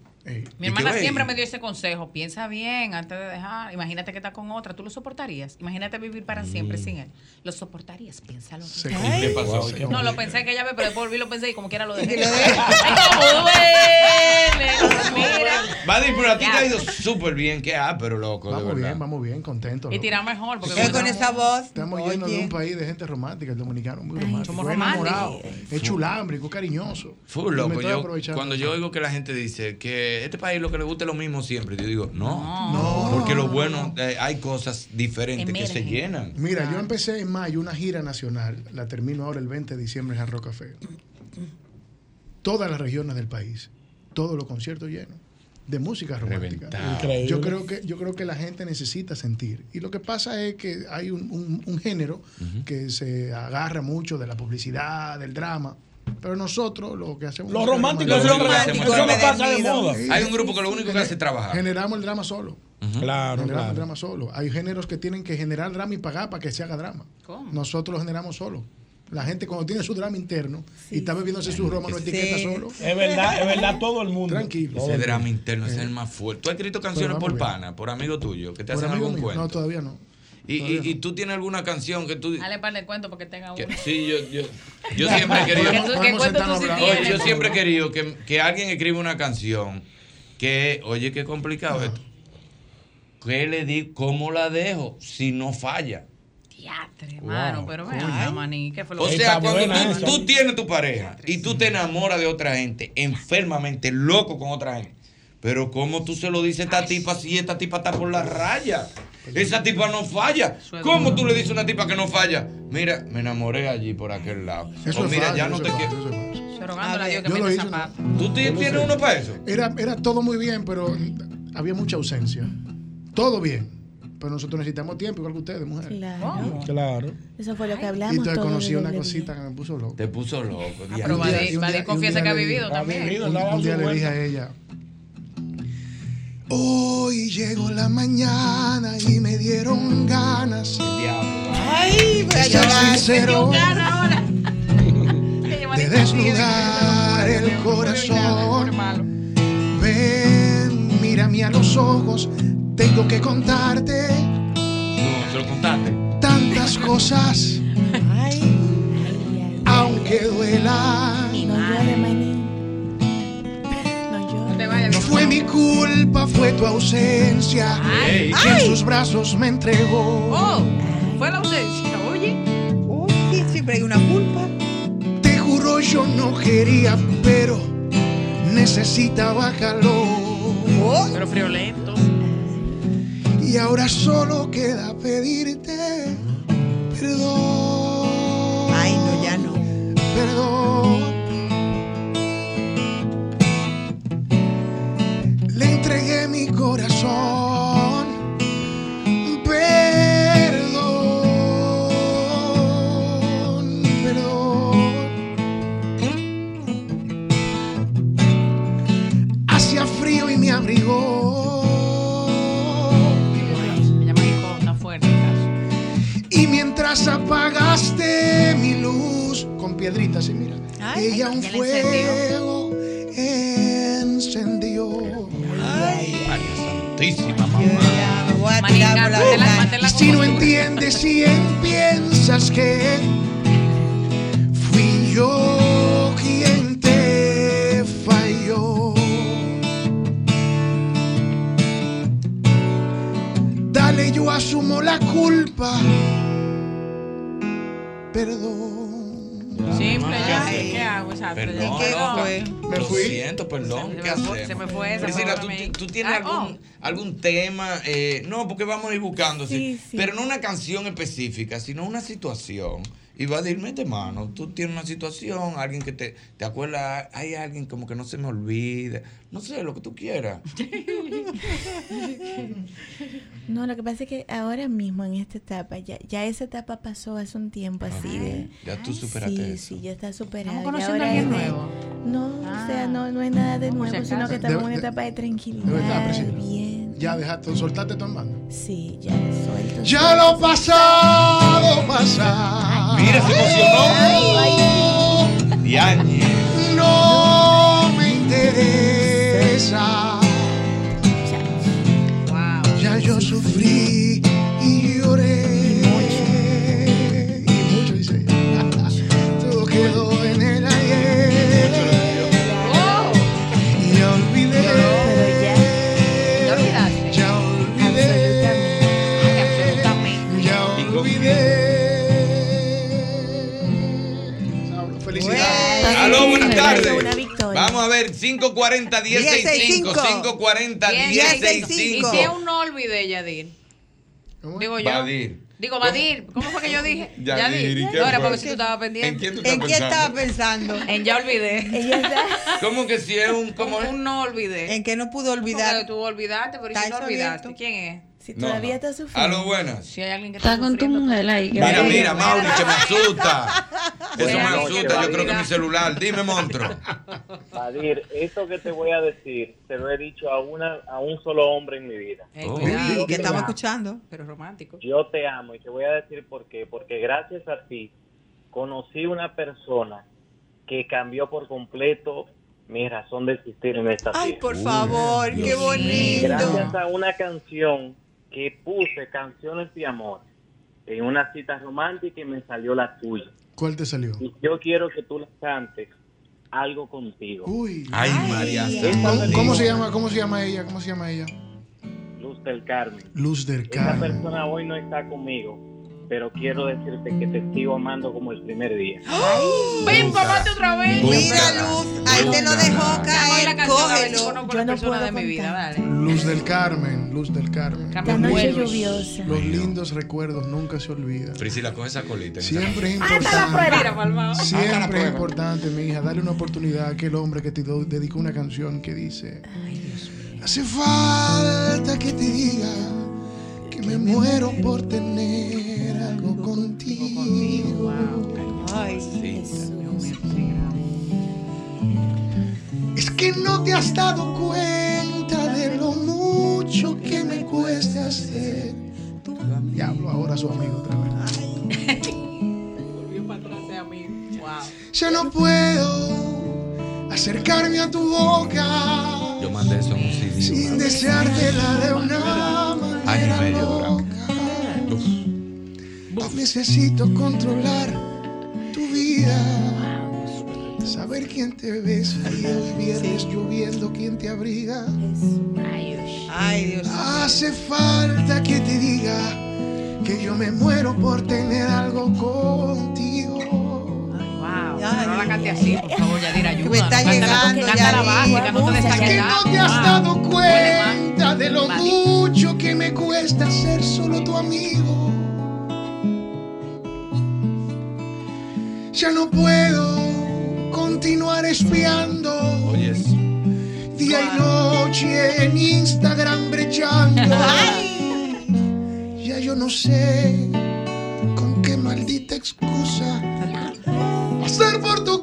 [SPEAKER 27] Mi hermana siempre me dio ese consejo. Piensa bien antes de dejar. Imagínate que estás con otra. ¿Tú lo soportarías? Imagínate vivir para siempre
[SPEAKER 4] Mm.
[SPEAKER 27] sin él. ¿Lo soportarías? Piénsalo.
[SPEAKER 4] Se- ¿Y qué pasó? Wow, qué
[SPEAKER 27] no, lo
[SPEAKER 4] bonito.
[SPEAKER 27] pensé que ya ve, pero después volví y lo pensé y como quiera lo dejé. ¡Ay, cómo duele! Mira.
[SPEAKER 4] Vadi, pero a ti te
[SPEAKER 27] Ya.
[SPEAKER 4] ha ido súper bien. ¿Qué? Ah, pero loco, de
[SPEAKER 9] Vamos
[SPEAKER 4] verdad.
[SPEAKER 9] bien, vamos bien, contentos.
[SPEAKER 27] Y
[SPEAKER 9] loco.
[SPEAKER 27] tirar mejor. Porque
[SPEAKER 9] Pero con
[SPEAKER 27] esa
[SPEAKER 8] voz.
[SPEAKER 9] Estamos llenos de un país de gente romántica, el dominicano muy romántico.
[SPEAKER 27] somos
[SPEAKER 9] es
[SPEAKER 27] románticos.
[SPEAKER 9] enamorado, es chulámbrico, cariñoso.
[SPEAKER 4] Full,
[SPEAKER 9] Y me
[SPEAKER 4] loco.
[SPEAKER 9] estoy
[SPEAKER 4] Yo,
[SPEAKER 9] aprovechando.
[SPEAKER 4] cuando yo oigo que la gente dice que este país lo que le gusta es lo mismo siempre, yo digo, no. Porque lo bueno, eh, hay cosas diferentes que se
[SPEAKER 9] Emergen.
[SPEAKER 4] llenan.
[SPEAKER 9] Mira, yo empecé en mayo una gira nacional, la termino ahora el 20 de diciembre en Jarro Café. Todas las regiones del país, todos los conciertos llenos de música romántica.
[SPEAKER 4] Reventado.
[SPEAKER 5] Increíble.
[SPEAKER 9] Yo creo que yo creo que la gente necesita sentir y lo que pasa es que hay un, un- un género que se agarra mucho de la publicidad, del drama, pero nosotros lo que hacemos
[SPEAKER 5] Los
[SPEAKER 9] es
[SPEAKER 5] románticos,
[SPEAKER 9] drama.
[SPEAKER 5] los Los románticos, románticos, eso no pasa de moda.
[SPEAKER 4] Hay un grupo que lo único que hace es trabajar.
[SPEAKER 9] Generamos el drama solo.
[SPEAKER 5] Claro,
[SPEAKER 9] generamos
[SPEAKER 5] claro.
[SPEAKER 9] el drama solo. Hay géneros que tienen que generar drama y pagar para que se haga drama. Nosotros lo generamos solo. La gente cuando tiene su drama interno y está bebiéndose su roma no etiqueta solo.
[SPEAKER 5] Es verdad, es verdad, todo el mundo. Tranquilo.
[SPEAKER 4] Ese drama interno ese es el más fuerte. ¿Tú has escrito canciones
[SPEAKER 9] Eh. vamos
[SPEAKER 4] por
[SPEAKER 9] bien.
[SPEAKER 4] pana, por amigo tuyo, que te
[SPEAKER 9] Por
[SPEAKER 4] hacen
[SPEAKER 9] amigo
[SPEAKER 4] algún
[SPEAKER 9] mío.
[SPEAKER 4] cuento?
[SPEAKER 9] No, todavía no.
[SPEAKER 4] y, y, y tú tienes alguna canción que tú...
[SPEAKER 27] Dale par de cuentos porque tenga uno.
[SPEAKER 4] que- sí, yo, yo, yo siempre he querido...
[SPEAKER 27] ¿Qué tú- qué Podemos cuento sentarnos tú sí a hablar.
[SPEAKER 4] Oye,
[SPEAKER 27] tienes?
[SPEAKER 4] yo siempre he querido que, que alguien escriba una canción que, oye, qué complicado esto. ¿Qué le di? ¿Cómo la dejo? Si no falla.
[SPEAKER 27] Diatre, hermano,
[SPEAKER 4] Wow,
[SPEAKER 27] pero
[SPEAKER 4] coño.
[SPEAKER 27] vea, maní, ¿qué fue lo
[SPEAKER 4] O
[SPEAKER 27] que-
[SPEAKER 4] sea, cuando tú, tú tienes tu pareja y tú te enamoras de otra gente, enfermamente, loco con otra gente. Pero ¿cómo tú se lo dices a esta tipa si esta tipa está por la raya? Esa tipa no falla. ¿Cómo tú le dices a una tipa que no falla? Mira, me enamoré allí por aquel lado.
[SPEAKER 9] Eso
[SPEAKER 4] O
[SPEAKER 9] es
[SPEAKER 4] mira,
[SPEAKER 9] fácil,
[SPEAKER 4] ya no
[SPEAKER 9] eso
[SPEAKER 4] te
[SPEAKER 9] es
[SPEAKER 4] quiero.
[SPEAKER 27] Rogándole a Dios que
[SPEAKER 9] Yo lo
[SPEAKER 27] meta
[SPEAKER 9] hice una-
[SPEAKER 27] zapato.
[SPEAKER 4] ¿Tú ti- tienes uno para eso?
[SPEAKER 9] Era, era todo muy bien, pero había mucha ausencia. Todo bien. Pero nosotros necesitamos tiempo, igual que ustedes, mujeres.
[SPEAKER 7] Claro.
[SPEAKER 5] Claro.
[SPEAKER 7] Eso fue lo que
[SPEAKER 9] Y
[SPEAKER 7] hablamos.
[SPEAKER 9] entonces
[SPEAKER 7] todo
[SPEAKER 9] conocí
[SPEAKER 7] desde
[SPEAKER 9] una
[SPEAKER 7] el
[SPEAKER 9] cosita que me puso loco.
[SPEAKER 4] Te puso loco.
[SPEAKER 9] Y
[SPEAKER 27] Ah, pero
[SPEAKER 9] un día-
[SPEAKER 27] Vadir-
[SPEAKER 9] y un
[SPEAKER 27] Vadir
[SPEAKER 9] día- y un
[SPEAKER 27] confiesa
[SPEAKER 9] día
[SPEAKER 27] que ha
[SPEAKER 9] le dije-
[SPEAKER 27] vivido también. Ha vivido,
[SPEAKER 9] Un,
[SPEAKER 27] le ha dado
[SPEAKER 9] un día
[SPEAKER 27] su
[SPEAKER 9] le dije
[SPEAKER 27] vuelta.
[SPEAKER 9] a ella,
[SPEAKER 30] Hoy llegó la mañana y me dieron ganas.
[SPEAKER 8] Ay, voy a
[SPEAKER 30] Ser
[SPEAKER 8] llorar.
[SPEAKER 30] sincero. de desnudar el
[SPEAKER 27] corazón.
[SPEAKER 30] Ven, mírame a los ojos, tengo que contarte
[SPEAKER 4] No, se lo contaste.
[SPEAKER 30] tantas cosas. Aunque duela, Mi culpa fue tu ausencia.
[SPEAKER 14] Ay.
[SPEAKER 30] que en
[SPEAKER 14] Ay.
[SPEAKER 30] sus brazos me entregó.
[SPEAKER 1] Fue la ausencia, oye.
[SPEAKER 30] Uy, siempre hay una culpa. Te juro yo no quería, pero necesitaba calor. Oh.
[SPEAKER 27] Pero friolento.
[SPEAKER 30] Y ahora solo queda pedirte perdón. Ay, no, ya no. Perdón. Le entregué mi corazón. Perdón. Perdón. Hacía frío y me abrigó.
[SPEAKER 27] Me llama Icona, fuerte el caso.
[SPEAKER 30] Y mientras apagaste mi luz con piedritas, y mira, ella un
[SPEAKER 27] ya la encendió.
[SPEAKER 30] fuego encendió.
[SPEAKER 4] Santísima mamá.
[SPEAKER 30] Y si no entiendes, si en- piensas que fui yo quien te falló. Dale, yo asumo la culpa. Perdón.
[SPEAKER 27] Simple, ya sé qué hago, exacto. ya
[SPEAKER 4] Perdón,
[SPEAKER 27] sé.
[SPEAKER 4] loca.
[SPEAKER 30] Me
[SPEAKER 4] eh? Lo
[SPEAKER 30] fui.
[SPEAKER 4] siento, perdón. ¿Qué hacemos?
[SPEAKER 27] se me fue, se me
[SPEAKER 4] Priscila,
[SPEAKER 27] fue la
[SPEAKER 4] ¿tú, ti-
[SPEAKER 27] mente.
[SPEAKER 4] tú tienes
[SPEAKER 27] Ah,
[SPEAKER 4] algún, algún tema? eh, no, porque vamos a ir buscando. así,
[SPEAKER 27] Sí, sí.
[SPEAKER 4] Pero no una canción específica, sino una situación. Y va a decir, mete mano, tú tienes una situación, alguien que te, te acuerda, hay alguien como que no se me olvida, no sé, lo que tú quieras.
[SPEAKER 7] No, lo que pasa es que ahora mismo en esta etapa, ya, ya esa etapa pasó hace un
[SPEAKER 27] Pues
[SPEAKER 7] tiempo así de...
[SPEAKER 4] Ah, Ya tú superaste
[SPEAKER 7] sí,
[SPEAKER 4] eso.
[SPEAKER 7] sí, ya está superado.
[SPEAKER 27] Estamos
[SPEAKER 7] ya
[SPEAKER 27] conociendo
[SPEAKER 7] ahora
[SPEAKER 27] a alguien
[SPEAKER 7] es de-
[SPEAKER 27] nuevo.
[SPEAKER 7] No, o
[SPEAKER 9] Ah.
[SPEAKER 7] sea, no, no es nada de nuevo,
[SPEAKER 27] si
[SPEAKER 7] sino
[SPEAKER 27] acaso.
[SPEAKER 7] que estamos en
[SPEAKER 27] Debe-
[SPEAKER 7] una etapa de
[SPEAKER 9] Debe estar,
[SPEAKER 7] tranquilidad.
[SPEAKER 9] Priscila. Ya dejaste, soltaste tu hermano.
[SPEAKER 7] Sí, ya suelto.
[SPEAKER 9] Ya lo pasado, pasado.
[SPEAKER 4] Mira, se
[SPEAKER 9] emocionó.
[SPEAKER 4] Diañe.
[SPEAKER 30] no me interesa. Ya yo sufrí y lloré. Y mucho dice ella. Todo quedó en el ayer. Ya olvidé. Ya olvidaste. Ya olvidé. Ya olvidé. Felicidades.
[SPEAKER 4] Aló, buenas
[SPEAKER 30] Una
[SPEAKER 4] tardes.
[SPEAKER 30] victoria.
[SPEAKER 4] Vamos a ver, 540 1065 540
[SPEAKER 27] Y
[SPEAKER 4] 1065
[SPEAKER 27] si es un no olvidé, Yadir. Digo yo.
[SPEAKER 4] Vadir.
[SPEAKER 27] Digo, Vadir. ¿Cómo fue que yo dije?
[SPEAKER 4] Yadir, ¿y qué
[SPEAKER 27] No, era
[SPEAKER 4] fue?
[SPEAKER 27] porque si tú estabas pendiente.
[SPEAKER 4] ¿En quién tú estás ¿En quién pensando? estaba
[SPEAKER 27] pensando? En ya olvidé.
[SPEAKER 4] ¿Cómo que si es un como
[SPEAKER 27] un no olvidé.
[SPEAKER 8] En que no pudo
[SPEAKER 27] Como que
[SPEAKER 8] olvidar.
[SPEAKER 27] tú olvidaste, pero ¿y si
[SPEAKER 8] Está
[SPEAKER 27] no
[SPEAKER 8] eso
[SPEAKER 27] olvidaste? ¿Quién es? Si
[SPEAKER 4] No, todavía no.
[SPEAKER 27] estás
[SPEAKER 4] Aló, buenas.
[SPEAKER 27] Si hay alguien que
[SPEAKER 7] Está con tu mujer ahí.
[SPEAKER 4] Mira, mira, Mauri, que me asusta. Eso me
[SPEAKER 14] Bueno,
[SPEAKER 4] asusta, yo
[SPEAKER 14] que
[SPEAKER 4] creo que
[SPEAKER 14] Vadir-
[SPEAKER 4] mi celular. Dime, monstruo.
[SPEAKER 12] Vadir, esto que te voy a decir, te lo he dicho a, una, a un solo hombre en mi vida.
[SPEAKER 27] Eh, cuidado,
[SPEAKER 12] Yo te
[SPEAKER 27] que estamos
[SPEAKER 12] amo.
[SPEAKER 8] escuchando.
[SPEAKER 27] Pero romántico.
[SPEAKER 12] Yo te amo y te voy a decir por qué. Porque gracias a ti conocí una persona que cambió por completo mi razón de existir en esta
[SPEAKER 8] Ay,
[SPEAKER 12] tierra.
[SPEAKER 8] por favor, qué bonito.
[SPEAKER 12] Gracias a una canción que puse, canciones de amor, en una cita romántica y me salió la tuya.
[SPEAKER 9] ¿Cuál te salió?
[SPEAKER 12] Y yo quiero que tú la cantes algo contigo.
[SPEAKER 9] Uy.
[SPEAKER 4] Ay, María
[SPEAKER 9] ¿Cómo, cómo se llama? ¿Cómo se llama ella? ¿Cómo se llama ella?
[SPEAKER 12] Luz del Carmen.
[SPEAKER 9] Luz del
[SPEAKER 12] Esa
[SPEAKER 9] Carmen.
[SPEAKER 12] persona hoy no está conmigo, pero quiero decirte que te sigo amando como el primer día.
[SPEAKER 1] ¡Oh!
[SPEAKER 27] ¡Ven, papate otra vez!
[SPEAKER 8] Mira, Luz, ahí te lo dejó caer. Cógelo.
[SPEAKER 27] Yo no persona de mi vida, dale.
[SPEAKER 9] Luz del Carmen, Luz del Carmen.
[SPEAKER 27] La noche lluviosa.
[SPEAKER 9] Los lindos recuerdos nunca se olvidan.
[SPEAKER 4] Priscila, con esa colita.
[SPEAKER 9] Siempre es
[SPEAKER 27] Mira,
[SPEAKER 9] importante.
[SPEAKER 27] Palmao.
[SPEAKER 4] Ah,
[SPEAKER 9] Siempre es importante, mi hija, darle una oportunidad a aquel hombre que te do- dedicó una canción que dice:
[SPEAKER 30] Hace falta que te diga que me muero por tener algo contigo. Es que no te has dado cuenta de lo mucho que me cuesta hacer.
[SPEAKER 9] Diablo, ahora su amigo otra vez.
[SPEAKER 27] Volvió para atrás de amigo. Wow.
[SPEAKER 30] Ya no puedo acercarme a tu boca
[SPEAKER 4] Yo mandé eso a un CD.
[SPEAKER 30] sin deseártela de una
[SPEAKER 4] Año
[SPEAKER 30] manera
[SPEAKER 4] y medio,
[SPEAKER 30] loca. Necesito controlar tu vida. Saber quién te besa y los viernes lloviendo quién te abriga. Ay, Dios. Hace falta que te diga que yo me muero por tener algo contigo.
[SPEAKER 27] Wow, no la cante así, por favor, Yadira, ayuda.
[SPEAKER 30] me está llegando,
[SPEAKER 27] Cántala
[SPEAKER 30] Yadira.
[SPEAKER 27] básica, no te
[SPEAKER 30] Es que
[SPEAKER 27] desayunas.
[SPEAKER 30] no te has dado cuenta de lo mucho que me cuesta ser solo tu amigo. Ya no puedo continuar espiando día y noche en Instagram brechando. Ya yo no sé con qué maldita excusa pasar por tu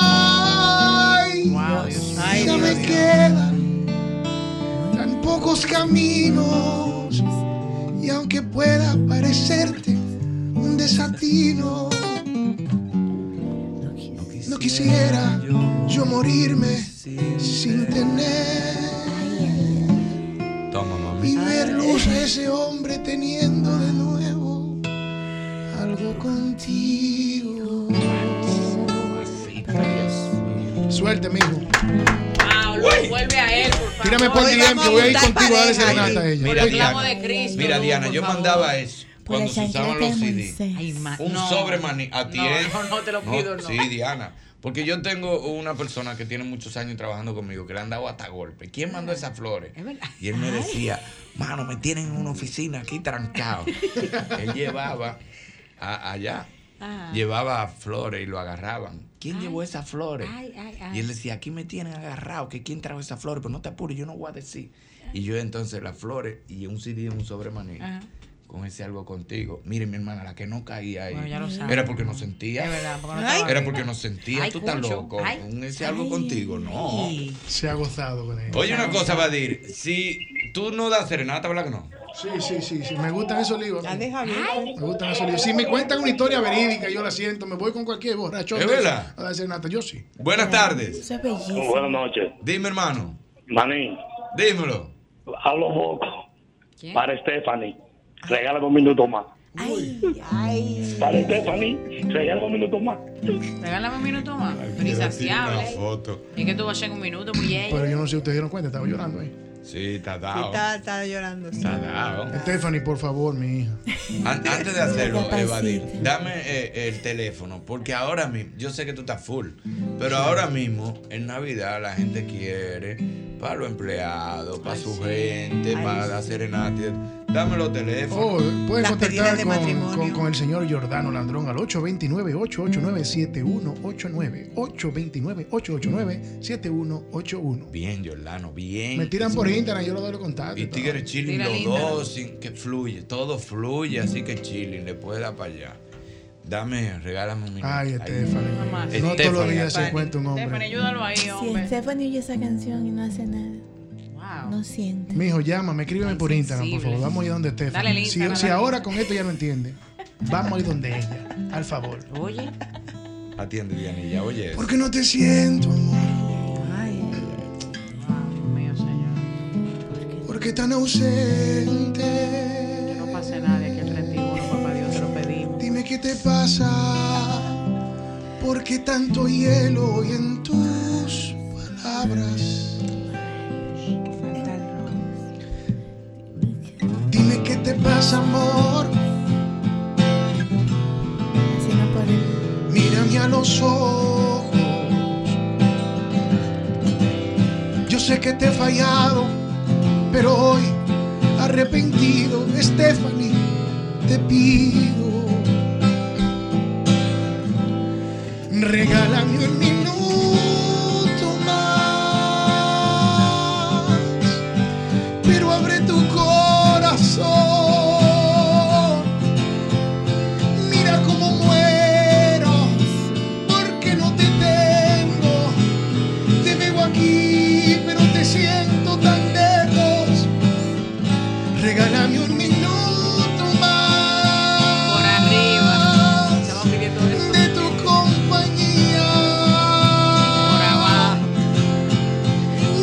[SPEAKER 30] casa. Ay, ya me quedan tan pocos caminos y aunque pueda parecerte un desatino, no quisiera yo morirme sin tener
[SPEAKER 4] Toma, mami.
[SPEAKER 30] y ver luz a ese hombre teniendo de nuevo algo contigo.
[SPEAKER 9] Suerte, mijo.
[SPEAKER 27] Pablo, vuelve a él, por favor.
[SPEAKER 9] Tírame por DM que voy a ir contigo a darle serenata a ella.
[SPEAKER 4] Mira,
[SPEAKER 27] Por el
[SPEAKER 4] Diana,
[SPEAKER 27] amo de Cristo,
[SPEAKER 4] mira,
[SPEAKER 27] Lu,
[SPEAKER 4] Diana,
[SPEAKER 27] por
[SPEAKER 4] yo
[SPEAKER 27] favor.
[SPEAKER 4] mandaba eso
[SPEAKER 27] Por
[SPEAKER 4] cuando
[SPEAKER 27] la
[SPEAKER 4] se usaban los
[SPEAKER 27] chancleta de
[SPEAKER 4] CDs.
[SPEAKER 27] Ay, ma-
[SPEAKER 4] Un
[SPEAKER 27] no.
[SPEAKER 4] sobre mani a ti
[SPEAKER 27] No,
[SPEAKER 4] es-
[SPEAKER 27] no, no te lo pido, no.
[SPEAKER 4] Sí, Diana. Porque yo tengo una persona que tiene muchos años trabajando conmigo que le han dado hasta golpe. ¿Quién mandó esas flores?
[SPEAKER 27] Es verdad.
[SPEAKER 4] Y él me decía, mano, me tienen en una oficina aquí trancado. él llevaba a- allá, Ah.
[SPEAKER 27] Ah.
[SPEAKER 4] llevaba flores y lo agarraban. ¿Quién llevó esas flores?
[SPEAKER 27] Ay, ay, ay.
[SPEAKER 4] Y él decía, aquí me tienen agarrado, que quién trajo esas flores, pero no te apures, yo no voy a decir. Y yo entonces las flores y un CD en un sobre maní,
[SPEAKER 27] Ajá.
[SPEAKER 4] con ese algo contigo. Mire, mi hermana, la que no caía ahí.
[SPEAKER 27] Bueno, ya lo sabe.
[SPEAKER 4] Era porque no sentía.
[SPEAKER 27] Es verdad, porque no
[SPEAKER 4] Ay.
[SPEAKER 27] estaba
[SPEAKER 4] Era
[SPEAKER 27] bien.
[SPEAKER 4] porque no sentía.
[SPEAKER 27] Ay,
[SPEAKER 4] Tú estás
[SPEAKER 27] Cucho.
[SPEAKER 4] loco.
[SPEAKER 27] Ay.
[SPEAKER 4] Un ese algo contigo. No.
[SPEAKER 9] Se ha gozado con ella.
[SPEAKER 4] Oye, una cosa, Badir. Si tú no das serenata, ¿verdad que no?
[SPEAKER 9] Sí, sí, sí, sí. Me gustan esos libros. a mí.
[SPEAKER 8] Ay.
[SPEAKER 9] Me gustan esos libros. Si me cuentan una historia verídica, yo la siento. Me voy con cualquier borracho.
[SPEAKER 4] ¿Es verdad?
[SPEAKER 9] A dar serenata, yo sí.
[SPEAKER 4] Buenas tardes.
[SPEAKER 9] Eso es bellísimo.
[SPEAKER 3] Buenas noches.
[SPEAKER 4] Dime, hermano.
[SPEAKER 3] Manín.
[SPEAKER 4] Dímelo.
[SPEAKER 3] Hablo poco. Para Stephanie. Regálame un minuto más. Para Stephanie. Regálame un minuto más.
[SPEAKER 27] Regálame un minuto más. Pero insaciable.
[SPEAKER 4] foto.
[SPEAKER 27] Es que tú vas a llegar un minuto, muy
[SPEAKER 9] Pero yo no sé si ustedes dieron cuenta, estaba llorando ahí.
[SPEAKER 4] Sí, está
[SPEAKER 8] Sí,
[SPEAKER 4] dado.
[SPEAKER 8] está, está llorando. sí.
[SPEAKER 4] Está dado.
[SPEAKER 9] Stephanie, por favor, mi hija.
[SPEAKER 4] An- antes de hacerlo, Evadir, dame eh, el teléfono, porque ahora mismo, yo sé que tú estás full, pero ahora mismo en Navidad la gente quiere para los empleados, para su gente, para la serenata. Dame los
[SPEAKER 9] Oh,
[SPEAKER 4] teléfonos.
[SPEAKER 9] pueden contactar con, con- con el señor Jordano Landrón al 829-889-7189. 829-889-7181.
[SPEAKER 4] Bien, Yolano, bien.
[SPEAKER 9] Me tiran por Instagram, yo le doy los contactos.
[SPEAKER 4] Y Tigre Chilling,
[SPEAKER 9] Tira
[SPEAKER 4] los
[SPEAKER 9] el Instagram.
[SPEAKER 4] dos, sin- que fluye, todo fluye, así que Chilling, le puede dar para allá. Dame, regálame un minuto.
[SPEAKER 9] Ay,
[SPEAKER 4] Ahí.
[SPEAKER 9] Stephanie.
[SPEAKER 4] Este
[SPEAKER 9] No todos los días se encuentra un hombre.
[SPEAKER 27] ayúdalo ahí,
[SPEAKER 7] Si Stephanie oye esa canción y no hace nada, no siente.
[SPEAKER 9] Mijo, llámame, escríbeme por Instagram, por
[SPEAKER 7] sensible.
[SPEAKER 9] favor. Vamos a ir donde
[SPEAKER 7] Dale el
[SPEAKER 9] Stephanie. Si,
[SPEAKER 7] Instagram,
[SPEAKER 9] si
[SPEAKER 7] dale el
[SPEAKER 9] ahora con esto ya no entiende, vamos a ir donde ella, al favor.
[SPEAKER 27] Oye.
[SPEAKER 4] Atiende, Dianilla, oye.
[SPEAKER 9] Porque no te siento,
[SPEAKER 30] Porque tan ausente.
[SPEAKER 27] Que no pase nada de aquí al 31, papá Dios, te lo pedimos.
[SPEAKER 30] Dime qué te pasa, porque tanto hielo y en tus palabras. Dime qué te pasa, amor. Mírame a los ojos.
[SPEAKER 9] Yo sé que te he fallado,
[SPEAKER 30] pero hoy arrepentido, Stephanie, te pido. Regálame un minuto más, pero abre tu corazón. Mira cómo muero, porque no te tengo. Te veo aquí, pero te siento tan lejos. Regálame un minuto más. Por arriba. De tu compañía. Por abajo.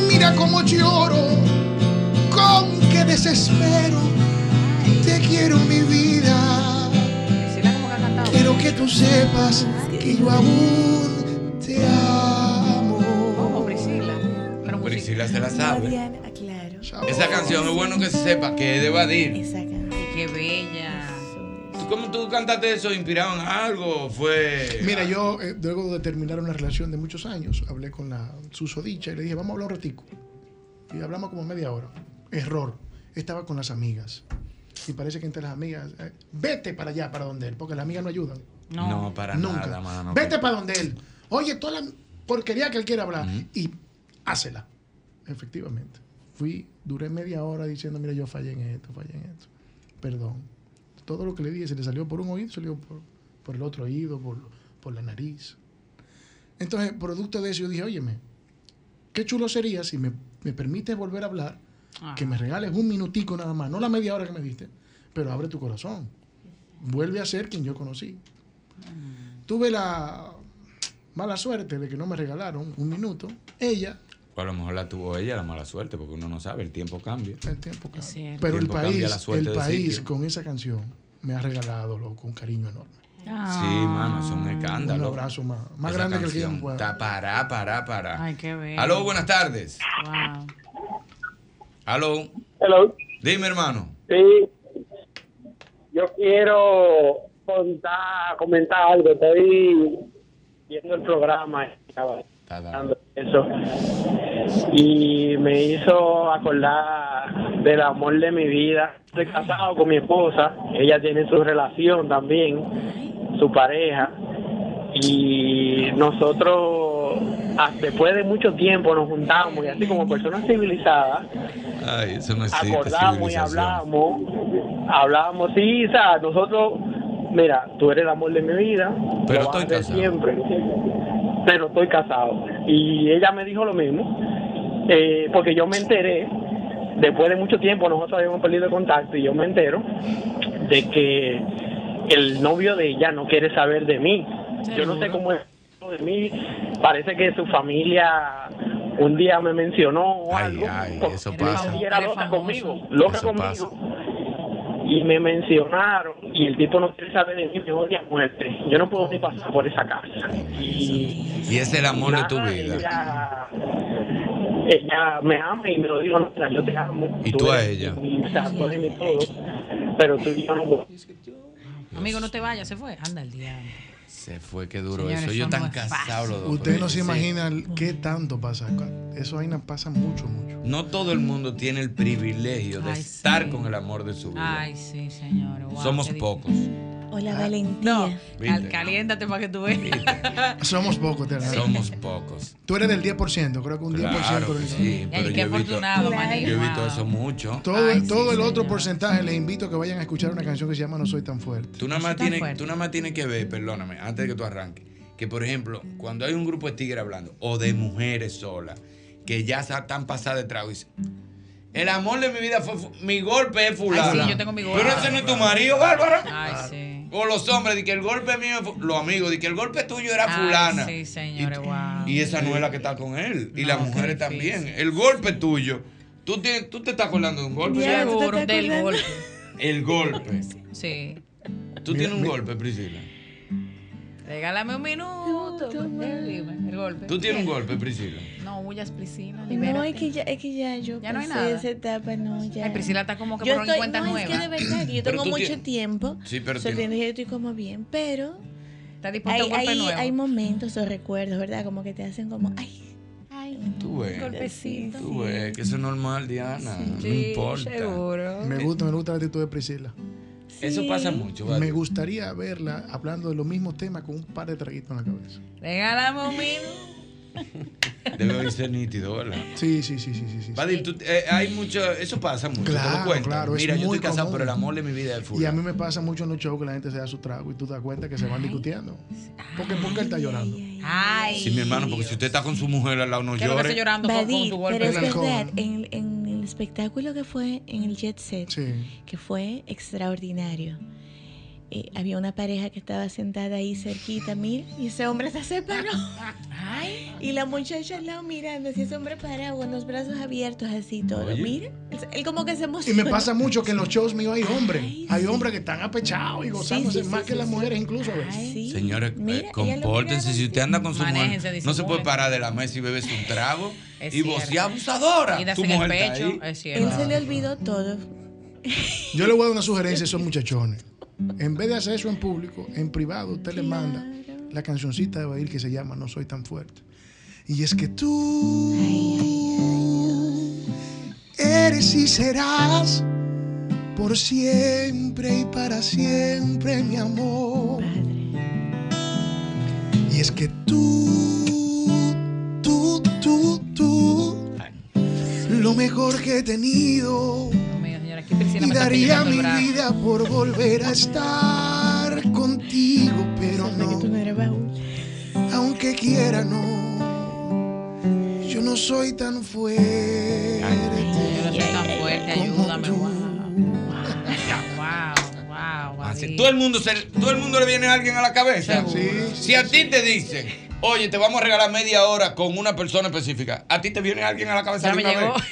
[SPEAKER 30] Mira cómo lloro. Con qué desespero. Te quiero mi vida. Quiero que tú sepas que yo aún te amo.
[SPEAKER 4] Priscila se la sabe.
[SPEAKER 7] Claro.
[SPEAKER 4] Esa canción es bueno que se sepa que es de Badir.
[SPEAKER 27] Ay, qué bella.
[SPEAKER 4] ¿Tú ¿Cómo tú cantaste eso? ¿Inspirado en algo? ¿Fue.?
[SPEAKER 9] Mira, yo eh, luego de terminar una relación de muchos años, hablé con la susodicha y le dije, vamos a hablar un ratico. Y hablamos como media hora. Error. Estaba con las amigas. Y parece que entre las amigas, eh, vete para allá, para donde él, porque las amigas no ayudan.
[SPEAKER 4] No, para
[SPEAKER 9] Nunca.
[SPEAKER 4] nada,
[SPEAKER 12] Ah,
[SPEAKER 4] mano.
[SPEAKER 9] Vete para donde él. Oye, toda la porquería que él quiere hablar. Y hácela. Efectivamente. Fui, duré media hora diciendo, mira, yo fallé en esto, fallé en esto. Perdón. Todo lo que le dije se le salió por un oído, salió por, por el otro oído, por, por la nariz. Entonces, producto de eso, yo dije, óyeme, qué chulo sería si me, me permites volver a hablar, que me regales un minutico nada más, no la media hora que me diste, pero abre tu corazón. Vuelve a ser quien yo conocí. Tuve la mala suerte de que no me regalaron un minuto. Ella,
[SPEAKER 4] O a lo mejor la tuvo ella, la mala suerte, porque uno no sabe, el tiempo cambia.
[SPEAKER 9] El tiempo cambia. pero el
[SPEAKER 4] tiempo cambia la
[SPEAKER 9] país,
[SPEAKER 4] suerte
[SPEAKER 9] el
[SPEAKER 4] de
[SPEAKER 9] país
[SPEAKER 4] sitio.
[SPEAKER 9] con esa canción me ha regalado, loco, un cariño enorme.
[SPEAKER 4] Sí, mano, es Ah, un escándalo.
[SPEAKER 9] Un abrazo más, más
[SPEAKER 4] Esa
[SPEAKER 9] grande que el que yo
[SPEAKER 4] canción
[SPEAKER 9] me pueda.
[SPEAKER 4] Está pará, pará, pará.
[SPEAKER 27] Ay, qué bello.
[SPEAKER 4] Aló, buenas tardes.
[SPEAKER 27] Wow.
[SPEAKER 4] Aló.
[SPEAKER 31] Hello.
[SPEAKER 4] Dime, hermano.
[SPEAKER 31] Sí. Yo quiero contar, comentar algo. Estoy viendo el programa. y estaba escuchando Eso. Y me hizo acordar del amor de mi vida. Estoy casado con mi esposa. Ella tiene su relación también, su pareja. Y nosotros, ah, después de mucho tiempo, nos juntamos y así como personas civilizadas
[SPEAKER 4] Ay, eso no existe.
[SPEAKER 31] acordamos y hablamos, hablamos, sí, o sea, nosotros, mira, tú eres el amor de mi vida,
[SPEAKER 4] Pero
[SPEAKER 31] lo vas a
[SPEAKER 4] estoy
[SPEAKER 31] hacer
[SPEAKER 4] casado.
[SPEAKER 31] siempre, pero estoy casado. Y ella me dijo lo mismo, eh, porque yo me enteré, después de mucho tiempo nosotros habíamos perdido el contacto y yo me entero de que el novio de ella no quiere saber de mí. Yo no sé cómo es de mí, parece que su familia un día me mencionó o algo.
[SPEAKER 4] eso
[SPEAKER 31] porque
[SPEAKER 4] pasa.
[SPEAKER 31] ella era loca conmigo, loca conmigo. Y me mencionaron y el tipo no quiere saber de mí, me odia a muerte. Yo no puedo ni pasar por esa casa. Y,
[SPEAKER 4] Y es el amor de tu
[SPEAKER 31] nada,
[SPEAKER 4] vida.
[SPEAKER 31] Ella, ella me ama y me lo dijo, no, mira, yo te amo.
[SPEAKER 4] Y tú a ella.
[SPEAKER 31] mi- o sea, tú eres mi todo, pero tú y yo no
[SPEAKER 27] Amigo, no te vayas, se fue. Anda el diablo.
[SPEAKER 4] Se fue, qué duro
[SPEAKER 27] Señores,
[SPEAKER 4] eso.
[SPEAKER 27] eso
[SPEAKER 4] Yo
[SPEAKER 27] no
[SPEAKER 4] tan
[SPEAKER 27] es
[SPEAKER 4] cansado los dos.
[SPEAKER 9] Ustedes no se
[SPEAKER 4] Sí.
[SPEAKER 9] imaginan qué tanto pasa. Eso ahí pasa mucho, mucho.
[SPEAKER 4] No todo el mundo tiene el privilegio de
[SPEAKER 27] Ay,
[SPEAKER 4] estar con el amor de su vida.
[SPEAKER 27] Ay, sí, señor. Wow,
[SPEAKER 4] Somos
[SPEAKER 27] qué difícil.
[SPEAKER 4] pocos.
[SPEAKER 7] O
[SPEAKER 4] Ah,
[SPEAKER 7] la valentía.
[SPEAKER 27] Cal- Caliéntate para que tú veas.
[SPEAKER 9] Somos pocos, de verdad.
[SPEAKER 4] Somos pocos.
[SPEAKER 9] Tú eres del 10%, creo que un 10%
[SPEAKER 4] Claro que
[SPEAKER 9] del-
[SPEAKER 4] sí, pero yo he, visto,
[SPEAKER 27] afortunado,
[SPEAKER 4] yo he visto eso mucho.
[SPEAKER 9] Todo, todo el otro porcentaje les invito a que vayan a escuchar una canción que se llama No soy tan fuerte.
[SPEAKER 4] Tú nada,
[SPEAKER 9] No soy
[SPEAKER 4] más
[SPEAKER 9] tan
[SPEAKER 4] tienes,
[SPEAKER 9] fuerte.
[SPEAKER 4] tú nada más tienes que ver, perdóname, antes de que tú arranques, que por ejemplo, cuando hay un grupo de tigres hablando, o de mujeres solas, que ya sa- están pasadas de trago, y dicen, el amor de mi vida fue, fu- mi golpe es fulano.
[SPEAKER 27] Ay, sí, yo tengo mi golpe.
[SPEAKER 4] Pero ese no es tu marido, Bárbara.
[SPEAKER 27] Ay, sí.
[SPEAKER 4] O los hombres, de que el golpe mío, fu- los amigos, de que el golpe tuyo era
[SPEAKER 27] Ay,
[SPEAKER 4] fulana.
[SPEAKER 27] Sí, señores, wow.
[SPEAKER 4] Y esa no es la que está con él. Y las mujeres también. El golpe tuyo. Tú, tienes, tú te estás acordando de un golpe.
[SPEAKER 27] Seguro, del golpe.
[SPEAKER 4] El golpe.
[SPEAKER 27] Sí.
[SPEAKER 4] Tú tienes un golpe, Priscila.
[SPEAKER 27] Regálame un minuto. Dime, El golpe.
[SPEAKER 4] Tú tienes un golpe, Priscila.
[SPEAKER 27] No huyas, Priscila.
[SPEAKER 7] No,
[SPEAKER 27] libérate.
[SPEAKER 7] es que ya, es que ya yo
[SPEAKER 27] Ya no hay
[SPEAKER 7] pasé
[SPEAKER 27] nada.
[SPEAKER 7] esa etapa, no, ya.
[SPEAKER 27] Ay, Priscila está como que
[SPEAKER 7] yo
[SPEAKER 27] borrón y
[SPEAKER 7] estoy,
[SPEAKER 27] cuenta
[SPEAKER 7] no, es que
[SPEAKER 27] nueva.
[SPEAKER 7] de verdad, que yo
[SPEAKER 27] Pero
[SPEAKER 7] tengo
[SPEAKER 27] tú
[SPEAKER 7] mucho
[SPEAKER 27] tien-
[SPEAKER 7] tiempo.
[SPEAKER 4] Sí, pero
[SPEAKER 7] so,
[SPEAKER 4] tiene-
[SPEAKER 7] tienes- yo estoy como bien, pero...
[SPEAKER 27] Está
[SPEAKER 7] hay,
[SPEAKER 27] dispuesto a un golpe
[SPEAKER 7] hay-
[SPEAKER 27] nuevo.
[SPEAKER 7] hay momentos o recuerdos, ¿verdad? Como que te hacen como, ay, ay,
[SPEAKER 4] Mm. Tú ves.
[SPEAKER 7] golpecito.
[SPEAKER 4] Tú ves que eso es normal, Diana. no importa.
[SPEAKER 9] Me gusta, me gusta la actitud de Priscila.
[SPEAKER 4] Eso pasa mucho, ¿vale?
[SPEAKER 9] Me gustaría verla hablando de los mismos temas con un par de traguitos en la cabeza.
[SPEAKER 27] Regálame un minuto.
[SPEAKER 4] Debe oírse nítido, ¿verdad?
[SPEAKER 9] Sí, sí, sí, sí, sí. sí.
[SPEAKER 4] Vadir, tú- eh, hay mucho, eso pasa mucho. te
[SPEAKER 9] Claro,
[SPEAKER 4] lo cuento.
[SPEAKER 9] claro, es
[SPEAKER 4] Mira, yo
[SPEAKER 9] muy
[SPEAKER 4] estoy casado,
[SPEAKER 9] común.
[SPEAKER 4] pero el amor de mi vida es
[SPEAKER 9] Y a
[SPEAKER 4] fulano.
[SPEAKER 9] mí me pasa mucho en los shows que la gente se da su trago y tú te das cuenta que se van discutiendo. ¿Por qué, por qué él está llorando?
[SPEAKER 27] Ay.
[SPEAKER 4] Sí, mi hermano, porque si usted está con su mujer al lado, no
[SPEAKER 27] Creo que
[SPEAKER 4] llore.
[SPEAKER 27] estoy llorando con, con
[SPEAKER 7] Badir,
[SPEAKER 27] tu
[SPEAKER 7] pero
[SPEAKER 27] golpe.
[SPEAKER 7] es verdad, en, en el espectáculo que fue en el Jet Set, que fue extraordinario, eh, había una pareja que estaba sentada ahí cerquita, mira, y ese hombre se separó. Y la muchacha al lado mirando, así hombre parado, con los brazos abiertos, así todo.
[SPEAKER 9] Oye.
[SPEAKER 7] Mira, él- él como que se
[SPEAKER 9] Y
[SPEAKER 7] emociona.
[SPEAKER 9] me pasa mucho que en los shows míos hay hombres. hay hombres que están apechados y gozándose
[SPEAKER 7] Sí, sí,
[SPEAKER 9] más
[SPEAKER 7] sí,
[SPEAKER 9] que
[SPEAKER 7] sí,
[SPEAKER 9] las
[SPEAKER 7] sí.
[SPEAKER 9] mujeres, incluso. a veces.
[SPEAKER 4] Señores, eh,
[SPEAKER 9] mira,
[SPEAKER 4] compórtense. Si usted anda con su mujer,
[SPEAKER 9] Manéjense,
[SPEAKER 4] no se
[SPEAKER 9] disimulen.
[SPEAKER 4] puede parar de la mesa y beberse un trago.
[SPEAKER 7] Es
[SPEAKER 4] y
[SPEAKER 7] cierto.
[SPEAKER 4] vocea abusadora.
[SPEAKER 9] Midas
[SPEAKER 4] Tu
[SPEAKER 9] en el
[SPEAKER 4] mujer está
[SPEAKER 9] pecho,
[SPEAKER 4] ahí.
[SPEAKER 9] es
[SPEAKER 7] Él se le olvidó todo.
[SPEAKER 9] Yo le voy a dar una sugerencia a esos muchachones. En vez de hacer eso en público, en privado, usted le manda la cancioncita de Badir que se llama No soy tan fuerte. Y es que tú
[SPEAKER 30] Eres y serás por siempre y para siempre, mi amor.
[SPEAKER 9] Y es que
[SPEAKER 30] Tú, tú, tú, lo mejor que he tenido. Y
[SPEAKER 27] me está
[SPEAKER 30] daría
[SPEAKER 27] pillando el
[SPEAKER 30] mi
[SPEAKER 27] brazo.
[SPEAKER 30] vida por volver a estar contigo, pero no. Aunque quiera, no. Yo no soy tan fuerte.
[SPEAKER 27] Yo no soy tan fuerte, ayúdame. Wow. Wow, wow, wow.
[SPEAKER 4] Así, Todo el, mundo se- todo el mundo le viene a alguien a la cabeza. si a ti te dicen, oye, te vamos a regalar media hora con una persona específica, a ti te viene alguien a la cabeza
[SPEAKER 27] Ya
[SPEAKER 4] de
[SPEAKER 27] me
[SPEAKER 4] una
[SPEAKER 27] llegó.
[SPEAKER 4] vez?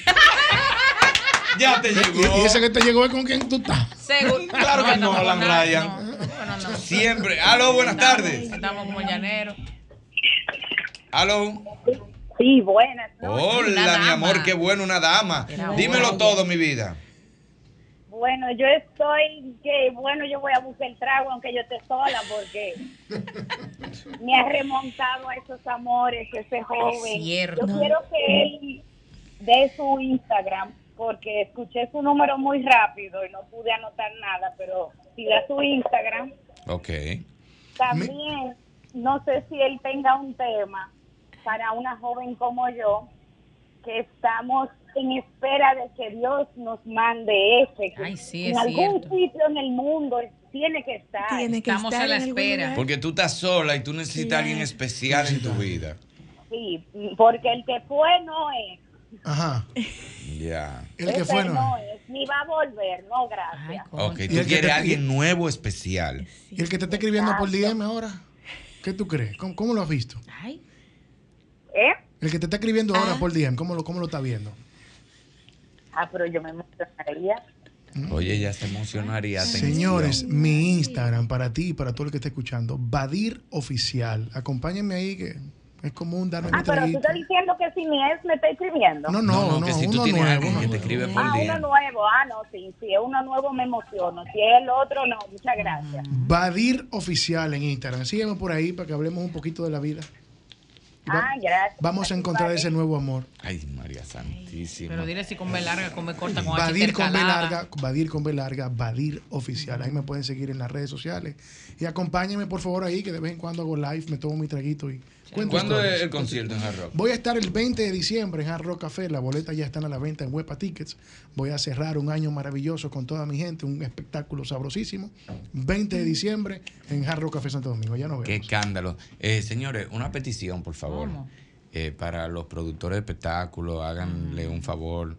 [SPEAKER 4] ya te llegó.
[SPEAKER 9] Y ese que te llegó es con quien tú estás.
[SPEAKER 27] Seguro.
[SPEAKER 4] Claro que no, Alan
[SPEAKER 27] no, no,
[SPEAKER 4] Ryan.
[SPEAKER 27] no, no, no.
[SPEAKER 4] Siempre. Aló, buenas
[SPEAKER 27] Estamos-
[SPEAKER 4] tardes.
[SPEAKER 27] Estamos como llaneros.
[SPEAKER 4] Aló.
[SPEAKER 32] Sí, buenas.
[SPEAKER 4] Hola, mi amor, qué bueno, una dama. Dímelo todo, mi vida.
[SPEAKER 32] Bueno, yo estoy que, bueno, yo voy a buscar el trago aunque yo esté sola porque me ha remontado a esos amores ese joven.
[SPEAKER 27] cierto.
[SPEAKER 32] Yo quiero que él dé su Instagram porque escuché su número muy rápido y no pude anotar nada, pero si da su Instagram,
[SPEAKER 4] Ok.
[SPEAKER 32] también no sé si él tenga un tema para una joven como yo que estamos en espera de que Dios nos mande ese que
[SPEAKER 27] sí,
[SPEAKER 32] en
[SPEAKER 27] es
[SPEAKER 32] algún sitio en el mundo tiene que estar
[SPEAKER 27] Estamos a la espera.
[SPEAKER 4] Porque tú estás sola y tú necesitas a alguien especial en tu vida.
[SPEAKER 32] sí porque el que fue no es
[SPEAKER 9] Ajá.
[SPEAKER 4] Ya.
[SPEAKER 9] El que
[SPEAKER 32] Ese
[SPEAKER 9] fue, no.
[SPEAKER 32] es ni va a volver no gracias
[SPEAKER 4] Ok,
[SPEAKER 9] Y
[SPEAKER 4] tú
[SPEAKER 9] el que
[SPEAKER 4] quieres
[SPEAKER 9] te-
[SPEAKER 4] a alguien nuevo especial.
[SPEAKER 9] Y el que te está escribiendo por DM ahora, ¿qué tú crees? ¿Cómo, cómo lo has visto?
[SPEAKER 32] ¿Eh?
[SPEAKER 9] El que te está escribiendo ahora por DM, ¿cómo lo, cómo lo está viendo?
[SPEAKER 32] ah pero yo me emocionaría
[SPEAKER 4] Oye, ya se emocionaría. atención.
[SPEAKER 9] Señores, mi Instagram para ti y para todo el que está escuchando, Badir Oficial. Acompáñenme ahí que es como un darme
[SPEAKER 32] ah pero
[SPEAKER 9] mi
[SPEAKER 32] tú
[SPEAKER 9] traguito.
[SPEAKER 32] estás diciendo que si ni es me está escribiendo
[SPEAKER 9] No, no, no,
[SPEAKER 4] que si tú
[SPEAKER 9] uno
[SPEAKER 4] tienes
[SPEAKER 9] nuevo,
[SPEAKER 4] alguien
[SPEAKER 9] uno
[SPEAKER 4] que te escribe por
[SPEAKER 32] Ah, uno
[SPEAKER 4] día.
[SPEAKER 32] nuevo, ah, no, sí, si es uno nuevo me emociono, si es el otro no, muchas gracias.
[SPEAKER 9] Badir Oficial en Instagram. Sígueme por ahí para que hablemos un poquito de la vida. Y va-
[SPEAKER 32] Ah, gracias.
[SPEAKER 9] Vamos a encontrar ese nuevo amor.
[SPEAKER 4] Ay, María Santísima.
[SPEAKER 27] Pero dile si con B larga, con B corta, con H
[SPEAKER 9] Badir con B
[SPEAKER 27] intercalada.
[SPEAKER 9] larga, Badir con B larga, Badir oficial. Ahí me pueden seguir en las redes sociales. Y acompáñenme por favor ahí, que de vez en cuando hago live, me tomo mi traguito y cuento
[SPEAKER 4] ¿Cuándo
[SPEAKER 9] historias.
[SPEAKER 4] es el concierto en Hard Rock?
[SPEAKER 9] Voy a estar el 20 de diciembre en Hard Rock Café. Las boletas ya están a la venta en Huepa Tickets. Voy a cerrar un año maravilloso con toda mi gente, un espectáculo sabrosísimo. 20 de diciembre en Hard Rock Café Santo Domingo. Ya nos vemos.
[SPEAKER 4] Qué escándalo. Eh, señores, una petición, por favor.
[SPEAKER 9] ¿Cómo?
[SPEAKER 4] Eh, para los productores de espectáculos,
[SPEAKER 27] Mm.
[SPEAKER 4] háganle un favor.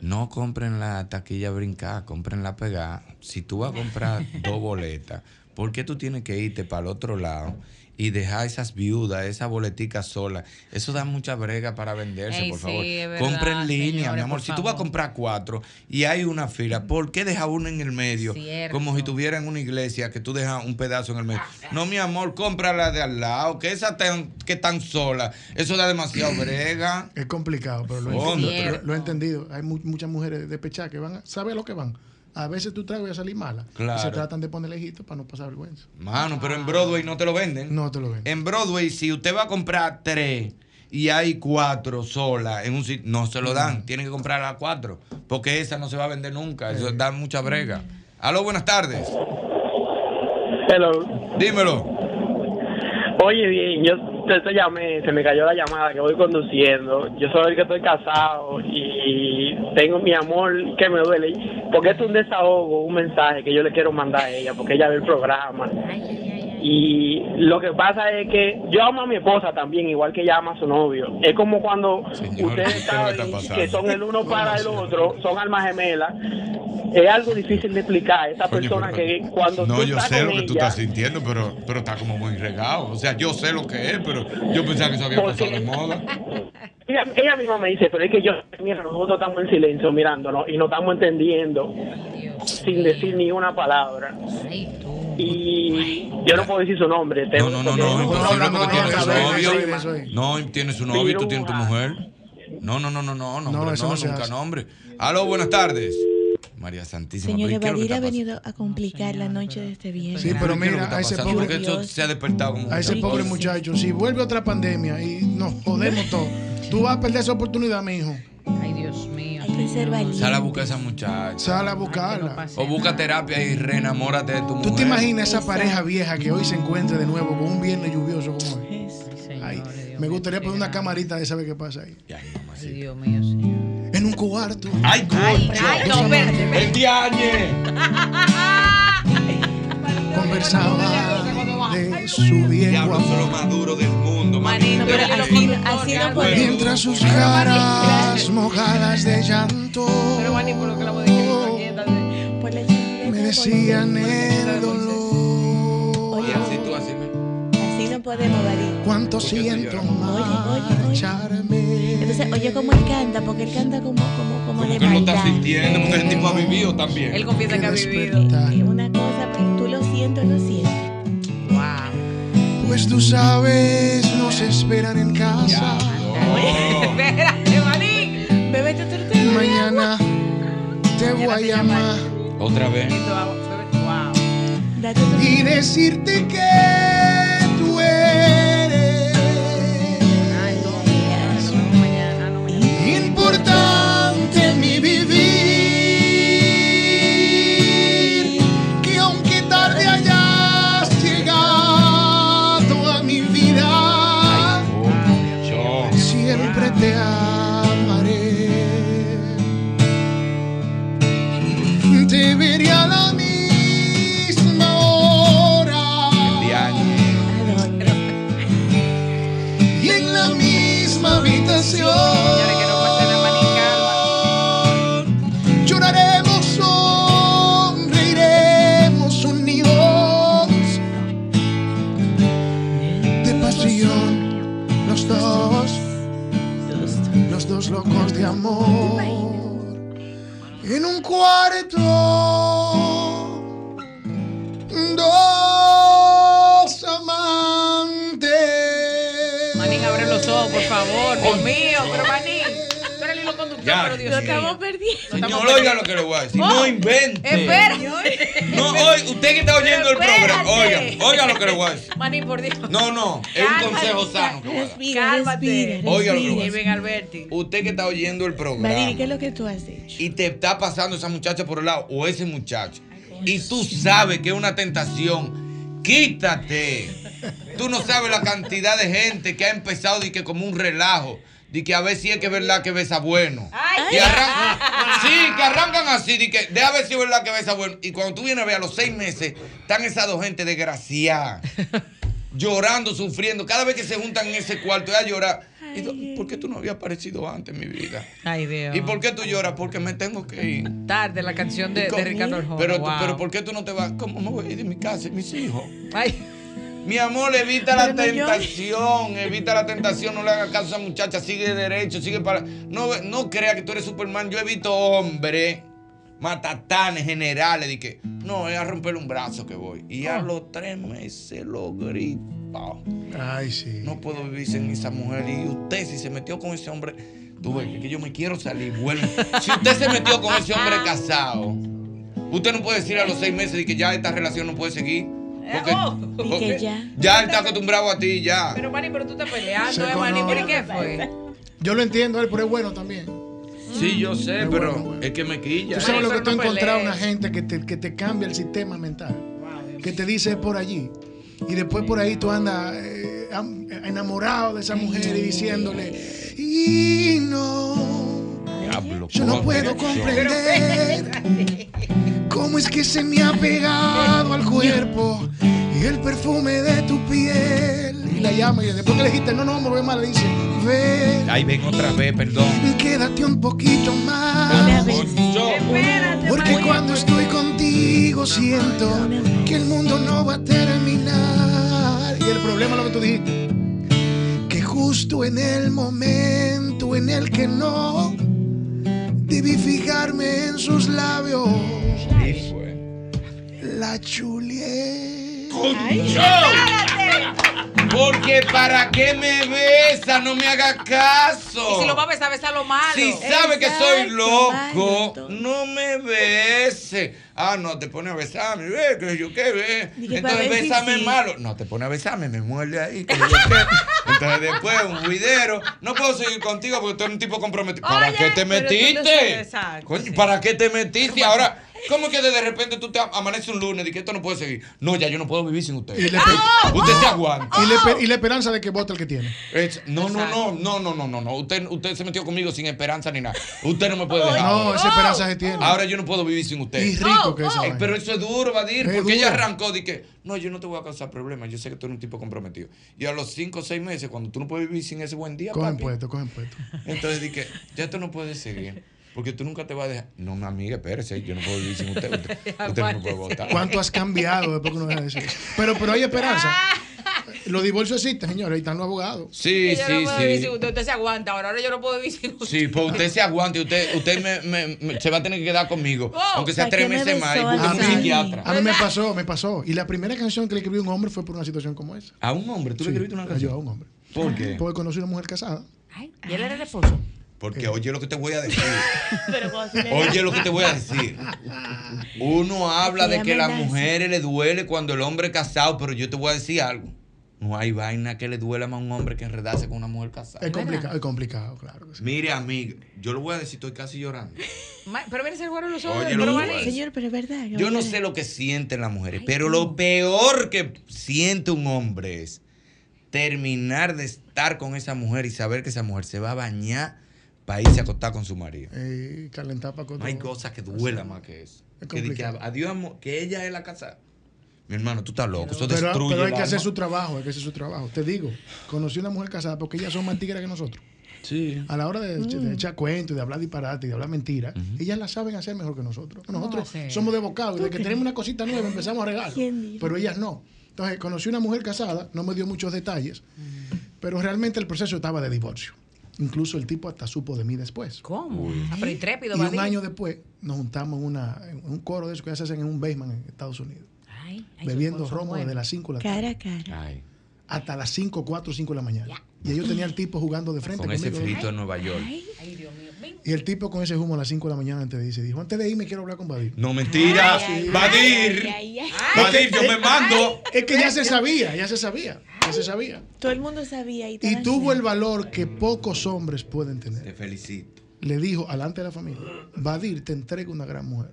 [SPEAKER 4] No compren la taquilla brincada, compren la pegada. Si tú vas a comprar dos boletas, ¿por qué tú tienes que irte para el otro lado y dejar esas viudas, esas boleticas solas? Eso da mucha brega para venderse,
[SPEAKER 27] Ey,
[SPEAKER 4] por
[SPEAKER 27] sí,
[SPEAKER 4] favor.
[SPEAKER 27] es verdad,
[SPEAKER 4] compren línea, mi
[SPEAKER 27] señores,
[SPEAKER 4] amor.
[SPEAKER 27] por
[SPEAKER 4] Si tú vas a
[SPEAKER 27] favor.
[SPEAKER 4] comprar cuatro y hay una fila, ¿por qué deja uno en el medio?
[SPEAKER 27] Cierto.
[SPEAKER 4] Como si tuviera en una iglesia que tú dejas un pedazo en el medio. No, mi amor, cómprala de al lado, que esa tan, que tan sola. Eso da demasiado brega.
[SPEAKER 9] Es complicado, pero lo, he
[SPEAKER 4] Fondo.
[SPEAKER 9] entendido, lo- lo he entendido. Hay mu- muchas mujeres de pechá que van, a, sabe a lo que van. A veces tú trago y a salir mala.
[SPEAKER 4] Claro.
[SPEAKER 9] Y se tratan de poner lejitos para no pasar vergüenza.
[SPEAKER 4] Mano, pero en Broadway no te lo venden.
[SPEAKER 9] No te lo venden.
[SPEAKER 4] En Broadway, si usted va a comprar tres y hay cuatro solas en un sitio, no se lo dan. Tienen que comprar las cuatro, porque esa no se va a vender nunca.
[SPEAKER 9] Eh.
[SPEAKER 4] Eso da mucha brega. Aló, buenas tardes.
[SPEAKER 31] Hello.
[SPEAKER 4] Dímelo.
[SPEAKER 31] Oye, bien, yo te, te llamé, se me cayó la llamada que voy conduciendo. Yo soy el que estoy casado y tengo mi amor que me duele. Porque es un desahogo, un mensaje que yo le quiero mandar a ella, porque ella ve el programa. Y lo que pasa es que yo amo a mi esposa también, igual que ella ama a su novio. Es como cuando ustedes saben que son el uno para el otro, son almas gemelas. Es algo difícil de explicar. Esa persona que cuando
[SPEAKER 4] No,
[SPEAKER 31] tú
[SPEAKER 4] yo
[SPEAKER 31] estás
[SPEAKER 4] sé lo
[SPEAKER 31] con
[SPEAKER 4] que tú
[SPEAKER 31] ella,
[SPEAKER 4] estás sintiendo, pero, pero está como muy regado. O sea, yo sé lo que es, pero yo pensaba que eso había pasado de moda.
[SPEAKER 31] Ella, ella misma me dice, pero es que yo, mira, nosotros estamos en silencio mirándonos y no estamos entendiendo sin decir ni una palabra. Y yo no puedo decir su nombre. No, no, no, no,
[SPEAKER 4] Imposible que tú tienes
[SPEAKER 31] no,
[SPEAKER 4] su novio.
[SPEAKER 31] no, no, no, no, ah.
[SPEAKER 4] No, tienes su novio y tú tienes tu mujer. No, no, no, no, no, no, hombre,
[SPEAKER 9] eso
[SPEAKER 4] no,
[SPEAKER 9] no se
[SPEAKER 4] nunca
[SPEAKER 9] hace.
[SPEAKER 4] nombre. Aló, buenas tardes. María Santísima.
[SPEAKER 7] Señor
[SPEAKER 4] pero ¿qué es lo que
[SPEAKER 7] Evadir
[SPEAKER 4] está
[SPEAKER 7] ha
[SPEAKER 4] pasando?
[SPEAKER 7] venido a complicar la noche de este viernes.
[SPEAKER 9] Sí, pero
[SPEAKER 4] ¿Qué es lo que
[SPEAKER 9] mira,
[SPEAKER 4] está
[SPEAKER 9] a ese
[SPEAKER 4] pasando?
[SPEAKER 9] pobre
[SPEAKER 4] Porque esto
[SPEAKER 9] Dios.
[SPEAKER 4] se ha despertado como
[SPEAKER 9] A ese
[SPEAKER 4] mucha
[SPEAKER 9] pobre
[SPEAKER 4] cosa.
[SPEAKER 9] muchacho, si vuelve otra pandemia y nos jodemos todos, tú vas a perder esa oportunidad, mijo.
[SPEAKER 27] Ay, Dios mío.
[SPEAKER 7] Hay que ser
[SPEAKER 4] Sal a buscar a esa muchacha.
[SPEAKER 9] Sal a buscarla.
[SPEAKER 4] O busca terapia y reenamórate de tu mujer.
[SPEAKER 9] ¿Tú te imaginas esa pareja vieja que hoy se encuentra de nuevo con un viernes lluvioso como es? Ay, me gustaría poner una camarita de saber qué pasa ahí.
[SPEAKER 27] Dios mío,
[SPEAKER 9] señor. En un cuarto.
[SPEAKER 4] ¡Ay,
[SPEAKER 27] ay, no, espérate, espérate.
[SPEAKER 4] ¡El diañe!
[SPEAKER 9] Conversaba de su viejo
[SPEAKER 4] amor. lo más duro del mundo,
[SPEAKER 9] manito.
[SPEAKER 4] pero
[SPEAKER 9] Pero
[SPEAKER 4] al
[SPEAKER 9] fin,
[SPEAKER 4] fin,
[SPEAKER 9] así no
[SPEAKER 4] puedo.
[SPEAKER 9] Mientras sus caras mojadas de llanto. Me decían el dolor.
[SPEAKER 4] Y así tú, así me.
[SPEAKER 7] Así no podemos, Darío.
[SPEAKER 9] Cuánto siento
[SPEAKER 7] marcharme. Entonces, oye cómo él canta, porque él canta como, como, como de
[SPEAKER 4] Porque él lo está
[SPEAKER 7] maldad.
[SPEAKER 4] sintiendo, porque el tipo ha vivido también.
[SPEAKER 7] Él confiesa que ha vivido. Una cosa, pues, tú lo siento, lo siento.
[SPEAKER 9] Pues tú sabes, nos esperan en casa.
[SPEAKER 27] Espérate, Marín.
[SPEAKER 7] Bebete tú
[SPEAKER 9] Mañana te voy a llamar.
[SPEAKER 4] Otra vez.
[SPEAKER 9] Y decirte que tú eres importante en mi vivir. Que aunque tarde hayas llegado a mi vida, siempre te amaré. Te veré a la misma hora. Y en la misma habitación. Lloraremos, sonreiremos unidos. De pasión, los dos. Los dos locos de amor. En un cuarto. Dos amantes.
[SPEAKER 27] Manín, abre los ojos, por favor. Dios mío, pero Manín. Tú eres el hilo conductor,
[SPEAKER 4] Ya,
[SPEAKER 27] pero Dios
[SPEAKER 4] Dios
[SPEAKER 27] mío.
[SPEAKER 4] mío.
[SPEAKER 27] perdiendo.
[SPEAKER 4] Señor, oiga lo que le voy a decir.
[SPEAKER 7] Oh,
[SPEAKER 4] No invente.
[SPEAKER 27] Espera.
[SPEAKER 4] No, oiga, usted que está oyendo el
[SPEAKER 27] Espérate.
[SPEAKER 4] programa, oiga, oiga lo que le voy a decir.
[SPEAKER 27] Manín, por Dios.
[SPEAKER 4] No, no, es un
[SPEAKER 27] Cálmate.
[SPEAKER 4] consejo sano que
[SPEAKER 7] Eh,
[SPEAKER 4] voy a dar.
[SPEAKER 27] Cálmate.
[SPEAKER 4] Oiga lo que le voy a
[SPEAKER 27] Ven, Alberti.
[SPEAKER 4] decir. Usted que está oyendo el
[SPEAKER 7] Valerie,
[SPEAKER 4] programa
[SPEAKER 7] ¿qué es lo que tú haces?
[SPEAKER 4] y te está pasando esa muchacha por el lado o ese muchacho y tú sabes que es una tentación, quítate. Tú no sabes la cantidad de gente que ha empezado de que como un relajo, de que a ver si es que es verdad que besa bueno. Y arran- sí, que arrancan así, de que deja ver si es verdad que besa bueno. Y cuando tú vienes a ver a los seis meses, están esas dos gente desgraciadas, llorando, sufriendo. Cada vez que se juntan en ese cuarto, a llorar. Y tú, ¿Por qué tú no habías aparecido antes en mi vida?
[SPEAKER 27] Ay, Dios.
[SPEAKER 4] ¿Y por qué tú lloras? Porque me tengo que ir.
[SPEAKER 27] Tarde, la canción de, de
[SPEAKER 4] ¿Cómo?
[SPEAKER 27] Ricardo Arjona.
[SPEAKER 4] Pero, tú-
[SPEAKER 27] wow.
[SPEAKER 4] pero ¿por qué tú no te vas? ¿Cómo me voy a ir de mi casa y mis hijos?
[SPEAKER 27] Ay.
[SPEAKER 4] Mi amor, evita la
[SPEAKER 27] Pero no llores.
[SPEAKER 4] tentación, evita la tentación, no le hagas caso a esa muchacha, sigue derecho, sigue para... No, ve- no crea que tú eres Superman, yo evito hombres, matatanes, generales, de que, no, es a romperle un brazo que voy. Y
[SPEAKER 27] Ah.
[SPEAKER 4] a los tres meses lo gripa.
[SPEAKER 9] Ay, sí.
[SPEAKER 4] No puedo vivir sin esa mujer. Y usted, si se metió con ese hombre, tú ves que- que yo me quiero salir, vuelvo. Si usted se metió con ese hombre casado, usted no puede decir a los seis meses de que ya esta relación no puede seguir.
[SPEAKER 1] Eh,
[SPEAKER 4] Porque,
[SPEAKER 1] oh,
[SPEAKER 27] Y que ya.
[SPEAKER 4] ya él está acostumbrado a ti, ya.
[SPEAKER 27] Pero Manín, pero tú estás peleando,
[SPEAKER 9] Se
[SPEAKER 27] ¿eh, Manín? ¿Pero
[SPEAKER 9] conoce.
[SPEAKER 27] ¿y qué fue?
[SPEAKER 9] Yo lo entiendo, él, pero es bueno también.
[SPEAKER 4] Sí, yo sé, pero es que me quilla.
[SPEAKER 9] Tú sabes lo que tú encontrar una gente que te, que te cambia el sistema mental. Que te dice es por allí. Y después por ahí tú andas eh, am- enamorado de esa mujer y diciéndole, y no, yo no puedo comprender cómo es que se me ha pegado al cuerpo
[SPEAKER 30] y el perfume de tu piel. Y la llama y después que le dijiste, no, no, me voy mal, le dice, ve,
[SPEAKER 4] Ahí ven otra vez, perdón.
[SPEAKER 30] quédate un poquito más. Porque cuando estoy contigo siento que el mundo no va a terminar. Y el problema es lo que tú dijiste. Que justo en el momento en el que no debí fijarme en sus labios, la chulié.
[SPEAKER 4] Porque para qué me besa, no me haga caso.
[SPEAKER 1] Y si lo va a besar, besalo malo.
[SPEAKER 4] Si sabe que soy loco, no me bese. Ah, no, te pone a besarme, ve, que yo qué, ve.
[SPEAKER 14] Dije,
[SPEAKER 4] Entonces
[SPEAKER 14] para ver si
[SPEAKER 4] besame
[SPEAKER 14] sí.
[SPEAKER 4] malo. No, te pone a besarme, me muerde ahí. que yo qué. Entonces después un juidero. No puedo seguir contigo porque tú eres un tipo comprometido. ¿Para
[SPEAKER 14] Oye,
[SPEAKER 4] qué te
[SPEAKER 14] pero tú no sabes,
[SPEAKER 4] metiste?
[SPEAKER 14] exacto,
[SPEAKER 4] Coño, ¿para qué te metiste? Y Ahora, ¿cómo que de repente tú te amaneces un lunes y que esto no puede seguir? No, ya yo no puedo vivir sin usted.
[SPEAKER 9] Y le-
[SPEAKER 4] Usted se aguanta.
[SPEAKER 9] Y la esper- y la esperanza de que vote el que tiene.
[SPEAKER 4] Es- no, no, no, no, no, no, no, no. Usted, usted se metió conmigo sin esperanza ni nada. Usted no me puede dejar.
[SPEAKER 9] No, esa esperanza se tiene.
[SPEAKER 4] Oh, Ahora yo no puedo vivir sin usted.
[SPEAKER 9] Y rico que esa
[SPEAKER 4] Eh,
[SPEAKER 9] vaina.
[SPEAKER 4] Pero eso es duro, Badir,
[SPEAKER 9] Es
[SPEAKER 4] porque
[SPEAKER 9] duro.
[SPEAKER 4] ella arrancó de que, no, yo no te voy a causar problemas, yo sé que tú eres un tipo comprometido. Y a los 5 o 6 meses, cuando tú no puedes vivir sin ese buen día,
[SPEAKER 9] Cogen
[SPEAKER 4] papi,
[SPEAKER 9] puesto, cogen puesto.
[SPEAKER 4] entonces dije, ya tú no puedes seguir, porque tú nunca te vas a dejar. No, mi amiga, espérese, yo no puedo vivir sin usted. Usted, usted no me puede votar.
[SPEAKER 9] ¿Cuánto has cambiado después que uno deja de decir eso? Pero, pero hay esperanza.
[SPEAKER 4] Ah.
[SPEAKER 9] Los divorcios existen, señores, ahí están los abogados.
[SPEAKER 4] Sí,
[SPEAKER 1] yo
[SPEAKER 4] sí,
[SPEAKER 1] no puedo vivir
[SPEAKER 4] sí.
[SPEAKER 1] sin usted, usted se aguanta. Ahora, ahora yo no puedo vivir sin usted.
[SPEAKER 4] Sí, pues usted se aguante, usted, usted me- me- me- se va a tener que quedar conmigo,
[SPEAKER 1] Wow.
[SPEAKER 4] aunque sea
[SPEAKER 1] ¿Para
[SPEAKER 4] tres
[SPEAKER 1] qué me
[SPEAKER 4] meses más, y
[SPEAKER 1] besó,
[SPEAKER 4] busque un
[SPEAKER 1] Alexander?
[SPEAKER 4] psiquiatra.
[SPEAKER 9] A mí me pasó, me pasó. Y la primera canción que le escribí a un hombre fue por una situación como esa.
[SPEAKER 4] A un hombre, tú le
[SPEAKER 9] Sí,
[SPEAKER 4] escribiste una
[SPEAKER 9] yo
[SPEAKER 4] canción.
[SPEAKER 9] a un hombre.
[SPEAKER 4] ¿Por qué?
[SPEAKER 9] Porque conocí una mujer casada.
[SPEAKER 1] Y él era el esposo.
[SPEAKER 9] Eh.
[SPEAKER 4] Porque oye lo que te voy a decir.
[SPEAKER 1] Pero
[SPEAKER 4] Oye lo que te voy a decir. Uno habla de que a las mujeres le duele cuando el hombre es casado, pero yo te voy a decir algo. No hay vaina que le duela más a un hombre que enredarse con una mujer casada.
[SPEAKER 9] Es complicado, es complicado, claro.
[SPEAKER 4] Mire, amigo, yo lo voy a decir, estoy casi llorando.
[SPEAKER 1] Ma- Pero viene a ser jugador los
[SPEAKER 4] Oye,
[SPEAKER 1] ojos.
[SPEAKER 4] lo
[SPEAKER 1] pero
[SPEAKER 4] que
[SPEAKER 1] vale.
[SPEAKER 4] pasa. Señor,
[SPEAKER 7] pero es verdad.
[SPEAKER 4] Yo no sé lo que sienten las mujeres, pero lo peor que siente un hombre es terminar de estar con esa mujer y saber que esa mujer se va a bañar para irse a acostar con su marido.
[SPEAKER 9] Eh, calentar para
[SPEAKER 4] No hay cosas que duela más que eso.
[SPEAKER 9] Es
[SPEAKER 4] Que, di que
[SPEAKER 9] complicado.
[SPEAKER 4] adiós, amor, que ella es la casa. Mi hermano, tú estás loco. Eso
[SPEAKER 9] Pero,
[SPEAKER 4] destruye.
[SPEAKER 9] pero hay
[SPEAKER 4] el
[SPEAKER 9] que hacer
[SPEAKER 4] alma.
[SPEAKER 9] su trabajo, hay que hacer su trabajo. Te digo, conocí una mujer casada porque ellas son más tigres que nosotros.
[SPEAKER 4] Sí.
[SPEAKER 9] A la hora de, de
[SPEAKER 30] Mm.
[SPEAKER 9] echar cuentos, de hablar disparate y de hablar mentiras, ellas la saben hacer mejor que nosotros.
[SPEAKER 30] ¿Cómo
[SPEAKER 9] Nosotros
[SPEAKER 30] va a ser?
[SPEAKER 9] somos de bocado y
[SPEAKER 30] ¿Tú
[SPEAKER 9] de que
[SPEAKER 30] crees?
[SPEAKER 9] tenemos una cosita nueva empezamos a regalar.
[SPEAKER 30] ¿Quién dijo?
[SPEAKER 9] Pero ellas no. Entonces, conocí una mujer casada, no me dio muchos detalles, pero realmente el proceso estaba de divorcio. Incluso el tipo hasta supo de mí después.
[SPEAKER 1] ¿Cómo? Ah, pero intrépido,
[SPEAKER 9] Y
[SPEAKER 1] Badín.
[SPEAKER 9] un año después nos juntamos en, una, en un coro de eso que ya se hacen en un basement en Estados Unidos. bebiendo
[SPEAKER 1] son
[SPEAKER 9] romo
[SPEAKER 1] buenos.
[SPEAKER 9] desde las 5 de la
[SPEAKER 1] Cara
[SPEAKER 9] tarde.
[SPEAKER 1] a cara.
[SPEAKER 9] Hasta las 5, 4, 5 de la mañana. Y yo tenía al tipo jugando de frente
[SPEAKER 4] Con ese
[SPEAKER 9] conmigo.
[SPEAKER 4] frito en Nueva York.
[SPEAKER 1] Ay, Dios mío.
[SPEAKER 9] Y el tipo con ese humo a las 5 de la mañana antes de irse dijo, antes de irme quiero hablar con Badir.
[SPEAKER 4] No mentira. Badir. Badir, yo me mando.
[SPEAKER 9] Es que ya se sabía, ya se sabía, ya se sabía.
[SPEAKER 7] Todo el mundo sabía y,
[SPEAKER 9] Y tuvo el valor que pocos hombres pueden tener.
[SPEAKER 4] Te felicito.
[SPEAKER 9] Le dijo alante de la familia, Badir, te entrego una gran mujer.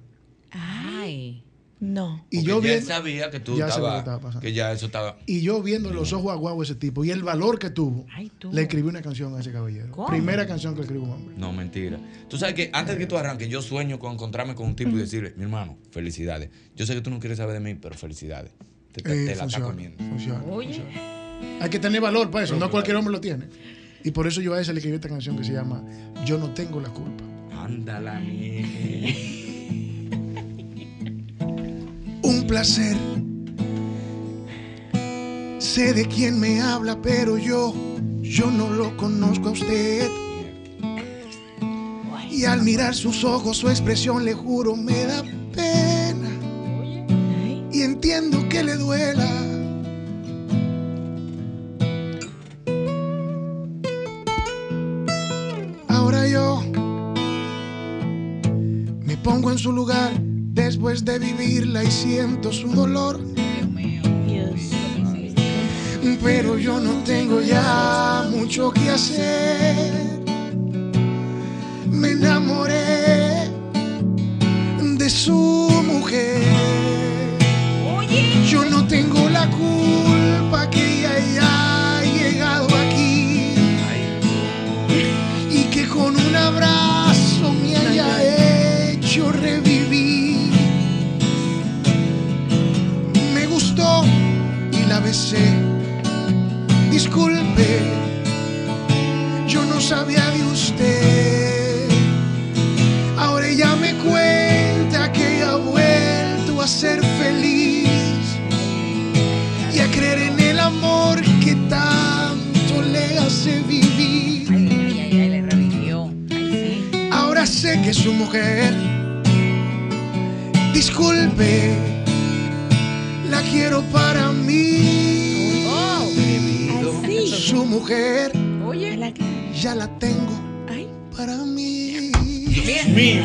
[SPEAKER 1] Ay.
[SPEAKER 7] No.
[SPEAKER 9] Y
[SPEAKER 4] Porque
[SPEAKER 9] yo
[SPEAKER 4] ya él
[SPEAKER 9] viendo-
[SPEAKER 4] sabía que tú
[SPEAKER 9] ya sabía
[SPEAKER 4] estabas-
[SPEAKER 9] que estaba pasando.
[SPEAKER 4] que ya eso estaba.
[SPEAKER 9] Y yo viendo los ojos aguados de ese tipo y el valor que tuvo, le escribí una canción a ese caballero.
[SPEAKER 4] ¿Cómo?
[SPEAKER 9] Primera canción que le escribí a un hombre.
[SPEAKER 4] No, mentira. Tú sabes que antes de que tú arranques, yo sueño con encontrarme con un tipo y decirle, mi hermano, felicidades. Yo sé que tú no quieres saber de mí, pero felicidades. Te, te-
[SPEAKER 9] Eh,
[SPEAKER 4] te la está
[SPEAKER 9] funciona,
[SPEAKER 4] comiendo.
[SPEAKER 9] funciona, funciona. Hay que tener valor para eso, no cualquier hombre lo tiene. Y por eso yo a ese le escribí esta canción que se llama Yo no tengo la culpa.
[SPEAKER 4] Ándala, mi.
[SPEAKER 30] un placer. Sé de quién me habla, pero yo, yo no lo conozco a usted. Y al mirar sus ojos, su expresión, le juro, me da pena. Y entiendo que le duela. Ahora yo me pongo en su lugar después de vivirla y siento su dolor. Pero yo no tengo ya mucho que hacer. Me enamoré de su mujer. Yo no tengo la culpa que ella haya llegado aquí y que con un abrazo me haya hecho revivir. Me gustó sabía de usted. Ahora ella me cuenta que ella ha vuelto a ser feliz y a creer en el amor que tanto le hace vivir. Ahora sé que su mujer, disculpe, la quiero para mí. Su mujer, ya la tengo para mí.
[SPEAKER 4] Dios mío.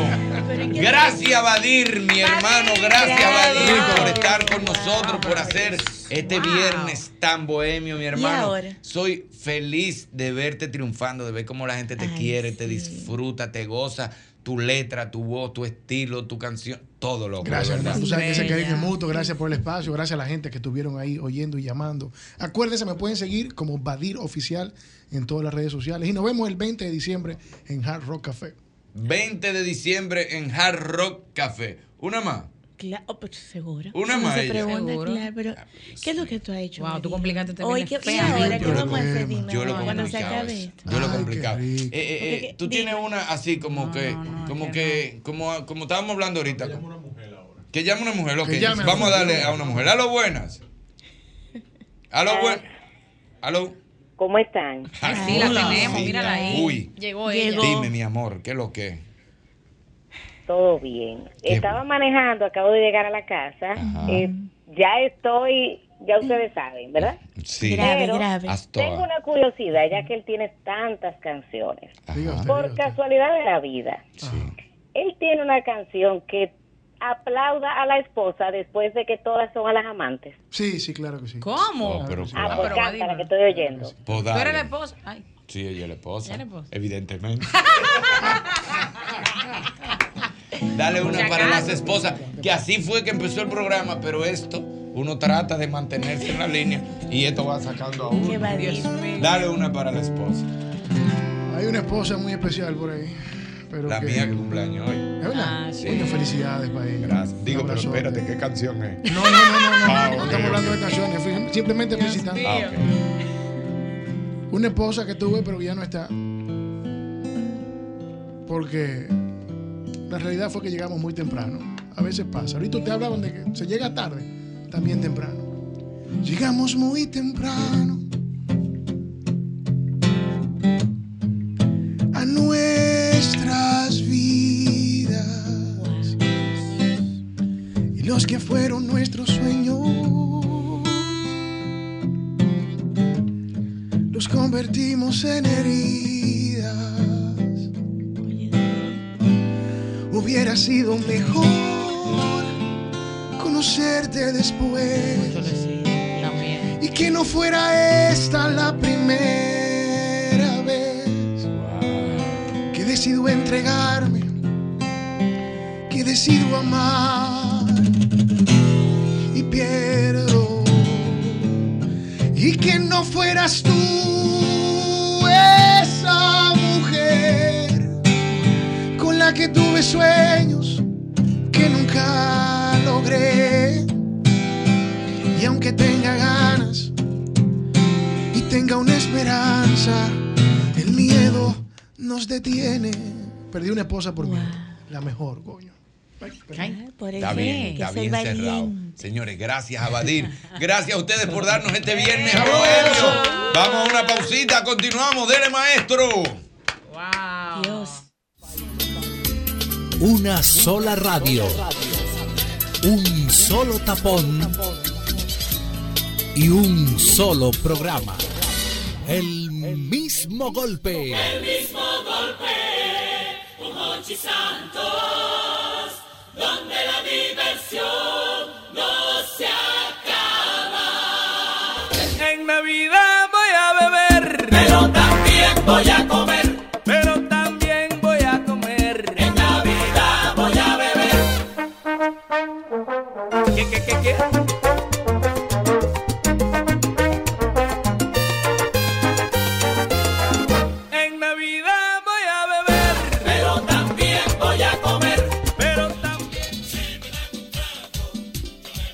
[SPEAKER 4] Gracias, Badir, mi hermano. Gracias, Badir, por estar con nosotros, por hacer este viernes tan bohemio, mi hermano.
[SPEAKER 7] ahora?
[SPEAKER 4] Soy feliz de verte triunfando, de ver cómo la gente te quiere, te disfruta, te goza. Tu letra, tu voz, tu estilo, tu canción, todo loco.
[SPEAKER 9] Gracias,
[SPEAKER 4] de verdad.
[SPEAKER 9] hermano. Tú sabes que ese cariño es mutuo. Gracias por el espacio. Gracias a la gente que estuvieron ahí oyendo y llamando. Acuérdense, me pueden seguir como Badir Oficial en todas las redes sociales. Y nos vemos el 20 de diciembre en Hard Rock Café.
[SPEAKER 4] 20 de diciembre en Hard Rock Café. Una más.
[SPEAKER 7] Claro, pues seguro.
[SPEAKER 4] Una
[SPEAKER 7] No
[SPEAKER 4] más,
[SPEAKER 7] se
[SPEAKER 4] ella.
[SPEAKER 7] pregunta,
[SPEAKER 4] Seguro.
[SPEAKER 7] claro, pero ¿qué es lo que tú has hecho?
[SPEAKER 27] Wow, tú complicaste este también
[SPEAKER 7] Hoy,
[SPEAKER 27] las
[SPEAKER 7] ¿qué, ¿y
[SPEAKER 27] penas.
[SPEAKER 7] ahora qué
[SPEAKER 4] pues, Yo lo
[SPEAKER 7] vamos a hacer?
[SPEAKER 4] complicaba,
[SPEAKER 7] Dime,
[SPEAKER 4] Yo lo
[SPEAKER 7] cuando se
[SPEAKER 4] complicaba.
[SPEAKER 7] acabe
[SPEAKER 4] eso.
[SPEAKER 7] esto.
[SPEAKER 27] Ah,
[SPEAKER 7] Ah,
[SPEAKER 4] Yo lo complicaba. Eh, eh, eh, tú tienes una así como que, como que, como, como estábamos hablando ahorita. Que llame una mujer ahora.
[SPEAKER 9] Que
[SPEAKER 4] Que llame
[SPEAKER 9] llame
[SPEAKER 4] una mujer,
[SPEAKER 9] a
[SPEAKER 4] ok. Vamos a
[SPEAKER 9] una
[SPEAKER 4] darle
[SPEAKER 9] mujer.
[SPEAKER 4] a una mujer. Aló, buenas. Aló, buenas. Aló.
[SPEAKER 2] Ah.
[SPEAKER 4] Ah,
[SPEAKER 2] ¿Cómo están?
[SPEAKER 27] Sí, la tenemos, mírala ahí.
[SPEAKER 4] Uy.
[SPEAKER 27] Llegó
[SPEAKER 2] ella.
[SPEAKER 4] Dime, mi amor, ¿qué es lo que?
[SPEAKER 2] Todo bien. Estaba manejando, acabo de llegar a la casa. Eh, ya estoy, ya ustedes saben, ¿verdad?
[SPEAKER 4] Sí.
[SPEAKER 2] Grave,
[SPEAKER 4] grave.
[SPEAKER 2] Tengo una curiosidad, ya que él tiene tantas canciones.
[SPEAKER 12] Ah,
[SPEAKER 4] usted,
[SPEAKER 2] Por casualidad de la vida, él tiene una canción que aplauda a la esposa después de que todas son a las amantes.
[SPEAKER 9] Sí, sí, claro que sí.
[SPEAKER 27] ¿Cómo?
[SPEAKER 4] Oh, pero
[SPEAKER 2] Ah,
[SPEAKER 4] claro.
[SPEAKER 2] pues cántala, que estoy oyendo.
[SPEAKER 27] Tú eres
[SPEAKER 4] Pues dale.
[SPEAKER 27] la esposa. Ay.
[SPEAKER 4] Sí, ella es la esposa.
[SPEAKER 27] Ella es la esposa.
[SPEAKER 4] Evidentemente. Dale una
[SPEAKER 27] Muchas
[SPEAKER 4] para las
[SPEAKER 27] gracias.
[SPEAKER 4] esposas. Que así fue que empezó el programa, pero esto, uno trata de mantenerse en la línea y esto va sacando a uno. Dale una para la esposa.
[SPEAKER 9] Hay una esposa muy especial por ahí. Pero
[SPEAKER 4] La
[SPEAKER 9] que-
[SPEAKER 4] mía que cumpleaños hoy.
[SPEAKER 9] ¿Es
[SPEAKER 4] Ah,
[SPEAKER 9] verdad? Coño, felicidades para ella.
[SPEAKER 4] Gracias. Digo, pero espérate, ¿qué canción es?
[SPEAKER 9] No, no, no, no, no, no,
[SPEAKER 4] Ah,
[SPEAKER 9] no
[SPEAKER 4] ok,
[SPEAKER 9] estamos hablando
[SPEAKER 4] ok.
[SPEAKER 9] de canciones, fui- simplemente felicitando.
[SPEAKER 4] Ah,
[SPEAKER 9] Una esposa que tuve, pero que ya no está. Porque la realidad fue que llegamos muy temprano. A veces pasa. Ahorita te hablaban de que se llega tarde, también temprano. Llegamos muy temprano
[SPEAKER 30] a nuestras vidas y los que fueron nuestros sueños los convertimos en heridas. Hubiera sido mejor conocerte después y que no fuera esta la primera vez que decido entregarme, que decido amar y pierdo. Y que no fueras tú esa mujer con la que tuve sueños que nunca logré. Y aunque tenga ganas y tenga una esperanza, el miedo nos detiene.
[SPEAKER 9] perdí una esposa por mí. La mejor, coño.
[SPEAKER 4] Está bien, está bien cerrado. Señores, gracias a Badir. Gracias a ustedes por darnos este viernes provecho. Vamos a una pausita, continuamos. Dele, maestro.
[SPEAKER 25] Una sola radio. Un solo tapón. Y un solo programa. El mismo golpe.
[SPEAKER 1] El mismo golpe con Hochi Santos, donde la diversión no se acaba. En Navidad voy a beber, pero también voy a comer, pero también voy a comer. En Navidad voy a beber. ¿Qué, qué, qué, qué? En Navidad voy a beber, pero también voy a comer, pero también si me dan un trago, yo me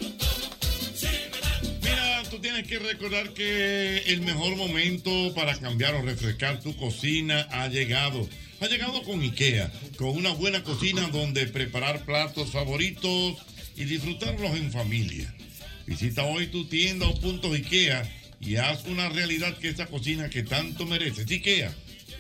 [SPEAKER 1] lo tomo, si me dan
[SPEAKER 23] Mira, tú tienes que recordar que Señores, el mejor momento para cambiar o refrescar tu cocina ha llegado. Ha llegado con IKEA, con una buena cocina donde preparar platos favoritos y disfrutarlos en familia. Visita hoy tu tienda o punto IKEA y haz una realidad que esa cocina que tanto mereces. IKEA,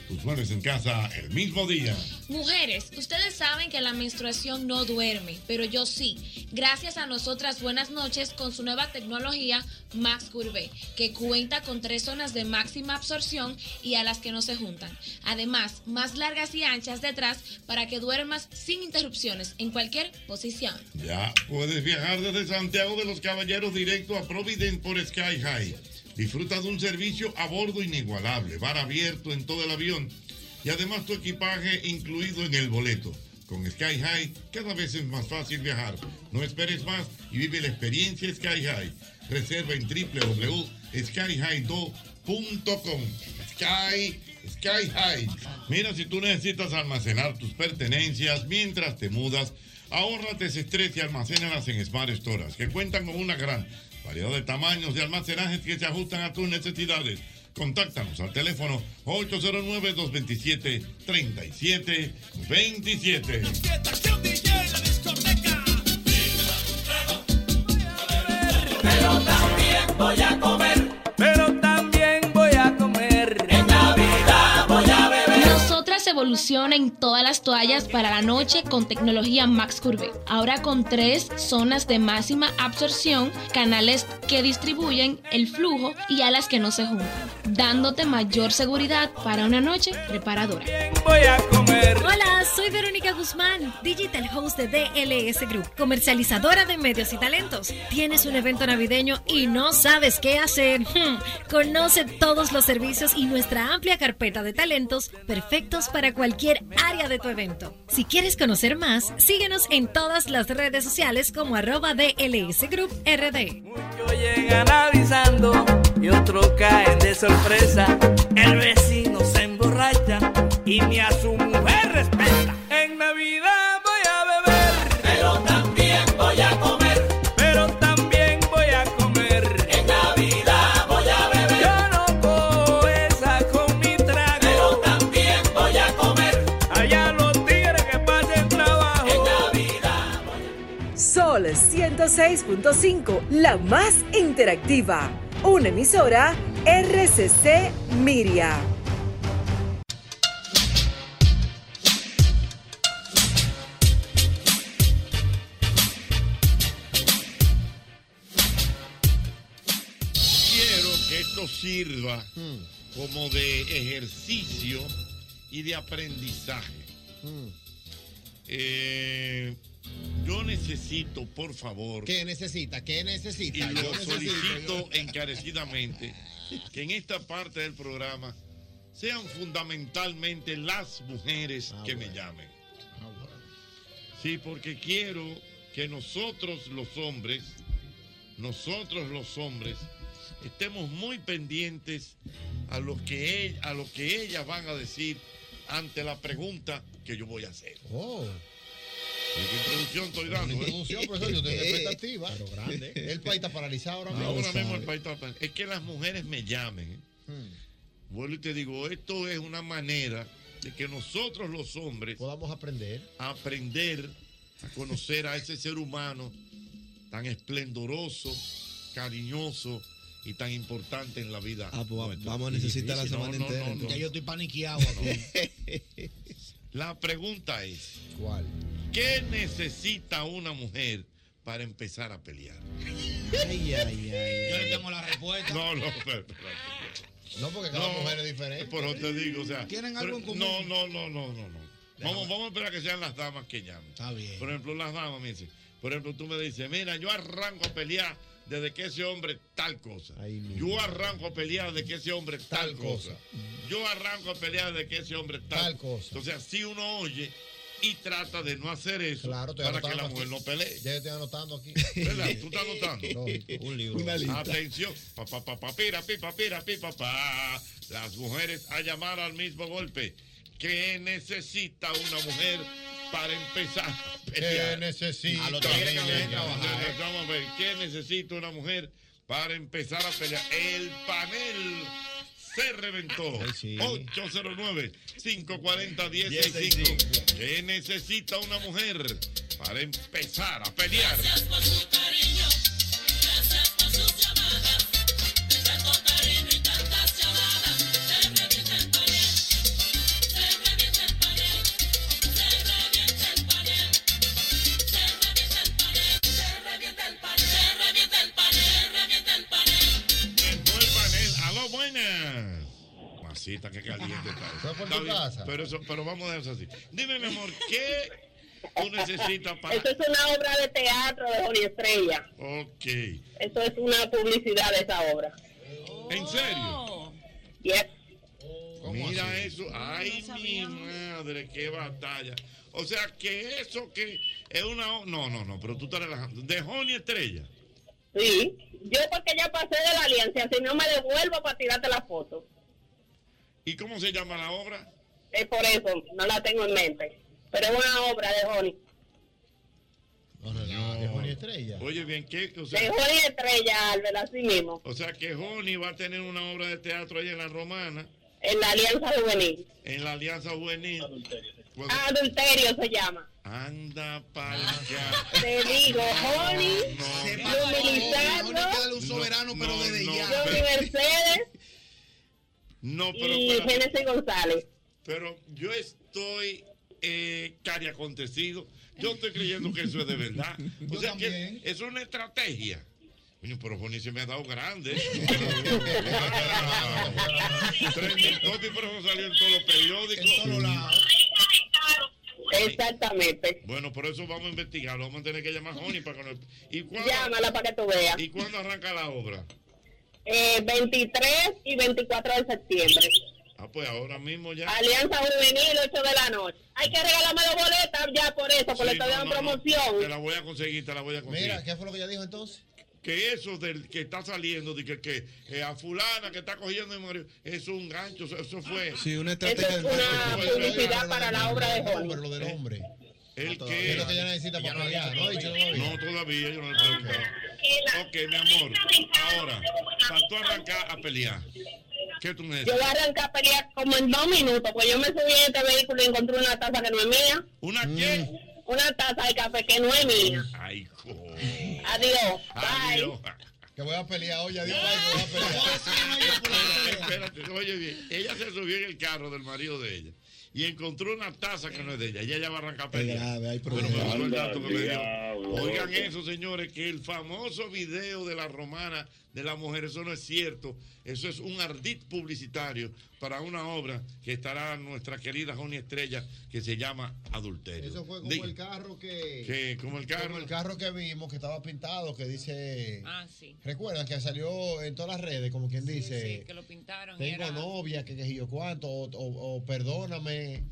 [SPEAKER 23] tus muebles en casa el mismo día.
[SPEAKER 6] Mujeres, ustedes saben que la menstruación no duerme, pero yo sí. Gracias a nosotras, buenas noches con su nueva tecnología Max Curve, que cuenta con tres zonas de máxima absorción y a las que no se juntan. Además, más largas y anchas detrás para que duermas sin interrupciones en cualquier posición.
[SPEAKER 23] Ya puedes viajar desde Santiago de los Caballeros directo a Providence por Sky High. Disfruta de un servicio a bordo inigualable, bar abierto en todo el avión y además tu equipaje incluido en el boleto. Con Sky High cada vez es más fácil viajar. No esperes más y vive la experiencia Sky High. Reserva en www.skyhighdo.com. Sky, Sky High. Mira, si tú necesitas almacenar tus pertenencias mientras te mudas, ahórrate ese estrés y almacénalas en Smart Storage, que cuentan con una gran variedad de tamaños de almacenajes que se ajustan a tus necesidades. Contáctanos al teléfono 809-227-3727.
[SPEAKER 1] Pero también voy a comer. Pero también voy a comer. En Navidad voy a beber.
[SPEAKER 6] Nosotras evolucionan todas las toallas para la noche con tecnología Max Curve. Ahora con tres zonas de máxima absorción, canales que distribuyen el flujo y alas que no se juntan, dándote mayor seguridad para una noche reparadora.
[SPEAKER 1] Voy a comer.
[SPEAKER 28] Hola, soy Verónica Guzmán, digital host de DLS Group, comercializadora de medios y talentos. Tienes un evento navideño y no sabes qué hacer. Hmm, Conoce todos los servicios y nuestra amplia carpeta de talentos perfectos para cualquier área de tu evento. Si quieres conocer más, síguenos en todas las redes sociales como arroba DLS Group RD.
[SPEAKER 1] Llegan avisando y otro caen de sorpresa. El vecino se emborracha y ni a su mujer respeta. En Navidad voy a beber, pero también voy a comer. Pero también voy a comer. En Navidad voy a beber. Yo no cojo esa con mi trago. Pero también voy a comer. Allá los tigres que pasen trabajo. En Navidad.
[SPEAKER 33] Sol 106.5, la más interactiva. Una emisora RCC Miria.
[SPEAKER 23] Quiero que esto sirva como de ejercicio y de aprendizaje. Eh, yo necesito, por favor,
[SPEAKER 34] ¿Qué necesita? ¿Qué necesita?
[SPEAKER 23] y
[SPEAKER 34] Yo
[SPEAKER 23] lo
[SPEAKER 34] necesito,
[SPEAKER 23] solicito encarecidamente, que en esta parte del programa sean fundamentalmente las mujeres
[SPEAKER 34] Ah,
[SPEAKER 23] que me llamen. Sí, porque quiero que nosotros los hombres, nosotros los hombres, estemos muy pendientes a lo que, el- a lo que ellas van a decir ante la pregunta que yo voy a hacer.
[SPEAKER 34] Oh.
[SPEAKER 23] ¿Qué introducción estoy dando? eh?
[SPEAKER 34] Introducción, profesor, yo tengo expectativa. Pero grande. El país está paralizado ahora mismo.
[SPEAKER 23] Ahora mismo el país está pan- Es que las mujeres me llamen. ¿eh? Vuelvo y te digo, esto es una manera de que nosotros los hombres podamos aprender. Aprender a conocer a ese ser humano tan esplendoroso, cariñoso y tan importante en la vida.
[SPEAKER 35] Ah, pues va-
[SPEAKER 23] nuestra.
[SPEAKER 35] vamos a necesitar la
[SPEAKER 23] No,
[SPEAKER 35] semana
[SPEAKER 23] no,
[SPEAKER 35] entera,
[SPEAKER 23] no, no.
[SPEAKER 35] entonces.
[SPEAKER 34] Ya yo estoy paniqueado aquí.
[SPEAKER 23] La pregunta es: ¿Cuál? ¿Qué necesita una mujer para empezar a pelear?
[SPEAKER 34] Ay, ay, ay. Yo le tengo la respuesta.
[SPEAKER 23] No, no, pero, pero-
[SPEAKER 34] No, porque cada mujer es diferente.
[SPEAKER 23] Por eso te digo, o sea.
[SPEAKER 34] ¿Tienen algo en
[SPEAKER 23] pero-
[SPEAKER 34] común?
[SPEAKER 23] No, no, no, no, no. no. Vamos, vamos a esperar que sean las damas que llamen. Está bien. Por ejemplo, las damas me dicen. Por ejemplo, tú me dices, mira, yo arranco a pelear desde que ese hombre tal cosa. yo arranco a pelear desde que ese hombre tal, cosa. Yo arranco a pelear desde que ese hombre tal, cosa. Entonces, así uno oye y trata de no hacer eso
[SPEAKER 34] Claro, estoy
[SPEAKER 23] para que
[SPEAKER 34] anotando
[SPEAKER 23] la mujer
[SPEAKER 34] aquí.
[SPEAKER 23] no pelee.
[SPEAKER 34] Ya yo estoy anotando aquí.
[SPEAKER 23] ¿Verdad? ¿Tú estás notando?
[SPEAKER 34] Lógico, un libro.
[SPEAKER 23] Una lista. Atención. Pa, pa, pa, pa, pira, pi, pa, pira, pi, pa, pa. Las mujeres a llamar al mismo golpe. ¿Qué necesita una mujer para empezar a
[SPEAKER 34] ¿Qué
[SPEAKER 23] pelear?
[SPEAKER 34] necesita?
[SPEAKER 23] ¿eh? A los tigres que ven trabajar. Vamos a ver. ¿Qué necesita una mujer para empezar a pelear. El panel se reventó. 809-540-165. ¿Qué necesita una mujer para empezar a pelear?
[SPEAKER 12] por su cariño, gracias por sus llamadas, tanto cariño y tantas llamadas, se revienta el panel, se revienta el panel, se revienta el panel, se revienta el panel, se revienta el panel, se revienta el panel, se revienta el panel.
[SPEAKER 23] Todo el panel. ¡Aló, buenas! Masita, qué caliente está.
[SPEAKER 34] Fue por
[SPEAKER 23] Está
[SPEAKER 34] tu
[SPEAKER 23] bien,
[SPEAKER 34] casa.
[SPEAKER 23] Pero, eso- pero vamos a dejarlo así. Dime, mi amor, ¿qué tú necesitas para...?
[SPEAKER 2] Eso es una obra de teatro de Jorge Estrella.
[SPEAKER 23] Ok.
[SPEAKER 2] Eso es una publicidad de esa obra.
[SPEAKER 23] ¿En serio?
[SPEAKER 2] Oh. Yes.
[SPEAKER 23] Mira eso. Ay, mi madre, qué batalla. O sea, que eso que es una... o- No, no, no, pero tú estás relajando. De Joni Estrella.
[SPEAKER 2] Sí. Yo porque ya pasé de
[SPEAKER 23] Ah,
[SPEAKER 2] la alianza, si no me devuelvo para tirarte la foto.
[SPEAKER 23] ¿Y cómo se llama la obra?
[SPEAKER 2] Es por eso, no la tengo en mente. Pero es una obra de Jorge.
[SPEAKER 23] De Joni Estrella. Oye, bien, ¿qué? O sea,
[SPEAKER 2] De Jorge Estrella, Albert, así mismo.
[SPEAKER 23] O sea que Joni va a tener una obra de teatro allá en la Romana.
[SPEAKER 2] En la Alianza Juvenil. Ah,
[SPEAKER 23] En la Alianza Juvenil. Bueno,
[SPEAKER 2] Adulterio se llama.
[SPEAKER 23] Anda para allá.
[SPEAKER 2] Te digo, Jorge, Lumilisandro,
[SPEAKER 23] un soberano, pero desde ya.
[SPEAKER 2] Johnny Mercedes
[SPEAKER 23] No, pero.
[SPEAKER 2] y
[SPEAKER 23] espérate.
[SPEAKER 2] Génesis González.
[SPEAKER 23] Pero yo estoy eh, cari acontecido. Yo estoy creyendo que eso es de verdad. O sea que es una estrategia. Coño, pero Joni se me ha dado grande. Trending topic, pero eso salió en todos los periódicos.
[SPEAKER 2] Exactamente.
[SPEAKER 23] Bueno, por eso vamos a investigarlo. Vamos a tener que llamar a Joni para que nos... ¿Y cuándo-
[SPEAKER 2] Llámala para que tú veas.
[SPEAKER 23] ¿Y cuándo arranca la obra?
[SPEAKER 2] Eh, 23 y 24 de septiembre.
[SPEAKER 23] Ah, pues ahora mismo ya.
[SPEAKER 2] Alianza Juvenil, 8 de la noche. Hay que regalarme las boletas ya por eso, porque
[SPEAKER 23] Sí,
[SPEAKER 2] le estoy
[SPEAKER 23] no,
[SPEAKER 2] dando
[SPEAKER 23] no, no.
[SPEAKER 2] promoción.
[SPEAKER 23] Te la voy a conseguir, te la voy a conseguir.
[SPEAKER 34] Mira, ¿qué fue lo que ella dijo entonces?
[SPEAKER 23] que eso del que está saliendo, de que, que eh, a fulana que está cogiendo el marido, es un gancho, eso, eso fue.
[SPEAKER 34] Sí, una estrategia Eso es del una marketing. publicidad para la obra de Hollywood. Pero lo del hombre.
[SPEAKER 23] El
[SPEAKER 34] No,
[SPEAKER 23] que.
[SPEAKER 34] todavía. Creo que ya necesita
[SPEAKER 23] Ya
[SPEAKER 34] para pelear,
[SPEAKER 23] no,
[SPEAKER 34] ¿no?
[SPEAKER 23] ha dicho todavía. No, todavía, yo no le he preguntado. Ok, mi amor, ahora, para tú arrancar a pelear, ¿qué tú
[SPEAKER 2] Yo
[SPEAKER 23] necesitas?
[SPEAKER 2] voy a arrancar a pelear como en dos minutos, pues yo me subí en este vehículo y encontré una taza que no es mía.
[SPEAKER 23] ¿Una qué?
[SPEAKER 2] Una taza de café que no es mía.
[SPEAKER 23] Ay,
[SPEAKER 2] Adiós.
[SPEAKER 23] Adiós.
[SPEAKER 34] Que voy a pelear hoy, adiós.
[SPEAKER 23] Espérate, oye bien, ella se subió en el carro del marido de ella y encontró una taza que no es de ella. Ella ya va a arrancar a pelear. Bueno, me gustó el dato que me dio. Oigan eso, señores, que el famoso video de la romana de la mujer, eso no es cierto. Eso es un ardid publicitario para una obra que estará nuestra querida Joni Estrella, que se llama Adulterio.
[SPEAKER 34] Eso fue como
[SPEAKER 23] Diga,
[SPEAKER 34] el carro que.
[SPEAKER 23] que como el carro.
[SPEAKER 34] Como el carro que vimos que estaba pintado, que dice.
[SPEAKER 1] Ah, sí.
[SPEAKER 34] Recuerdan que salió en todas las redes, como quien dice.
[SPEAKER 1] Que lo pintaron. y
[SPEAKER 34] Tengo
[SPEAKER 1] era-
[SPEAKER 34] novia, que, que yo cuánto, o, o- o perdóname.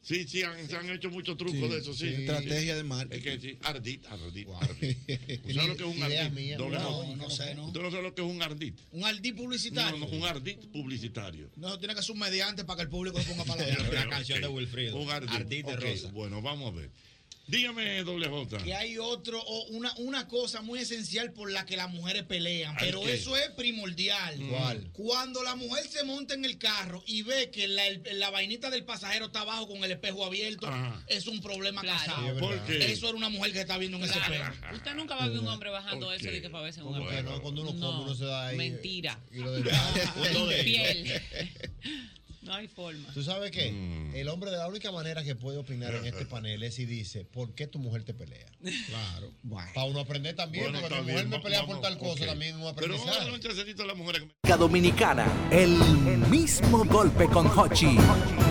[SPEAKER 23] Sí, sí, han, se han hecho muchos trucos
[SPEAKER 34] Sí,
[SPEAKER 23] de eso, sí.
[SPEAKER 34] sí. Estrategia de marketing.
[SPEAKER 23] Es que sí, ardid, ardid, ardid. ¿Tú sabes lo que es un
[SPEAKER 34] Idea
[SPEAKER 23] ardid?
[SPEAKER 34] mía,
[SPEAKER 23] Doble
[SPEAKER 34] no,
[SPEAKER 23] modo.
[SPEAKER 34] no sé, no.
[SPEAKER 23] ¿Tú no sabes lo que es un ardid?
[SPEAKER 5] Un ardid publicitario.
[SPEAKER 23] No, no, un ardid publicitario.
[SPEAKER 5] No, tiene que ser un mediante para que el público se ponga para la
[SPEAKER 23] Pero,
[SPEAKER 5] otra.
[SPEAKER 23] ok, Un ardid. Ok, Bueno, vamos a ver. Dígame, doble J.
[SPEAKER 5] Que hay otro, o una, una cosa muy esencial por la que las mujeres pelean,
[SPEAKER 23] Ay,
[SPEAKER 5] pero
[SPEAKER 23] ¿qué?
[SPEAKER 5] eso es primordial.
[SPEAKER 34] ¿Cuál?
[SPEAKER 5] Cuando la mujer se monta en el carro y ve que la, el- la vainita del pasajero está abajo con el espejo abierto,
[SPEAKER 1] Ajá.
[SPEAKER 5] es un problema
[SPEAKER 1] Claro.
[SPEAKER 5] casado.
[SPEAKER 1] Sí, es verdad. ¿Por qué?
[SPEAKER 5] Eso era una mujer que está viendo en ese
[SPEAKER 1] Claro.
[SPEAKER 5] espejo.
[SPEAKER 1] Usted nunca va a ver un hombre bajando eso de que para verse en un
[SPEAKER 34] Como que
[SPEAKER 1] espejo.
[SPEAKER 34] no, cuando uno come, uno se da ahí.
[SPEAKER 1] Mentira.
[SPEAKER 34] Y lo demás.
[SPEAKER 1] Uno de piel. No hay forma.
[SPEAKER 34] ¿Tú sabes qué?
[SPEAKER 23] Mm.
[SPEAKER 34] El hombre de la única manera que puede opinar en este panel es si dice, ¿por qué tu mujer te pelea? Claro. Para uno aprender también,
[SPEAKER 23] Bueno,
[SPEAKER 34] porque
[SPEAKER 23] está
[SPEAKER 34] tu mujer
[SPEAKER 23] bien,
[SPEAKER 34] me
[SPEAKER 23] va-
[SPEAKER 34] pelea por
[SPEAKER 23] vamos,
[SPEAKER 34] tal cosa,
[SPEAKER 23] ok.
[SPEAKER 34] también uno
[SPEAKER 23] Pero
[SPEAKER 34] aprendizaje.
[SPEAKER 23] vamos a darle un chancecito a las mujeres que me
[SPEAKER 25] Dominicana, el mismo golpe con Hochi